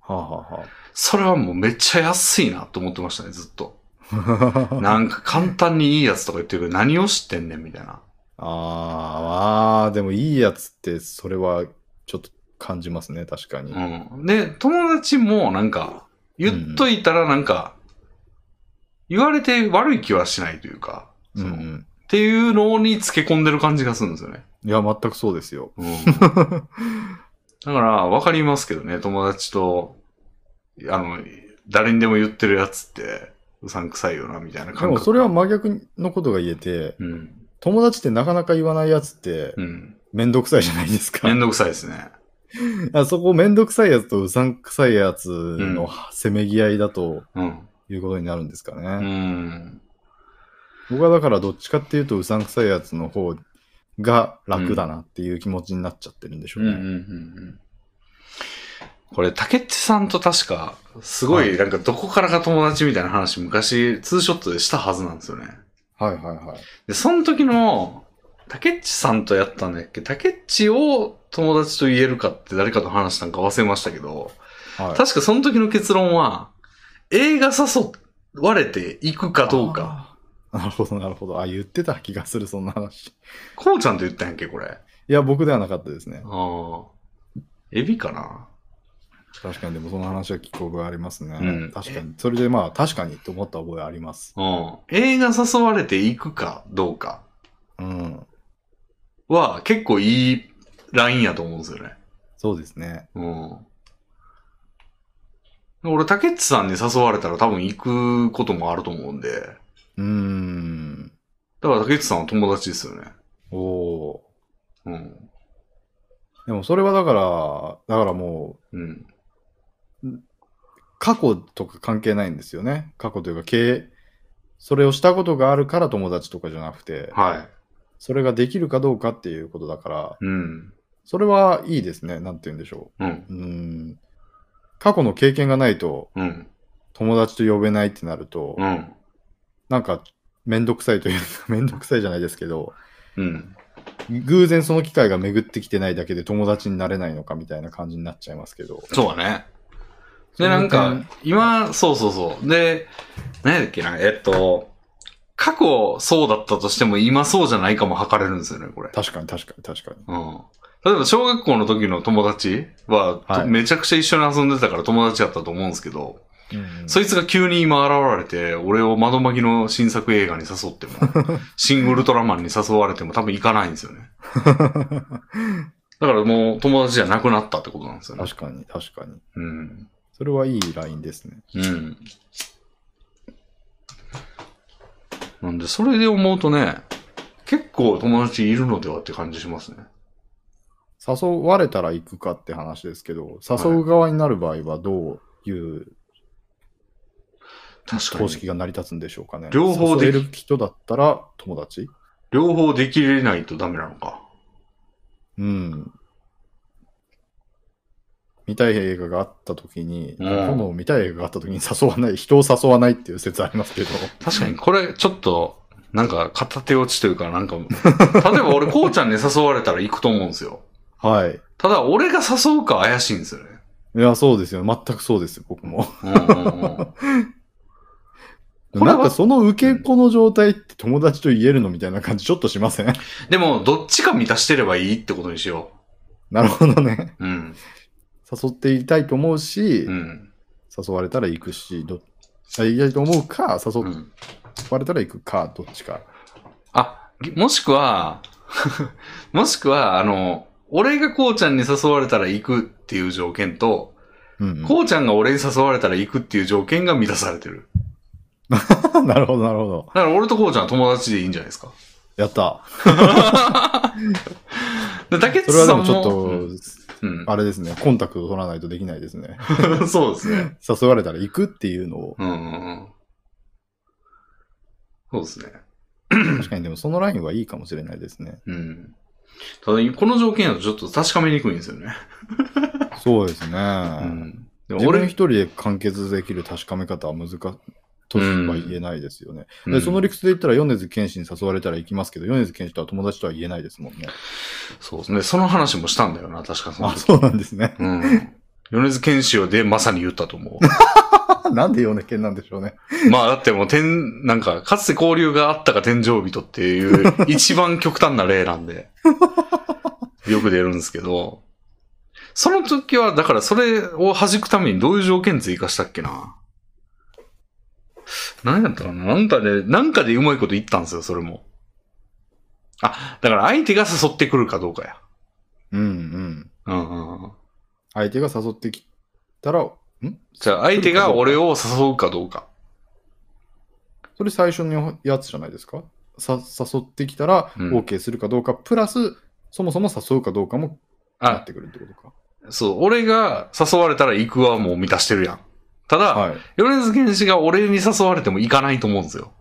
B: う。はあ、は
A: それはもうめっちゃ安いなと思ってましたね、ずっと。
B: あ、は あ。
A: なんか簡単にいいやつとか言ってるけど何を知ってんねんみたいな。
B: あーあー、でもいいやつって、それはちょっと感じますね、確かに。
A: うん。で、友達もなんか、言っといたらなんか、言われて悪い気はしないというか、
B: う
A: そ
B: んう
A: の
B: ん。
A: っていうのにつけ込んでる感じがするんですよね。
B: いや、全くそうですよ。
A: うん、だから、わかりますけどね、友達と、あの、誰にでも言ってるやつって、うさんくさいよな、みたいな
B: で
A: 感覚。
B: もそれは、真逆のことが言えて、
A: うん。
B: 友達ってなかなか言わないやつって、
A: うん。
B: めんどくさいじゃないですか
A: め。んどくさいですね。
B: あそこめんどくさいやつとうさんくさいやつのせめぎ合いだと
A: うん。
B: いうことになるんですか
A: う
B: ね。
A: ん。
B: 僕はだからどっちかっていうとうさんくさいやつの方が楽だなっていう気持ちになっちゃってるんでしょ
A: う
B: うん
A: うんうんう
B: ね。
A: ん。これ、竹内さんと確か、すご、
B: はい
A: なんかどこからか友達みたいな話、昔、ツーショットでしたはずなんですよね。
B: はいはいはい。
A: で、その時の、竹内さんとやったんだっけ竹内を友達と言えるかって誰かと話したんか忘れましたけど、
B: はい、
A: 確かその時の結論は、映画誘われて行くかどうか。
B: あー。なるほどなるほど。あ、言ってた気がする、そんな話。い
A: こうちゃんと言ったんやんけ、これ。あ
B: や、僕ではなかったですね。
A: あ。エビかな
B: 確かに、でもその話は聞く覚えありますね。
A: うん
B: 確かに。それでまあ、確かにと思った覚えあります。
A: うん。映画誘われて行くかどうか
B: うん。
A: は結構いいラインやと思うんですよね。
B: そうですね。
A: うん。俺、竹内さんに誘われたら多分行くこともあると思うんで。
B: うーん。
A: だから竹内さんは友達ですよね。
B: おおー。
A: うん。
B: でもそれはだから、だからもう、
A: うん。
B: 過去とか関係ないんですよね。過去というか、経それをしたことがあるから友達とかじゃなくて、
A: は
B: それができるかどうかっていうことだから、
A: い。うん。
B: それはいいですね。なんて言うんでしょ
A: うん。
B: う。うーん。過去の経験がないと、
A: うん。
B: 友達と呼べないってなると、
A: うん。
B: なんか、めんどくさいというか、 めんどくさいじゃないですけど、
A: うん。
B: 偶然その機会が巡ってきてないだけで友達になれないのかみたいな感じになっちゃいますけど。
A: そうだね。で、なんか、今、そうそうそう。で、何やったっけな、えっと、過去そうだったとしても今そうじゃないかも測れるんですよね、これ。
B: 確かに確かに確かに。
A: うん。例えば、小学校の時の友達は、と
B: はい
A: めちゃくちゃ一緒に遊んでたから友達だったと思うんですけど、そいつが急に今現れて、俺を窓巻きの新作映画に誘って も、シン・ウルトラマンに誘われても多分行かないんですよね。だからもう友達じゃなくなったってことなんですよね。
B: 確かに、確かに。
A: うん。
B: それはいいラインですね。
A: うん。なんで、それで思うとね、結構友達いるのではって感じしますね。
B: 誘われたら行くかって話ですけど、誘う側になる場合はどういう
A: 確か
B: 公
A: に。
B: 式が成り立つんでしょうかね。
A: 両方で
B: 誘える人だったら友達
A: 両方できれないとダメなのか。
B: うん。見たい映画があった時に、
A: うん
B: 今度見たい映画があった時に誘わない、人を誘わないっていう説あり ますけど。
A: 確かに、これちょっと、なんか片手落ちというか、なんか、例えば俺、こうちゃんに誘われたら行くと思うんですよ。
B: はい。
A: ただ、俺が誘うか怪しいんですよね。
B: いや、そうですよ。全くそうですよ、僕も。
A: うんうんうん。これは
B: なんかその受け子の状態って友達と言えるのみたいな感じちょっとしません
A: でも、どっちか満たしてればいいってことにしよ
B: なるほどね。
A: う。うん。
B: 誘っていたいと思うし、
A: うん。
B: 誘われたら行くし、どっちいやと思うか、誘
A: うん
B: われたら行くか、どっちか。
A: あ、ぎもしくは、 もしくは、あの、俺がこうちゃんに誘われたら行くっていう条件と、
B: うんうん、
A: こうちゃんが俺に誘われたら行くっていう条件が満たされてる。
B: なるほど、なるほど。
A: だから俺とこうちゃんは友達でいいんじゃないですか。
B: やった。
A: で竹内
B: それはで
A: さん
B: も
A: も。
B: ちょっと、
A: うん
B: あれですね、コンタクトを取らないとできないですね。
A: うん。 そうですね。
B: 誘われたら行くっていうのを、
A: うんうんうん。そうですね。
B: 確かにでもそのラインはいいかもしれないですね。
A: うん。ただ、この条件だとちょっと確かめにくいんですよね。
B: そうですね。
A: うん。でも
B: 自分一
A: 俺、
B: 人で完結できる確かめ方は難しいとしか言えないですよね。
A: う
B: で
A: ん
B: その理屈で言ったら、米津玄師に誘われたら行きますけど、米津玄師とは友達とは言えないですもんね。
A: そうですね。その話もしたんだよな、確かその
B: あ、
A: 時。
B: そうなんですね。
A: うん。米津玄師をでまさに言ったと思う。
B: なんで米健なんでしょうね。
A: まあだってもう天、なんか、かつて交流があったか天井人っていう一番極端な例なんで、よく出るんですけど、その時は、だからそれを弾くためにどういう条件追加したっけな。何やったかななんかで、なんかでうまいこと言ったんですよ、それも。あ、だから相手が誘ってくるかどうかや。
B: うんうん。
A: うんうんうん。
B: 相手が誘ってきたら、ん
A: じゃあ相手が俺を誘うかどうか。
B: それ最初のやつじゃないですか。さ誘ってきたら、
A: うん
B: OK するかどうか、プラス、そもそも誘うかどうかもな
A: あ、
B: ってくるってことか。
A: そう、俺が誘われたら行くはもう満たしてるやん。ただ、
B: はい。
A: 米津玄師が俺に誘われても行かないと思うんですよ。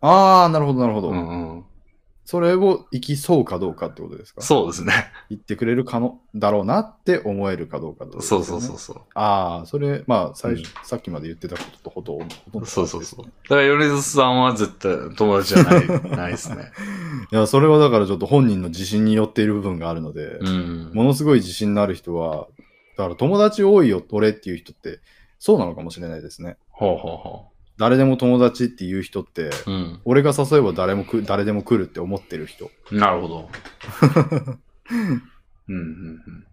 B: ああ、なるほど、なるほど。
A: うんうん、
B: それを行きそうかどうかってことですか。
A: そうですね。
B: 言ってくれるかのだろうなって思えるかどうかってことです
A: そ
B: よ
A: う
B: ね
A: そうそうそう。
B: ああそれまあ最初、
A: う
B: さっきまで言ってたこととほとんどほとんど
A: そうそうそう。
B: う
A: だから米津さんは絶対友達じゃない、ないですね。
B: いやそれはだからちょっと本人の自信によっている部分があるので、
A: うん。
B: ものすごい自信のある人はだから友達多いよ俺っていう人ってそうなのかもしれないですね
A: ほうほうほ
B: 誰でも友達っていう人って
A: う。うん。
B: 俺が誘えば誰もく誰でも来るって思ってる人
A: なるほど。うんうんうん。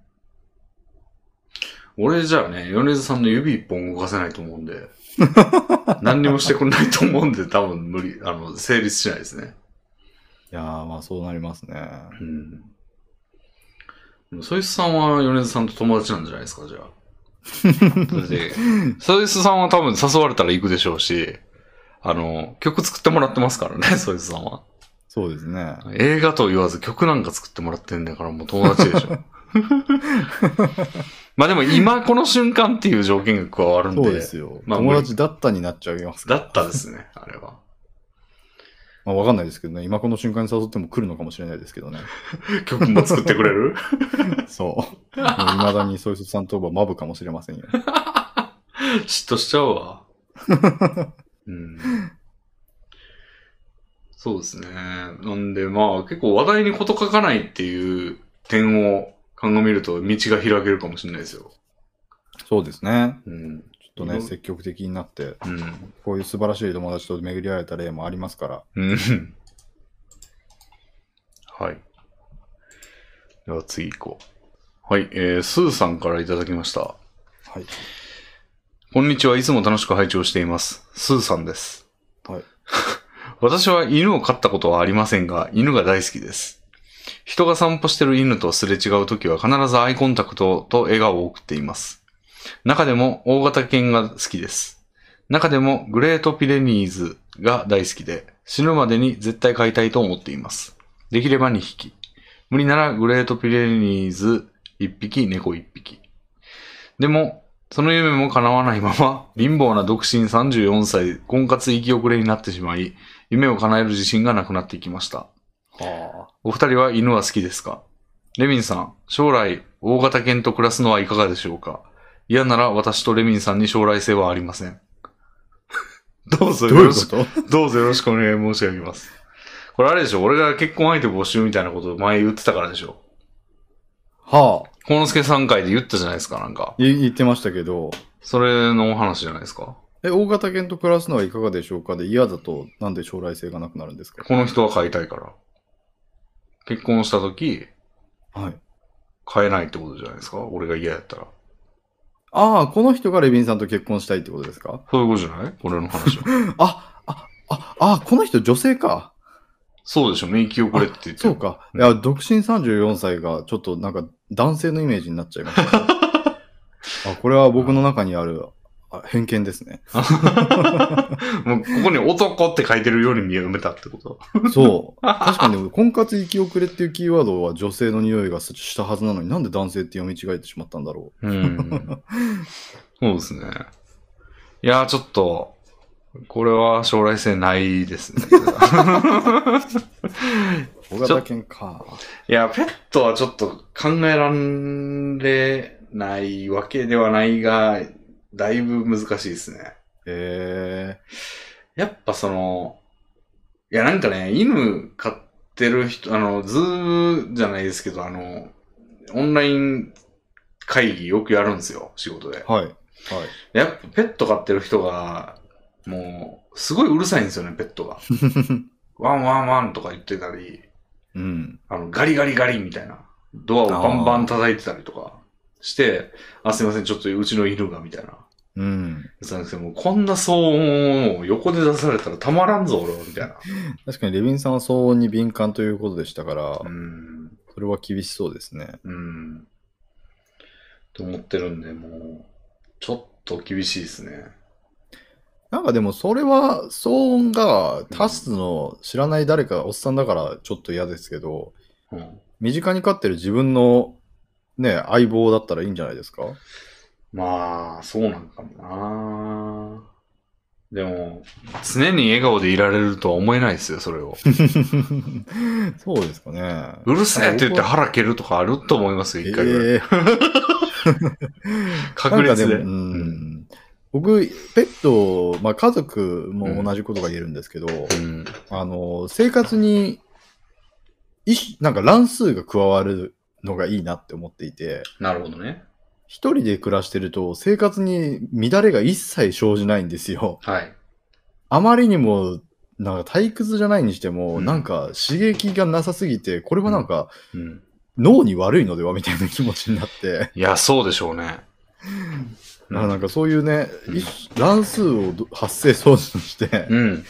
A: 俺じゃあね、米津さんの指一本動かせないと思うんで、何にもしてくれないと思うんで、多分無理、あの、成立しないですね。
B: いやーまあそうなりますね
A: うん。でも、ソイスさんは米津さんと友達なんじゃないです か、じゃあ。それで、ソイスさんは多分誘われたら行くでしょうし、あの、曲作ってもらってます からね、ソイスさんは。
B: そうですね
A: 映画と言わず曲なんか作ってもらってんだからもう友達でし ょ。まあでも今この瞬間っていう条件が加わるんで。
B: そうですよ、
A: まあ
B: 友達だったになっちゃいますか
A: だ
B: ら
A: ったですね、あれは。
B: まあ、わかんないですけどね、今この瞬間に誘っても来るのかもしれないですけ どね。
A: 曲も作ってくれる
B: そう。いまだにソイソさんとばマブかもしれませんよ。
A: 嫉妬しちゃうわ。うん。そうですね。なんでまあ結構話題に事欠かないっていう点を鑑みると道が開けるかもしれないですよ。
B: そうですね。
A: うん。
B: ちょっと
A: う
B: ね、
A: ん
B: 積極的になって、
A: うん。
B: こういう素晴らしい友達と巡り合えた例もありますから。
A: うん。はい。では次行こう。はい、えー、スーさんからいただきました。
B: はい。
A: こんにちは。いつも楽しく拝聴しています。スーさんです。
B: はい。
A: 私は犬を飼ったことはありませんが、犬が大好きです。人が散歩してる犬とすれ違うときは必ずアイコンタクトと笑顔を送っています。中でも大型犬が好きです。中でもグレートピレニーズが大好きで、死ぬまでに絶対飼いたいと思っています。できれば2匹。無理ならグレートピレニーズ1匹、猫1匹。でも、その夢も叶わないまま、貧乏な独身34歳、婚活生き遅れになってしまい、夢を叶える自信がなくなっていきました。
B: は
A: お二人は犬は好きですかレミンさん、将来、大型犬と暮らすのはいかがでしょうか嫌なら私とレミンさんに将来性はありません。 どうぞ
B: あ。
A: よ
B: どういう
A: ろ
B: こ
A: しく、
B: と
A: どうぞよろしくお願い申し上げます。これあれでしょ俺が結婚相手募集みたいなことを前言ってたからでしょ
B: はあ。
A: コ之助さん会で言ったじゃないですか、なんか。
B: い言ってましたけど、
A: それのお話じゃないですか。
B: え、大型犬と暮らすのはいかがでしょうかで、嫌だと、なんで将来性がなくなるんですか
A: この人は飼いたいから。結婚した時、
B: はい。
A: 飼えないってことじゃないですか俺が嫌やったら。
B: ああ、この人がレビンさんと結婚したいってことですか
A: そういうことじゃない俺の話は。
B: あ、あ、あ、あ、この人女性か。
A: そうでしょ免疫遅れって言って
B: そう
A: る。
B: か。
A: う
B: い
A: ん
B: や、独身34歳が、ちょっとなんか男性のイメージになっちゃいま したね。あこれは僕の中にあるあ偏見ですね。
A: もうここに男って書いてるように見え埋めたってこと。
B: そう。確かに、婚活生き遅れっていうキーワードは女性の匂いがしたはずなのになんで男性って読み違えてしまったんだろ
A: うん。そうですね。いやー、ちょっと、これは将来性ないですね。
B: 小型犬か。
A: いや、ペットはちょっと考えられないわけではないが、だいぶ難しいですね。
B: え
A: やっぱその、いやなんかね、犬飼ってる人、あの、ズームじゃないですけど、あの、オンライン会議よくやるんですよ、仕事で
B: ー、。はい。はい。
A: やっぱペット飼ってる人が、もう、すごいうるさいんですよね、ペットが。ワンワンワンとか言ってたり、
B: うん。
A: あの、ガリガリガリみたいな。ドアをバンバン叩いてたりとかして、あすいません、ちょっとうちの犬が、みたいな。
B: うん。
A: そうなんですけどもうこんな騒音を横で出されたらたまらんぞ、俺は、みたいな。
B: 確かにレビンさんは騒音に敏感ということでしたから
A: う、ん。
B: それは厳しそうですね。
A: うん。と思ってるんで、もう、ちょっと厳しいですね。
B: なんかでもそれは騒音が足すの知らない誰か、おっさんだからちょっと嫌ですけど、
A: うん。
B: 身近に飼ってる自分のね、相棒だったらいいんじゃないで すか
A: まあ、そうなんかもなでも、常に笑顔でいられるとは思えないですよ、それを。
B: そうですかね。
A: うるせえって言って腹蹴るとかあると思いますよ、一回ぐらい。
B: ええ
A: 確
B: なんか
A: 率
B: も
A: で。
B: うん、僕、ペット、まあ、家族も同じことが言えるんですけど、
A: うん
B: あの生活にいなんか乱数が加わるのがいいなって思っていて、
A: なるほどね。
B: 一人で暮らしてると生活に乱れが一切生じないんですよ。
A: はい。
B: あまりにもなんか退屈じゃないにしても、
A: うん
B: なんか刺激がなさすぎて、これはなんか
A: うん。
B: 脳に悪いのではみたいな気持ちになって。
A: いや、そうでしょうね。
B: あなんかそういうね、一乱数をど発生装置として、
A: うん。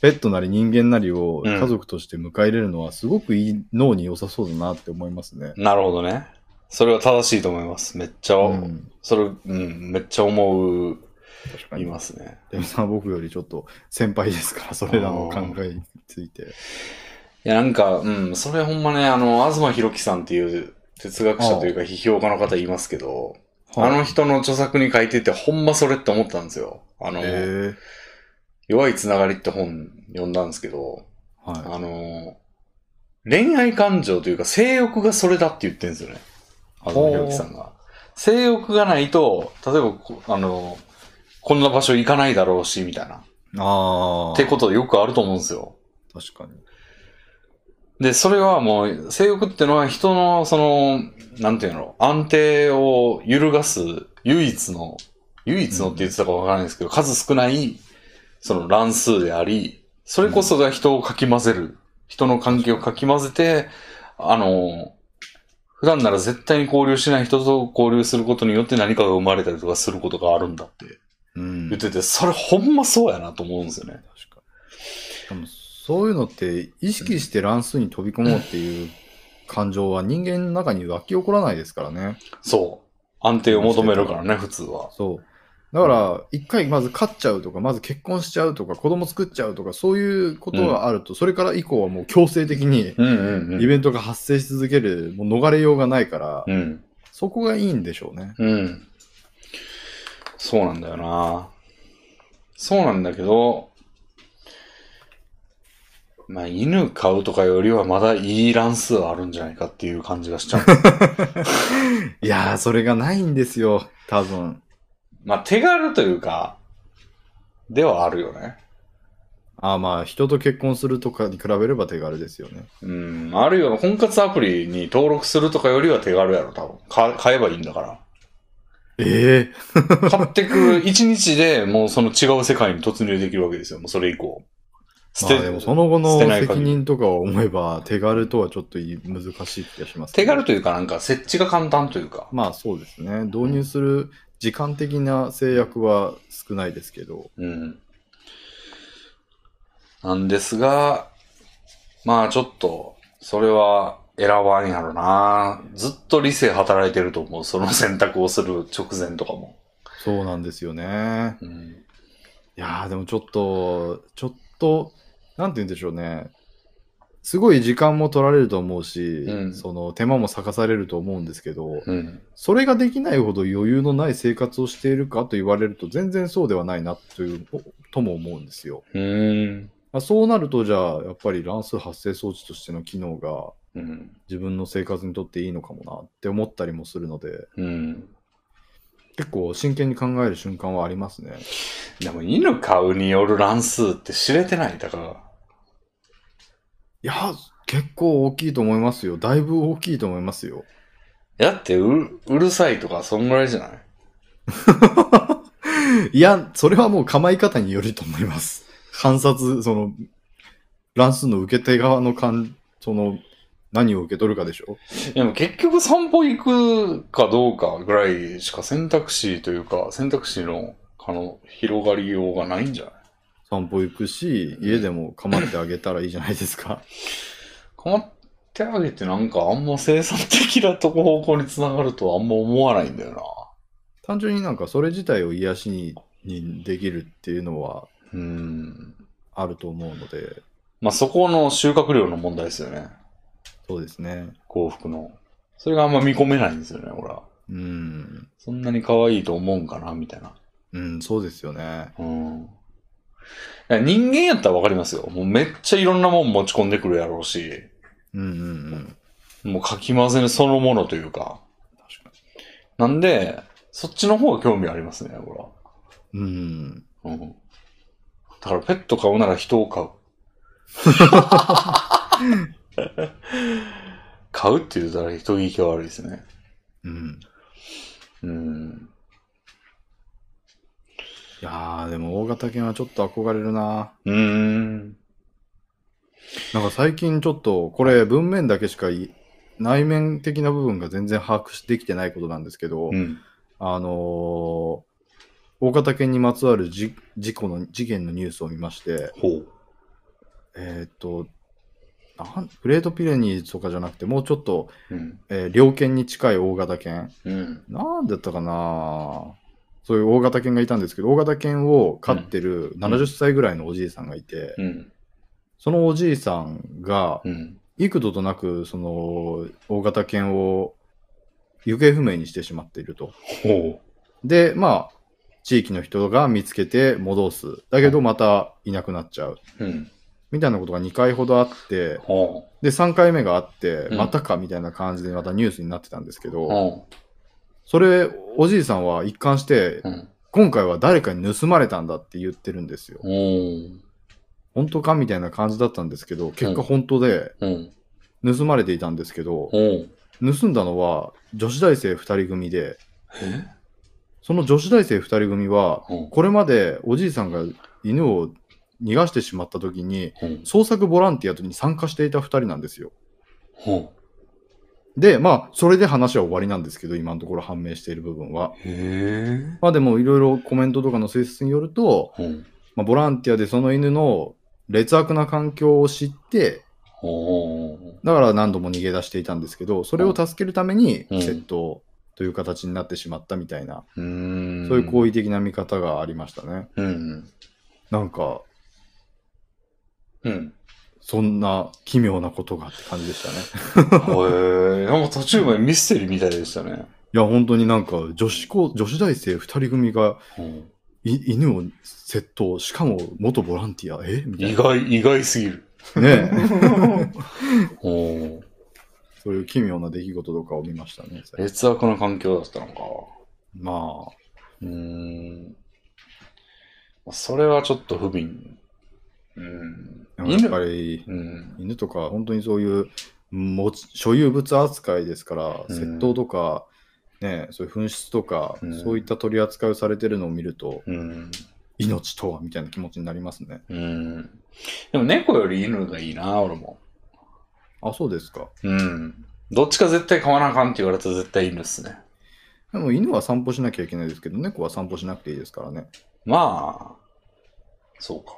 B: ペットなり人間なりを
A: うん
B: 家族として迎え入れるのは、すごくいい脳に良さそうだなって思いますね。
A: なるほどね。それは正しいと思います。めっちゃ、
B: うん、
A: それ、うん、めっちゃ思う、
B: 確か
A: い
B: に。
A: ますね。
B: デミさんは僕よりちょっと先輩ですから、それらの考えについて。
A: いや、なんか、うん、それほんまね、あの、東博樹さんっていう哲学者というか批評家の方いますけど、あの人の著作に書いてて、ほんまそれって思ったんですよ。あの、
B: え
A: 弱いつながりって本読んだんですけど、
B: ー、はい。
A: あの、恋愛感情というか性欲がそれだって言ってるんですよね。あの、
B: ほう
A: ひろきさんが。性欲がないと、例えばこ、あの、こんな場所行かないだろうし、みたいな。
B: ああ。
A: ってことよくあると思うんですよ。
B: 確かに。
A: で、それはもう、性欲ってのは人の、その、なんていうの、安定を揺るがす唯一の、唯一のって言ってたかわからないですけど、数少ない、その乱数であり、それこそが人をかき混ぜる。人の関係をかき混ぜて、あの、普段なら絶対に交流しない人と交流することによって何かが生まれたりとかすることがあるんだって
B: うん。
A: 言ってて、それほんまそうやなと思うんですよね。
B: 確かに。でもそういうのって、意識して乱数に飛び込もうっていう感情は人間の中に湧き起こらないですからね。
A: そう。安定を求めるからね、普通は。
B: そう。だから、一回まず飼っちゃうとか、まず結婚しちゃうとか、子供作っちゃうとか、そういうことがあると、それから以降はもう強制的に
A: うんうんう
B: イ
A: ん。
B: ベントが発生し続ける、もう逃れようがないから、
A: うん。
B: そこがいいんでしょうね。
A: うん。そうなんだよな。そうなんだけど、まあ、犬飼うとかよりはまだいい乱数あるんじゃないかっていう感じがしちゃう。
B: いやー、それがないんですよ、多分。
A: まあ、手軽というか、ではあるよね。
B: あーまあ、人と結婚するとかに比べれば手軽ですよね。
A: うん。あるいは婚活アプリに登録するとかよりは手軽やろ、多分。か買えばいいんだから。
B: ええ
A: 買ってく 一日でもうその違う世界に突入できるわけですよ、もうそれ以降。捨て
B: まあでもその後の
A: 捨てない
B: 責
A: 限り
B: 任とかを思えば、手軽とはちょっとい難しい気がしますけ
A: 手
B: ど。
A: 軽というか、なんか設置が簡単というか。
B: まあそうですね。導入する時間的な制約は少ないですけど。
A: うん。なんですが、まあちょっと、それは選ばんやろな。ずっと理性働いてると思う。その選択をする直前とかも。
B: そうなんですよね。
A: うん。
B: いやーでもちょっと、ちょっと、なんて言うんでしょうね。すごい時間も取られると思うし、
A: うん
B: その手間も割かされると思うんですけど、
A: うん。
B: それができないほど余裕のない生活をしているかと言われると、全然そうではないなという、おとも思うんですよ。
A: うーん。
B: まあ、そうなると、じゃあ、やっぱり乱数発生装置としての機能が
A: うん。
B: 自分の生活にとっていいのかもなって思ったりもするので、
A: うん。
B: 結構真剣に考える瞬間はありますね。
A: でも、犬飼うによる乱数って知れてないだから。
B: いや、結構大きいと思いますよ。だいぶ大きいと思いますよ。
A: だってう、うるさいとか、そんぐらいじゃない
B: いや、それはもう構え方によると思います。観察、その、乱数の受け手側の感、その、何を受け取るかでしょ
A: でも結局散歩行くかどうかぐらいしか選択肢というか、選択肢の可能、広がりようがないんじゃない
B: 散歩行くし、家でも構ってあげたらいいじゃないですか。
A: 困ってあげてなんかあんま生産的なとこ方向につながるとはあんま思わないんだよ
B: 単純になんかそれ自体を癒しににできるっていうのは
A: な。うん。
B: あると思うので、
A: まあそこの収穫量の問題ですよね。
B: そうですね。
A: 幸福の。それがあんま見込めないんですよね、ほら。
B: うん。
A: そんなに可愛いと思うんかな、みたいな。
B: うん、そうですよね。
A: うん。いや人間やったらわかりますよ。もうめっちゃいろんなもん持ち込んでくるやろうし。
B: うんうんうん。
A: もうかき混ぜそのものというか。
B: 確か
A: なんで、そっちの方が興味ありますね、ほ
B: に。うん。
A: ら。うん。だからペット飼うなら人を 飼う。飼うって言ったら人聞きが悪いですね。
B: うん。
A: うん。
B: いやー、でも大型犬はちょっと憧れるな。
A: うーん。
B: なんか最近ちょっと、これ文面だけしかい内面的な部分が全然把握できてないことなんですけど、
A: うん。
B: あのー大型犬にまつわるじ事故の、事件のニュースを見まして、
A: ほう。
B: えーっと、なんグレートピレニーズとかじゃなくて、もうちょっと、
A: うん。
B: えー猟犬に近い大型犬。
A: うん。
B: なんだったかなそういう大型犬がいたんですけど、大型犬を飼ってる70歳ぐらいのおじいさんがいて、
A: うん。
B: そのおじいさんが、
A: うん。
B: 幾度となく、その、大型犬を行方不明にしてしまっていると。
A: ほ
B: で、まあ、地域の人が見つけて戻す。だけど、またいなくなっちゃう。
A: う。うん。
B: みたいなことが2回ほどあって、
A: ほ
B: で、3回目があって、
A: うん
B: またかみたいな感じでまたニュースになってたんですけ
A: う。
B: ど、
A: ほ
B: それ、おじいさんは一貫して
A: う。、うん。
B: 今回は誰かに盗まれたんだって言ってるんですよ。
A: ほう。
B: 本当かみたいな感じだったんですけど、結
A: う
B: 果
A: ん
B: 本当で、
A: うん。
B: 盗まれていたんですけ
A: ほ
B: ど、
A: う。
B: 盗んだのは女子大生2人組で、
A: え
B: その女子大生2人組は、
A: ほう。
B: これまでおじいさんが犬を逃がしてしまった時に、
A: ほう。
B: 捜索ボランティアに参加していた2人なんですよ。
A: ほ
B: で、まあ、それで話は終わりなんですけど、今のところ判明している部分は。
A: う。へえ。
B: まあでも、いろいろコメントとかの推察によると、
A: ほう。
B: まあ、ボランティアでその犬の劣悪な環境を知って、
A: ほう。
B: だから何度も逃げ出していたんですけど、それを助けるために
A: うん
B: 窃盗という形になってしまったみたいな、
A: うーん
B: そういう好意的な見方がありましたね。
A: うん。
B: なんか、
A: うん。
B: そんな奇妙なことがって感じでしたね。
A: へえ。なんか途中までミステリーみたいでしたね。
B: いや、本当になんか女子高、女子大生2人組が
A: うん
B: い犬を窃盗、しかも元ボランティア、えみたい
A: 意外、意外すぎる。
B: な。ねえ
A: お
B: そういう奇妙な出来事とかを見ましたね。
A: 劣悪な環境だったのか。
B: まあ、
A: うーん。それはちょっと不憫。うん。
B: でもやっぱ
A: 犬
B: り、
A: うん。
B: 犬とか本当にそういう持ち所有物扱いですから、
A: ん
B: 窃盗とか、ね、そういう紛失とか、
A: うん
B: そういった取り扱いをされてるのを見ると
A: うん。
B: 命とはみたいな気持ちになりますね。
A: うん。でも猫より犬がいいな、俺も。
B: あそうですか。
A: うん。どっちか絶対飼わなあかんって言われたら絶対犬っすね。
B: でも犬は散歩しなきゃいけないですけど猫は散歩しなくていいですからね。
A: まあ、そうか。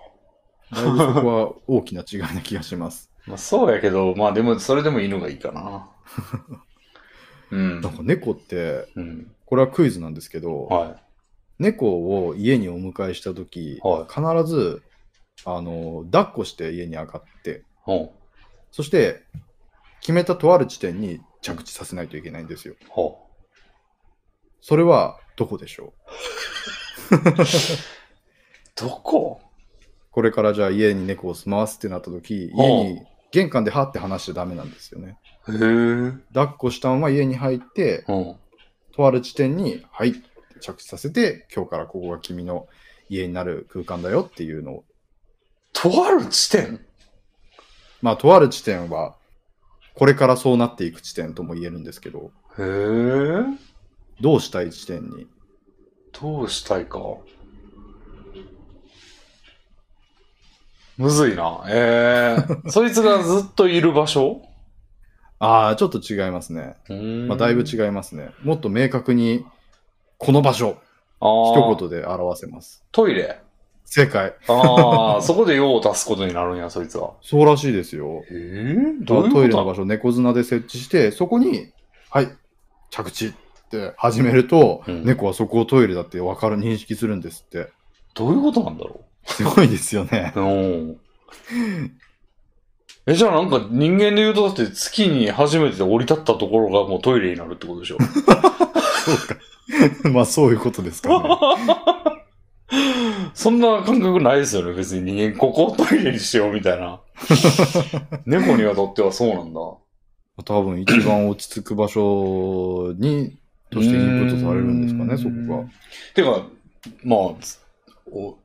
B: だいぶそこは大きな違いな気がします。
A: まあ、そうやけど、まあでも、それでも犬がいいかな。うん
B: なん。か猫って
A: うん。
B: これはクイズなんですけど、
A: は
B: 猫を家にお迎えした時、
A: は
B: 必ずあの抱っこして家に上がって
A: い。ほ
B: そして、決めたとある地点に着地させないといけないんですよ
A: う。。ほ
B: それはどこでしょ
A: う。どこ
B: うこれからじゃあ家に猫を住まわすってなった時、家に玄関ではって話しちゃダメなんですよね。
A: へえ。
B: 抱っこしたまま家に入って、
A: うん。
B: とある地点に、はい、着地させて、今日からここが君の家になる空間だよっていうのを、
A: とある地点
B: まあ、とある地点は、これからそうなっていく地点とも言えるんですけど、
A: へえ。
B: どうしたい地点に。
A: どうしたいか。むずいな。え ー、そいつがずっといる場所
B: ああ、ちょっと違いますね。まあ、だいぶ
A: う。
B: 違いますね。もっと明確に、この場所、
A: あー
B: 一言で表せます。
A: トイレ。
B: 正解。
A: ああ、そこで用を足すことになるんや、そいつは。
B: そうらしいですよ。
A: えー、どういうこと
B: トイレの場所猫砂で設置してそこに「はい着地」って始めると、
A: うん
B: 猫はそこをトイレだって分かる認識するんですって
A: どういうことなんだろ
B: すごいですよね
A: う。うん。え、じゃあなんか人間で言うとだって月に初めて降り立ったところがもうトイレになるってことでしょ。
B: まあそういうこと ですかね
A: そんな感覚ないですよね、別に人間。ここをトイレにしようみたいな。猫にはとってはそうなんだ。
B: 多分一番落ち着く場所にとしてインプットされるんですかねそこが
A: てか、まあつお、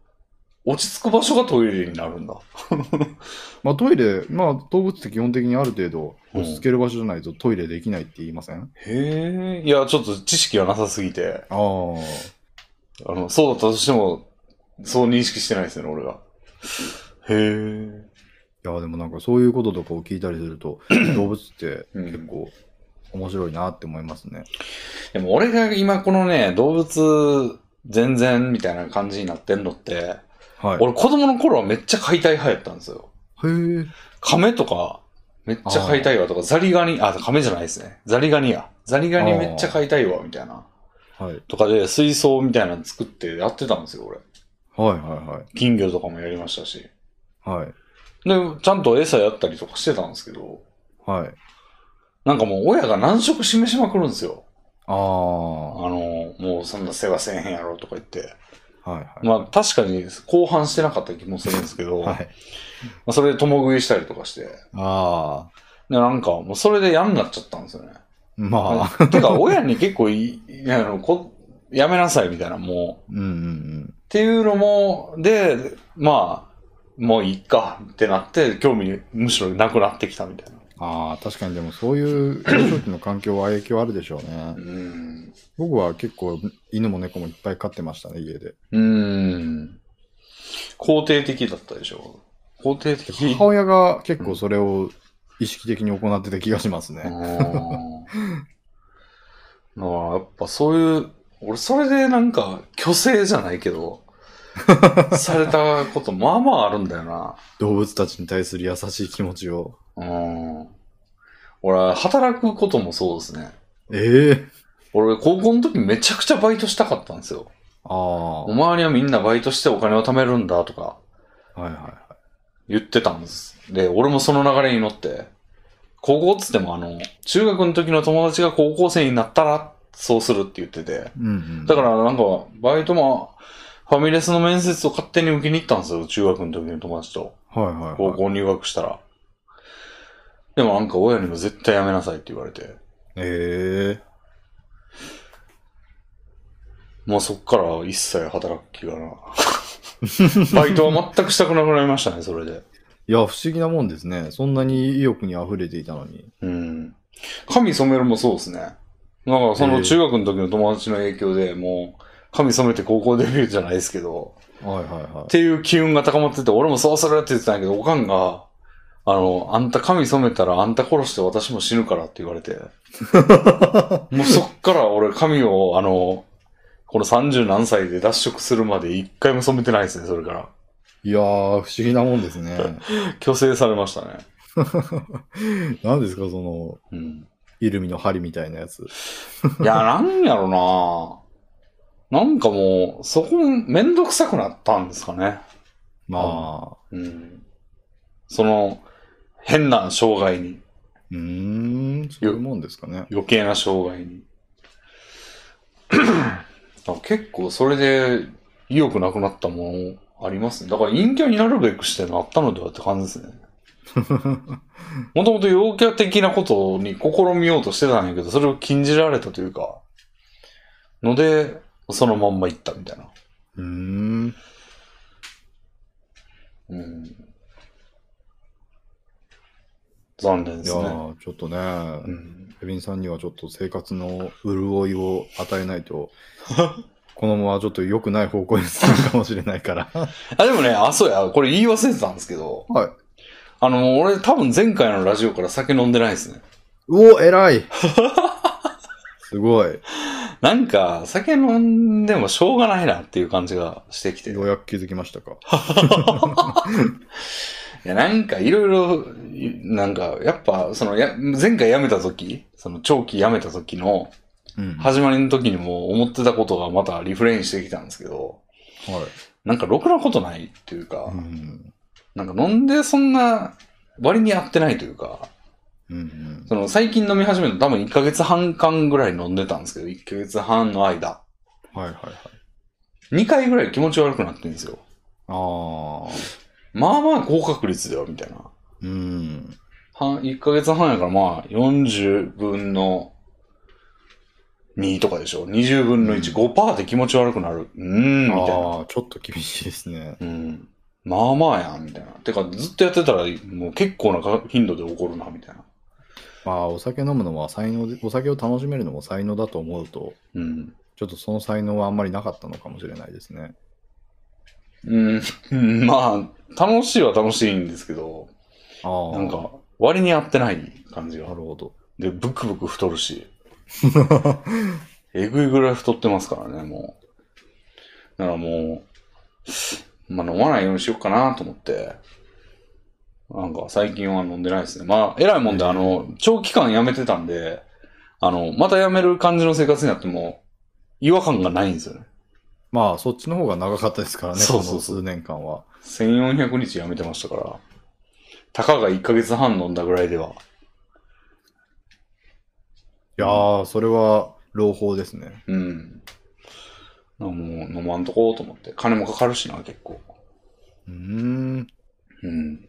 A: 落ち着く場所がトイレになるんだ。
B: まあトイレまあ動物って基本的にある程度落ち着ける場所じゃないとトイレできないって言いません、あ
A: へえ。いや、ちょっと知識がなさすぎて、
B: あ
A: あの、そうだったとしても、そう認識してないですよね、俺が。へえ。
B: いやでもなんかそういうこととかを聞いたりする と動物って結構面白いなって思いますね、
A: でも俺が今このね、動物全然みたいな感じになってんのって、
B: はい
A: 俺子供の頃はめっちゃ解体派やったんですよ。
B: へえ。
A: 亀とか、めっちゃ解体わとか、ザリガニ、あ、亀じゃないですね。ザリガニや。ザリガニめっちゃ解体わみたいな。
B: はい。
A: とかで、水槽みたいなの作ってやってたんですよ、俺。
B: はいは
A: 金魚とかもやりましたし。で、
B: いはい。はい。
A: ちゃんと餌やったりとかしてたんですけど、
B: はい。
A: なんかもう親が難色示しまくるんですよ。
B: あ
A: あ
B: あ。は
A: の、もうそんな世話せえへんやろとか言って。
B: いはい。
A: まあ確かに後半してなかった気もするんですけど、
B: は
A: ま
B: い。
A: あそれで共食いしたりとかして。で、
B: ああ。
A: なんかもうそれで嫌になっちゃったんですよね。
B: まあ。
A: てか、親に結構いい、あの、こ、やめなさいみたいな、も
B: うんうんうん
A: う。。っていうのも、で、まあ、もういいかってなって、興味むしろなくなってきたみたいな。
B: ああ、確かにでもそういう幼少期の環境は影響あるでしょうね
A: う。ん。
B: 僕は結構犬も猫もいっぱい飼ってましたね、家で。
A: うん。肯定的だったでしょ。肯定的。
B: 母親が結構それを意識的に行ってた気がします
A: う
B: ね。
A: ん。だからやっぱそういう、俺それでなんか、虚勢じゃないけど、されたこと、まあまああるんだよな。
B: 動物たちに対する優しい気持ちを。
A: うん。俺、働くこともそうですね。
B: ええ
A: 俺、高校の時めちゃくちゃバイトしたかったんですよ。
B: あ
A: お周りはみんなバイトしてお金を貯めるんだとか
B: あ。はいは
A: 言ってたんです。で、俺もその流れに乗って、高校っつってもあの、中学の時の友達が高校生になったらそうするって言ってて、
B: い。うんうん。
A: だからなんか、バイトも、ファミレスの面接を勝手に受けに行ったんですよ、中学の時の友達と。
B: ら、はいはい、
A: 高
B: はい。
A: 校入学したら。でもなんか親にも絶対やめなさいって言われて。
B: ええ
A: もうそっから一切働く気が な。バイトは全くしたくなくなりましたね、それで。
B: いや、不思議なもんですね。そんなに意欲に溢れていたのに。
A: うん。髪染めるもそうですね。なんかその中学の時の友達の影響でもう、髪染めて高校デビューじゃないですけど、
B: はいはいは
A: っていう機運が高まってて、俺もそうするって言ってたんやけど、おかんが、あの、あんた髪染めたらあんた殺して私も死ぬからって言われて。もうそっから俺髪を、あの、この30何歳で脱色するまで一回も染めてないですね、それから。
B: い。いやー、不思議なもんですね。
A: 虚勢されましたね。
B: 何ですか、その、
A: うん。
B: イルミの針みたいなやつ。
A: いや、なんやろななんかもう、そこもめんどくさくなったんですかね。
B: まあ、
A: うん。その、変な障害に、
B: うーん、そういうもんですかね。
A: 余計な障害に。 だから結構それで意欲なくなったもの、ありますね。だから陰キャになるべくしてなったのではって感じです ね。もともと陽キャ的なことに試みようとしてたんやけど、それを禁じられたというか、ので、そのまんま行ったみたいな。
B: うーん。
A: うん。残念で
B: いや
A: すね。
B: ー、ちょっとね、
A: うん。
B: ケビンさんにはちょっと生活の潤いを与えない と、このままちょっと良くない方向に進むかもしれないから。
A: あ、でもね、あ、そうや、これ言い忘れてたんですけど、
B: はい。
A: あの、俺多分前回のラジオから酒飲んでないですね。
B: うお、偉いすごい。
A: なんか、酒飲んでもしょうがないなっていう感じがしてきて。
B: ようやく気づきましたか。
A: いや、なんかいろいろ、いなんか、やっぱ、そのや、前回辞めた時、その長期辞めた時の、
B: うん。はい。
A: 始まりの時にも思ってたことがまたリフレインしてきたんですけど、なんかろくなことないっていうか
B: う、ん。
A: なんか飲んでそんな割に合ってないというか、
B: うんうん。
A: その最近飲み始めたの多分1ヶ月半間ぐらい飲んでたんですけど、1ヶ月半の間、
B: はいはいはい。
A: 2回ぐらい気持ち悪くなってるんですよ。
B: ああ。
A: まあまあ高確率だよ、みたいな。
B: うん。
A: 半、1ヶ月半やからまあ、40分の2とかでしょ。20分の1、5%で気持ち悪くなる。うーん、みたいな。
B: ああ、ちょっと厳しいですね。
A: うん。まあまあやん、みたいな。てか、ずっとやってたら、もう結構なか頻度で起こるな、みたいな。
B: まあ、お酒飲むのは才能で、お酒を楽しめるのも才能だと思うと、
A: うん。
B: ちょっとその才能はあんまりなかったのかもしれないですね。
A: うんうん、 まあ、楽しいは楽しいんですけど、
B: ああ。
A: なんか、割に合ってない感じ
B: な
A: が
B: る。ほど。
A: で、ブクブク太るし。えぐいぐらい太ってますからね、もう。だからもう、まあ飲まないようにしようかなと思って。なんか最近は飲んでないですね。まあ、偉いもんで、あの、長期間やめてたんで、あの、またやめる感じの生活になっても、違和感がないんですよね。
B: まあ、そっちの方が長かったですからね、
A: そうそうそう
B: この数年間は。
A: 1400日やめてましたから、たかが1ヶ月半飲んだぐらいでは。
B: いやー、それは、朗報ですね。
A: うん。もう飲まんとこうと思って。金もかかるしな、結構。
B: うーん。
A: うん。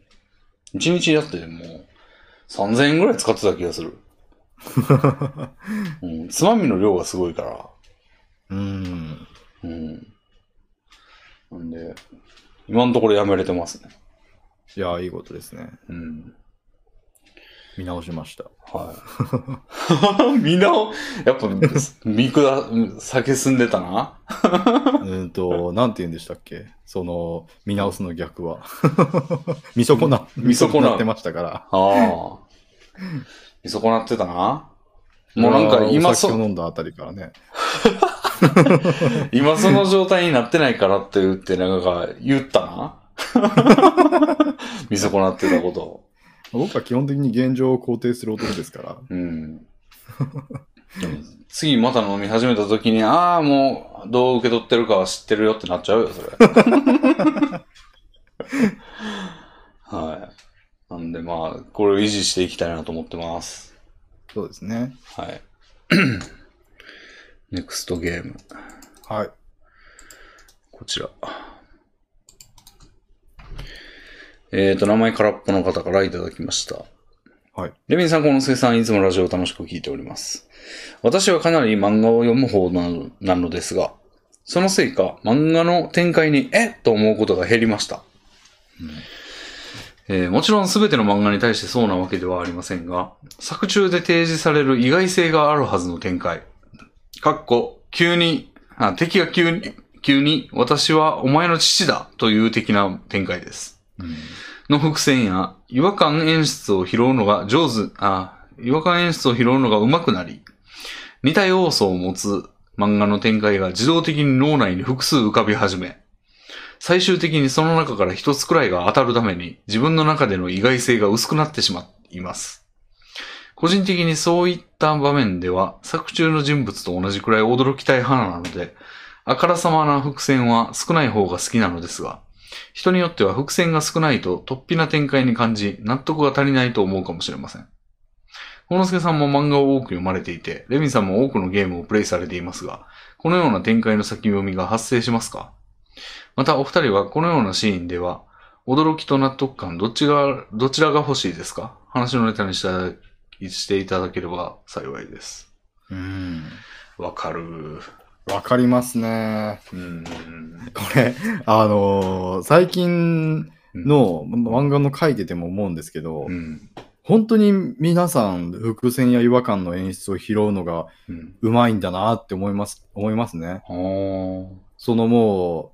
A: 一日だってもう3000円ぐらい使ってた気がす る。うん、つまみの量がすごいから。
B: うーん。
A: うん。なんで、今のところやめれてますね。
B: いやー、いいことですね。
A: うん。
B: 見直しました。
A: はい。 みんな、やっぱ、見下、酒進んでたな。
B: うーんと、なんて言うんでしたっけその、見直すの逆は。 見損な、
A: 見損な
B: ってましたから。
A: ああ。見損なってたな。もうなんか今そ
B: お、酒を飲んだあたりからね。
A: 今その状態になってないからって言って、なんか言ったな。見損なってたこと。
B: 僕は基本的に現状を肯定する男ですから。
A: うん。でも次また飲み始めた時に、ああ、もうどう受け取ってるかは知ってるよってなっちゃうよ、それ。はい。なんでまあ、これを維持していきたいなと思ってます。
B: そうですね。
A: はい。ネクストゲーム。
B: はい。
A: こちら。えっ、と、名前空っぽの方からいただきました。
B: はい。
A: レビンさん、このすけさん、いつもラジオを楽しく聞いております。私はかなり漫画を読む方なのなのですが、そのせいか、漫画の展開に、えっと思うことが減りました。えーもちろん全ての漫画に対してそうなわけではありませんが、作中で提示される意外性があるはずの展開。かっこ、急に、あ、敵が急に、急に、私はお前の父だという的な展開です。
B: うん
A: の伏線や、違和感演出を拾うのが上手、あ、違和感演出を拾うのが上手くなり、似た要素を持つ漫画の展開が自動的に脳内に複数浮かび始め、最終的にその中から一つくらいが当たるために自分の中での意外性が薄くなってしまいます。個人的にそういった場面では作中の人物と同じくらい驚きたい派なので、あからさまな伏線は少ない方が好きなのですが、人によっては伏線が少ないと突飛な展開に感じ、納得が足りないと思うかもしれません。小之助さんも漫画を多く読まれていて、レミさんも多くのゲームをプレイされていますが、このような展開の先読みが発生しますかまたお二人はこのようなシーンでは、驚きと納得感、どっちが、どちらが欲しいですか話のネタにしたしていただければ幸いです。
B: うん。
A: わかる。
B: わかりますね。
A: うん。
B: これ、あのー最近の漫画の書いてても思うんですけど、
A: うん。
B: 本当に皆さん伏線や違和感の演出を拾うのが
A: うん。
B: うまいんだなって思います、思いますね。
A: あー
B: そのもう、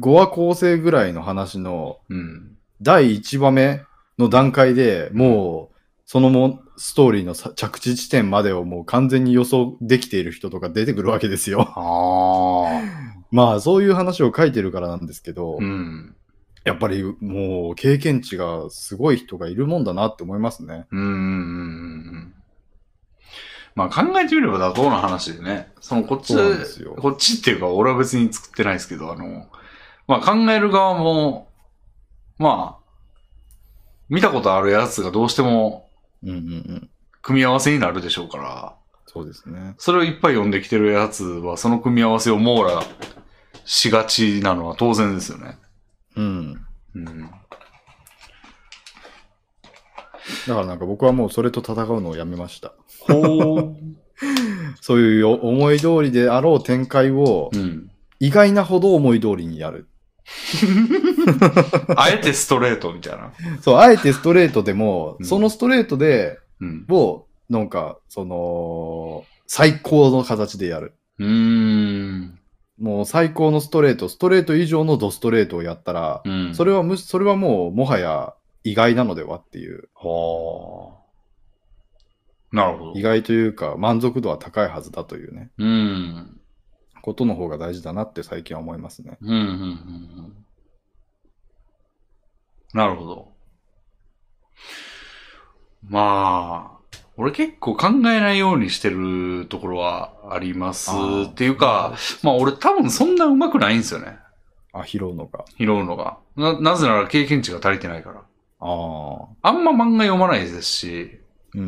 B: 5話構成ぐらいの話の
A: うん。
B: 第1話目の段階でもう、そのもストーリーのさ着地地点までをもう完全に予想できている人とか出てくるわけですよ。
A: ああ。
B: まあそういう話を書いてるからなんですけど、
A: うん。
B: やっぱりもう経験値がすごい人がいるもんだなって思いますね。
A: うんうんうんうん。まあ考えてみれば妥当な話でね、そのこっち、
B: そうなんですよ
A: こっちっていうか俺は別に作ってないですけど、あの、まあ考える側も、まあ、見たことあるやつがどうしても
B: うんうんうん。
A: 組み合わせになるでしょうから、
B: そうですね。
A: それをいっぱい読んできてるやつはその組み合わせを網羅しがちなのは当然ですよね。
B: うん。
A: うん。
B: だからなんか僕はもうそれと戦うのをやめました。
A: ほう。
B: そういうよ思い通りであろう展開を
A: うん。
B: 意外なほど思い通りにやる。
A: あえてストレートみたいな。
B: そう、あえてストレートでも、
A: うん
B: そのストレートで、
A: うん。
B: を、なんか、その、最高の形でやる。
A: うーん。
B: もう最高のストレート、ストレート以上のドストレートをやったら、
A: うん。
B: それはむし、それはもう、もはや意外なのではっていう、
A: はあ。なるほ
B: 意
A: ど。
B: 外というか、満足度は高いはずだというね、
A: うん。
B: ことの方が大事だなって最近は思いますね。
A: うん、うん、うんうん。なるほど。まあ、俺結構考えないようにしてるところはあります。っていうか、、まあ俺多分そんな上手くないんですよね。
B: あ、拾うのか。
A: 拾うのが。な、なぜなら経験値が足りてないから。
B: ああ。
A: あんま漫画読まないですし、
B: うんう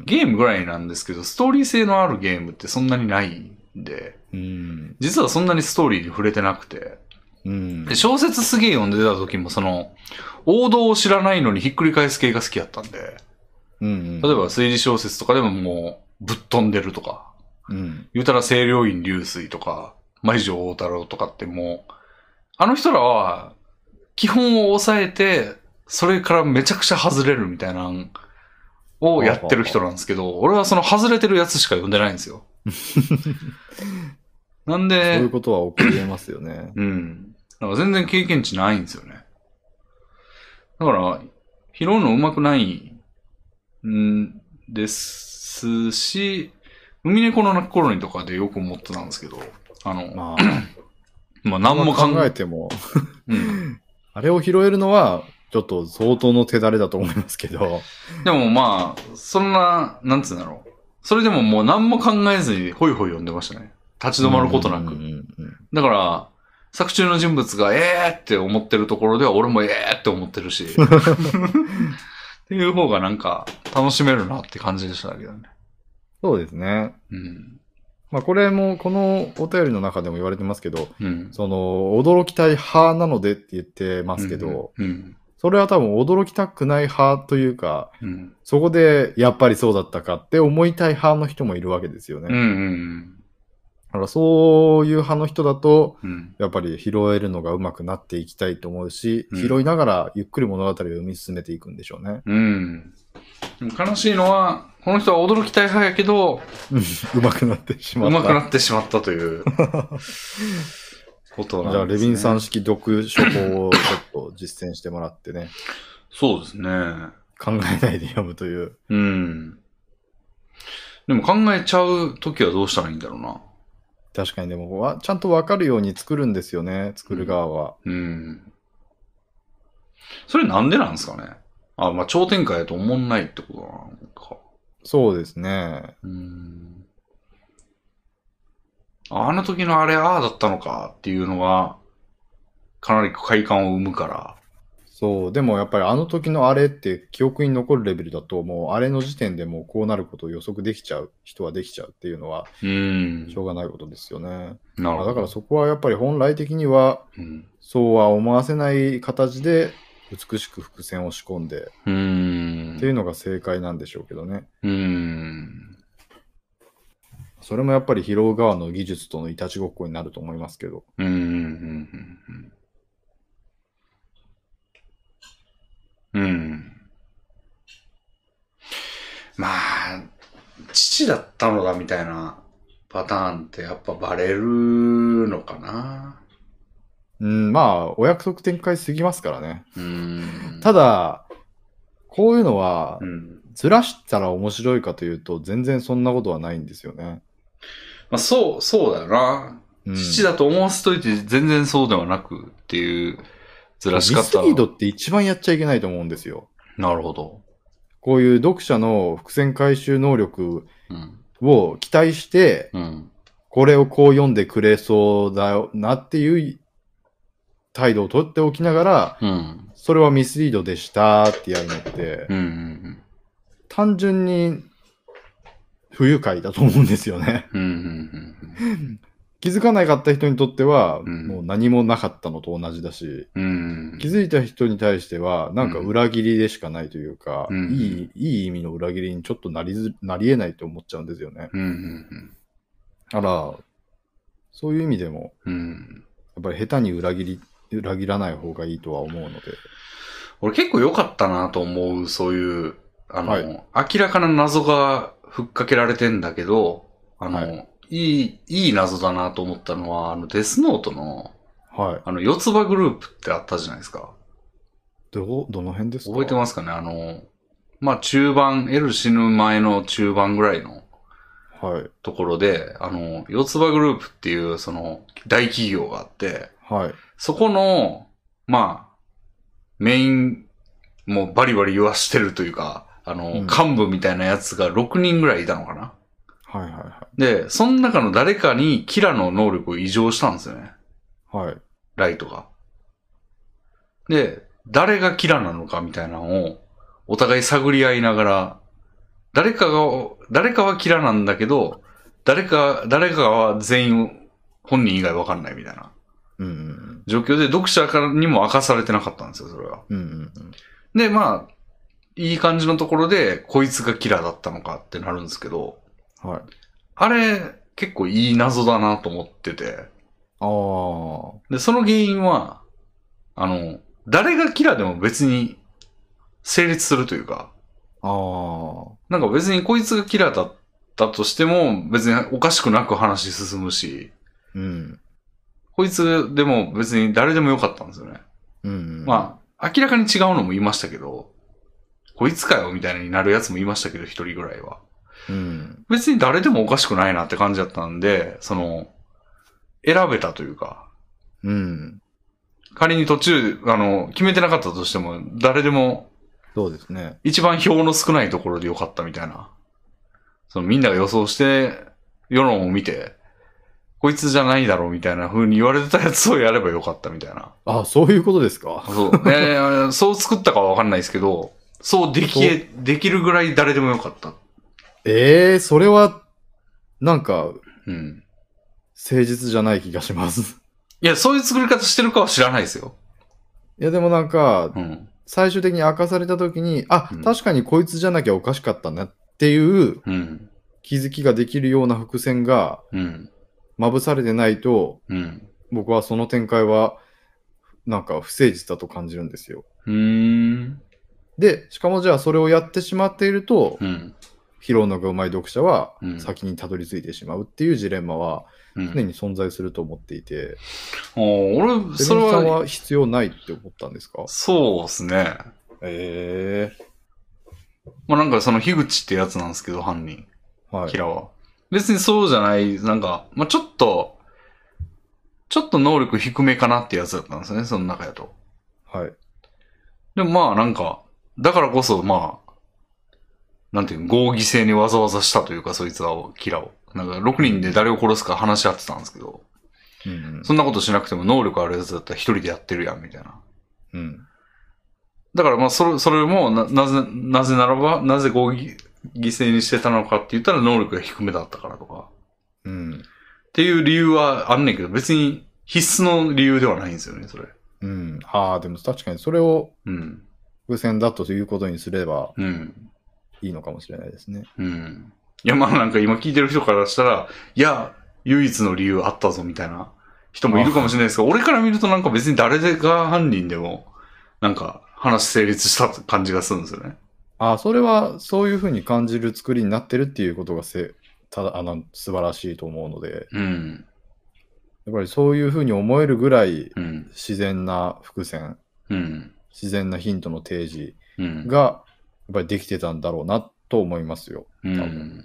B: ん
A: ゲームぐらいなんですけど、ストーリー性のあるゲームってそんなにないんで、
B: うん。
A: 実はそんなにストーリーに触れてなくて、
B: うん。
A: で小説すげえ読んでた時もその、王道を知らないのにひっくり返す系が好きやったんで、
B: うん。
A: 例えば、推理小説とかでももう、ぶっ飛んでるとか、
B: うん。
A: 言うたら清涼院流水とか、舞城大太郎とかってもう、あの人らは、基本を抑えて、それからめちゃくちゃ外れるみたいなんをやってる人なんですけど、俺はその外れてるやつしか読んでないんです よ。なん
B: そうい
A: で
B: う、ことは起こります よね。
A: うん。だから全然経験値ないんですよね。だから、拾うの上手くないんですし、海猫の鳴く頃にとかでよく思ってたんですけど、あの、ま
B: ま
A: あ、何も
B: あ、
A: 考
B: 考え
A: え、
B: ても、
A: うん、
B: あれを拾えるのは、ちょっと相当の手だれだと思いますけど。
A: でもまあ、そんな、なんつうんだろう。それでももう何も考えずにホイホイ読んでましたね。立ち止まることな
B: うんう
A: く。
B: んうん
A: だから、作中の人物がえーって思ってるところでは俺もえーって思ってるし。っていう方がなんか楽しめるなって感じでしたけどね。
B: そうですね。
A: うん。
B: まあ、これも、このお便りの中でも言われてますけど、
A: うん。
B: その、驚きたい派なのでって言ってますけど、
A: うん。
B: それは多分驚きたくない派というか、
A: うん。
B: そこで、やっぱりそうだったかって思いたい派の人もいるわけですよね。
A: うん。うん。
B: だからそういう派の人だと、
A: うん。
B: やっぱり拾えるのが上手くなっていきたいと思うし、
A: うん
B: 拾いながらゆっくり物語を読み進めていくんでしょうね。
A: うん。でも悲しいのは、この人は驚きたい派やけど、
B: 上手くなってしま
A: 上
B: った。
A: 手くなってしまったと いうこと
B: じゃ
A: な
B: あ、
A: んで
B: レ
A: す、ね。
B: ビンさ
A: ん。
B: ん式読書法をちょっと実践してもらってね、
A: そうですね。
B: 考えないで読むという。
A: うん。でも考えちゃうときはどうしたらいいんだろうな。
B: 確かにでも、わちゃんとわかるように作るんですよね、作る側は。
A: うん。それなんでなんですかねあ、まあ、超展開やと思んないってことなのか。
B: そうですね。
A: うん。あの時のあれ、ああだったのかっていうのが、かなり快感を生むから。
B: そう、でもやっぱりあの時のあれって記憶に残るレベルだと、もうあれの時点でもうこうなることを予測できちゃう人はできちゃうっていうのは、
A: うん
B: し。ょうがないことですよね。
A: なる
B: まあ
A: ほ
B: だ
A: ど。
B: からそこはやっぱり本来的には、
A: うん。
B: そうは思わせない形で、美しく伏線を仕込んで、
A: う
B: ってい
A: ん。
B: うのが正解なんでしょうけどね。
A: うん。
B: それもやっぱり拾う側の技術とのいたちごっこになると思いますけど。
A: うんうんうんうんうんうんまあ、父だったのだみたいなパターンってやっぱバレるのかな。
B: うん、まあ、お約束展開すぎますからね。
A: うん。
B: ただ、こういうのは
A: う、ん
B: ずらしたら面白いかというと、全然そんなことはないんですよね。
A: まあ、そう、そうだよな。
B: うん、
A: 父だと思わせといて全然そうではなくっていうずらし
B: ミス
A: 方。
B: リードって一番やっちゃいけないと思うんですよ。
A: なるほど。
B: こういう読者の伏線回収能力
A: うん。
B: を期待して、
A: うん。
B: これをこう読んでくれそうだよなっていう態度をとっておきながら、
A: うん。
B: それはミスリードでしたってやるのって
A: うんう、んうん。
B: 単純に不愉快だと思うんですよね。
A: うんうんうんうん。
B: 気づかなかった人にとっては、
A: うん
B: もう何もなかったのと同じだし、
A: うん
B: 気づいた人に対しては、なんか
A: うん
B: 裏切りでしかないというか、
A: うん
B: いい、いい意味の裏切りにちょっとなりず、なり得ないと思っちゃうんですよね。
A: うんうん
B: あら、そういう意味でも、
A: うんうん
B: やっぱり下手に裏切り、裏切らない方がいいとは思うので。
A: 俺結構良かったなと思う、そういう、あの、
B: はい
A: 明らかな謎がふっかけられてんだけど、あの、、
B: はい
A: いい、謎だなと思ったのは、あの、デスノートの、
B: はい。
A: あの、四つ葉グループってあったじゃないですか。
B: ど、どの辺ですか
A: 覚えてますかねあの、まあ、中盤、エル死ぬ前の中盤ぐらいの
B: す。はい。
A: ところで、あの、四つ葉グループっていう、その、大企業があって、
B: はい。
A: そこの、まあ、メイン、もうバリバリ言わしてるというか、あの、
B: うん
A: 幹部みたいなやつが6人ぐらいいたのかな。
B: はいはいは
A: で、その中の誰かにキラの能力を異常したんですよね。
B: い。はい。
A: ライトが。で、誰がキラなのかみたいなのを、お互い探り合いながら、誰かが、誰かはキラなんだけど、誰か、誰かは全員、本人以外わかんないみたいな。
B: うんうん
A: 状況で読者からにも明かされてなかったんですよ、それは。
B: うん。うんうんうん。
A: で、まあ、いい感じのところで、こいつがキラーだったのかってなるんですけど、
B: はい。
A: あれ、結構いい謎だなと思ってて、
B: ああ。
A: で、その原因は、あの、誰がキラーでも別に成立するというか、
B: ああ。
A: なんか別にこいつがキラーだったとしても、別におかしくなく話進むし、
B: うん。
A: こいつでも別に誰でもよかったんですよね。
B: うんうん。
A: まあ、明らかに違うのも言いましたけど、こいつかよみたいになるやつもいましたけど、一人ぐらいは。
B: あ。うん。
A: 別に誰でもおかしくないなって感じだったんで、その、選べたというか、
B: うん。
A: 仮に途中、あの、決めてなかったとしても、誰でも
B: そうですね。
A: 一番票の少ないところでよかったみたいな。そのみんなが予想して、世論を見て、こいつじゃないだろうみたいな風に言われてたやつをやればよかったみたいな。
B: あ、そういうことですか。
A: そう。いやいやいやそう作ったかはわかんないですけど、そうできえ、できるぐらい誰でもよかった。
B: ええー、それは、なんか、
A: うん。
B: 誠実じゃない気がします。
A: いや、そういう作り方してるかは知らないですよ。
B: いや、でもなんか、
A: うん。
B: 最終的に明かされた時に、あ、
A: うん
B: 確かにこいつじゃなきゃおかしかったなっていう
A: うん。
B: 気づきができるような伏線が、
A: うん。
B: まぶされてないと、
A: うん。
B: 僕はその展開は、なんか不誠実だと感じるんですよ。
A: うーん。
B: で、しかもじゃあそれをやってしまっていると、
A: うん。
B: 拾うのがうまい読者は
A: うん
B: 先にたどり着いてしまうっていうジレンマは
A: う
B: 常
A: ん。
B: に存在すると思っていて、
A: おー俺、
B: そ
A: そ
B: れ
A: れ
B: さん
A: は、
B: は必要ないって思ったんですか
A: そうですね。
B: え
A: まあなんかその、樋口ってやつなんですけど、犯人、
B: えはい
A: キ。ラは。別にそうじゃない、なんか、まあちょっと、ちょっと能力低めかなってやつだったんですよね、その中やと。
B: はい。
A: でもまあなんか、だからこそまあ、なんていうの合議制にわざわざしたというか、そいつらを、キラを。なんか6人で誰を殺すか話し合ってたんですけど、
B: うん
A: そんなことしなくても能力あるやつだったら一人でやってるやん、みたいな。
B: うん。うん。
A: だからまあそれ、それもな、なぜ、なぜならば、なぜこうぎ犠牲にしてたのかって言ったら能力が低めだったからとか。
B: うん。
A: っていう理由はあんねんけど、別に必須の理由ではないんですよね、それ。
B: うん。ああ、でも確かにそれを
A: うん。
B: 偶然だということにすれば
A: うん。
B: いいのかもしれないですね。
A: うん。いや、まあなんか今聞いてる人からしたら、いや、唯一の理由あったぞ、みたいな人もいるかもしれないですが、俺から見るとなんか別に誰が犯人でも、なんか話成立した感じがするんですよね。
B: ああ、それはそういうふうに感じる作りになってるっていうことがせただあの素晴らしいと思うので、
A: うん。
B: やっぱりそういうふうに思えるぐらい
A: うん。
B: 自然な伏線、
A: うん。
B: 自然なヒントの提示
A: うん。
B: がやっぱりできてたんだろうなと思いますよ。
A: う
B: 多
A: ん。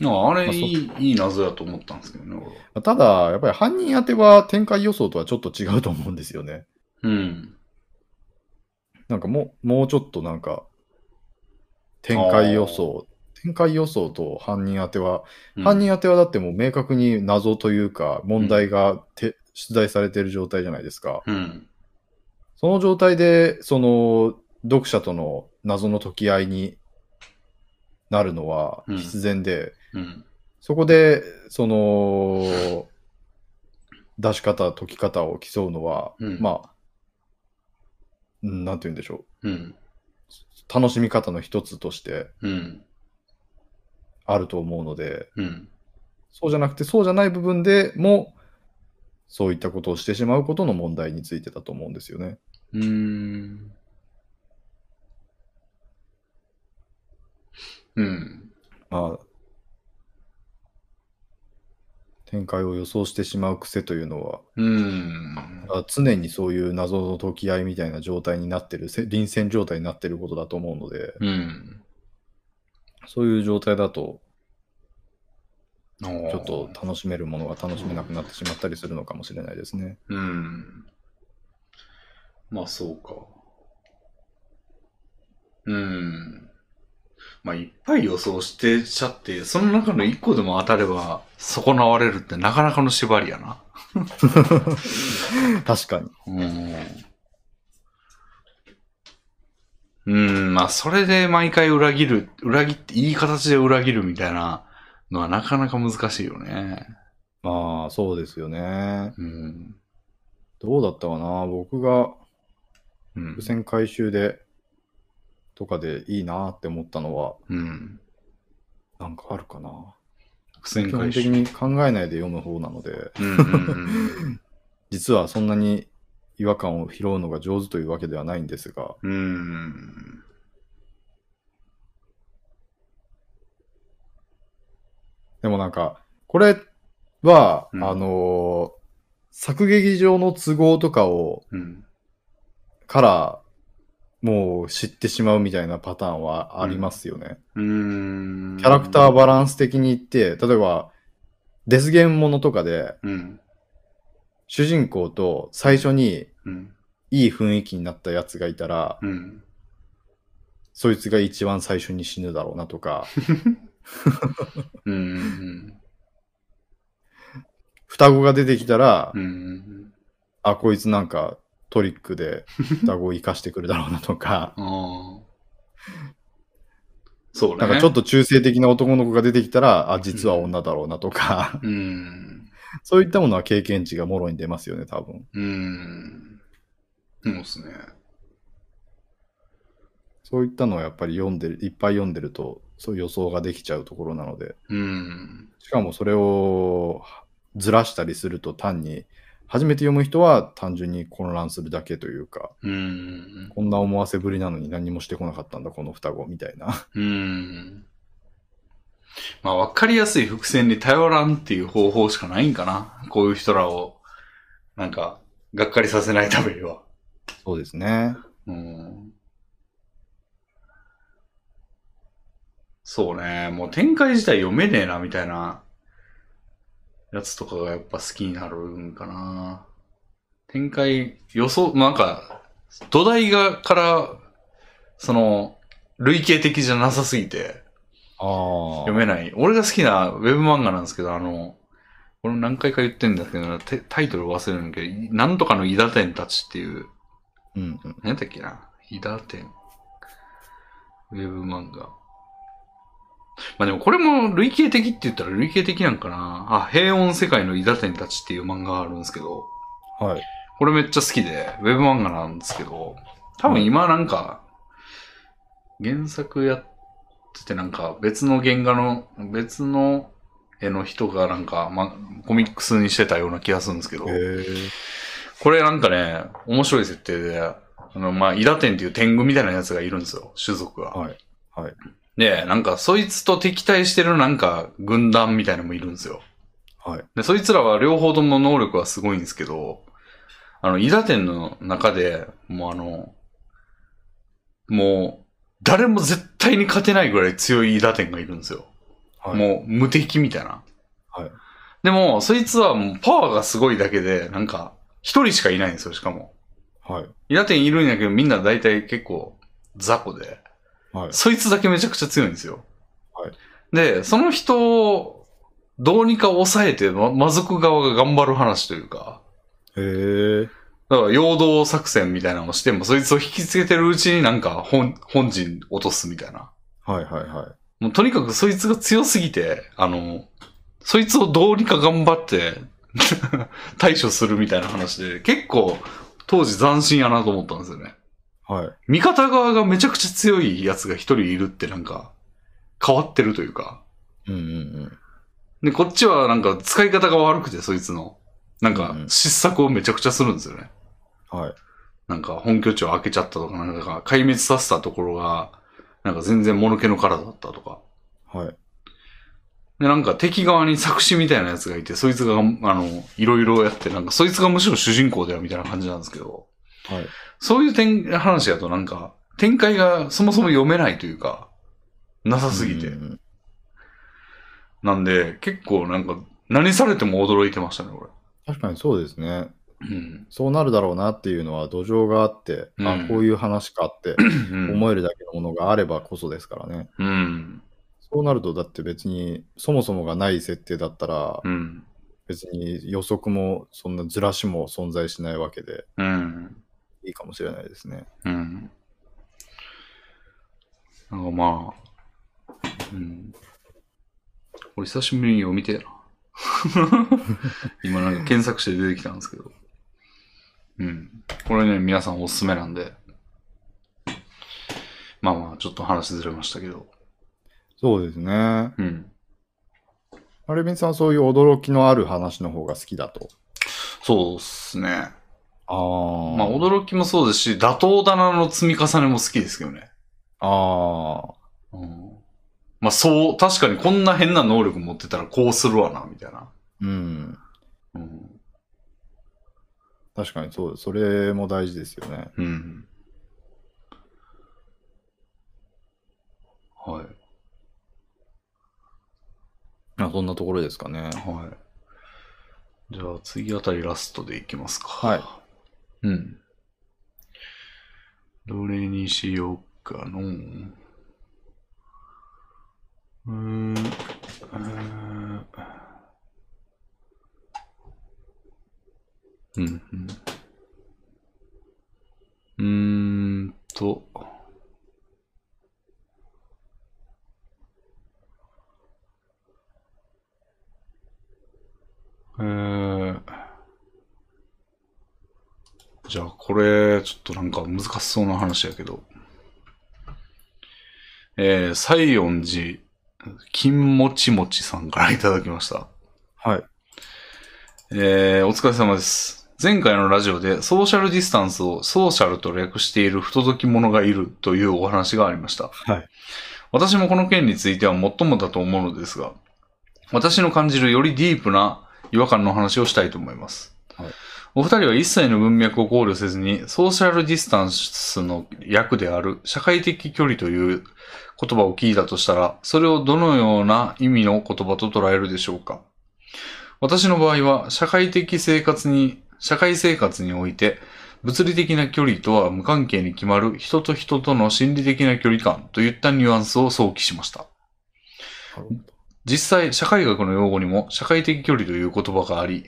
A: なんかあれ、いい、いい謎やと思ったんですけどね、俺は。
B: ただ、やっぱり犯人宛ては展開予想とはちょっと違うと思うんですよね。
A: うん。
B: なんかもう、もうちょっとなんか、展開予想、展開予想と犯人宛ては、犯人宛てはだってもう明確に謎というか、問題がて、出題されてる状態じゃないですか。
A: うん。
B: その状態で、その、読者との謎の解き合いになるのは
A: うん
B: 必然で、
A: うん。
B: そこで、その、出し方、解き方を競うのは、
A: うん
B: まあ、うんなんて言うんでしょう。
A: うん。
B: 楽しみ方の一つとして
A: うん。
B: あると思うので、
A: うん。
B: そうじゃなくて、そうじゃない部分でも、そういったことをしてしまうことの問題についてだと思うんですよね。
A: うーん。うん。
B: まあ、展開を予想してしまう癖というのは、
A: うん。
B: あ常にそういう謎の解き合いみたいな状態になってる、せ臨戦状態になってることだと思うので、
A: うん。
B: そういう状態だと、
A: ち
B: ちょ
A: ょ
B: っと。楽しめるものが楽しめなくなってしまったりするのかもしれないですね。
A: うん。まあ、そうか。うん。まあ、いっぱい予想してちゃって、その中の一個でも当たれば、損なわれるってなかなかの縛りやな。
B: 確かに。
A: うん。うん、まあ、それで毎回裏切る、裏切って、いい形で裏切るみたいなのはなかなか難しいよね。
B: まあ、そうですよね。
A: うん。
B: どうだったかな僕が
A: うん
B: 伏。線回収で、とかでいいなって思ったのは、
A: うん。
B: なんかあるかな
A: 伏線
B: 基本
A: 回
B: 的
A: 収。
B: に考えないで読む方なので、
A: うんうん
B: 実はそんなに違和感を拾うのが上手というわけではないんですが、
A: うん。うん。
B: でもなんか、これは、
A: うん
B: あのー作劇上の都合とかを、
A: うん。
B: から、もう知ってしまうみたいなパターンはありますよね。
A: うん。
B: キャラクターバランス的に言って、例えば、デスゲームものとかで、
A: うん。
B: 主人公と最初に
A: うん。
B: いい雰囲気になったやつがいたら、
A: うん。
B: そいつが一番最初に死ぬだろうなとか、
A: うん。うん。
B: 双子が出てきたら、
A: うん。、
B: あ、こいつなんかトリックで双子を生かしてくるだろうなとか
A: ああ。そうね。
B: なんかちょっと中性的な男の子が出てきたら、あ、実は女だろうなとか、
A: うん。
B: そういったものは経験値がもろに出ますよね、多分。
A: うん。そうですね。
B: そういったのはやっぱり読んでる、いっぱい読んでると、そういう予想ができちゃうところなので、
A: うん。
B: しかもそれをずらしたりすると単に、初めて読む人は単純に混乱するだけというか、
A: うん。
B: こんな思わせぶりなのに何もしてこなかったんだ、この双子みたいな。
A: うん。まあ、わかりやすい伏線に頼らんっていう方法しかないんかな。こういう人らを、なんか、がっかりさせないためには。
B: そうですね。
A: うん。そうね。もう展開自体読めねえな、みたいな、やつとかがやっぱ好きになるんかな。展開、予想、なんか、土台が、から、その、類型的じゃなさすぎて、
B: あ
A: 読めない。俺が好きなウェブ漫画なんですけど、あの、これも何回か言ってんだけど、てタイトル忘れるんだけど、なんとかの伊田店たちっていう、
B: うんうん。
A: 何やったっけな飛騨店。ウェブ漫画。まあでもこれも類型的って言ったら類型的なんかな。あ、平穏世界の伊田天たちっていう漫画があるんですけど、
B: はい。
A: これめっちゃ好きで、ウェブ漫画なんですけど、多分今なんか、原作やっててなんか別の原画の、別の絵の人がなんか、ま、コミックスにしてたような気がするんですけど、
B: へえ。
A: これなんかね、面白い設定で、あの、まあ、伊田天っていう天狗みたいなやつがいるんですよ、種族が。
B: はい。はい。
A: で、なんか、そいつと敵対してるなんか、軍団みたいなのもいるんですよ。
B: はい。
A: で、そいつらは両方とも能力はすごいんですけど、あの、伊田天の中で、もうあの、もう、誰も絶対に勝てないぐらい強い伊田天がいるんですよ。
B: はい
A: もう、無敵みたいな。
B: はい
A: でも、そいつはもうパワーがすごいだけで、なんか、一人しかいないんですよ、しかも。
B: は
A: 伊
B: い。
A: 田天いるんやけど、みんな大体結構、雑魚で。
B: はい。
A: そいつだけめちゃくちゃ強いんですよ。
B: はい
A: で、その人をどうにか抑えて、ま、魔族側が頑張る話というか、
B: へえ。
A: だから、陽動作戦みたいなのをしても、そいつを引きつけてるうちになんか本、本陣落とすみたいな。
B: はいはいは
A: もうとにかくそいつが強すぎて、あの、そいつをどうにか頑張って、 対処するみたいな話で、結構、当時斬新やなと思ったんですよね。
B: い。はい。
A: 味方側がめちゃくちゃ強いやつが一人いるってなんか、変わってるというか。
B: うんうんうん。
A: で、こっちはなんか使い方が悪くて、そいつの。なんか
B: う、ん
A: 失策をめちゃくちゃするんですよね。
B: はい。
A: なんか、本拠地を開けちゃったとか、なんか、壊滅させたところが、なんか全然物気の体だったとか。
B: はい。
A: で、なんか敵側に作詞みたいなやつがいて、そいつが、あの、いろいろやって、なんか、そいつがむしろ主人公だよみたいな感じなんですけど、
B: はい。
A: そういう点、話だとなんか、展開がそもそも読めないというか、なさすぎて
B: う。んうん
A: なんで、結構なんか、何されても驚いてましたね、俺。
B: 確かにそうですね。
A: うん。
B: そうなるだろうなっていうのは土壌があって、
A: うん
B: あ、こういう話かって
A: うん。
B: 思えるだけのものがあればこそですからね。
A: うん。
B: そうなると、だって別にそもそもがない設定だったら
A: う、ん。
B: 別に予測もそんなずらしも存在しないわけで
A: うん。
B: いいかもしれないですね。
A: うん。なんかまあ、うん。俺久しぶりに読みてえな。 今なんか検索して出てきたんですけど。うん。これね、皆さんおすすめなんで。まあまあ、ちょっと話ずれましたけど。
B: そうですね。
A: うん。
B: アルビンさんはそういう驚きのある話の方が好きだと。
A: そうっすね。
B: ああ。
A: まあ、驚きもそうですし、妥当棚の積み重ねも好きですけどね。
B: あ
A: うん。まあ、そう、確かにこんな変な能力持ってたらこうするわな、みたいな。
B: ー。うん。
A: うん。
B: 確かにそう。それも大事ですよね。
A: うん。はい。
B: まあ、そんなところですかね。
A: はい。じゃあ、次あたりラストでいきますか。
B: はい。
A: うん。どれにしようかのうーん。うーん。うんうん。うーんと。えー、じゃあ、これ、ちょっとなんか難しそうな話やけど。えー、西園寺、金もちもちさんからいただきました。
B: はい。
A: えー、お疲れ様です。前回のラジオでソーシャルディスタンスをソーシャルと略している不届き者がいるというお話がありました。
B: はい。
A: 私もこの件については最もだと思うのですが、私の感じるよりディープな違和感の話をしたいと思います。
B: はい
A: お二人は一切の文脈を考慮せずに、ソーシャルディスタンスの略である社会的距離という言葉を聞いたとしたら、それをどのような意味の言葉と捉えるでしょうか私の場合は、社会的生活に、社会生活において、物理的な距離とは無関係に決まる人と人との心理的な距離感といったニュアンスを想起しました。実際、社会学の用語にも社会的距離という言葉があり、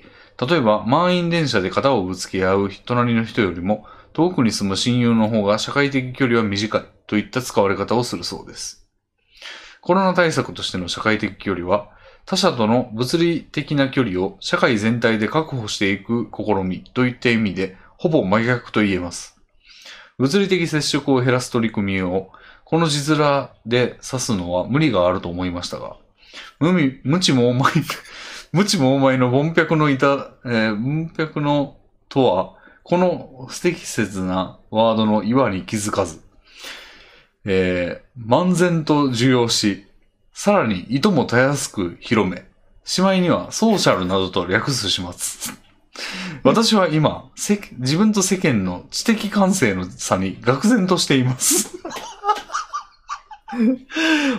A: 例えば満員電車で肩をぶつけ合う隣の人よりも遠くに住む親友の方が社会的距離は短いといった使われ方をするそうです。コロナ対策としての社会的距離は、他者との物理的な距離を社会全体で確保していく試みといった意味で、ほぼ真逆と言えます。物理的接触を減らす取り組みを、この字面で指すのは無理があると思いましたが、無味、無知もお前、 無知もお前の文脈のいた、えー文脈のとは、この不適切なワードの岩に気づかず、えー、漫然と受容し、さらに意図もたやすく広め、しまいにはソーシャルなどと略す始末。私は今、せ自分と世間の知的感性の差に愕然としています。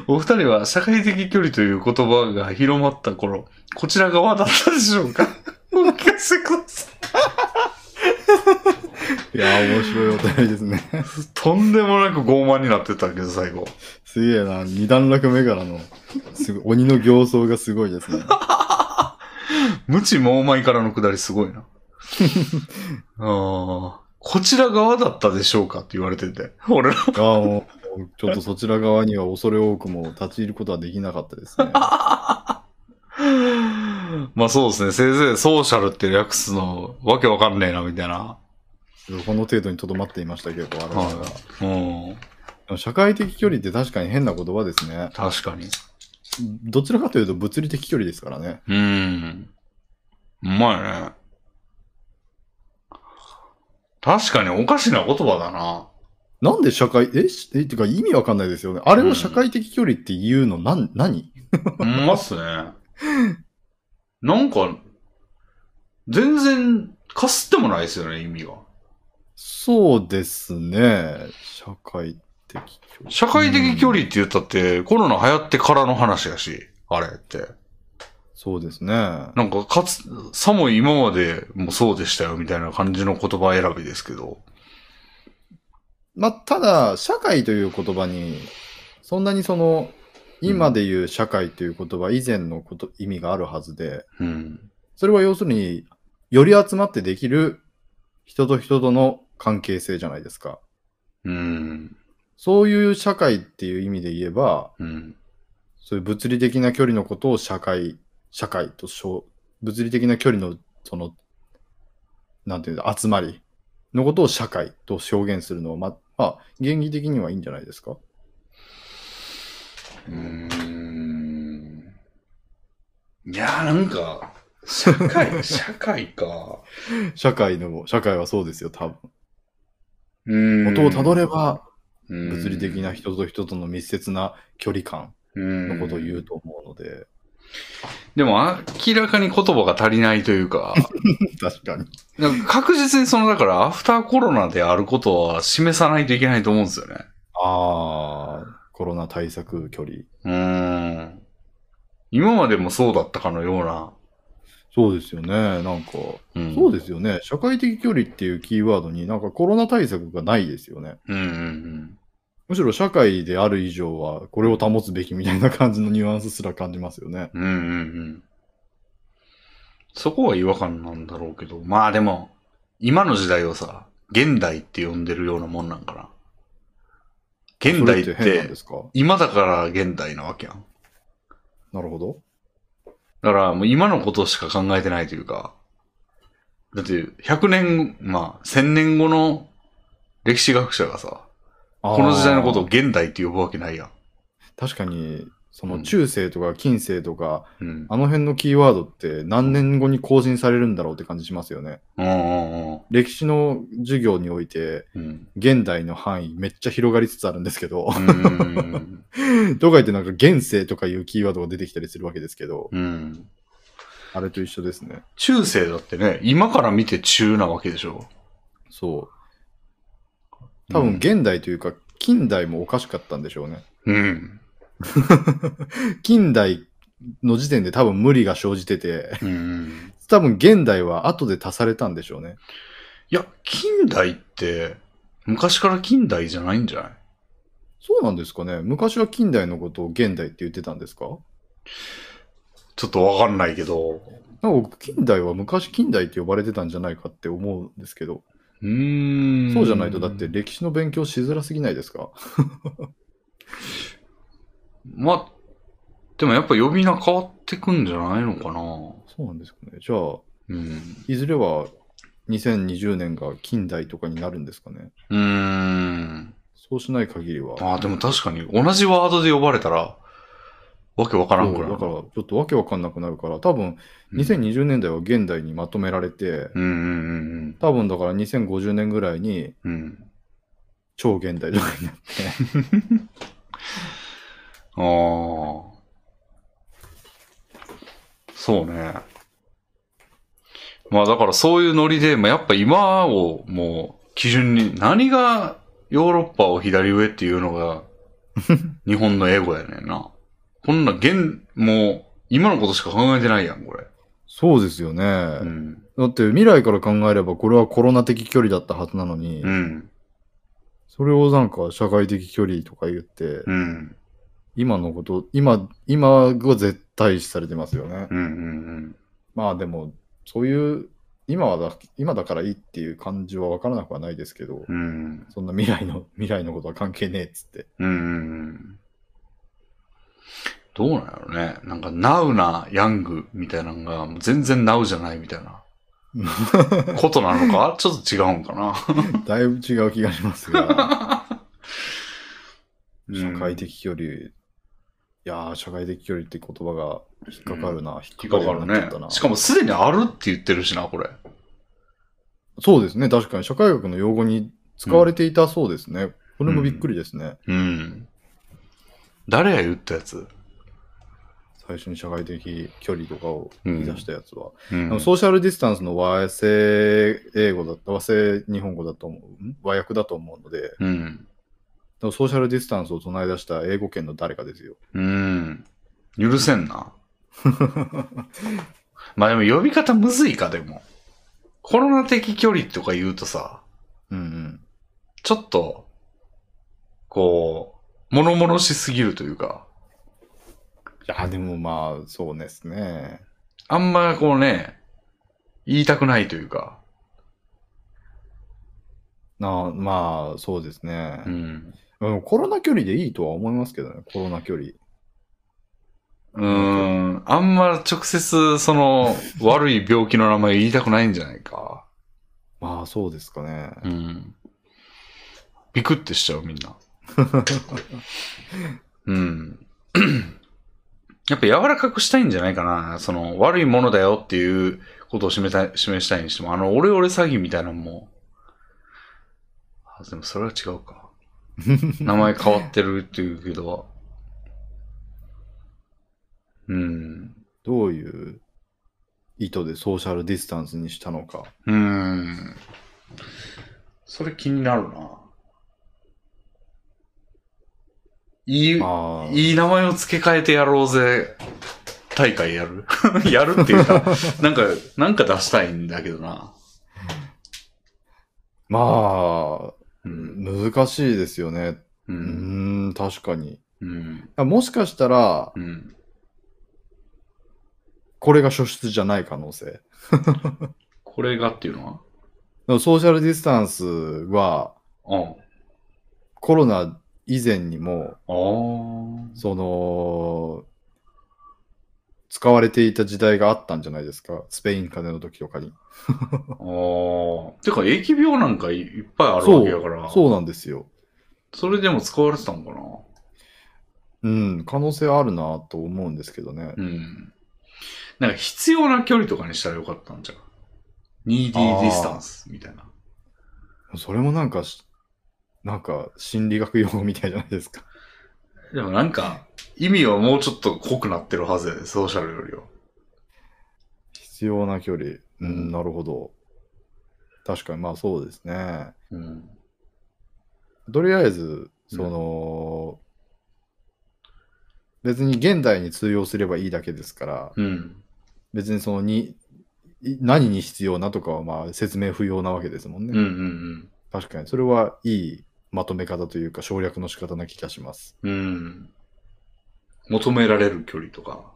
A: お二人は社会的距離という言葉が広まった頃、こちら側だったでしょうかお聞かせください。
B: いやー、面白いお便りですね。
A: とんでもなく傲慢になってたけど、最後。
B: すげえな、二段落目からの、すごい、鬼の形相がすごいですね。
A: 無知猛舞からのくだりすごいな。ああ、こちら側だったでしょうかって言われてて。俺ら。
B: ああ、もう、ちょっとそちら側には恐れ多くも立ち入ることはできなかったですね。
A: まあそうですね。せいぜいソーシャルって略すのわけわかんねえな、みたいな。
B: この程度にとどまっていましたけど、我々は
A: うん。
B: でも社会的距離って確かに変な言葉ですね。
A: 確かに。
B: どちらかというと物理的距離ですからね。
A: うん。うまいね。確かにおかしな言葉だな。
B: なんで社会、え、しえってか意味わかんないですよね。あれを社会的距離って言うの、なん、何
A: ほんまっすね。なんか、全然かすってもないですよね、意味が。
B: そうですね。社会的距離。
A: 社会的距離って言ったって、コロナ流行ってからの話やし、あれって。
B: そうですね。
A: なんか、かつ、さも今までもそうでしたよ、みたいな感じの言葉選びですけど。
B: まあ、ただ、社会という言葉に、そんなにその、今で言う社会という言葉以前のこと、意味があるはずで、
A: うん。
B: それは要するに、より集まってできる人と人との関係性じゃないですか。
A: うん。
B: そういう社会っていう意味で言えば、
A: うん。
B: そういう物理的な距離のことを社会、社会と称、物理的な距離の、その、なんていうんだ、集まりのことを社会と表現するのは、ま、まあ、原理的にはいいんじゃないですか。
A: うーん。いやー、なんか、社 会、社会か。
B: 社会の、社会はそうですよ、多分。
A: うん
B: 元をたどれば、
A: 物
B: 物理的な人と人との密接な距離感の
A: の
B: ことを言
A: う。
B: うんと思うので、
A: でも明らかに言葉が足りないというか、
B: 確かに。
A: なんか確実にその、だからアフターコロナであることは示さないといけないと思うんですよね。
B: ああ、コロナ対策距離。
A: うーん。今までもそうだったかのような。
B: そうですよね、なんか。
A: うん、
B: そうですよね。社会的距離っていうキーワードになんかコロナ対策がないですよね。
A: うんうん
B: むしろ社会である以上はこれを保つべきみたいな感じのニュアンスすら感じますよね。
A: うん。うんうんうん。そこは違和感なんだろうけど、まあでも、今の時代をさ、現代って呼んでるようなもんなんかな。現代っ
B: それ変なん
A: て
B: で、すか
A: 今だから現代なわけやん。
B: なるほど。
A: だからもう今のことしか考えてないというか、だって100年、まあ1000年後の歴史学者がさ、
B: こ
A: この時代のことを現代って呼ぶわけないやん。
B: 確かに、そうの
A: ん
B: 中世とか近世とか、
A: うん。
B: あの辺のキーワードって何年後に更新されるんだろうって感じしますよね。
A: うんうんうん
B: 歴史の授業において、
A: うん。
B: 現代の範囲めっちゃ広がりつつあるんですけど、
A: うん。
B: とか言ってなんか現世とかいうキーワードが出てきたりするわけですけど、
A: うん。
B: あれと一緒ですね。
A: 中世だってね、今から見て中なわけでしょ。
B: そう。多分現代というか、近代もおかしかったんでしょうね。
A: うん。
B: 近代の時点で多分無理が生じてて、
A: うん。
B: 多分現代は後で足されたんでしょうね。
A: いや、近代って、昔から近代じゃないんじゃない
B: そうなんですかね。昔は近代のことを現代って言ってたんですか
A: ちょっとわかんないけど。
B: なんか僕近代は昔近代って呼ばれてたんじゃないかって思うんですけど、
A: うーん。
B: そうじゃないと、だって。歴史の勉強しづらすぎないですか
A: まあ、でもやっぱ呼び名変わってくんじゃないのかな。
B: そうなんですかね。じゃあ、
A: うん。
B: いずれは2020年が近代とかになるんですかね。
A: うーん。
B: そうしない限りは。
A: ああ、でも確かに、同じワードで呼ばれたら、わけわからんく
B: そう
A: らい
B: だ
A: な。
B: から、
A: う
B: ちょっとわけわかんなくなるから、多分、
A: ん
B: 2020年代は現代にまとめられて、
A: うんうん
B: 多分だから2050年ぐらいに
A: うんうん。
B: 超現代とかになる。
A: うん。ああ。そうね。まあだからそういうノリで、まあ、やっぱ今をもう基準に、何がヨーロッパを左上っていうのが、日本の英語やねんな。こんな現、もう今のことしか考えてないやん、これ。
B: そうですよね。
A: うん。
B: だって未来から考えればこれはコロナ的距離だったはずなのに、
A: うん。
B: それをなんか社会的距離とか言って、
A: うん。
B: 今のこと、今、今が絶対視されてますよね。
A: うんうん
B: まあでも、そういう、今はだ、今だからいいっていう感じは分からなくはないですけど、
A: うん。うん。
B: そんな未来の、 未来のことは関係ねえっつって。
A: うんうんうん。どうなんやろね。なんか、ナウなヤングみたいなのが、もう全然ナウじゃないみたい なことなのかちょっと違うんかな。
B: だいぶ違う気がしますが、
A: うん
B: 社会的距離、いやー、社会的距離って言葉が引っかかるな、引
A: 引
B: っ
A: っ
B: か
A: かか
B: かるよう
A: る
B: になっちゃ
A: ね
B: ったな。。
A: しかもすでにあるって言ってるしな、これ。
B: そうですね、確かに社会学の用語に使われていたそうですね。これもびっくりですね。
A: うん。誰や言ったやつ
B: 最初に社会的距離とかを言い出したやつは。
A: う
B: あ
A: ん
B: の。ソーシャルディスタンスの和製英語だった、和製日本語だと思う、ん和訳だと思うので、で
A: うん。
B: もソーシャルディスタンスを唱え出した英語圏の誰かですよ。
A: うん。許せん な。まあでも呼び方むずいか、でも。コロナ的距離とか言うとさ、
B: うんうん。
A: ちょっと、こう、物々しすぎるというか、
B: いや、でもまあ、そうですね。
A: あんまこうね、言いたくないというか、
B: なまあ、そうですね
A: う。ん。
B: うん、コロナ距離でいいとは思いますけどね、コロナ距離。
A: うーん、あんま直接、その、悪い病気の名前言いたくないんじゃないか。
B: まあ、そうですかね。
A: うん。ビクってしちゃう、みんな。うん。 やっぱ柔らかくしたいんじゃないかな。その、悪いものだよっていうことを示した示したいにしても、あの、オレオレ詐欺みたいなのも、あでもそれは違うか。名前変わってるっていうけど、うん。
B: どういう意図でソーシャルディスタンスにしたのか。
A: うん。それ気になるな。いい、
B: まあ、
A: いい名前を付け替えてやろうぜ。大会やる やるっていうか、なんか、なんか出したいんだけどな。
B: まあ、
A: うん。
B: 難しいですよね。
A: う。
B: うんん、ん確かに。
A: うん。
B: あもしかしたら、
A: うん。
B: これが初出じゃない可能性。だか
A: これがっていうの
B: らソーシャルディスタンスは
A: は
B: コロナ以前にも、
A: ああー。
B: その、使われていた時代があったんじゃないですか。スペイン風邪の時とかに。
A: ああ。てか、疫病なんかいいっぱいあるわけやから。
B: そうなんですよ。
A: それでも使われてたんかな。
B: うん、可能性あるなと思うんですけどね。
A: うん。なんか必要な距離とかにしたらよかったんじゃん。ニーディーディスタンスみたいな。
B: それもなんかし、なんか心理学用語みたいじゃないですか。
A: でもなんか、意味はもうちょっと濃くなってるはずやで、ソーシャルよりは。
B: 必要な距離。う
A: うん
B: ん、なるほど。確かに、まあそうですね。
A: うん。
B: とりあえず、その、別に現代に通用すればいいだけですから、
A: うん。
B: 別にそのに、い何に必要なとかはまあ説明不要なわけですもんね。
A: うんうん
B: 確かに、それはいいまとめ方というか省略の仕方な気がします。
A: うん。うん。求められる距離とか。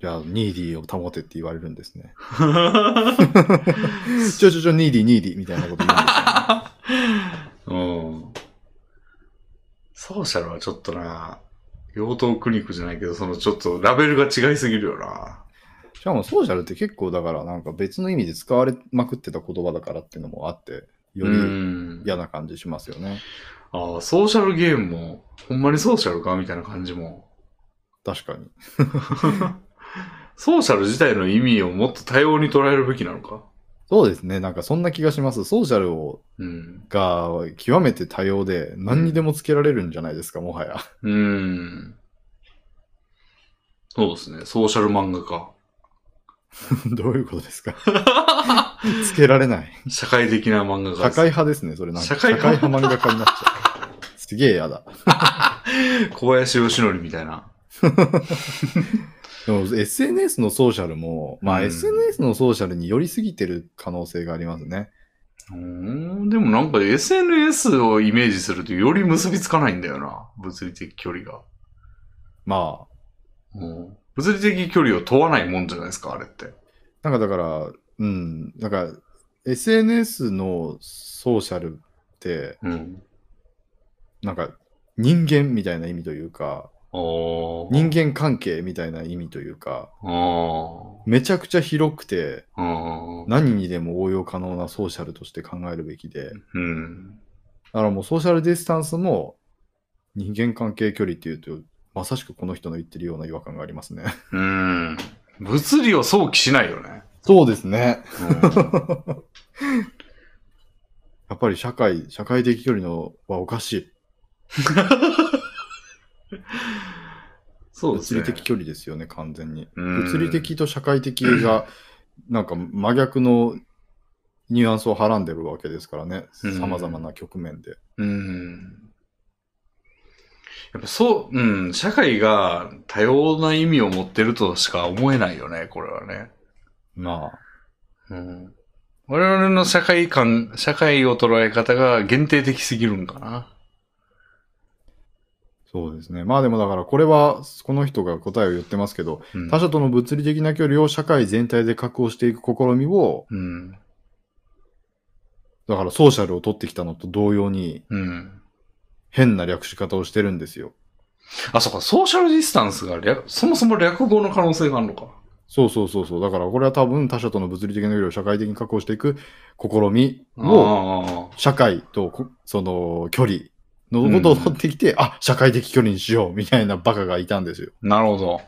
B: じゃあ、ニーディーを保てって言われるんです ね。ちょちょちょ、ニーディー、ニーディーみたいなこと言うんですよ、ね。
A: うん。ソーシャルはちょっとな、妖刀クリニックじゃないけど、そのちょっとラベルが違いすぎるよな。
B: しかもソーシャルって結構だからなんか別の意味で使われまくってた言葉だからっていうのもあって、よ
A: う
B: り
A: ん。
B: 嫌な感じしますよね。
A: ああ、ソーシャルゲームも、ほんまにソーシャルかみたいな感じも。
B: 確かに。
A: ソーシャル自体の意味をもっと多様に捉えるべきなのか。
B: そうですね。なんかそんな気がします。ソーシャルを
A: うん。
B: が極めて多様で何にでもつけられるんじゃないですか、もはや。
A: うん。そうですね。ソーシャル漫画か。
B: どういうこ とですかつけられない。
A: 社会的な漫画
B: 社
A: 家
B: 会派ですね、それなんか。
A: 社会派
B: 社会派漫画家になっちゃう。すげえ嫌だ。
A: 小林義則みたいな。
B: でも SNS のソーシャルも、まあ、
A: うん
B: SNS のソーシャルに寄りすぎてる可能性がありますね。
A: うーん、でもなんか SNS をイメージするとより結びつかないんだよな。物理的距離が。
B: まあ、
A: うん物理的距離を問わないもんじゃないですか、あれって。
B: なんかだから、うん、なんか SNS のソーシャルって、
A: うん。
B: なんか人間みたいな意味というか、
A: あー
B: 人間関係みたいな意味というか、
A: あー。
B: めちゃくちゃ広くて、
A: うん。
B: 何にでも応用可能なソーシャルとして考えるべきで、だ
A: うん。
B: からもうソーシャルディスタンスも人間関係距離っていうと、まさしくこの人の言ってるような違和感がありますね。
A: うん。物理を想起しないよね。
B: そうですね。
A: うん
B: やっぱり社会、社会的距離のはおかしい。
A: そうです
B: 物
A: ね。
B: 理的距離ですよね、完全に。
A: うん
B: 物理的と社会的が、なんか真逆のニュアンスをはらんでるわけですからね。
A: うん
B: 様々な局面で。
A: うん。やっぱそう、うん、社会が多様な意味を持ってるとしか思えないよね、これはね。
B: まあ、
A: うん。我々の社会観、社会を捉え方が限定的すぎるんかな。
B: そうですね。まあでもだからこれは、この人が答えを言ってますけど、
A: うん
B: 他者との物理的な距離を社会全体で確保していく試みを、
A: うん。
B: だからソーシャルを取ってきたのと同様に、
A: うん。
B: 変な略し方をしてるんですよ。
A: あ、そうか、ソーシャルディスタンスが略、そもそも略語の可能性があるのか。
B: そうそうそうそう。だからこれは多分他者との物理的な距離を社会的に確保していく試みを、
A: あ
B: 社会とこその距離のことを取ってきて、あ社会的距離にしようみたいなバカがいたんですよ。
A: あ、なるほど。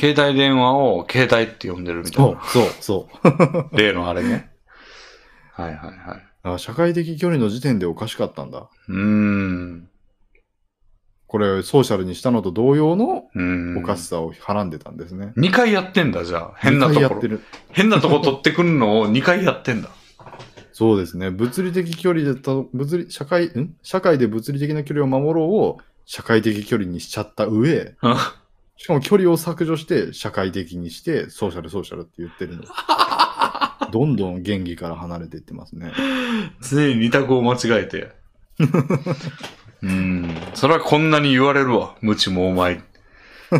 A: 携帯電話を携帯って呼んでるみたい
B: そう
A: な。
B: そうそう。
A: 例のあれね。はいはいはい。
B: あ社会的距離の時点でおかしかったんだ。
A: うーん。
B: これソーシャルにしたのと同様の
A: うん。
B: おかしさをはらんでたんですね。
A: 2回やってんだ、じゃあ。変なと
B: 二回
A: こ
B: やって
A: ろ。
B: る。
A: 変なとこ取ってくるのを2回やってんだ。
B: そうですね。物理的距離でた物理社会ん社会で物理的な距離を守ろうを社会的距離にしちゃった上、しかも距離を削除して社会的にしてソーシャルソーシャルって言って るの。どんどん原義から離れていってますね。
A: 常に2択を間違え て。うん。それはこんなに言われるわ。無知もお 前。ボ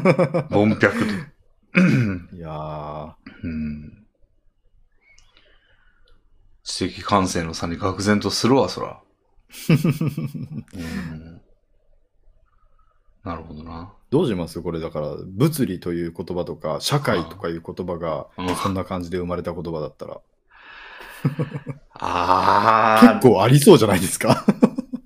A: ンピャクと。
B: いやー、
A: うん。知的感性の差に愕然とするわ、そら。うんなるほどな。
B: どうしますこれだから、物理という言葉とか、社会とかいう言葉が、
A: うん
B: そんな感じで生まれた言葉だったら、
A: あ
B: 結構ありそうじゃないですか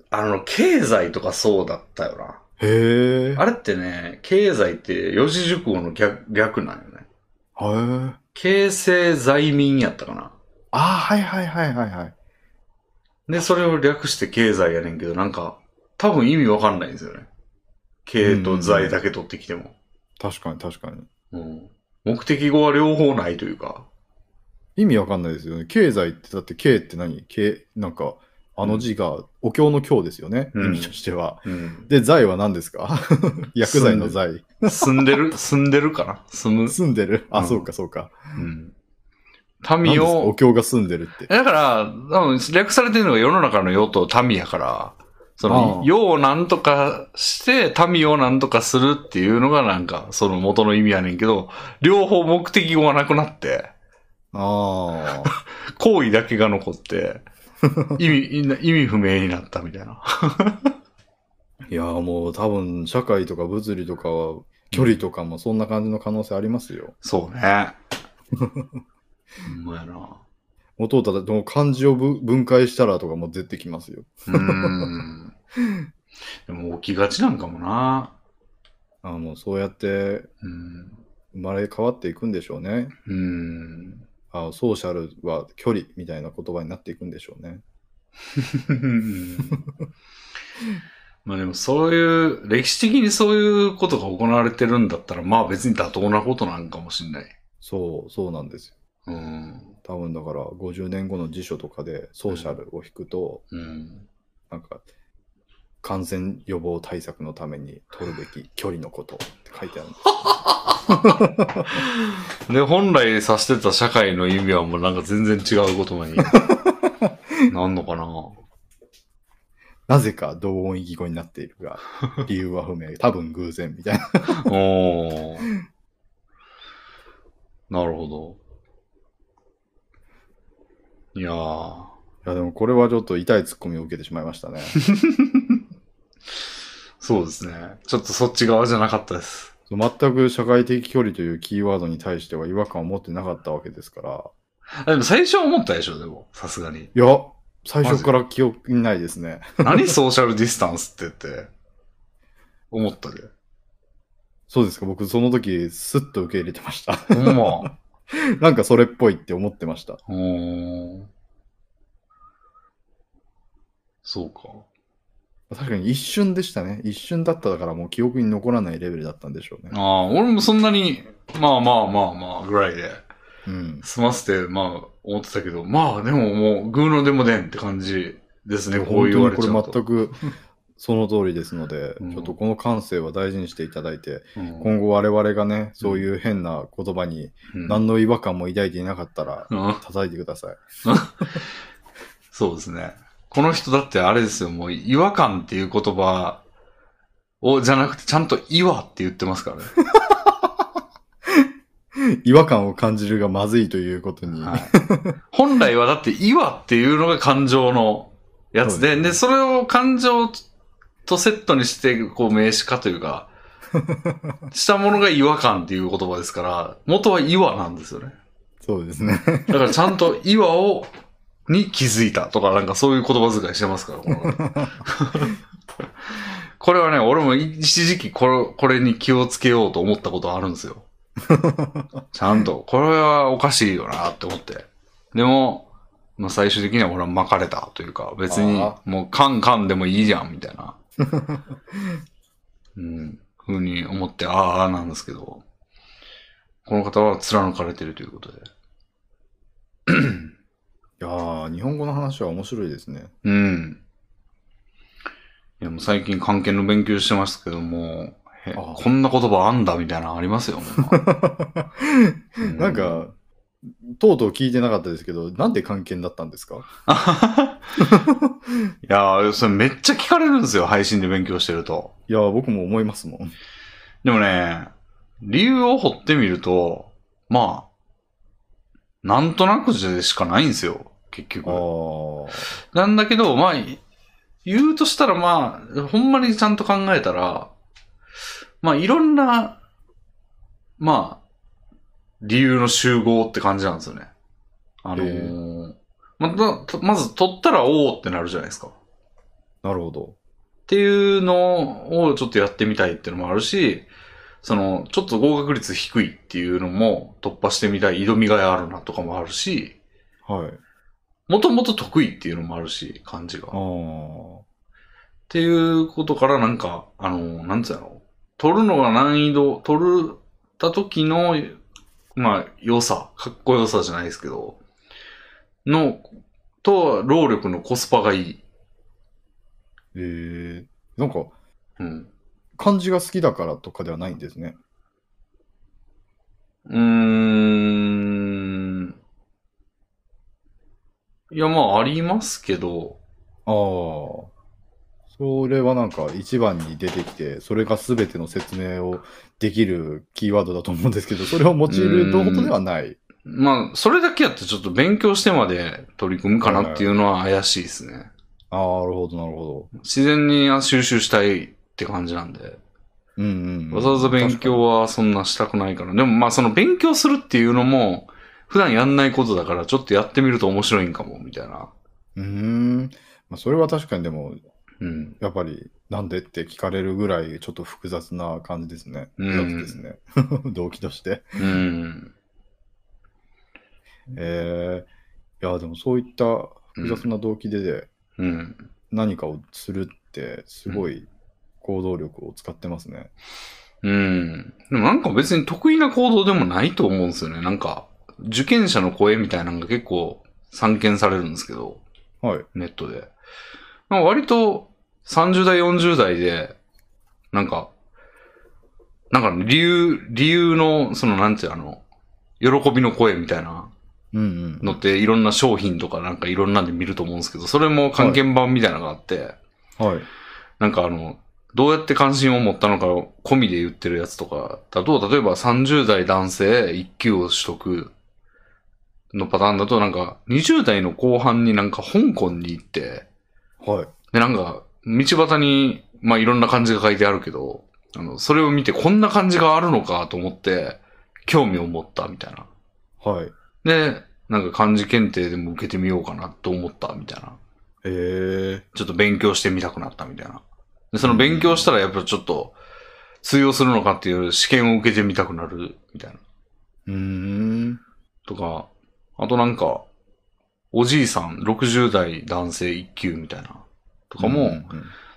A: あ、あの、経済とかそうだったよな。
B: へー。
A: あれってね、経済って四字熟語の逆逆なんよね。
B: へー。
A: 形成財民やったかな。
B: あー、はいはいはいはいはい。
A: で、それを略して経済やねんけど、なんか、多分意味わかんないんですよね。経と財だけ取ってきても。
B: 確かに確かに。
A: うん。目的語は両方ないというか。
B: 意味わかんないですよね。経済って、だって経って何経、なんか、あの字がお経の経ですよね。
A: うん
B: 意味としては。
A: うん。
B: で、財は何で すか薬剤の財。
A: 住んで る、住んでるかな住む。
B: 住んでるあ、
A: うん
B: そうかそうか。
A: うん。
B: 何で
A: 民
B: すかお
A: を、
B: 経が住んでるって。
A: だから、多分略されてるのが世の中の世と民やから、その
B: ああ、
A: 世をなんとかして、民をなんとかするっていうのがなんか、その元の意味やねんけど、両方目的語がなくなって、
B: ああ。
A: 行為だけが残 って、意味、意味不明になったみたいな。
B: いや、もう多分、社会とか物理とかは、距離とかもそんな感じの可能性ありますよ。
A: そう ね。ほんまやな。
B: 元をただ、でも漢字をぶ分解したらとかも出てきますよ。
A: うーん。でも起きがちなんかもな。
B: あもうそうやって
A: うん。
B: 生まれ変わっていくんでしょうね。
A: うん。
B: あソーシャルは距離みたいな言葉になっていくんでしょうね。
A: まあでもそういう、歴史的にそういうことが行われてるんだったら、まあ別に妥当なことなんかもしんない。
B: そう、そうなんですよ。
A: うん。
B: 多分だから、50年後の辞書とかでソーシャルを引くと、
A: うん。
B: なんか、感染予防対策のために取るべき距離のことって書いてあるんですよ。
A: で、本来指してた社会の意味はもうなんか全然違うことになんのかな。
B: なぜか同音異義語になっているが、理由は不明。多分偶然みたいな。
A: おー。なるほど。いやー。
B: いや、でもこれはちょっと痛いツッコミを受けてしまいましたね。
A: そうですね。ちょっとそっち側じゃなかったです。
B: 全く社会的距離というキーワードに対しては違和感を持ってなかったわけですから、
A: あでも最初は思ったでしょ、でも。さすがに。
B: いや、最初から記憶にないですね。
A: 何ソーシャルディスタンスってって。思ったで。
B: そうですか、僕その時、スッと受け入れてました。
A: ほんま。
B: なんかそれっぽいって思ってました。
A: うーん。そうか。
B: 確かに一瞬でしたね。一瞬だったからもう記憶に残らないレベルだったんでしょうね
A: あ。あ、俺もそんなに、まあまあまあまあぐらいで、
B: うん。
A: 済ませて、まあ思ってたけど、まあでももう、グーのでもでんって感じですね、こう言われちゃう
B: 本
A: と。
B: 当にこれ全くその通りですので、
A: うん
B: ちょっとこの感性は大事にしていただいて、
A: うん
B: 今後我々がね、そういう変な言葉に
A: うん
B: 何の違和感も抱いていなかったら、
A: うん
B: 叩いてください。
A: そうですね。この人だってあれですよ、もう違和感っていう言葉を、じゃなくてちゃんと違和って言ってますからね。
B: 違和感を感じるがまずいということに、
A: はい、本来はだって違和っていうのが感情のやつで、
B: そう
A: で、それを感情とセットにして、こう名詞化という か、したものが違和感っていう言葉ですから、元は違和なんですよね。
B: そうですね。
A: だからちゃんと違和を、に気づいたとか、なんかそういう言葉遣いしてますから、この方 これはね、俺も一時期これ、これに気をつけようと思ったことあるんですよ。ちゃんと、これはおかしいよなって思って。でも、まあ、最終的には俺は巻かれたというか、別に
B: あ
A: もうカンカンでもいいじゃん、みたいな。 うん、ふうに思って、ああ、なんですけど、この方は貫かれてるということで。
B: いやー、日本語の話は面白いですね。
A: うん。いや、もう最近関係の勉強してますけども、へ
B: ああ
A: こんな言葉あんだみたいなのありますよ、ほんまうん
B: なんか、とうとう聞いてなかったですけど、なんで関係だったんですか
A: いやー、それめっちゃ聞かれるんですよ、配信で勉強してると。
B: いやー、僕も思いますもん。
A: でもね、理由を掘ってみると、まあ、なんとなくでしかないんですよ、結局。
B: あ
A: なんだけど、まあ、言うとしたらまあ、ほんまにちゃんと考えたら、まあいろんな、まあ、理由の集合って感じなんですよね。あのー
B: へ
A: まあとまず取ったらおおってなるじゃないですか。っ
B: あ、なるほど。
A: ていうのをちょっとやってみたいっていうのもあるし、その、ちょっと合格率低いっていうのも突破してみたい挑みがいあるなとかもあるし、
B: はい。
A: もともと得意っていうのもあるし、感じが
B: あ。あ。
A: っていうことからなんか、あの、なんつうやろ。取るのが難易度、取った時の、まあ、良さ、かっこよさじゃないですけど、の、と、労力のコスパがいい。
B: えー、なんか、
A: うん。
B: 漢字が好きだからとかではないんですね。
A: うーん。いや、まあ、ありますけど、
B: ああ。そそれはなんか一番に出てきて、それが全ての説明をできるキーワードだと思うんですけど、それを用いるほどではない。
A: まあ、それだけやってちょっと勉強してまで取り組むかなっていうのは怪しいですね。
B: ああ、なるほど、なるほど。
A: 自然に収集したいって感じなんで。
B: うんうんうん。
A: わざわざ勉強はそんなしたくないから。でもまあその勉強するっていうのも、普段やんないことだからちょっとやってみると面白いんかも、みたいな。
B: うーん。まあ、それは確かにでも、
A: うん。
B: やっぱり、なんでって聞かれるぐらい、ちょっと複雑な感じですね。
A: うん
B: 複雑ですね。 動機として。
A: うん。
B: えー、いや、でもそういった複雑な動機で、
A: うん。
B: 何かをするって、すごい行動力を使ってますね。
A: うん。でもなんか別に得意な行動でもないと思うんですよね。なんか、受験者の声みたいなのが結構散見されるんですけど、
B: はい。
A: ネットで。なんか割と30代、40代で、なんか、なんか理由、理由の、そのなんていうのあの、喜びの声みたいな
B: うんうん。
A: のっていろんな商品とかなんかいろんなんで見ると思うんですけど、それも関係版みたいなのがあって、
B: はい。
A: なんかあの、どうやって関心を持ったのか込みで言ってるやつとかだと、例えば30代男性1級を取得のパターンだと、なんか20代の後半になんか香港に行って、
B: はい。
A: で、なんか、道端に、まあ、いろんな漢字が書いてあるけど、あの、それを見てこんな漢字があるのかと思って、興味を持ったみたいな。
B: はい。
A: で、なんか漢字検定でも受けてみようかなと思ったみたいな。
B: えー。
A: ちょっと勉強してみたくなったみたいな。で、その勉強したらやっぱちょっと通用するのかっていう試験を受けてみたくなるみたいな。
B: うーん。
A: とか、あとなんか、おじいさん、60代男性1級みたいな。とかも、
B: うんうん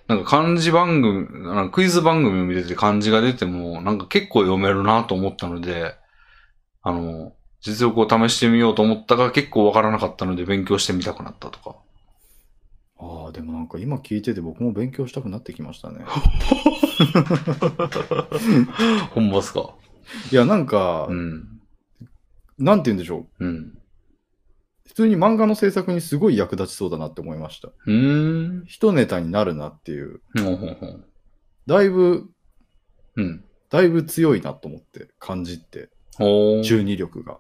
A: なんか漢字番組、なんかクイズ番組を見てて漢字が出ても、なんか結構読めるなと思ったので、あの、実力を試してみようと思ったが結構わからなかったので勉強してみたくなったとか。
B: ああ、でもなんか今聞いてて僕も勉強したくなってきましたね。
A: ほんまっすか
B: いや、なんか、
A: うん。
B: なんて言うんでしょう。
A: うん。
B: 普通に漫画の制作にすごい役立ちそうだなって思いました。
A: うーん。
B: 一ネタになるなっていう。
A: ほうほうほう。
B: だいぶ、
A: うん。
B: だいぶ強いなと思って、感じって。
A: おー。
B: 中二力が。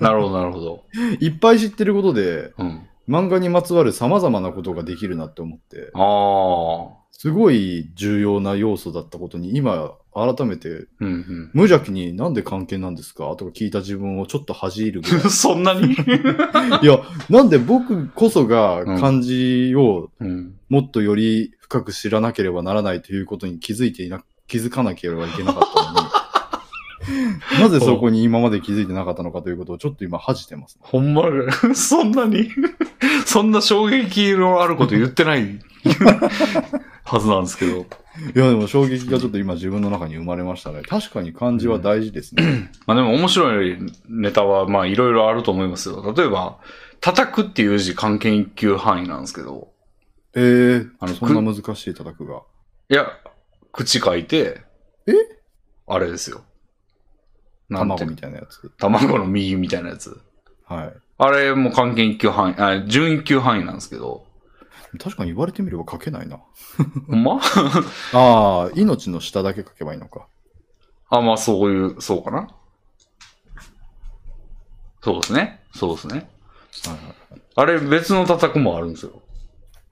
A: なるほど、なるほど。
B: いっぱい知ってることで、
A: うん。
B: 漫画にまつわる様々なことができるなって思って、
A: あ
B: すごい重要な要素だったことに、今、改めて、
A: ー。うん、
B: 無邪気になんで関係なんですかとか聞いた自分をちょっと恥じいるぐらい
A: うん。 そんなに
B: いや、なんで僕こそが漢字を
A: うん。
B: もっとより深く知らなければならないということに気づいていな、気づかなければいけなかった のに、なぜそこに今まで気づいてなかったのかということをちょっと今恥じてます。
A: ほんま、 そんなに そんな衝撃のあること言ってない はずなんですけど。
B: いや、でも衝撃がちょっと今自分の中に生まれましたね。確かに漢字は大事ですね。
A: まあでも面白いネタはまあいろいろあると思いますよ。例えば、叩くっていう字関係一級範囲なんですけど、
B: えー、
A: あの
B: そんな難しい叩くが。
A: いや、口書いて、
B: え
A: あれですよ。なんて
B: 卵みたいなやつ。
A: 卵の右みたいなやつ。
B: はい。
A: あれも関係一級範囲、あ、準一級範囲なんですけ ど。
B: 確かに言われてみれば書けないな。
A: ほんま
B: ああ、命の下だけ書けばいいのか。
A: あ、まあそういう、そうかな。そうですね。そうですね。
B: はいはい
A: あれ別の叩くもあるんですよ。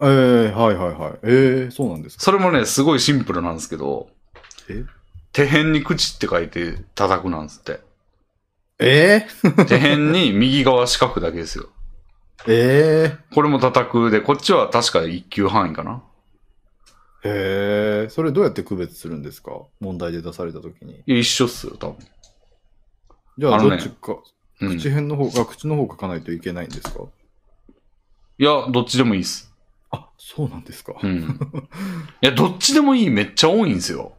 B: ええはいはいはい。ええそうなんですか。
A: それもね、すごいシンプルなんですけど、
B: え
A: 手辺に口って書いて叩くなんですって。
B: え
A: 手辺に右側四角だけですよ。
B: ええ
A: これも叩くで、こっちは確か一級範囲かな。
B: えへえそれどうやって区別するんですか問題で出されたときに。
A: いや一緒っすよ、多分。
B: じゃあ、
A: あの
B: ど
A: ね
B: っちか、
A: うん、
B: 口
A: い
B: 辺の方、あ、口の方書かないといけないんですか
A: や、どっちでもいいっす。
B: あ、そうなんですか。
A: うん。いや、どっちでもいいめっちゃ多いんですよ。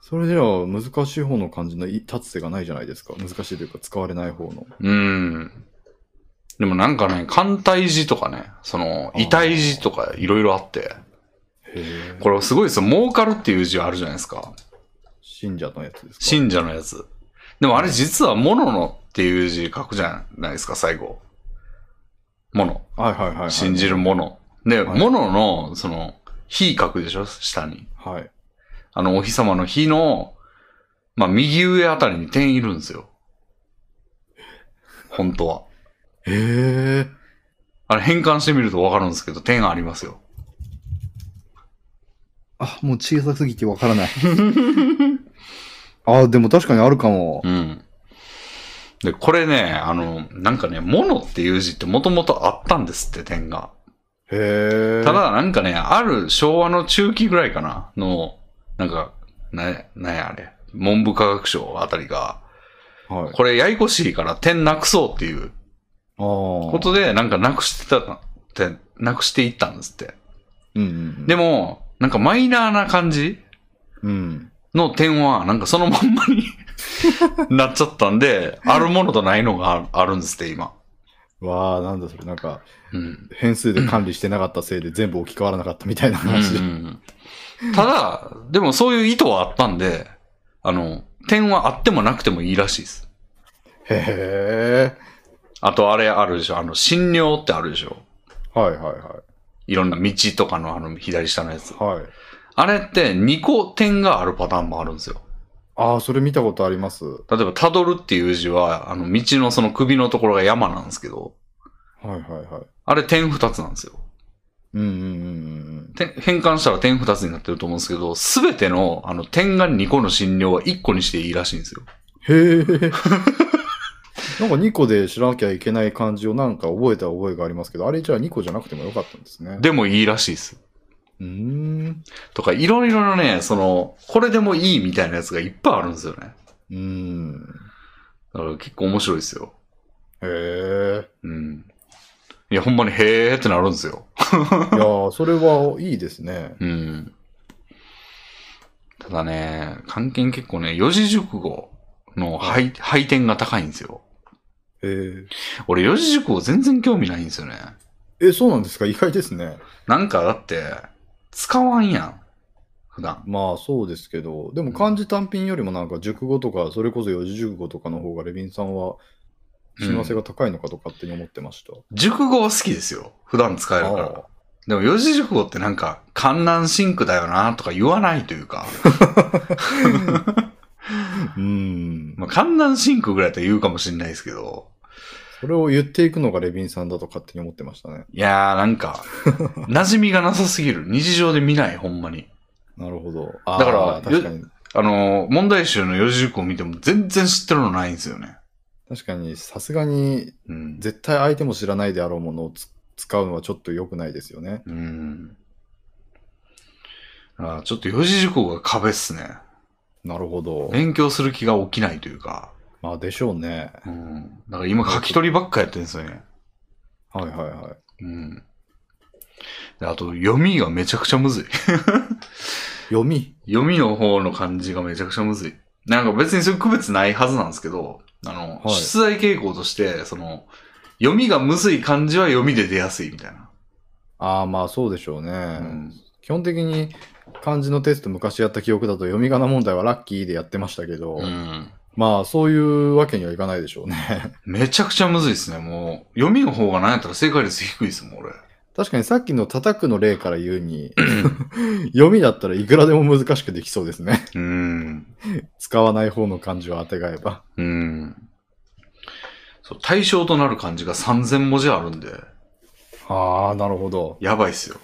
B: それでは、難しい方の漢字のい立つ瀬がないじゃないですか。難しいというか、使われない方の。
A: うん。でもなんかね、艦隊字とかね、その、
B: あー
A: 遺体字とかいろいろあって、
B: へえ
A: これすごいですよ、儲かるっていう字あるじゃないですか。
B: 信者のやつですか。
A: 信者のやつ。でもあれ実は、もののっていう字書くじゃないですか、最後。もの。
B: はいはいはい、はい。
A: 信じるもの。で、
B: はい
A: 物の、その、火書くでしょ下に。
B: はい。
A: あの、お日様の火の、まあ、右上あたりに点いるんですよ。本当は。
B: へえ。
A: あれ変換してみるとわかるんですけど、点ありますよ。
B: あ、もう小さすぎてわか らない。あ、でも確かにあるかも。
A: うん。で、これね、あの、なんかね、物っていう字ってもともとあったんですって、点が。
B: へえ。
A: ただ、なんかね、ある昭和の中期ぐらいかな、の、なんか、な、なんやあれ、文部科学省あたりが、
B: はい。
A: これややこしいから点なくそうっていう
B: ああ。
A: ことで、なんかなくしてた、って、なくしていったんですって。
B: うんうん。
A: でも、なんかマイナーな感じ
B: うん。
A: の点は、なんかそのまんまに なっちゃったんで、あるものとないのがあるあるんですって、今。
B: わあ、なんだそれ。なんか、
A: うん。
B: 変数で管理してなかったせいで全部置き換わらなかったみたいな
A: うんう
B: 話。
A: んただ、でもそういう意図はあったんで、あの、点はあってもなくてもいいらしいです。
B: へえ。
A: あとあれあるでしょ、あの、診療ってあるでしょ。
B: はいはいはい
A: ろんな道とかのあの左下のやつ。
B: い。はい。
A: あれって2個点があるパターンもあるんですよ。
B: ああ、それ見たことあります。は
A: 例えば、たどるっていう字は、あの、道のその首のところが山なんですけど、
B: いはいはい。
A: あれ点2つなんですよ。
B: うんうんうん
A: て変換したら点2つになってると思うんですけど、すべての、あの、点が2個の診療は1個にしていいらしいんですよ。
B: うん。へえ。 なんか2個で知らなきゃいけない漢字をなんか覚えた覚えがありますけど、あれじゃあ2個じゃなくてもよかったんですね。
A: でもいいらしいです。
B: うーん。
A: とか、いろいろなね、その、これでもいいみたいなやつがいっぱいあるんですよね。
B: うーん。
A: だから結構面白いですよ。
B: へえ。
A: うん。いや、ほんまにへーってなるんですよ。
B: いやーそれはいいですね。
A: うん。ただね、関係結構ね、四字熟語の配配点が高いんですよ。
B: へえ。
A: 俺、四字熟語全然興味ないんですよね。
B: え、そうなんですか意外ですね。
A: なんかだって、使わんやん。普段。
B: まあそうですけど、でも漢字単品よりもなんか熟語とか、それこそ四字熟語とかの方がレビンさんは親和性が高いのかと勝手に思ってました。
A: 熟語は好きですよ。普段使えるか
B: あ
A: ら
B: あ。
A: でも四字熟語ってなんか、観南シンクだよなとか言わないというか、
B: うーん。
A: まあ、観南シンクぐらいだと言うかもしれないですけど、
B: それを言っていくのがレビンさんだと勝手に思ってましたね。
A: いやーなんか、馴染みがなさすぎる。日常で見ない、ほんまに。
B: なるほど。あー
A: だから
B: 確かに、
A: あのー、問題集の四字熟語を見ても全然知ってるのないんですよね。
B: 確かに、さすがに
A: うん。
B: 絶対相手も知らないであろうものをつ使うのはちょっと良くないですよね。
A: うん。あーちょっと四字熟語が壁っすね。
B: なるほど。
A: 勉強する気が起きないというか。
B: まあでしょうね。
A: うん。だから今書き取りばっかやってるんですよね。
B: はいはいはい。
A: うん。であと、読みがめちゃくちゃむずい。
B: 読み。
A: 読みの方の漢字がめちゃくちゃむずい。なんか別にそういう区別ないはずなんですけど、あの、
B: はい
A: 出題傾向として、その、読みがむずい漢字は読みで出やすいみたいな。
B: ああまあそうでしょうね。
A: うん
B: 基本的に漢字のテスト昔やった記憶だと読み仮名問題はラッキーでやってましたけど、
A: うん。
B: まあそういうわけにはいかないでしょうね。
A: めちゃくちゃむずいですね。もう、読みの方が何やったら正解率低いですもん、俺。
B: 確かにさっきの叩くの例から言うに、 読みだったらいくらでも難しくできそうですね。
A: うん。
B: 使わない方の漢字をあてがえば。
A: うん。そう、対象となる漢字が3000文字あるんで、
B: ああ、なるほど。
A: やばいっすよ。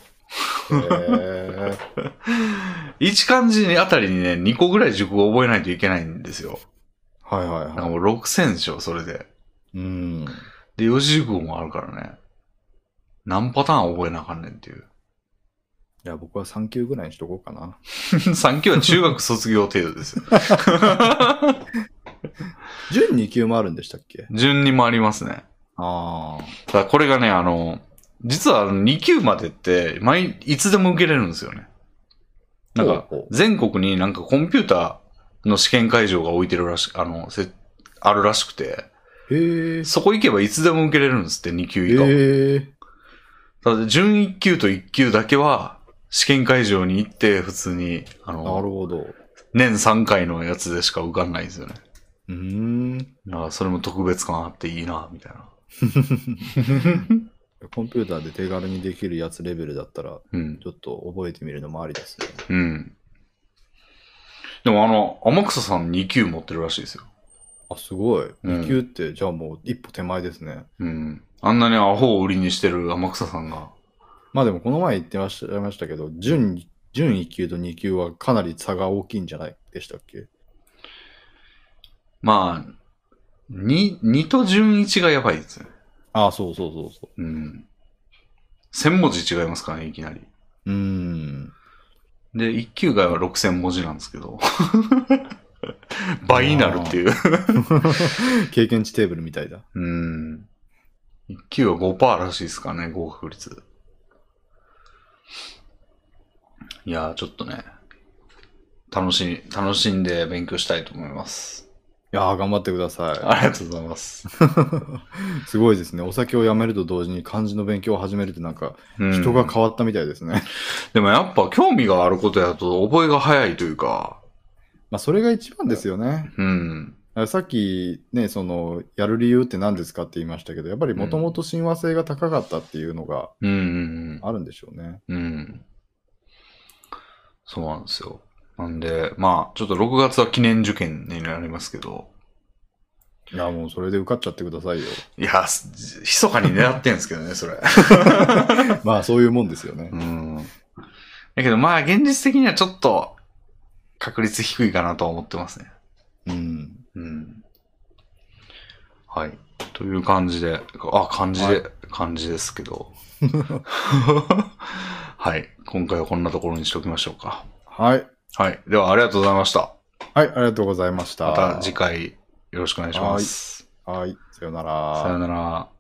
B: へー
A: 1漢字にあたりにね、2個ぐらい熟語を覚えないといけないんですよ。
B: はいはい
A: なんか
B: は
A: もう6000でしょ、それで。
B: い。うん。
A: で、四字熟語もあるからね。何パターン覚えなあかんねんっていう。
B: いや、僕は3級ぐらいにしとこうかな。
A: 3級は中学卒業程度ですよ。
B: 準2級もあるんでしたっけ
A: 順にもありますね。
B: ああ。
A: ただこれがね、あの、実は2級までって、毎、いつでも受けれるんですよね。なんか
B: ほうほう、
A: 全国になんかコンピューターの試験会場が置いてるらし、あの、せあるらしくて、
B: へえ。
A: そこ行けばいつでも受けれるんですって、2級以下は。
B: へえ。
A: ただ、準1級と1級だけは、試験会場に行って、普通に、あ
B: な
A: の
B: る、ほど。う
A: 年3回のやつでしか受かんないんですよね。
B: ーん。
A: ああ、それも特別感あっていいな、みたいな。
B: コンピューターで手軽にできるやつレベルだったら、
A: うん。
B: ちょっと覚えてみるのもありですね。
A: うん。でもあの、天草さん2級持ってるらしいですよ。
B: あ、すごい。
A: うん
B: 2級って、じゃあもう一歩手前ですね。
A: うん。あんなにアホを売りにしてる天草さんが。
B: まあでもこの前言ってましたましたけど、準準1級と2級はかなり差が大きいんじゃないでしたっけ
A: まあ、2、2と順1がやばいですね。
B: ああ、そうそうそうそ
A: うん。1000文字違いますからね、いきなり。
B: う。うーん。
A: で、1級外は6000文字なんですけど。 倍になるっていう。
B: 経験値テーブルみたいだ。
A: うん。1級は5%らしいですからね、合格率。いやー、ちょっとね、楽しい、楽しんで勉強したいと思います。
B: いやあ、頑張ってくださ
A: ありがとうございます。
B: い。 すごいですね。お酒をやめると同時に漢字の勉強を始めるってなんか、
A: うん
B: 人が変わったみたいですね。
A: でもやっぱ興味があることやと覚えが早いというか、
B: まあ、それが一番ですよね。
A: うん。
B: さっきね、その、やる理由って何ですかって言いましたけど、やっぱりもともと親和性が高かったっていうのが
A: うんうん
B: あるんでしょうね。
A: うん。うん。そうなんですよ。なんで、まあ、ちょっと6月は記念受験になりますけど、
B: いや、もうそれで受かっちゃってくださ いよ。
A: いや、す密かに狙ってんですけどね、それ。
B: まあ、そういうもんですよね
A: う。ん。だけどまあ現実的にはちょっと確率低いかなとは思ってますね。
B: うん。
A: うん。はい。という感じで、あ、感じで、感じですけど。 はい。今回はこんなところにしておきましょうか。
B: はい。
A: はい。ではありがとうございました。
B: はい、ありがとうございました。
A: また次回よろしくお願いします。
B: はい、さようなら
A: さよなら。